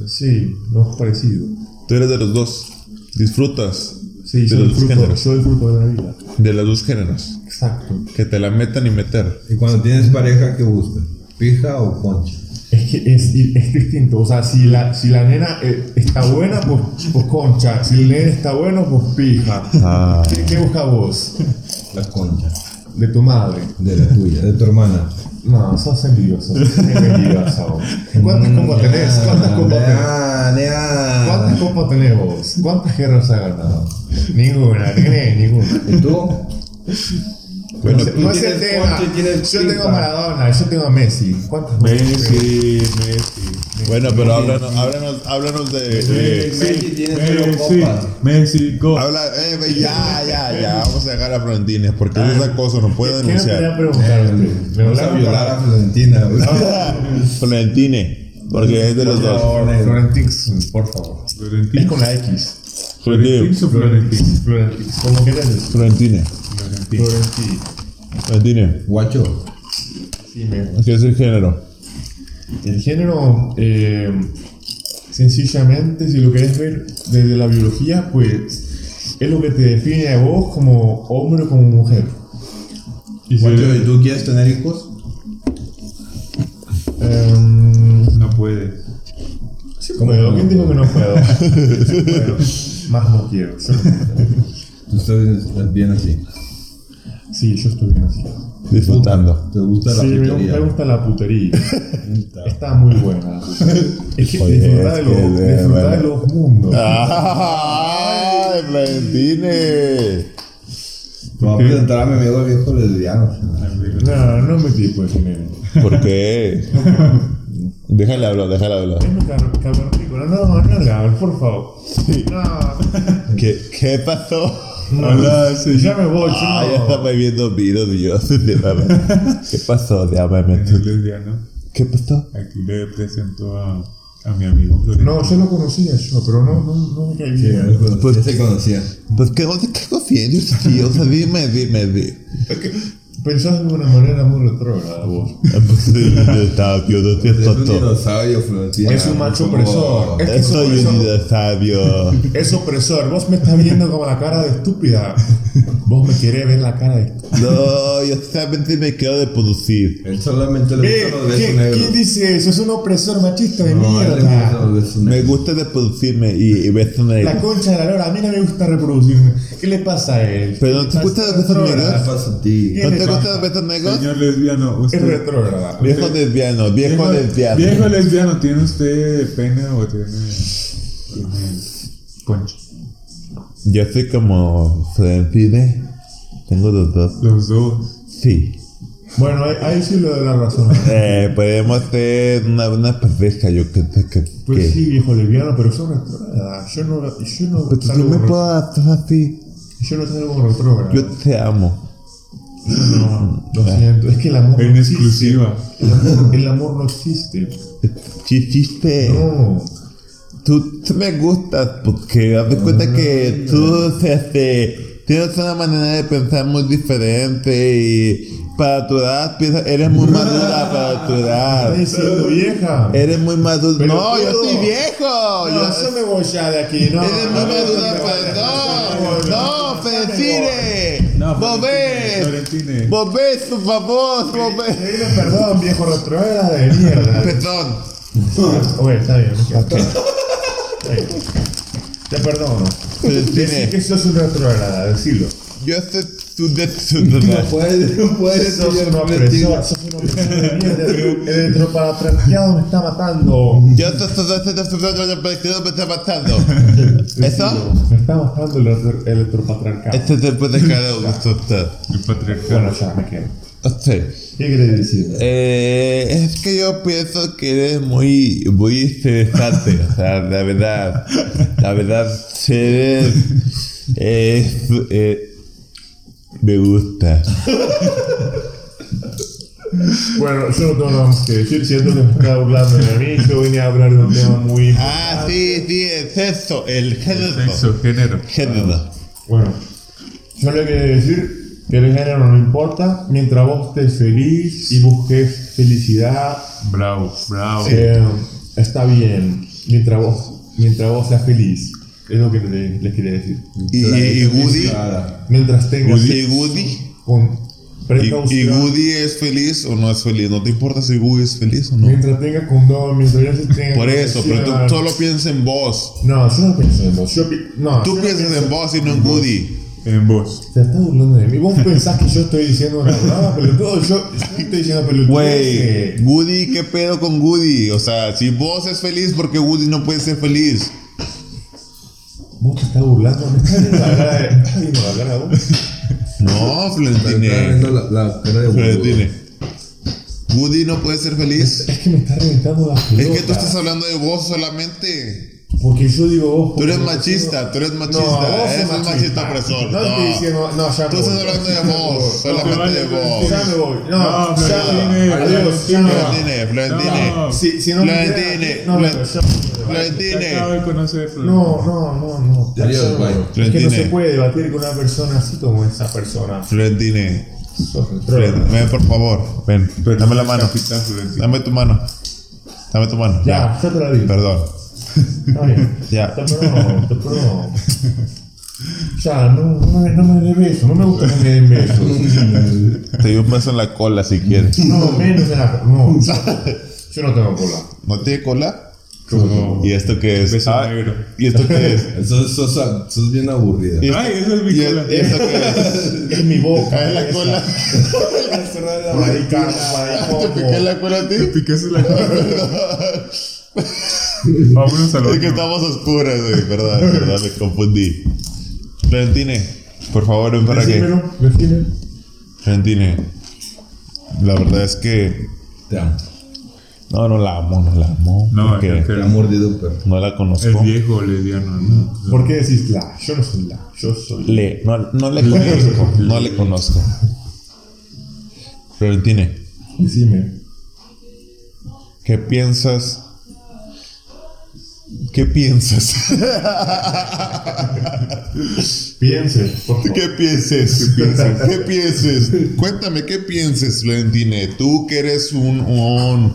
Speaker 2: Sí, no es parecido.
Speaker 6: Tú eres de los dos. Disfrutas
Speaker 2: Sí,
Speaker 6: de
Speaker 2: yo
Speaker 6: los dos
Speaker 2: disfruto,
Speaker 6: géneros.
Speaker 2: yo disfruto de la vida.
Speaker 6: De los dos géneros.
Speaker 2: Exacto.
Speaker 6: Que te la metan y meter.
Speaker 5: Y cuando tienes pareja, ¿qué buscas? ¿Pija o concha?
Speaker 2: Es que es, es distinto. O sea, si la, si la nena eh, está buena, pues, pues concha. Si el nene está bueno, pues pija.
Speaker 6: Ah.
Speaker 2: ¿Qué, qué busca vos?
Speaker 5: La concha.
Speaker 2: De tu madre.
Speaker 5: De la tuya, de tu hermana.
Speaker 2: No, sos envidioso. Sos Mm, envidiosa vos. ¿Cuántas
Speaker 5: Mm,
Speaker 2: copas tenés? ¿Cuántas copas tenés?
Speaker 5: Nea, nea.
Speaker 2: ¿Cuántas copas tenés vos? ¿Cuántas guerras has ganado? Ninguna, nene, ninguna.
Speaker 5: ¿Y tú?
Speaker 2: Bueno, no, es el
Speaker 5: tienes
Speaker 2: tema.
Speaker 5: concha y tienes
Speaker 2: Yo tengo
Speaker 5: pipa.
Speaker 2: a Maradona, yo tengo a Messi. ¿Cuántas
Speaker 4: Messi, Messi.
Speaker 6: Bueno, pero háblanos, háblanos, háblanos de. de-
Speaker 5: Messi tiene cero
Speaker 4: Messi,
Speaker 5: copas.
Speaker 4: Messi, go.
Speaker 6: habla, eh, ve, ya, ya, ya. Vamos a dejar a Florentines porque es esa cosa, no puede
Speaker 2: ¿Qué me quería
Speaker 6: denunciar.
Speaker 2: preguntar usted? Me
Speaker 5: Vamos a
Speaker 2: hablaron
Speaker 5: violar
Speaker 2: para-
Speaker 5: a Florentina, güey.
Speaker 6: Florentine, porque es de los dos.
Speaker 2: Florentixon, por favor. Es
Speaker 4: Florentino.
Speaker 2: con la X.
Speaker 6: Florentine,
Speaker 4: Florentino, Florentino.
Speaker 2: Florentix. ¿Cómo querés?
Speaker 6: Florentine,
Speaker 2: Florentix.
Speaker 6: Florentine.
Speaker 5: Guacho,
Speaker 2: Sí, me-
Speaker 6: ¿Qué es el género?
Speaker 2: El género, eh, sencillamente, si lo querés ver desde la biología, pues es lo que te define a vos como hombre o como mujer.
Speaker 4: Y se-
Speaker 5: guacho, ¿y tú quieres tener hijos?
Speaker 2: Em,
Speaker 4: no puede.
Speaker 2: puedo. ¿Quién dijo que no puedo? Bueno, más no quiero.
Speaker 5: Tú estás bien así.
Speaker 2: Sí, yo estoy bien así.
Speaker 6: Disfrutando.
Speaker 5: Te gusta la
Speaker 2: Sí, me,
Speaker 5: putería.
Speaker 2: me gusta la putería. Está muy buena. la putería. Es que
Speaker 6: Oye,
Speaker 2: disfrutar de
Speaker 6: es
Speaker 2: los-
Speaker 6: que de
Speaker 2: disfrutar de Ah.
Speaker 6: verdad.
Speaker 2: los mundos.
Speaker 6: ¡Ay, Florentine!
Speaker 5: Te voy a presentar a mi amigo el viejo lesbiano.
Speaker 2: No, no me tipo de género.
Speaker 6: ¿Por qué? Déjale hablar, déjale hablar.
Speaker 2: Déjame car- cavernícola. No, no, no, Gabriel, por favor. No.
Speaker 6: ¿Qué, qué pasó?
Speaker 2: Hola, sí. Ya me voy,
Speaker 6: Ah,
Speaker 2: chino.
Speaker 6: ya está bebiendo vino, Dios. ¿Qué pasó? Déjame
Speaker 4: Es lesbiano.
Speaker 6: ¿Qué pasó?
Speaker 4: Aquí le presento a, a mi amigo Florentino.
Speaker 2: No, yo lo conocía, yo, pero no, no, no me caí
Speaker 5: Sí,
Speaker 2: bien.
Speaker 5: lo conocía,
Speaker 6: Pues-
Speaker 5: se conocía.
Speaker 6: Pues, ¿qué, onda- qué hago haciendo, tío? O sea, dime, dime, dime.
Speaker 2: Pensás de una manera muy retrógrada vos.
Speaker 6: Pues, está, tío, no seas
Speaker 5: Es un
Speaker 6: tonto.
Speaker 5: dinosaurio, Florentino.
Speaker 2: Es un macho
Speaker 5: Como-
Speaker 2: opresor. Es que es
Speaker 6: Soy un
Speaker 2: opresor.
Speaker 6: dinosaurio.
Speaker 2: Es opresor. Vos me estás viendo como la cara de estúpida. Vos me querés ver la cara de estúpida.
Speaker 6: No, yo solamente me quedo de producir.
Speaker 5: Él solamente le
Speaker 2: Eh,
Speaker 5: gusta los besos
Speaker 2: ¿quién,
Speaker 5: negros.
Speaker 2: quién dice eso? Es un opresor machista de
Speaker 5: No, él le gusta
Speaker 2: mierda.
Speaker 5: los besos
Speaker 6: Me
Speaker 5: negros.
Speaker 6: gusta reproducirme y, y beso
Speaker 2: La
Speaker 6: negro.
Speaker 2: concha de la lora, a mí no me gusta reproducirme. ¿Qué le pasa a él?
Speaker 6: Pero no te gustan los besos negros.
Speaker 5: Ah, pasa a ti.
Speaker 6: ¿No
Speaker 2: ¿Qué
Speaker 6: te
Speaker 2: le
Speaker 6: gustan
Speaker 2: pasa?
Speaker 6: los besos negros?
Speaker 4: Señor lesbiano,
Speaker 2: Es
Speaker 4: usted.
Speaker 2: retrógrada.
Speaker 6: Viejo lesbiano, viejo lesbiano.
Speaker 4: Viejo lesbiano, ¿tiene usted pene o tiene. tiene concha?
Speaker 6: Yo soy como Francine. Tengo los dos.
Speaker 4: Los dos.
Speaker 6: Sí.
Speaker 2: Bueno, ahí, ahí sí le doy la razón.
Speaker 6: Eh, podemos hacer una, una pareja, yo creo que. que
Speaker 2: Pues sí, viejo lesbiano, pero son retrógrada. Yo no, yo no
Speaker 6: Pero tú no
Speaker 2: salgo
Speaker 6: me
Speaker 2: con-
Speaker 6: puedo hacer así.
Speaker 2: Yo no salgo con retrógrada.
Speaker 6: Yo te amo.
Speaker 2: no, lo siento. Es que el amor
Speaker 4: En
Speaker 2: no existe.
Speaker 4: exclusiva.
Speaker 2: El amor, el amor no existe.
Speaker 6: Sí, chiste.
Speaker 2: No.
Speaker 6: Tú, tú me gustas porque haz de cuenta que tú o sea, este, tienes una manera de pensar muy diferente y para tu edad piensas- eres muy madura para tu
Speaker 2: Está
Speaker 6: edad.
Speaker 2: diciendo vieja.
Speaker 6: Eres muy madura.
Speaker 2: Pero
Speaker 6: No,
Speaker 2: tú-
Speaker 6: yo soy viejo.
Speaker 2: No,
Speaker 6: yo-
Speaker 2: yo me voy ya de aquí, no.
Speaker 6: eres muy madura para no. No, Felicire. Vos ves.
Speaker 4: Florentine.
Speaker 6: Vos ves, por favor. Vos ves.
Speaker 2: Dile perdón, viejo retrógrada de mierda.
Speaker 6: Perdón.
Speaker 2: Oye, está bien. ok. Está bien. Te perdono. Decí
Speaker 6: Felicire.
Speaker 2: que sos un retrógrada, decilo.
Speaker 6: Yo soy tu de tu
Speaker 5: Puedes, no puedes,
Speaker 2: Sos
Speaker 5: señor
Speaker 2: un
Speaker 5: Florentino.
Speaker 2: opresor, sos un opresor de mierda. El retropatranqueado me está matando.
Speaker 6: Yo soy tu de tu me está matando. ¿Eso?
Speaker 2: Me está matando el retro- el retropatranqueado.
Speaker 6: Este te puede caer Augusto está.
Speaker 4: El patriarcado.
Speaker 2: Bueno, ya me quedo.
Speaker 6: Entonces,
Speaker 2: ¿Qué querés decir?
Speaker 6: eh, es que yo pienso que eres muy, muy interesante, o sea, la verdad, la verdad, eres, es, eh, me gusta.
Speaker 2: Bueno, yo no tengo nada más que decir. Siento que me está burlando de mí. Yo vine a hablar de un tema muy.
Speaker 6: Ah, sí, sí, es eso, el género,
Speaker 4: Sexo, género.
Speaker 6: género.
Speaker 2: Bueno, yo le quería decir que el género no importa mientras vos estés feliz y busques felicidad.
Speaker 4: Bravo, bravo.
Speaker 2: eh, está bien, mientras vos, mientras vos seas feliz. Es lo que le- les quería decir.
Speaker 6: Y, y Woody,
Speaker 2: Mientras tengas
Speaker 6: y Woody,
Speaker 2: con
Speaker 6: y, y
Speaker 2: precaución,
Speaker 6: Woody es feliz o no es feliz, no te importa si Woody es feliz o no.
Speaker 2: mientras tengas condón, mientras ya se tenga
Speaker 6: Por eso, pero tú
Speaker 2: protección.
Speaker 6: solo piensa en vos,
Speaker 2: No, yo no pienso en vos. Yo pi- no, yo
Speaker 6: tú
Speaker 2: no
Speaker 6: piensas
Speaker 2: pienso-
Speaker 6: en vos y no en Woody.
Speaker 4: En voz.
Speaker 2: Te estás burlando de mí. Vos pensás que yo estoy diciendo una broma, pelotudo. Yo, yo no estoy diciendo pelotudo.
Speaker 6: Güey, Woody, ¿qué pedo con Woody? O sea, si vos es feliz, porque Woody no puede ser feliz?
Speaker 2: Vos te estás burlando. Me estás viendo la cara de. me estás viendo la cara de vos.
Speaker 6: No,
Speaker 5: Está
Speaker 6: Florentine.
Speaker 5: viendo la- la cara de
Speaker 6: Florentine.
Speaker 5: Woody.
Speaker 6: Woody no puede ser feliz.
Speaker 2: Es que me estás reventando la pelota.
Speaker 6: Es que tú estás hablando de vos solamente.
Speaker 2: Porque yo digo vos.
Speaker 6: Tú
Speaker 2: porque
Speaker 6: eres
Speaker 2: vos-
Speaker 6: machista, tú eres
Speaker 2: No, vos
Speaker 6: machista. Eres
Speaker 2: sos
Speaker 6: un machista opresor.
Speaker 2: No estoy
Speaker 6: No.
Speaker 2: diciendo. No, ya me
Speaker 6: Tú estás
Speaker 2: voy.
Speaker 6: hablando de vos, solamente de vos.
Speaker 2: Ya me voy. No, ya.
Speaker 4: No, Florentine,
Speaker 2: Adiós, ya me voy.
Speaker 6: Florentine, Florentine.
Speaker 4: No.
Speaker 2: Si, si no me
Speaker 6: Florentine,
Speaker 2: queda- No, me voy, ya.
Speaker 4: Te acabo
Speaker 6: Florentine.
Speaker 4: de conocer, Florentine.
Speaker 2: no, no, no. no. Ya
Speaker 5: Adiós,
Speaker 2: me voy.
Speaker 5: güey.
Speaker 2: Es que no se
Speaker 6: Florentine.
Speaker 2: puede debatir con una persona así como esa persona.
Speaker 6: Florentine.
Speaker 2: Sos retrógrada.
Speaker 6: Florentine, Ven, por favor. Ven, dame la mano.
Speaker 4: Capitán Florentino.
Speaker 6: Dame tu mano. Dame tu mano.
Speaker 2: Ya, yo te la di.
Speaker 6: Perdón.
Speaker 2: Está bien.
Speaker 6: Ya.
Speaker 2: Te perdono, te perdono. Ya, no, no, me- no me des besos, no me gusta que me den besos.
Speaker 6: Te doy un beso en la cola si quieres.
Speaker 2: No, menos en la No, yo no tengo cola.
Speaker 6: ¿No tiene cola?
Speaker 4: No.
Speaker 6: ¿Y esto qué es? Ah,
Speaker 4: Beso negro.
Speaker 6: ¿Y esto qué es?
Speaker 5: Sos, sos- sos bien aburrida.
Speaker 6: ¿Y esto,
Speaker 4: Ay, esa es
Speaker 6: y
Speaker 4: mi
Speaker 6: e-
Speaker 4: cola.
Speaker 6: y esto qué es?
Speaker 2: Es mi boca.
Speaker 6: ¿Cae la
Speaker 2: esa.
Speaker 6: cola?
Speaker 2: Por ahí cago, por ahí
Speaker 6: ¿Te piqué
Speaker 2: como.
Speaker 6: la cola a ti?
Speaker 4: Te picaste la cola. Vámonos al
Speaker 6: Es que
Speaker 4: baño.
Speaker 6: estamos oscuras, güey. Perdón, perdón, me confundí. Florentine, por favor, ven para que.
Speaker 2: Decímelo, decímelo.
Speaker 6: Florentine, la verdad es que.
Speaker 5: Te amo.
Speaker 6: No, no la amo, no la amo.
Speaker 4: No,
Speaker 6: porque
Speaker 4: es que
Speaker 5: Te ha mordido un perro.
Speaker 6: no la
Speaker 4: el
Speaker 6: conozco.
Speaker 4: viejo lesbiano, ¿no?
Speaker 2: ¿Por qué decís la? Yo no soy la, yo soy.
Speaker 6: Le, no, no le conozco. No le conozco. Florentine,
Speaker 2: Decime.
Speaker 6: ¿qué piensas ¿Qué piensas?
Speaker 2: Piense.
Speaker 6: ¿Qué pienses? ¿Qué pienses? Cuéntame, ¿qué pienses, Lentine? Tú que eres un, un,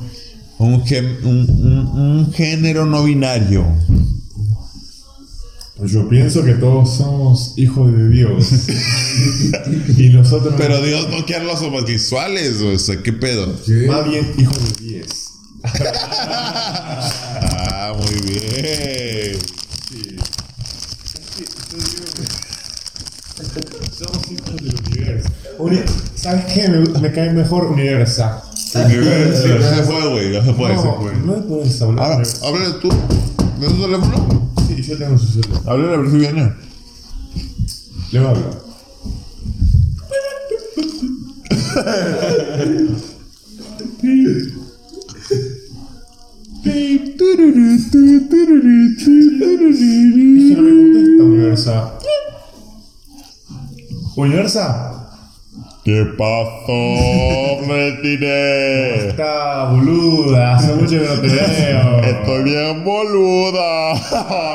Speaker 6: un, gem- un- un- un género no binario.
Speaker 2: Pues yo pienso que todos somos hijos de Dios. y nosotros
Speaker 6: Pero Dios no quiere a los homosexuales, o sea, ¿qué pedo?
Speaker 2: más bien hijos de 10.
Speaker 6: Ah, muy bien.
Speaker 2: Somos hijos del universo. Uni- ¿Sabes qué? Me, me cae mejor Universal.
Speaker 6: Sí, ya se fue, güey, ya se fue, se
Speaker 2: No,
Speaker 6: fue.
Speaker 2: no me puedes hablar.
Speaker 6: Ahora, háblale tú. ¿De tu teléfono?
Speaker 2: Sí, yo tengo su celular.
Speaker 6: Háblale a ver si viene.
Speaker 2: Le voy a hablar. Es que no me contesta Universa. Universa.
Speaker 6: ¿Qué pasó, Lentine?
Speaker 2: Está boluda. Hace mucho que no te veo.
Speaker 6: Estoy bien boluda.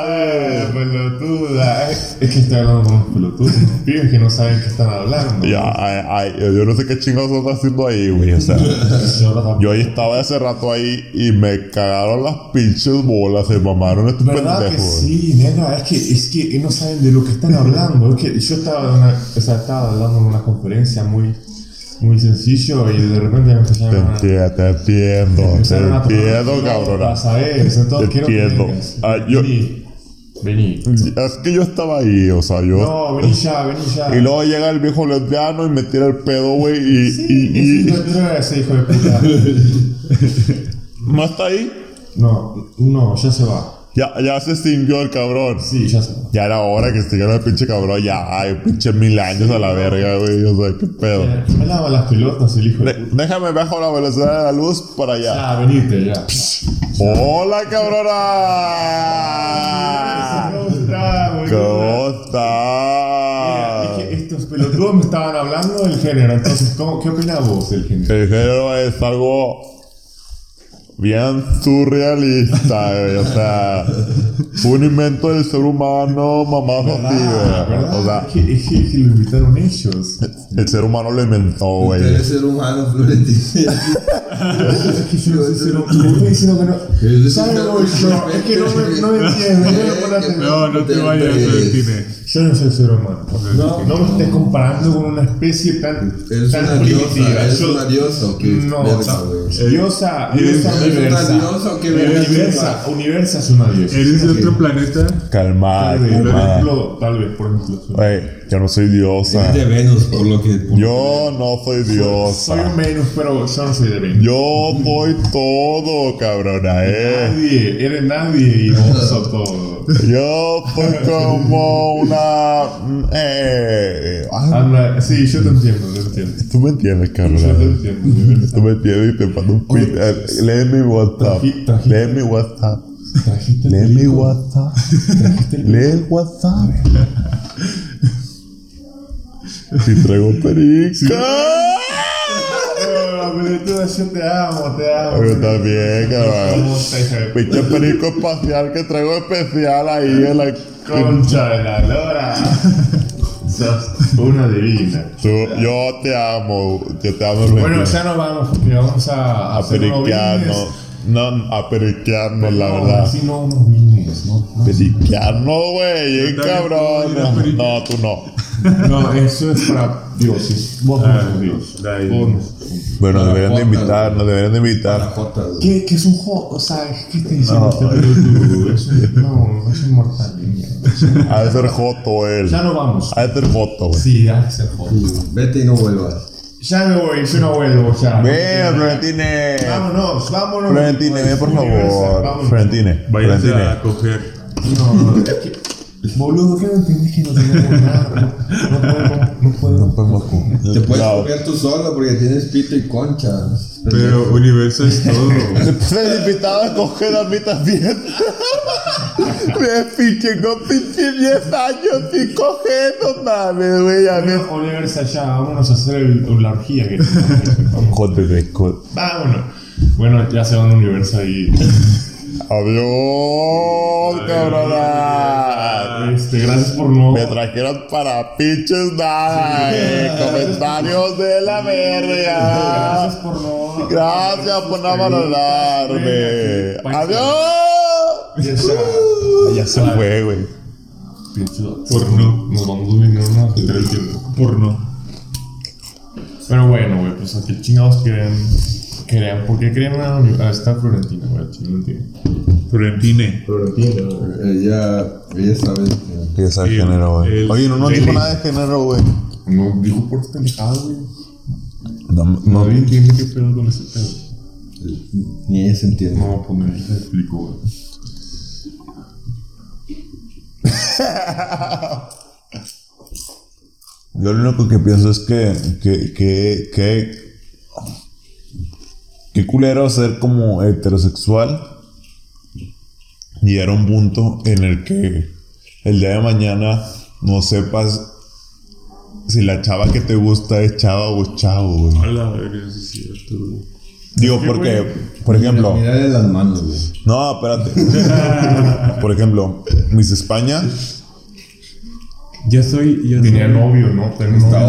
Speaker 2: Eh, pelotuda. eh. Es que estoy hablando con unos pelotudos. unos Pibes que no saben qué están hablando.
Speaker 6: Ya, ay, ay, yo no sé qué chingados están haciendo ahí, güey. O sea, yo ahí estaba hace rato ahí y me cagaron las pinches bolas, se mamaron estos
Speaker 2: ¿Verdad que
Speaker 6: pendejos.
Speaker 2: sí, nena? Es que, es que no saben de lo que están hablando. Es que yo estaba, en una- o sea, estaba dando una conferencia muy, muy sencillo y de repente me
Speaker 6: Te
Speaker 2: empezaron a...
Speaker 6: entiendo, te entiendo, te
Speaker 2: empezaron a tomar
Speaker 6: entiendo,
Speaker 2: las
Speaker 6: cabrona.
Speaker 2: notas, ¿sabes? Entonces,
Speaker 6: Te
Speaker 2: quiero que
Speaker 6: entiendo.
Speaker 2: vengas.
Speaker 6: Ah, yo-
Speaker 2: Vení. Vení.
Speaker 6: Es que yo estaba ahí, o sea, yo.
Speaker 2: No, vení ya, vení ya.
Speaker 6: Y luego llega el viejo lesbiano y me tira el pedo, güey, y,
Speaker 2: Sí,
Speaker 6: y,
Speaker 2: sí,
Speaker 6: y-
Speaker 2: no entró ese hijo de puta.
Speaker 6: ¿No está ahí?
Speaker 2: No, no, ya se va.
Speaker 6: Ya, ya se extinguió el cabrón.
Speaker 2: Sí, ya se va.
Speaker 6: Ya era hora que extinguiera el pinche cabrón, ya, ay, pinche mil años a la verga, güey, o sea, qué pedo.
Speaker 2: Eh, Me lava las pelotas el hijo de
Speaker 6: De-
Speaker 2: puta.
Speaker 6: déjame bajo la velocidad de la luz para allá.
Speaker 2: Ya, venite, ya.
Speaker 6: ¡Hola, cabrona!
Speaker 2: ¿Cómo está, boludo?
Speaker 6: ¿Cómo estás?
Speaker 2: Mira, es que estos pelotudos me estaban hablando del género, entonces, ¿cómo, ¿qué opinas vos del género?
Speaker 6: El género es algo bien surrealista, güey. O sea, fue un invento del ser humano, mamá
Speaker 2: Ah,
Speaker 6: así, güey. O sea,
Speaker 2: es que, es que- es que lo invitaron ellos.
Speaker 6: el ser humano lo inventó, güey.
Speaker 5: Eres ser humano, Florentino.
Speaker 2: Es que yo no sé si lo- le estoy diciendo que no.
Speaker 5: Eres
Speaker 2: ¿Sabes
Speaker 5: un-
Speaker 2: cómo es yo? Es que no me, no me entiendo, no me ponen atención.
Speaker 4: No, no te vayas, Florentine.
Speaker 2: Yo no soy ser humano. No, no me estés comparando con una especie tan,
Speaker 5: Eres
Speaker 2: tan
Speaker 5: una
Speaker 2: primitiva.
Speaker 5: diosa, eres
Speaker 2: Yo-
Speaker 5: una diosa, ok.
Speaker 2: no,
Speaker 5: Verga,
Speaker 2: no. diosa,
Speaker 5: güey.
Speaker 4: Eres-
Speaker 2: diosa
Speaker 5: ¿Eres una
Speaker 2: universa.
Speaker 5: diosa o qué verga?
Speaker 2: Universa, universa es una diosa.
Speaker 4: ¿Eres de otro planeta?
Speaker 6: Calmar,
Speaker 2: Tal vez, por
Speaker 6: calmar.
Speaker 2: ejemplo, tal vez, por ejemplo. soy-
Speaker 6: Güey, yo no soy diosa.
Speaker 10: De Venus, por lo que.
Speaker 6: Yo no soy
Speaker 2: Soy
Speaker 6: diosa.
Speaker 2: un Venus, pero yo no soy de Venus.
Speaker 6: Yo soy todo, cabrona, eh.
Speaker 2: Nadie, eres nadie y vos sos todo.
Speaker 6: Yo soy como una. Eh. ah,
Speaker 2: Anda, sí, yo te entiendo, te entiendo.
Speaker 6: Tú me entiendes,
Speaker 2: Yo te
Speaker 6: cabrona.
Speaker 2: entiendo, universa.
Speaker 6: Tú me entiendes y te mando un
Speaker 2: Oye,
Speaker 6: pin- eh, Lee mi WhatsApp.
Speaker 2: traji- traji-
Speaker 6: Lee mi WhatsApp.
Speaker 2: Trajiste el
Speaker 6: Lee mi
Speaker 2: perico,
Speaker 6: WhatsApp. Lee el WhatsApp. Si traigo perico.
Speaker 2: Oh, pero, pero tú, yo te amo, te amo.
Speaker 6: Yo también,
Speaker 2: ¿Cómo
Speaker 6: cabrón.
Speaker 2: estás, hija de p-
Speaker 6: Pinche perico espacial que traigo especial ahí en la.
Speaker 2: Concha de la lora. Sos una divina.
Speaker 6: Tú- yo te amo. Yo te amo.
Speaker 2: Bueno,
Speaker 6: Valentina.
Speaker 2: ya nos vamos, porque vamos a, a
Speaker 6: a
Speaker 2: hacer unos
Speaker 6: periquearnos.
Speaker 2: business.
Speaker 6: No, a periquearnos, la
Speaker 2: No,
Speaker 6: verdad.
Speaker 2: Sí, no, unos business, no, no.
Speaker 6: Periquearnos, güey, bien
Speaker 4: también
Speaker 6: cabrón.
Speaker 4: puedo ir a periquear.
Speaker 6: No, tú no.
Speaker 2: No, eso es para dioses. Vos no sos Dios.
Speaker 4: dale.
Speaker 2: Vos no sos un-
Speaker 6: Bueno, nos
Speaker 5: Para
Speaker 6: deberían de
Speaker 5: Juan,
Speaker 6: invitar, nos deberían de invitar.
Speaker 5: Jotas, güey.
Speaker 2: ¿Qué, ¿Qué es un juego? O sea, ¿qué te diciendo este pelotudo? Es un- No, es un mortal. de mierda.
Speaker 6: Ha de ser Joto él.
Speaker 2: Ya no vamos.
Speaker 6: Ha de ser Joto, güey.
Speaker 2: Sí, ya se jode.
Speaker 5: Vete y no vuelvas.
Speaker 2: Ya me voy, yo no vuelvo, ya.
Speaker 6: Ven, Florentine.
Speaker 2: Vámonos, vámonos.
Speaker 6: Florentine, ven por
Speaker 2: Universal,
Speaker 6: favor.
Speaker 2: vámonos.
Speaker 6: Florentine,
Speaker 4: Váyanse a
Speaker 6: Florentine.
Speaker 4: coger.
Speaker 2: No, es que, boludo, ¿qué no entendés que no tenemos nada? No, no podemos, no podemos.
Speaker 5: Te puedes
Speaker 6: No.
Speaker 5: coger tú solo porque tienes pito y concha.
Speaker 4: Pero universo es todo.
Speaker 6: Después el invitado a coger a mí también. Me pinche con pinche 10 años sin coger, no mames, güey. Ya me
Speaker 2: Vámonos, Universal, ya, vámonos a hacer el- la orgía que tenemos.
Speaker 6: Jódete, jódete.
Speaker 2: Vámonos. Bueno, ya se van a Universal y.
Speaker 11: Adiós,
Speaker 6: Ah.
Speaker 11: cabrona.
Speaker 2: Este, gracias por no.
Speaker 11: Me trajeron para pinches nada, eh. Comentarios de la verga.
Speaker 2: Gracias por
Speaker 6: Ah.
Speaker 2: no.
Speaker 11: Gracias por no valorarme. Adiós.
Speaker 2: Ya está.
Speaker 11: Ya se fue, güey.
Speaker 2: Pinche Porno. Nos vamos dominando a perder el tiempo. Porno. Pero bueno, güey, pues a qué chingados querían. querían ¿Por qué querían a, a esta Florentina, güey? Chino, no entiendo.
Speaker 4: Florentine.
Speaker 2: Florentina, güey.
Speaker 5: Ella, ella sabe.
Speaker 6: Ya sabe
Speaker 4: El-
Speaker 6: género, güey.
Speaker 4: el-
Speaker 6: Oye, no nos
Speaker 4: el-
Speaker 6: dijo nada de género, güey.
Speaker 2: No, dijo por pendejada, güey.
Speaker 6: No, no,
Speaker 2: Nadie entiende qué pedo con ese pedo.
Speaker 5: Ni ella se entiende.
Speaker 2: No, pues me te explico, güey.
Speaker 6: Yo lo único que pienso es que. que. que. que. Qué culero ser como heterosexual. Y llegar a un punto en el que el día de mañana no sepas si la chava que te gusta es chava o es chavo, güey.
Speaker 4: A la verga, sí es cierto, güey.
Speaker 6: Digo, porque, por ejemplo.
Speaker 5: Mírale las manos, güey.
Speaker 6: No, espérate. Por ejemplo, Miss España.
Speaker 4: Ya soy. Ya
Speaker 2: Tenía
Speaker 4: soy-
Speaker 2: novio, ¿no? Tenía novio.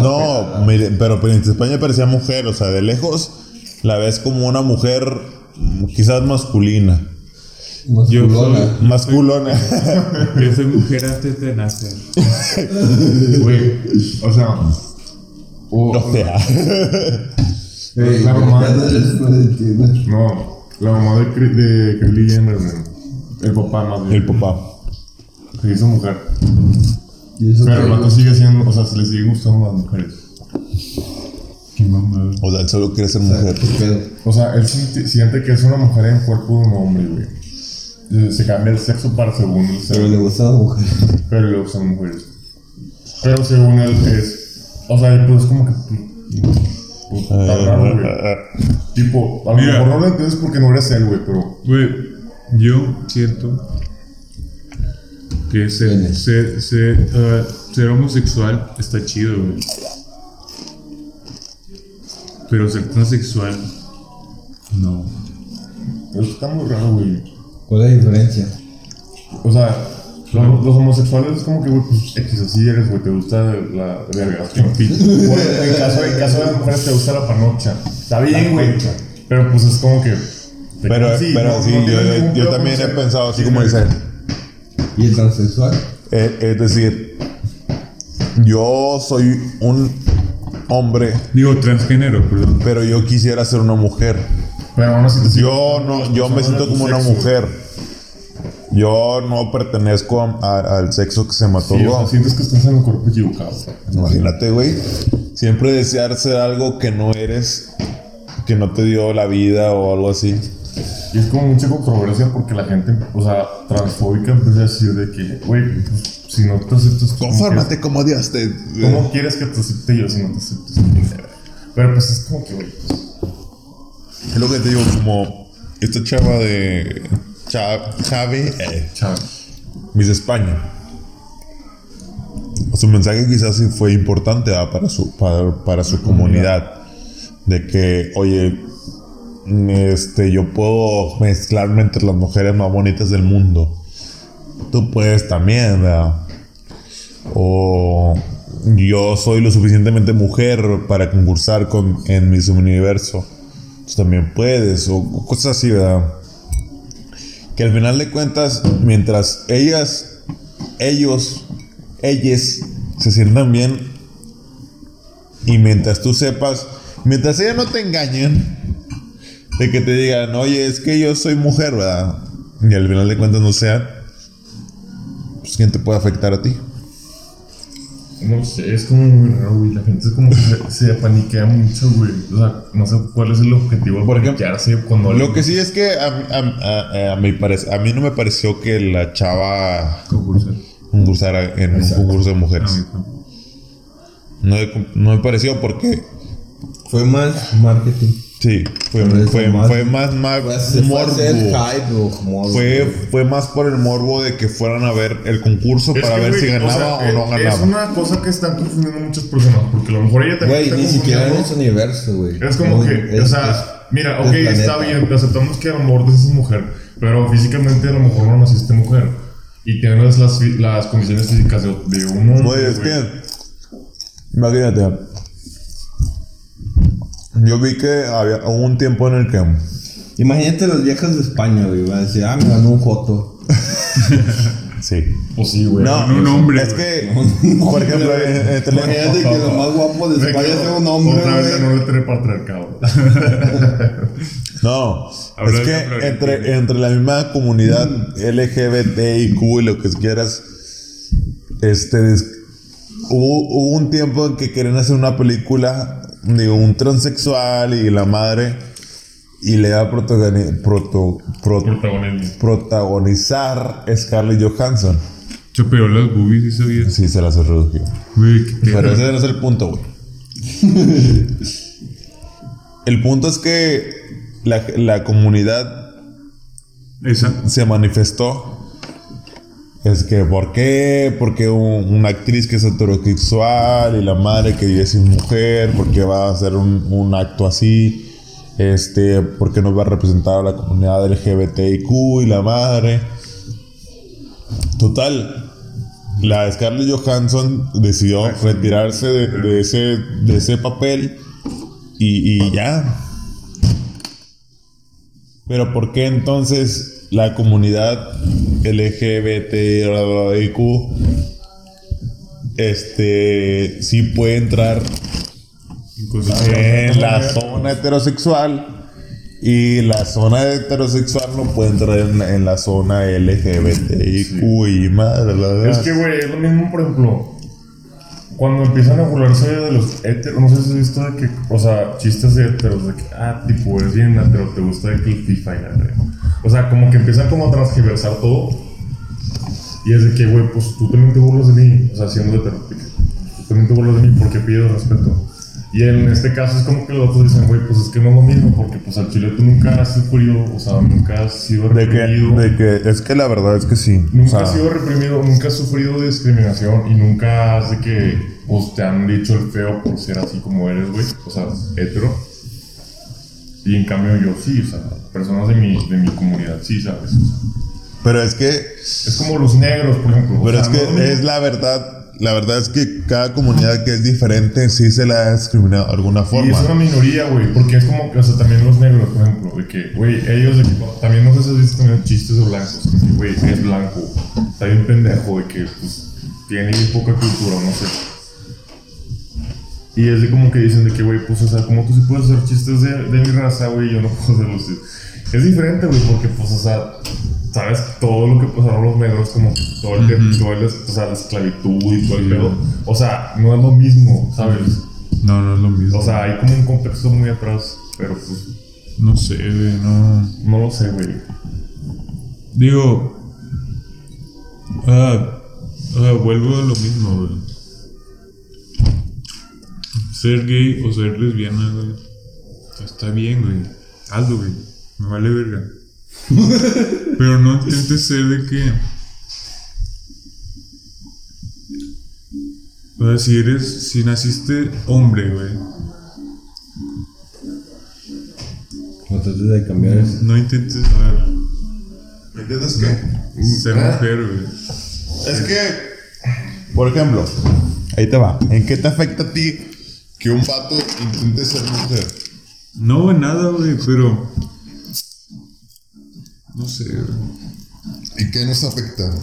Speaker 6: No, mire, pero Miss España parecía mujer, o sea, de lejos la ves como una mujer mm, quizás masculina.
Speaker 4: Yo
Speaker 5: Culona.
Speaker 4: soy,
Speaker 6: Masculona.
Speaker 4: yo soy mujer antes de nacer.
Speaker 2: Güey, o sea. o-
Speaker 6: O sea,
Speaker 2: eh, la mamá.
Speaker 5: No le entiende.
Speaker 2: No, la mamá de, Cri- de Kylie Jenner, güey. El papá más bien.
Speaker 6: el papá.
Speaker 2: Se hizo mujer.
Speaker 5: Y eso
Speaker 2: Pero el
Speaker 5: que-
Speaker 2: vato sigue siendo. O sea, se le sigue gustando a las mujeres. Qué mamada.
Speaker 6: O sea, él solo quiere ser mujer.
Speaker 5: ¿Qué pedo?
Speaker 2: O sea, él siente, siente que es una mujer en cuerpo de un hombre, güey. Eh, Se cambia el sexo para según el sexo.
Speaker 5: Pero le gusta a la mujer.
Speaker 2: Pero luego son mujeres. Pero según él es. O sea, pues es como que. pues, está raro, güey. Tipo, a lo
Speaker 4: Mira.
Speaker 2: mejor no lo entiendes porque no eres él, güey, pero.
Speaker 4: Güey, yo siento que ser, ser, ser, eh, ser homosexual está chido, güey. Pero ser transexual, no.
Speaker 2: pero Está muy raro, güey.
Speaker 5: ¿Cuál es la diferencia?
Speaker 2: O sea, los, los homosexuales es como que, güey, pues X así eres, güey, te gusta la verga. Por- En caso, en caso de las mujeres te gusta la panocha. Está bien, güey. Pero pues es como que.
Speaker 6: Pero, pero sí, yo, yo también he pensado así como dice. él.
Speaker 5: ¿Y el transexual?
Speaker 6: Eh, Es decir, yo soy un hombre,
Speaker 4: Digo, transgénero, perdón.
Speaker 6: pero yo quisiera ser una mujer.
Speaker 2: Pero aún así te sigue
Speaker 6: Yo
Speaker 2: gustando
Speaker 6: no,
Speaker 2: las
Speaker 6: yo me
Speaker 2: personas de
Speaker 6: siento
Speaker 2: tu
Speaker 6: como una
Speaker 2: sexo.
Speaker 6: mujer. Yo no pertenezco a- a- al sexo que se mató.
Speaker 2: Sí, o sea, sientes que estás en el cuerpo equivocado.
Speaker 6: Imagínate, güey. Siempre desear ser algo que no eres, que no te dio la vida o algo así.
Speaker 2: Y es como mucha controversia porque la gente, o sea, transfóbica empieza a decir de que, güey, pues, si no te aceptas, ¿cómo
Speaker 6: Confórmate como Dios te.
Speaker 2: quieres-
Speaker 5: Eh.
Speaker 2: ¿Cómo quieres que te acepte yo si no te aceptas? Pero pues es como que, güey, pues,
Speaker 6: Es lo que te digo, como esta chava de. Cha- Chave. eh,
Speaker 2: chao.
Speaker 6: Miss España. Su mensaje quizás sí fue importante ¿verdad? para su, para, para su comunidad. De que, oye, este, yo puedo mezclarme entre las mujeres más bonitas del mundo. Tú puedes también, ¿verdad? O yo soy lo suficientemente mujer para concursar con, en Miss Universo. Tú también puedes. O cosas así, ¿verdad? que al final de cuentas, mientras ellas, ellos, ellas se sientan bien y mientras tú sepas, mientras ellas no te engañen, de que te digan, oye, es que yo soy mujer, ¿verdad? Y al final de cuentas no sea, pues quién te puede afectar a ti.
Speaker 2: No sé, es como muy raro, güey. La gente es como que se, se paniquea mucho, güey. O sea, no sé cuál es el objetivo.
Speaker 6: Por ejemplo,
Speaker 2: paniquearse cuando
Speaker 6: Lo que sí es que a, mí- a- a- a mi parece, a mí no me pareció que la chava
Speaker 4: Concursar.
Speaker 6: concursara en un concurso de
Speaker 4: A mí
Speaker 6: mujeres.
Speaker 4: tampoco.
Speaker 6: No, no me pareció porque
Speaker 5: Fue más marketing.
Speaker 6: Sí, fue,
Speaker 5: Pero es
Speaker 6: fue,
Speaker 5: lo más-
Speaker 6: fue más, más
Speaker 5: Se fue a hacer
Speaker 6: morbo.
Speaker 5: hype, o como-
Speaker 6: Fue, fue más por el morbo de que fueran a ver el concurso
Speaker 2: Es
Speaker 6: para
Speaker 2: que,
Speaker 6: ver
Speaker 2: güey,
Speaker 6: si ganaba o,
Speaker 2: sea, eh,
Speaker 6: no
Speaker 2: es-
Speaker 6: ganaba.
Speaker 2: Es una cosa que están confundiendo muchas personas. Porque a lo mejor ella también.
Speaker 5: Güey,
Speaker 2: está
Speaker 5: ni siquiera en
Speaker 2: confundiendo.
Speaker 5: ese universo, güey.
Speaker 2: Es como
Speaker 5: No,
Speaker 2: que,
Speaker 5: es-
Speaker 2: o sea, mira,
Speaker 5: es
Speaker 2: ok, está
Speaker 5: planeta.
Speaker 2: bien, te aceptamos que a lo mejor tú eres mujer, Pero físicamente a lo mejor no naciste mujer. Y tienes las, fi- las condiciones físicas de, de un hombre.
Speaker 3: Oye, es
Speaker 2: güey.
Speaker 3: que. Imagínate. Yo vi que había hubo un tiempo en el que.
Speaker 10: Imagínate los viejos de España, güey. Van a decir, ah, me ganó un joto.
Speaker 3: Sí.
Speaker 2: Pues sí, güey.
Speaker 3: No,
Speaker 4: Un hombre,
Speaker 3: Es que, por ejemplo, en- entre la-
Speaker 10: Imagínate que lo más guapo de
Speaker 2: Me
Speaker 10: España
Speaker 2: quedo-
Speaker 10: sea un hombre,
Speaker 2: Otra vez
Speaker 10: güey.
Speaker 2: ganó el telepatriarcado.
Speaker 3: No,
Speaker 4: Habrá
Speaker 3: es
Speaker 4: de hablar
Speaker 3: que
Speaker 4: de
Speaker 3: entre,
Speaker 4: Tinder.
Speaker 3: entre la misma comunidad LGBTIQ y lo que quieras, este, des- hubo, hubo un tiempo en que querían hacer una película de un transexual y la madre y le da protagoni- proto- pro-
Speaker 2: Protagonismo.
Speaker 3: protagonizar Scarlett Johansson.
Speaker 4: Chopeó las boobies esa vieja.
Speaker 3: Sí, se las redujo.
Speaker 4: Güey, qué pedo.
Speaker 3: Pero ese no es el punto, güey. el punto es que la, la comunidad
Speaker 4: Esa.
Speaker 3: se manifestó. Es que, ¿por qué? Porque una actriz que es heterosexual y la madre que vive sin mujer, ¿por qué va a hacer un, un acto así? Este, ¿por qué no va a representar a la comunidad LGBTIQ y la madre? Total, la Scarlett Johansson decidió retirarse de, de ese, de ese papel y, y ya, pero ¿por qué entonces la comunidad LGBTIQ este sí puede entrar en la zona heterosexual y la zona heterosexual no puede entrar en, en la zona LGBTIQ y madre la verdad.
Speaker 2: Es que, güey, es lo mismo, por ejemplo, cuando empiezan a burlarse de los heteros, no sé si has visto de que, o sea, chistes de heteros, de que, ah, tipo, eres bien hetero, te gusta de que el FIFA y la verga. O sea, como que empiezan como a transgiversar todo. Y es de que, güey, pues tú también te burlas de mí, o sea, siendo hetero, de que, tú también te burlas de mí porque pides respeto. Y en este caso es como que los otros dicen, güey, pues es que no es lo mismo, porque pues al chile tú nunca has sufrido, o sea, nunca has sido
Speaker 3: de que,
Speaker 2: reprimido.
Speaker 3: de que es que la verdad es que sí o
Speaker 2: Nunca
Speaker 3: sea,
Speaker 2: has sido reprimido, nunca has sufrido de discriminación y nunca has de que pues, te han dicho el feo por ser así como eres, güey. O sea, hetero. Y en cambio yo sí, o sea, personas de mi, de mi comunidad sí, ¿sabes?
Speaker 3: pero es que
Speaker 2: Es como los negros, por ejemplo. o
Speaker 3: pero
Speaker 2: sea,
Speaker 3: es
Speaker 2: no
Speaker 3: que es la verdad la verdad es que cada comunidad que es diferente sí se la ha discriminado de alguna forma
Speaker 2: Y es una minoría, güey, porque es como, que, o sea, también los negros, por ejemplo, de que, güey, ellos, de que, también no sé si has visto también chistes de blancos, de que, güey, es blanco, está bien pendejo, de que, pues, tiene bien poca cultura, no sé. Y es de como que dicen de que, güey, pues, o sea, como tú sí puedes hacer chistes de, de mi raza, güey, yo no puedo hacer los chistes. Es diferente, güey, porque, pues, o sea, sabes todo lo que pasaron los negros, como que todo el, todo el- o sea, la esclavitud y todo el pedo. O sea, no es lo mismo, ¿sabes?
Speaker 4: No, no es lo mismo.
Speaker 2: O sea, hay como un contexto muy atrás, pero pues
Speaker 4: no sé, güey, no.
Speaker 2: no lo sé, güey.
Speaker 4: Digo. ah, ah, vuelvo a lo mismo, güey. Ser gay o ser lesbiana, güey. Está bien, güey. Hazlo, güey. Me vale verga. Pero no intentes ser de que. O sea, si eres. Si naciste hombre, güey.
Speaker 5: No trates de cambiar eso.
Speaker 4: No intentes a
Speaker 6: ¿Entiendes qué?
Speaker 4: ver, ser mujer, güey.
Speaker 6: Es que
Speaker 3: Por ejemplo, ahí te va. ¿En qué te afecta a ti?
Speaker 6: que un vato intente ser mujer.
Speaker 4: No, nada, güey, pero. No sé, güey.
Speaker 6: ¿Y qué nos afecta?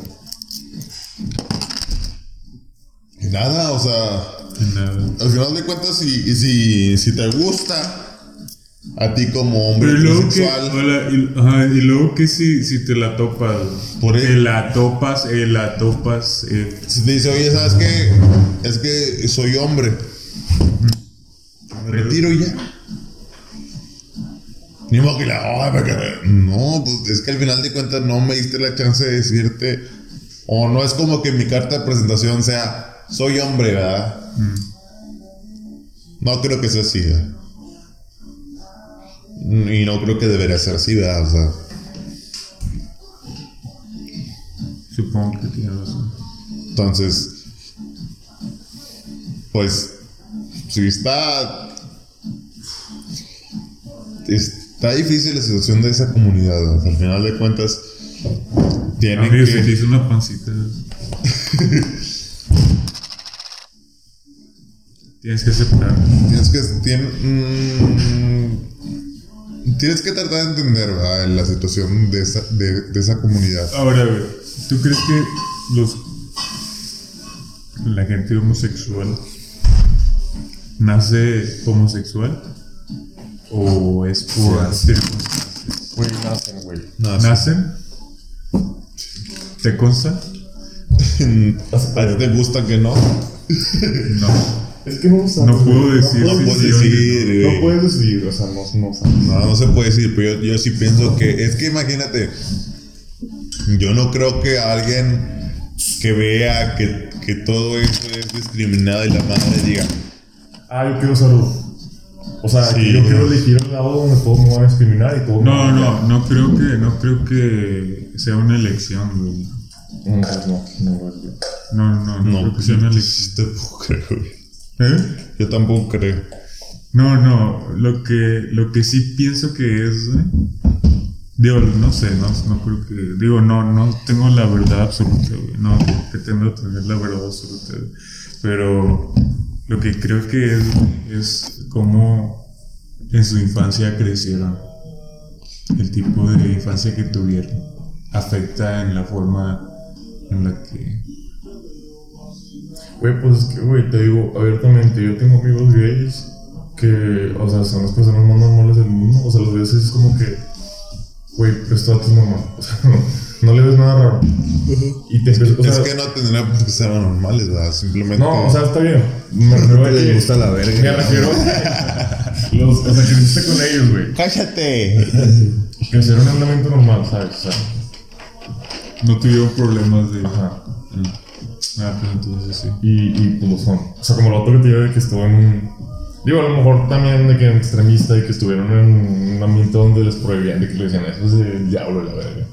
Speaker 6: Y Nada, o sea,
Speaker 4: Nada.
Speaker 6: al final de cuentas, si, y si, si te gusta a ti como hombre
Speaker 4: Pero y luego que.
Speaker 6: sexual,
Speaker 4: hola, y, ajá, y luego que si, si te la topas. güey.
Speaker 6: Por
Speaker 4: Te
Speaker 6: eso.
Speaker 4: la topas, eh, la topas. eh,
Speaker 6: si te dice, oye, ¿sabes qué? Es que soy hombre, me
Speaker 4: pero-
Speaker 6: retiro y ya. Ni modo que la, "Ay, me quedé". No, pues es que al final de cuentas no me diste la chance de decirte, o no es como que mi carta de presentación sea, soy hombre, ¿verdad? No creo que sea así, ¿verdad? Y no creo que debería ser así, ¿verdad? O sea,
Speaker 4: Supongo que tienes razón.
Speaker 6: Entonces, pues, si está, está Está difícil la situación de esa comunidad, güey. O sea, Al final de cuentas, tienen
Speaker 4: Amigo, se te
Speaker 6: que.
Speaker 4: hizo una pancita. Tienes que aceptar.
Speaker 6: Tienes que. tien- mm, tienes que tratar de entender ¿verdad? la situación de esa, de, de esa comunidad.
Speaker 4: Ahora, güey, ¿tú crees que los la gente homosexual nace homosexual o es por circunstancias?
Speaker 2: Güey, nacen, güey.
Speaker 4: ¿Nacen? ¿Te consta?
Speaker 6: ¿A ti te gusta que no?
Speaker 4: No.
Speaker 2: Es que no sabes.
Speaker 4: No puedo
Speaker 2: güey.
Speaker 4: decir
Speaker 2: No,
Speaker 4: si
Speaker 2: puedes
Speaker 4: sí o
Speaker 2: decidir,
Speaker 6: no.
Speaker 2: güey.
Speaker 6: No
Speaker 2: No puedes decidir, o sea, no, no sabes.
Speaker 6: No, no se puede decir, pero yo, yo sí pienso que. Es que imagínate. Yo no creo que alguien que vea que, que todo eso es discriminado y la madre diga.
Speaker 2: Ah, yo quiero salud. O sea,
Speaker 6: Sí,
Speaker 2: que yo
Speaker 6: güey.
Speaker 2: quiero elegir el lado donde todos me van a discriminar y todos me
Speaker 4: No,
Speaker 2: van a-
Speaker 4: no, no creo que, no creo que sea una elección, güey.
Speaker 2: No, pues no, no, güey.
Speaker 4: No, no, no,
Speaker 6: No,
Speaker 4: creo que sea una elección.
Speaker 6: yo tampoco creo, güey.
Speaker 4: ¿Eh?
Speaker 6: Yo tampoco creo.
Speaker 4: No, no, lo que, lo que sí pienso que es, güey, digo, no sé, no, no creo que, digo, no, no tengo la verdad absoluta, güey, no pretendo tener la verdad absoluta, güey, pero lo que creo que es, es cómo en su infancia crecieron, el tipo de infancia que tuvieron, afecta en la forma en la que...
Speaker 2: Güey, pues es que, güey, te digo abiertamente, yo tengo amigos gays que, o sea, son las personas más normales del mundo. O sea, los veces es como que, güey, pues todo es normal. O sea, no, no le ves nada raro. Y te empiezas, o sea,
Speaker 6: es que no tendría por qué ser anormales, ¿verdad? Simplemente.
Speaker 2: no, o sea, está bien. Me refiero a que.
Speaker 5: Les gusta la verga.
Speaker 2: Me refiero a que los, o sea, creciste con ellos, güey.
Speaker 6: ¡Cállate!
Speaker 2: Crecieron en un ambiente normal, ¿sabes? O sea,
Speaker 4: No tuvieron problemas de...
Speaker 2: ajá.
Speaker 4: Ah, pues entonces sí.
Speaker 2: y, y pues lo son. O sea, como lo otro que te digo de que estuvo en un. Digo, a lo mejor también de que en extremista y que estuvieron en un ambiente donde les prohibían de que lo decían, eso es el diablo, la verga.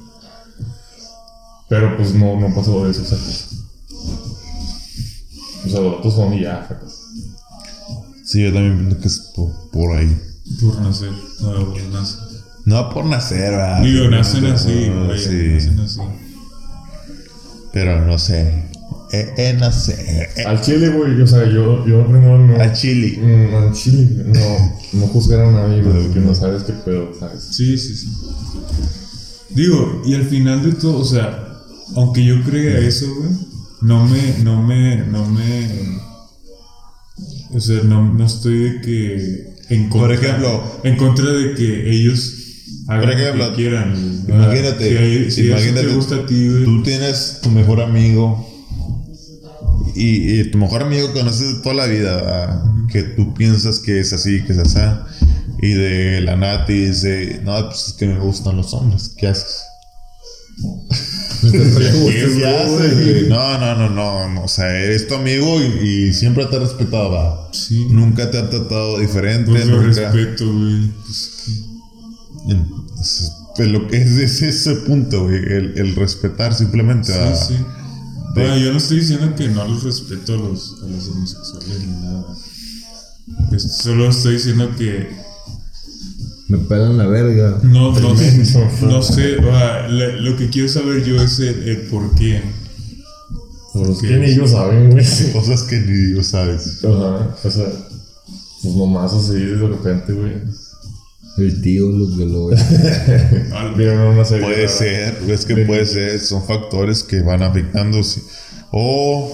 Speaker 2: Pero pues no, no pasó de eso, o sea, pues. O sea, pues. los otros son y ya, fracas.
Speaker 6: Sí, yo también pienso que es por, por ahí.
Speaker 4: Por nacer, no, por nacer.
Speaker 6: No por nacer, ¿verdad?
Speaker 4: Digo, nacen
Speaker 6: No,
Speaker 4: así, güey,
Speaker 6: sí.
Speaker 4: nacen así.
Speaker 6: Pero no sé. Eh, eh, nacer. Eh,
Speaker 2: Al chile, güey, o sea, yo, yo primero no.
Speaker 6: a Chile.
Speaker 2: Mm, al chile, no, no juzgar a nadie, güey, porque no sabes qué pedo, ¿sabes?
Speaker 4: Sí, sí, sí. Digo, y al final de todo, o sea, aunque yo crea eso, güey, no me, no me, no me. O sea, no, no estoy de que. En
Speaker 6: Por
Speaker 4: contra,
Speaker 6: ejemplo-
Speaker 4: En contra de que ellos hagan
Speaker 6: Por
Speaker 4: lo
Speaker 6: ejemplo,
Speaker 4: que quieran. güey.
Speaker 6: Imagínate,
Speaker 4: Si, hay- si
Speaker 6: imagínate,
Speaker 4: eso te gusta a ti, güey.
Speaker 6: Tú tienes tu mejor amigo. Y, y tu mejor amigo que conoces de toda la vida, ¿verdad? que tú piensas que es así, que es así. Y de la nati dice: No, pues es que me gustan los hombres. ¿Qué haces? ¿Qué haces, güey? No, no, no, no, no, O sea, eres tu amigo y, y siempre te ha respetado. ¿verdad?
Speaker 4: Sí.
Speaker 6: Nunca te ha tratado diferente.
Speaker 4: Pues lo
Speaker 6: nunca.
Speaker 4: respeto, güey. Pues,
Speaker 6: Entonces, pues, lo que es, es ese punto, güey, el, el respetar simplemente.
Speaker 4: sí,
Speaker 6: ¿verdad?
Speaker 4: sí.
Speaker 6: de-
Speaker 4: Bueno, yo no estoy diciendo que no los respeto a los, a los homosexuales ni nada. Es- Solo estoy diciendo que
Speaker 5: Me pelan la verga.
Speaker 4: no, no, sé- no sé, o sea, le- lo que quiero saber yo es el, el por qué.
Speaker 2: Que ni ellos saben, güey.
Speaker 6: Cosas que ni Dios sabes.
Speaker 2: Ajá, o sea, pues nomás así de repente, güey.
Speaker 5: El tío lo que lo
Speaker 4: Al-
Speaker 2: Vieron una serie.
Speaker 6: Puede
Speaker 2: rara.
Speaker 6: ser, es que puede ser, son factores que van afectando. sí. O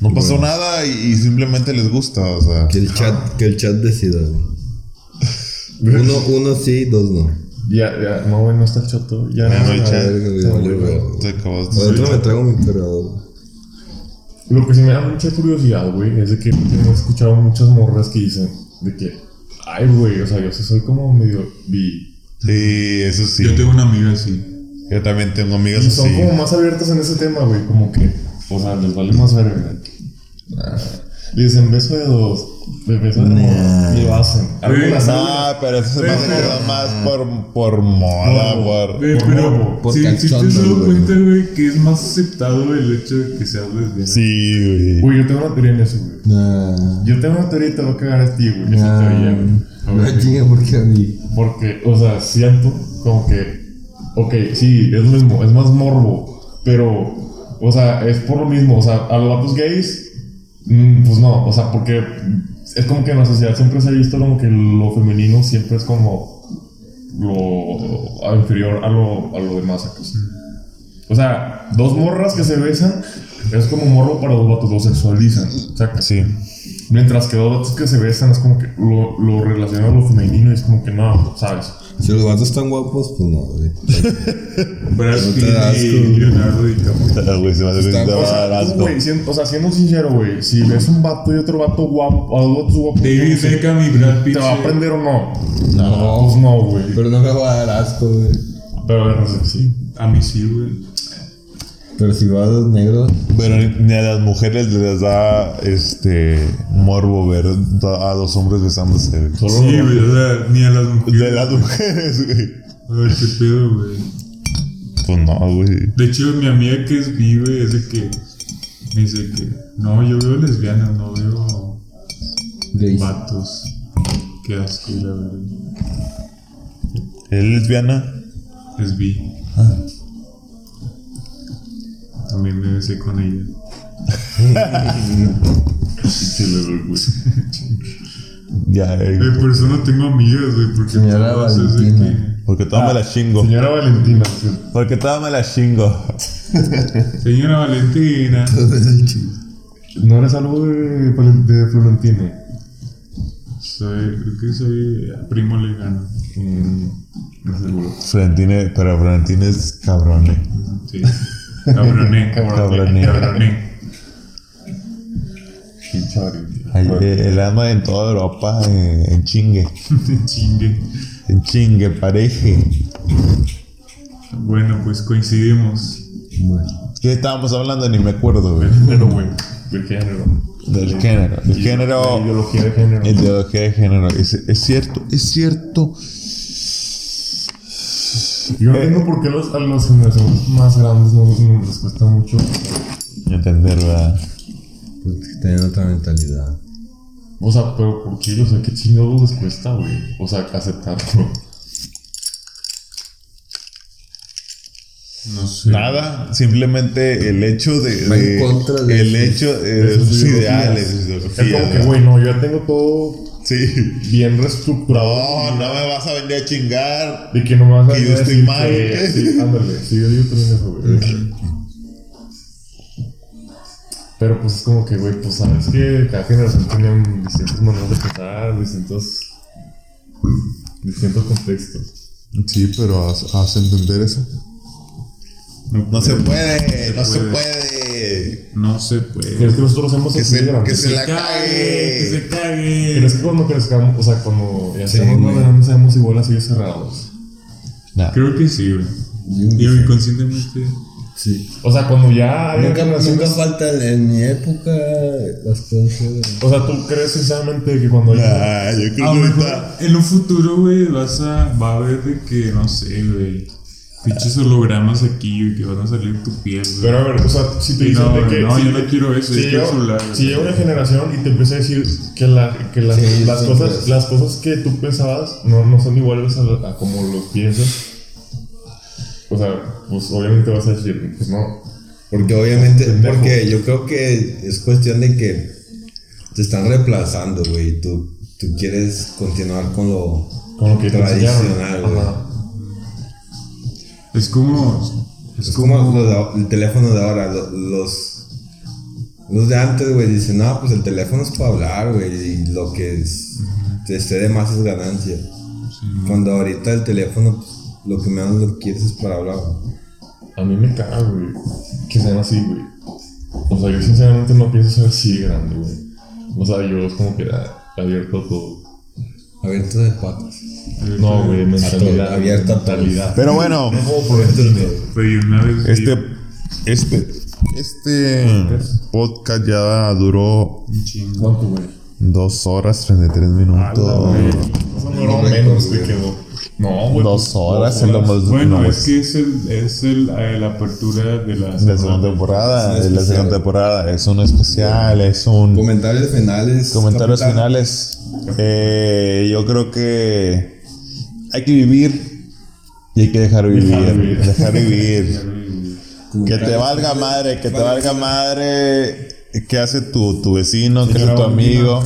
Speaker 6: no pasó nada y, y simplemente les gusta, o sea.
Speaker 5: Que el chat, que el chat decida, güey. Uno, uno sí, dos no.
Speaker 2: Ya, ya, no, güey, no está el choto. Ya
Speaker 6: Ya
Speaker 2: no
Speaker 6: no hay
Speaker 2: está.
Speaker 6: chat.
Speaker 5: Verga, güey, vale, güey.
Speaker 6: Te acabas de-
Speaker 5: Adentro me traigo mi emperador.
Speaker 2: Lo que sí me da mucha curiosidad, güey, es de que he escuchado muchas morras que dicen de que, ay, güey, o sea, yo sí soy como medio bi.
Speaker 6: Sí, eso sí.
Speaker 4: Yo
Speaker 6: Yo,
Speaker 4: tengo una amiga así.
Speaker 6: también tengo
Speaker 2: Y
Speaker 6: amigas
Speaker 2: son
Speaker 6: así.
Speaker 2: como más abiertas en ese tema, güey, como que, o sea, les vale más verga. Ah, Le dicen beso de dos, de beso de morra, y lo hacen. Algunas
Speaker 6: No, Ah, pero eso se me hace que va más por, por moda, por.
Speaker 4: Güey,
Speaker 2: Por
Speaker 4: pero
Speaker 2: morbo,
Speaker 5: por
Speaker 4: si, si te has
Speaker 5: cachondo,
Speaker 4: dado
Speaker 5: güey.
Speaker 4: cuenta, güey, que es más aceptado el hecho de que seas lesbiana.
Speaker 6: Sí, güey.
Speaker 2: Güey, yo tengo una teoría en eso, güey.
Speaker 5: Nah.
Speaker 2: Yo tengo una teoría y te voy a cagar a ti, güey. Esa
Speaker 5: Nah.
Speaker 2: teoría, güey.
Speaker 5: No chingue porque a mí.
Speaker 2: Porque, o sea, siento como que, ok, sí, es lo mismo, es más morbo, pero, o sea, es por lo mismo, o sea, a los vatos gays, mm, pues no, o sea, porque es como que en la sociedad siempre se ha visto como que lo femenino siempre es como lo inferior a lo, a lo demás, pues. O sea, dos morras que se besan es como morro para dos vatos, lo sexualizan, sacas.
Speaker 3: Sí.
Speaker 2: Mientras que dos vatos que se besan es como que lo, lo relacionan a lo femenino y es como que no, ¿sabes?
Speaker 5: Si los gatos están guapos, pues no, güey.
Speaker 4: Brad
Speaker 5: No te
Speaker 4: Pitt
Speaker 5: das
Speaker 4: y
Speaker 5: asco.
Speaker 4: Leonardo DiCaprio.
Speaker 3: Ah, güey, se me hace que
Speaker 5: Está-
Speaker 3: te va
Speaker 2: O
Speaker 3: a dar
Speaker 2: sea, tú,
Speaker 3: asco.
Speaker 2: güey, siendo- o sea, siendo sincero, güey, si ves un vato y otro vato guapo, a dos vatos guapos, no
Speaker 4: David
Speaker 2: sé,
Speaker 4: Beckham y Brad Pitt.
Speaker 2: ¿te va a
Speaker 4: sí.
Speaker 2: prender o no? No, pues no, güey.
Speaker 5: Pero no me va a dar asco, güey.
Speaker 2: Pero bueno, no sé, sí.
Speaker 4: A mí sí, güey.
Speaker 5: Pero si vas a los negros,
Speaker 3: Pero ni- ni a las mujeres les da este morbo ver a dos hombres besándose. güey.
Speaker 4: Sí, güey, o sea, ni a las mujeres.
Speaker 3: De las mujeres, güey.
Speaker 4: A ver qué pedo, güey.
Speaker 3: Pues no, güey.
Speaker 4: De hecho, mi amiga que es bi, güey, es de que. Me dice que. No, yo veo lesbianas, no veo
Speaker 5: gays.
Speaker 4: vatos. Qué asco, la verdad.
Speaker 3: ¿Es lesbiana?
Speaker 4: Es bi. También me besé con ella.
Speaker 3: Ya, eh,
Speaker 4: Güey, por eso no tengo amigas, güey, porque
Speaker 5: Señora
Speaker 4: todas es de
Speaker 5: Valentina.
Speaker 3: Porque toda me la chingo.
Speaker 2: Señora Valentina, sí.
Speaker 3: Porque toda me la chingo.
Speaker 4: que, Señora Valentina.
Speaker 2: ¿no eres algo de, Valen- de Florentino?
Speaker 4: Soy, creo que soy primo lejano.
Speaker 2: No seguro.
Speaker 3: Florentine, pero Florentine es cabrón, eh.
Speaker 4: Sí. Cabroné, cabroné,
Speaker 3: Cabroné.
Speaker 4: cabroné.
Speaker 2: Pinche Valentina.
Speaker 3: Ay, eh, El ama en toda Europa, eh, en chingue.
Speaker 4: Chingue.
Speaker 3: En chingue, pareje.
Speaker 4: Bueno, pues coincidimos.
Speaker 5: pues,
Speaker 3: ¿Qué estábamos hablando? Ni me acuerdo, güey.
Speaker 2: Pero, güey, de género.
Speaker 3: Del género. El
Speaker 2: La
Speaker 3: género.
Speaker 2: ideología de género.
Speaker 3: Ideología de género. Es, es cierto, es cierto.
Speaker 2: Yo no entiendo por qué los, a las generaciones más grandes no, no les cuesta mucho.
Speaker 3: Entender, ¿verdad?
Speaker 5: Pues que tienen otra mentalidad.
Speaker 2: O sea, pero ¿por qué? O sea, ¿qué chingados les cuesta, güey? O sea, aceptarlo.
Speaker 4: No sé.
Speaker 3: Nada, simplemente el hecho de.
Speaker 5: Va en
Speaker 3: de-
Speaker 5: contra de
Speaker 3: el
Speaker 5: sus-
Speaker 3: hecho eh, de,
Speaker 2: de sus
Speaker 3: sus
Speaker 2: ideologías.
Speaker 3: ideales. sus
Speaker 2: Es como que,
Speaker 3: ideologías,
Speaker 2: güey, no, yo ya tengo todo
Speaker 3: Sí.
Speaker 2: bien reestructurado.
Speaker 3: No, no me vas a venir a chingar.
Speaker 2: De que no me vas a
Speaker 3: Que yo
Speaker 2: decir
Speaker 3: estoy mal.
Speaker 2: que- sí, ándale, sí, yo digo también eso, güey. Pero pues es como que, güey, pues sabes que cada generación tiene un- distintas maneras de pensar, distintos. distintos contextos.
Speaker 3: Sí, pero haz, haz entender eso. No se puede, no se puede.
Speaker 4: No se puede.
Speaker 2: ¿Crees que nosotros hacemos
Speaker 3: Que
Speaker 2: así de
Speaker 3: se,
Speaker 2: grandes?
Speaker 3: que se la
Speaker 4: Que
Speaker 3: cague.
Speaker 4: se cague.
Speaker 2: ¿Crees que cuando crezcamos, o sea, cuando ya
Speaker 5: Sí,
Speaker 2: seamos más
Speaker 5: güey.
Speaker 2: grandes, seamos igual así de cerrados?
Speaker 4: Creo que sí, güey. Digo, inconscientemente.
Speaker 5: Sí.
Speaker 2: O sea, cuando ya. haya
Speaker 5: Nunca, nunca
Speaker 2: generaciones-
Speaker 5: falta en, en mi época las cosas. güey.
Speaker 2: O sea, ¿tú crees sinceramente que cuando haya.
Speaker 3: Ah, yo
Speaker 4: A
Speaker 3: creo
Speaker 4: lo
Speaker 3: que
Speaker 4: mejor
Speaker 3: ahorita.
Speaker 4: en un futuro, güey, vas a. Va a haber de que, no sé, güey. Pinches hologramas aquí, güey, que van a salir en tu piel, güey.
Speaker 2: Pero a ver, o sea, si te
Speaker 4: Sí,
Speaker 2: dicen
Speaker 4: no,
Speaker 2: de
Speaker 4: güey,
Speaker 2: que.
Speaker 4: no,
Speaker 2: si
Speaker 4: yo
Speaker 2: te-
Speaker 4: no quiero eso,
Speaker 2: Si
Speaker 4: yo quiero
Speaker 2: llega,
Speaker 4: celular,
Speaker 2: si
Speaker 4: güey.
Speaker 2: llega una generación y te empieza a decir que, la, que las,
Speaker 5: Sí,
Speaker 2: las
Speaker 5: sí,
Speaker 2: cosas,
Speaker 5: pues.
Speaker 2: las cosas que tú pensabas no, no son iguales a, lo- a como lo piensas, o sea, pues obviamente vas a decir, pues no.
Speaker 5: Porque obviamente, porque yo creo que es cuestión de que te están reemplazando, güey. y Tú, tú quieres continuar con lo
Speaker 2: Con lo que te enseñaron.
Speaker 5: tradicional, güey.
Speaker 2: Ajá.
Speaker 4: Es como. Es
Speaker 5: Es
Speaker 4: como.
Speaker 5: como los de a- el teléfono de ahora, lo- los, los de antes, güey, dicen, no, pues el teléfono es para hablar, güey, y lo que es, te esté de más es ganancia. Cuando ahorita el teléfono, pues, lo que menos lo quieres es para hablar. güey.
Speaker 2: A mí me caga, güey, que sean así, güey. O sea, yo sinceramente no pienso ser así grande, güey. O sea, yo es como que ah, abierto a todo.
Speaker 5: Abierto de patas.
Speaker 2: No, güey, mentalidad.
Speaker 5: abierto a todo.
Speaker 2: mentalidad.
Speaker 3: Pero bueno,
Speaker 4: Güey, yo una vez. vi-
Speaker 3: este. Este. Este podcast ya duró
Speaker 2: ¿Cuánto, güey?
Speaker 3: dos horas 33 minutos.
Speaker 2: No, menos, güey, quedó. No, güey.
Speaker 3: Dos horas en lo más
Speaker 4: Bueno,
Speaker 3: no,
Speaker 4: es que es, el, es el, eh, la apertura de la.
Speaker 3: La segunda temporada,
Speaker 5: Es
Speaker 3: de
Speaker 5: un
Speaker 3: la segunda
Speaker 5: especial.
Speaker 3: temporada, es un especial, es un
Speaker 5: Comentarios finales.
Speaker 3: Comentarios
Speaker 5: capitán.
Speaker 3: finales. Eh, yo creo que
Speaker 6: hay que vivir y hay que dejar vivir. Dejar vivir. que te valga madre, que te valga madre. ¿Qué hace tu, tu vecino? ¿Qué hace tu amigo?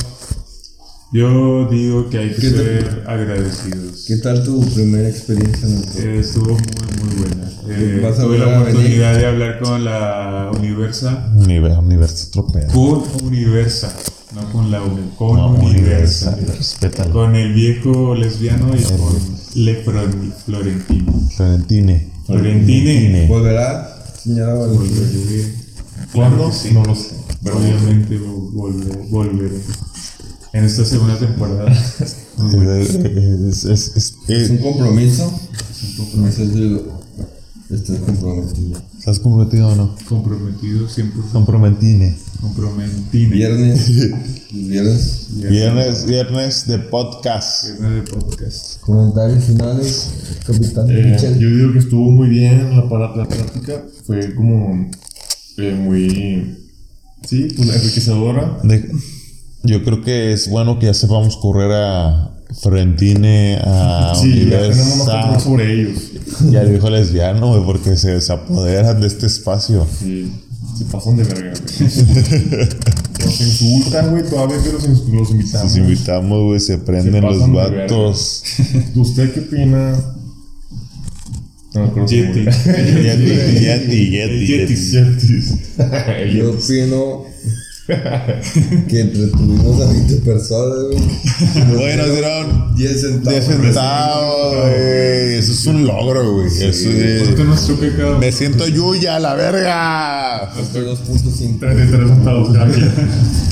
Speaker 4: Yo digo que hay que ser agradecidos.
Speaker 5: ¿Qué tal tu primera experiencia en el fútbol?
Speaker 4: Eh, estuvo muy, muy buena. Eh,
Speaker 5: Vas a
Speaker 4: tuve
Speaker 5: volver
Speaker 4: la
Speaker 5: a
Speaker 4: oportunidad de hablar con la Universa.
Speaker 6: Universo, universo tropeado.
Speaker 4: Con Universa. No con la Uni, con
Speaker 6: No,
Speaker 4: Universa.
Speaker 6: universo, respétalo.
Speaker 4: Con el viejo lesbiano y con Lefroni, Florentino.
Speaker 6: Florentine.
Speaker 4: Florentine. pues,
Speaker 5: ¿Volverá, señora Valentina?
Speaker 4: ¿Cuándo? No lo sé. Obviamente vol- volveré. volveré. En esta segunda temporada.
Speaker 2: Ah,
Speaker 6: Es, es- es- es-
Speaker 5: ¿Es
Speaker 6: eh,
Speaker 5: un compromiso? Es un compromiso, es este de- Estás comprometido.
Speaker 6: ¿Estás comprometido o no?
Speaker 4: comprometido 100%.
Speaker 6: Comprometine.
Speaker 4: Comprometine.
Speaker 5: Viernes. Viernes.
Speaker 6: Viernes, viernes de podcast.
Speaker 4: Viernes de podcast.
Speaker 5: Comentarios finales, capitán
Speaker 2: Eh,
Speaker 5: Michel.
Speaker 2: yo digo que estuvo muy bien la, para- la práctica. Fue como eh, muy. Sí, pues enriquecedora.
Speaker 6: De- yo creo que es bueno que ya sepamos correr a Florentine, a
Speaker 2: Sí, ya tenemos más
Speaker 6: Universa
Speaker 2: control sobre ellos.
Speaker 6: y al viejo lesbiano, güey, porque se desapoderan de este espacio.
Speaker 2: Sí, se pasan de verga, güey. Nos insultan, güey, todavía que los, ins- los invitamos.
Speaker 6: Los invitamos, güey, se prenden los
Speaker 2: pasan de verga.
Speaker 6: vatos.
Speaker 2: ¿Usted qué opina? No me acuerdo.
Speaker 4: Yeti.
Speaker 6: Yeti, Yeti, Yeti,
Speaker 4: Yetis.
Speaker 6: Yeti.
Speaker 2: Yetis.
Speaker 5: Yo opino que entretuvimos a 20 personas, güey. Nos
Speaker 6: Bueno,
Speaker 5: dieron
Speaker 6: dieron
Speaker 5: 10 centavos.
Speaker 6: 10 centavos, güey. Eso es un logro, güey. Eso es-
Speaker 4: Esto no es choque cada
Speaker 6: Me siento Yuya, la verga.
Speaker 5: Fue 2.5.
Speaker 2: 33 centavos cada quien.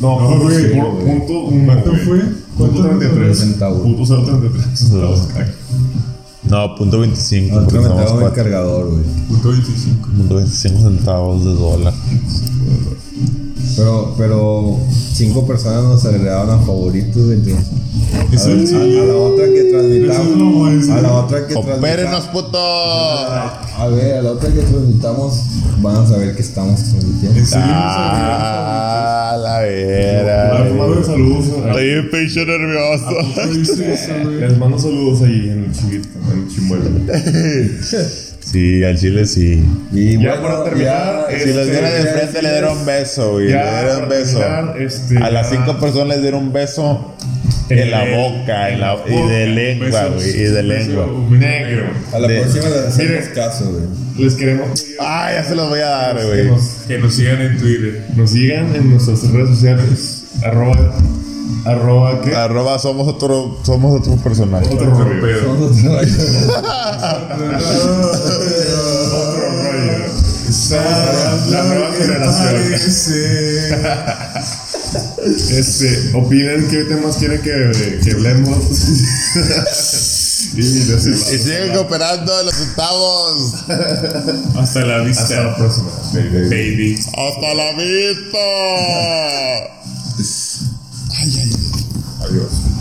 Speaker 2: No, no güey, por punto uno,
Speaker 4: ¿Cuánto
Speaker 2: güey.
Speaker 4: fue?
Speaker 2: Punto
Speaker 4: ¿Cuánto
Speaker 2: 33
Speaker 5: centavos.
Speaker 2: Punto 033 centavos cada quien.
Speaker 6: No, punto 25.
Speaker 5: Nosotros
Speaker 6: pues, nada más
Speaker 5: metemos el
Speaker 6: cuatro.
Speaker 5: cargador, güey.
Speaker 4: Punto 25.
Speaker 6: Punto 25 centavos de dólar.
Speaker 5: Pero, pero cinco personas nos agregaron a favoritos, güey. entonces. A,
Speaker 4: Eso es-
Speaker 5: a- a la otra
Speaker 4: Eso
Speaker 5: que
Speaker 4: es lo
Speaker 5: transmitamos.
Speaker 4: bueno.
Speaker 5: A la otra que
Speaker 6: ¡Opérenos,
Speaker 5: transmitamos.
Speaker 6: puto!
Speaker 5: A ver, a la otra que transmitamos, van a saber que estamos transmitiendo.
Speaker 4: ¿En serio?
Speaker 6: Ah, la
Speaker 2: Ah, Les
Speaker 6: verga.
Speaker 2: mando saludos. a-
Speaker 6: Estoy bien pinche nervioso.
Speaker 4: ¿Cómo viste eso, güey?
Speaker 2: Les mando saludos ahí en el chivito, en el chimuelo.
Speaker 6: Sí, al chile sí.
Speaker 5: Y
Speaker 2: Ya para terminar,
Speaker 5: ya- este,
Speaker 2: eh,
Speaker 6: Si los viera de
Speaker 5: ya-
Speaker 6: frente, le dieron un beso, güey. Le
Speaker 2: Ya,
Speaker 6: dieron un
Speaker 2: para
Speaker 6: beso.
Speaker 2: terminar, este,
Speaker 6: A las
Speaker 2: ya.
Speaker 6: cinco personas les dieron un beso en la boca en la- y de lengua,
Speaker 4: Besos.
Speaker 6: güey. Y de
Speaker 4: Beso
Speaker 6: lengua.
Speaker 4: húmedo.
Speaker 2: Negro.
Speaker 5: A la
Speaker 6: de-
Speaker 5: próxima le hacemos
Speaker 2: Miren.
Speaker 5: caso, güey.
Speaker 2: Les queremos pedir
Speaker 6: Ah, ya se los voy a dar,
Speaker 2: que
Speaker 6: güey.
Speaker 2: nos,
Speaker 4: Que nos sigan en Twitter.
Speaker 2: Pues, nos sigan en nuestras redes sociales. Arroba. Arroba que.
Speaker 6: Arroba somos otro, somos otro personaje.
Speaker 2: Otro rollo.
Speaker 4: Pero
Speaker 2: Otro rollo. La nueva generación. Este, opinen qué temas quieren que, que hablemos. y
Speaker 6: Y
Speaker 2: decirlo.
Speaker 6: siguen cooperando en los centavos.
Speaker 4: hasta la vista.
Speaker 2: Hasta la próxima.
Speaker 4: baby.
Speaker 6: ¡Hasta la vista!
Speaker 2: Adiós.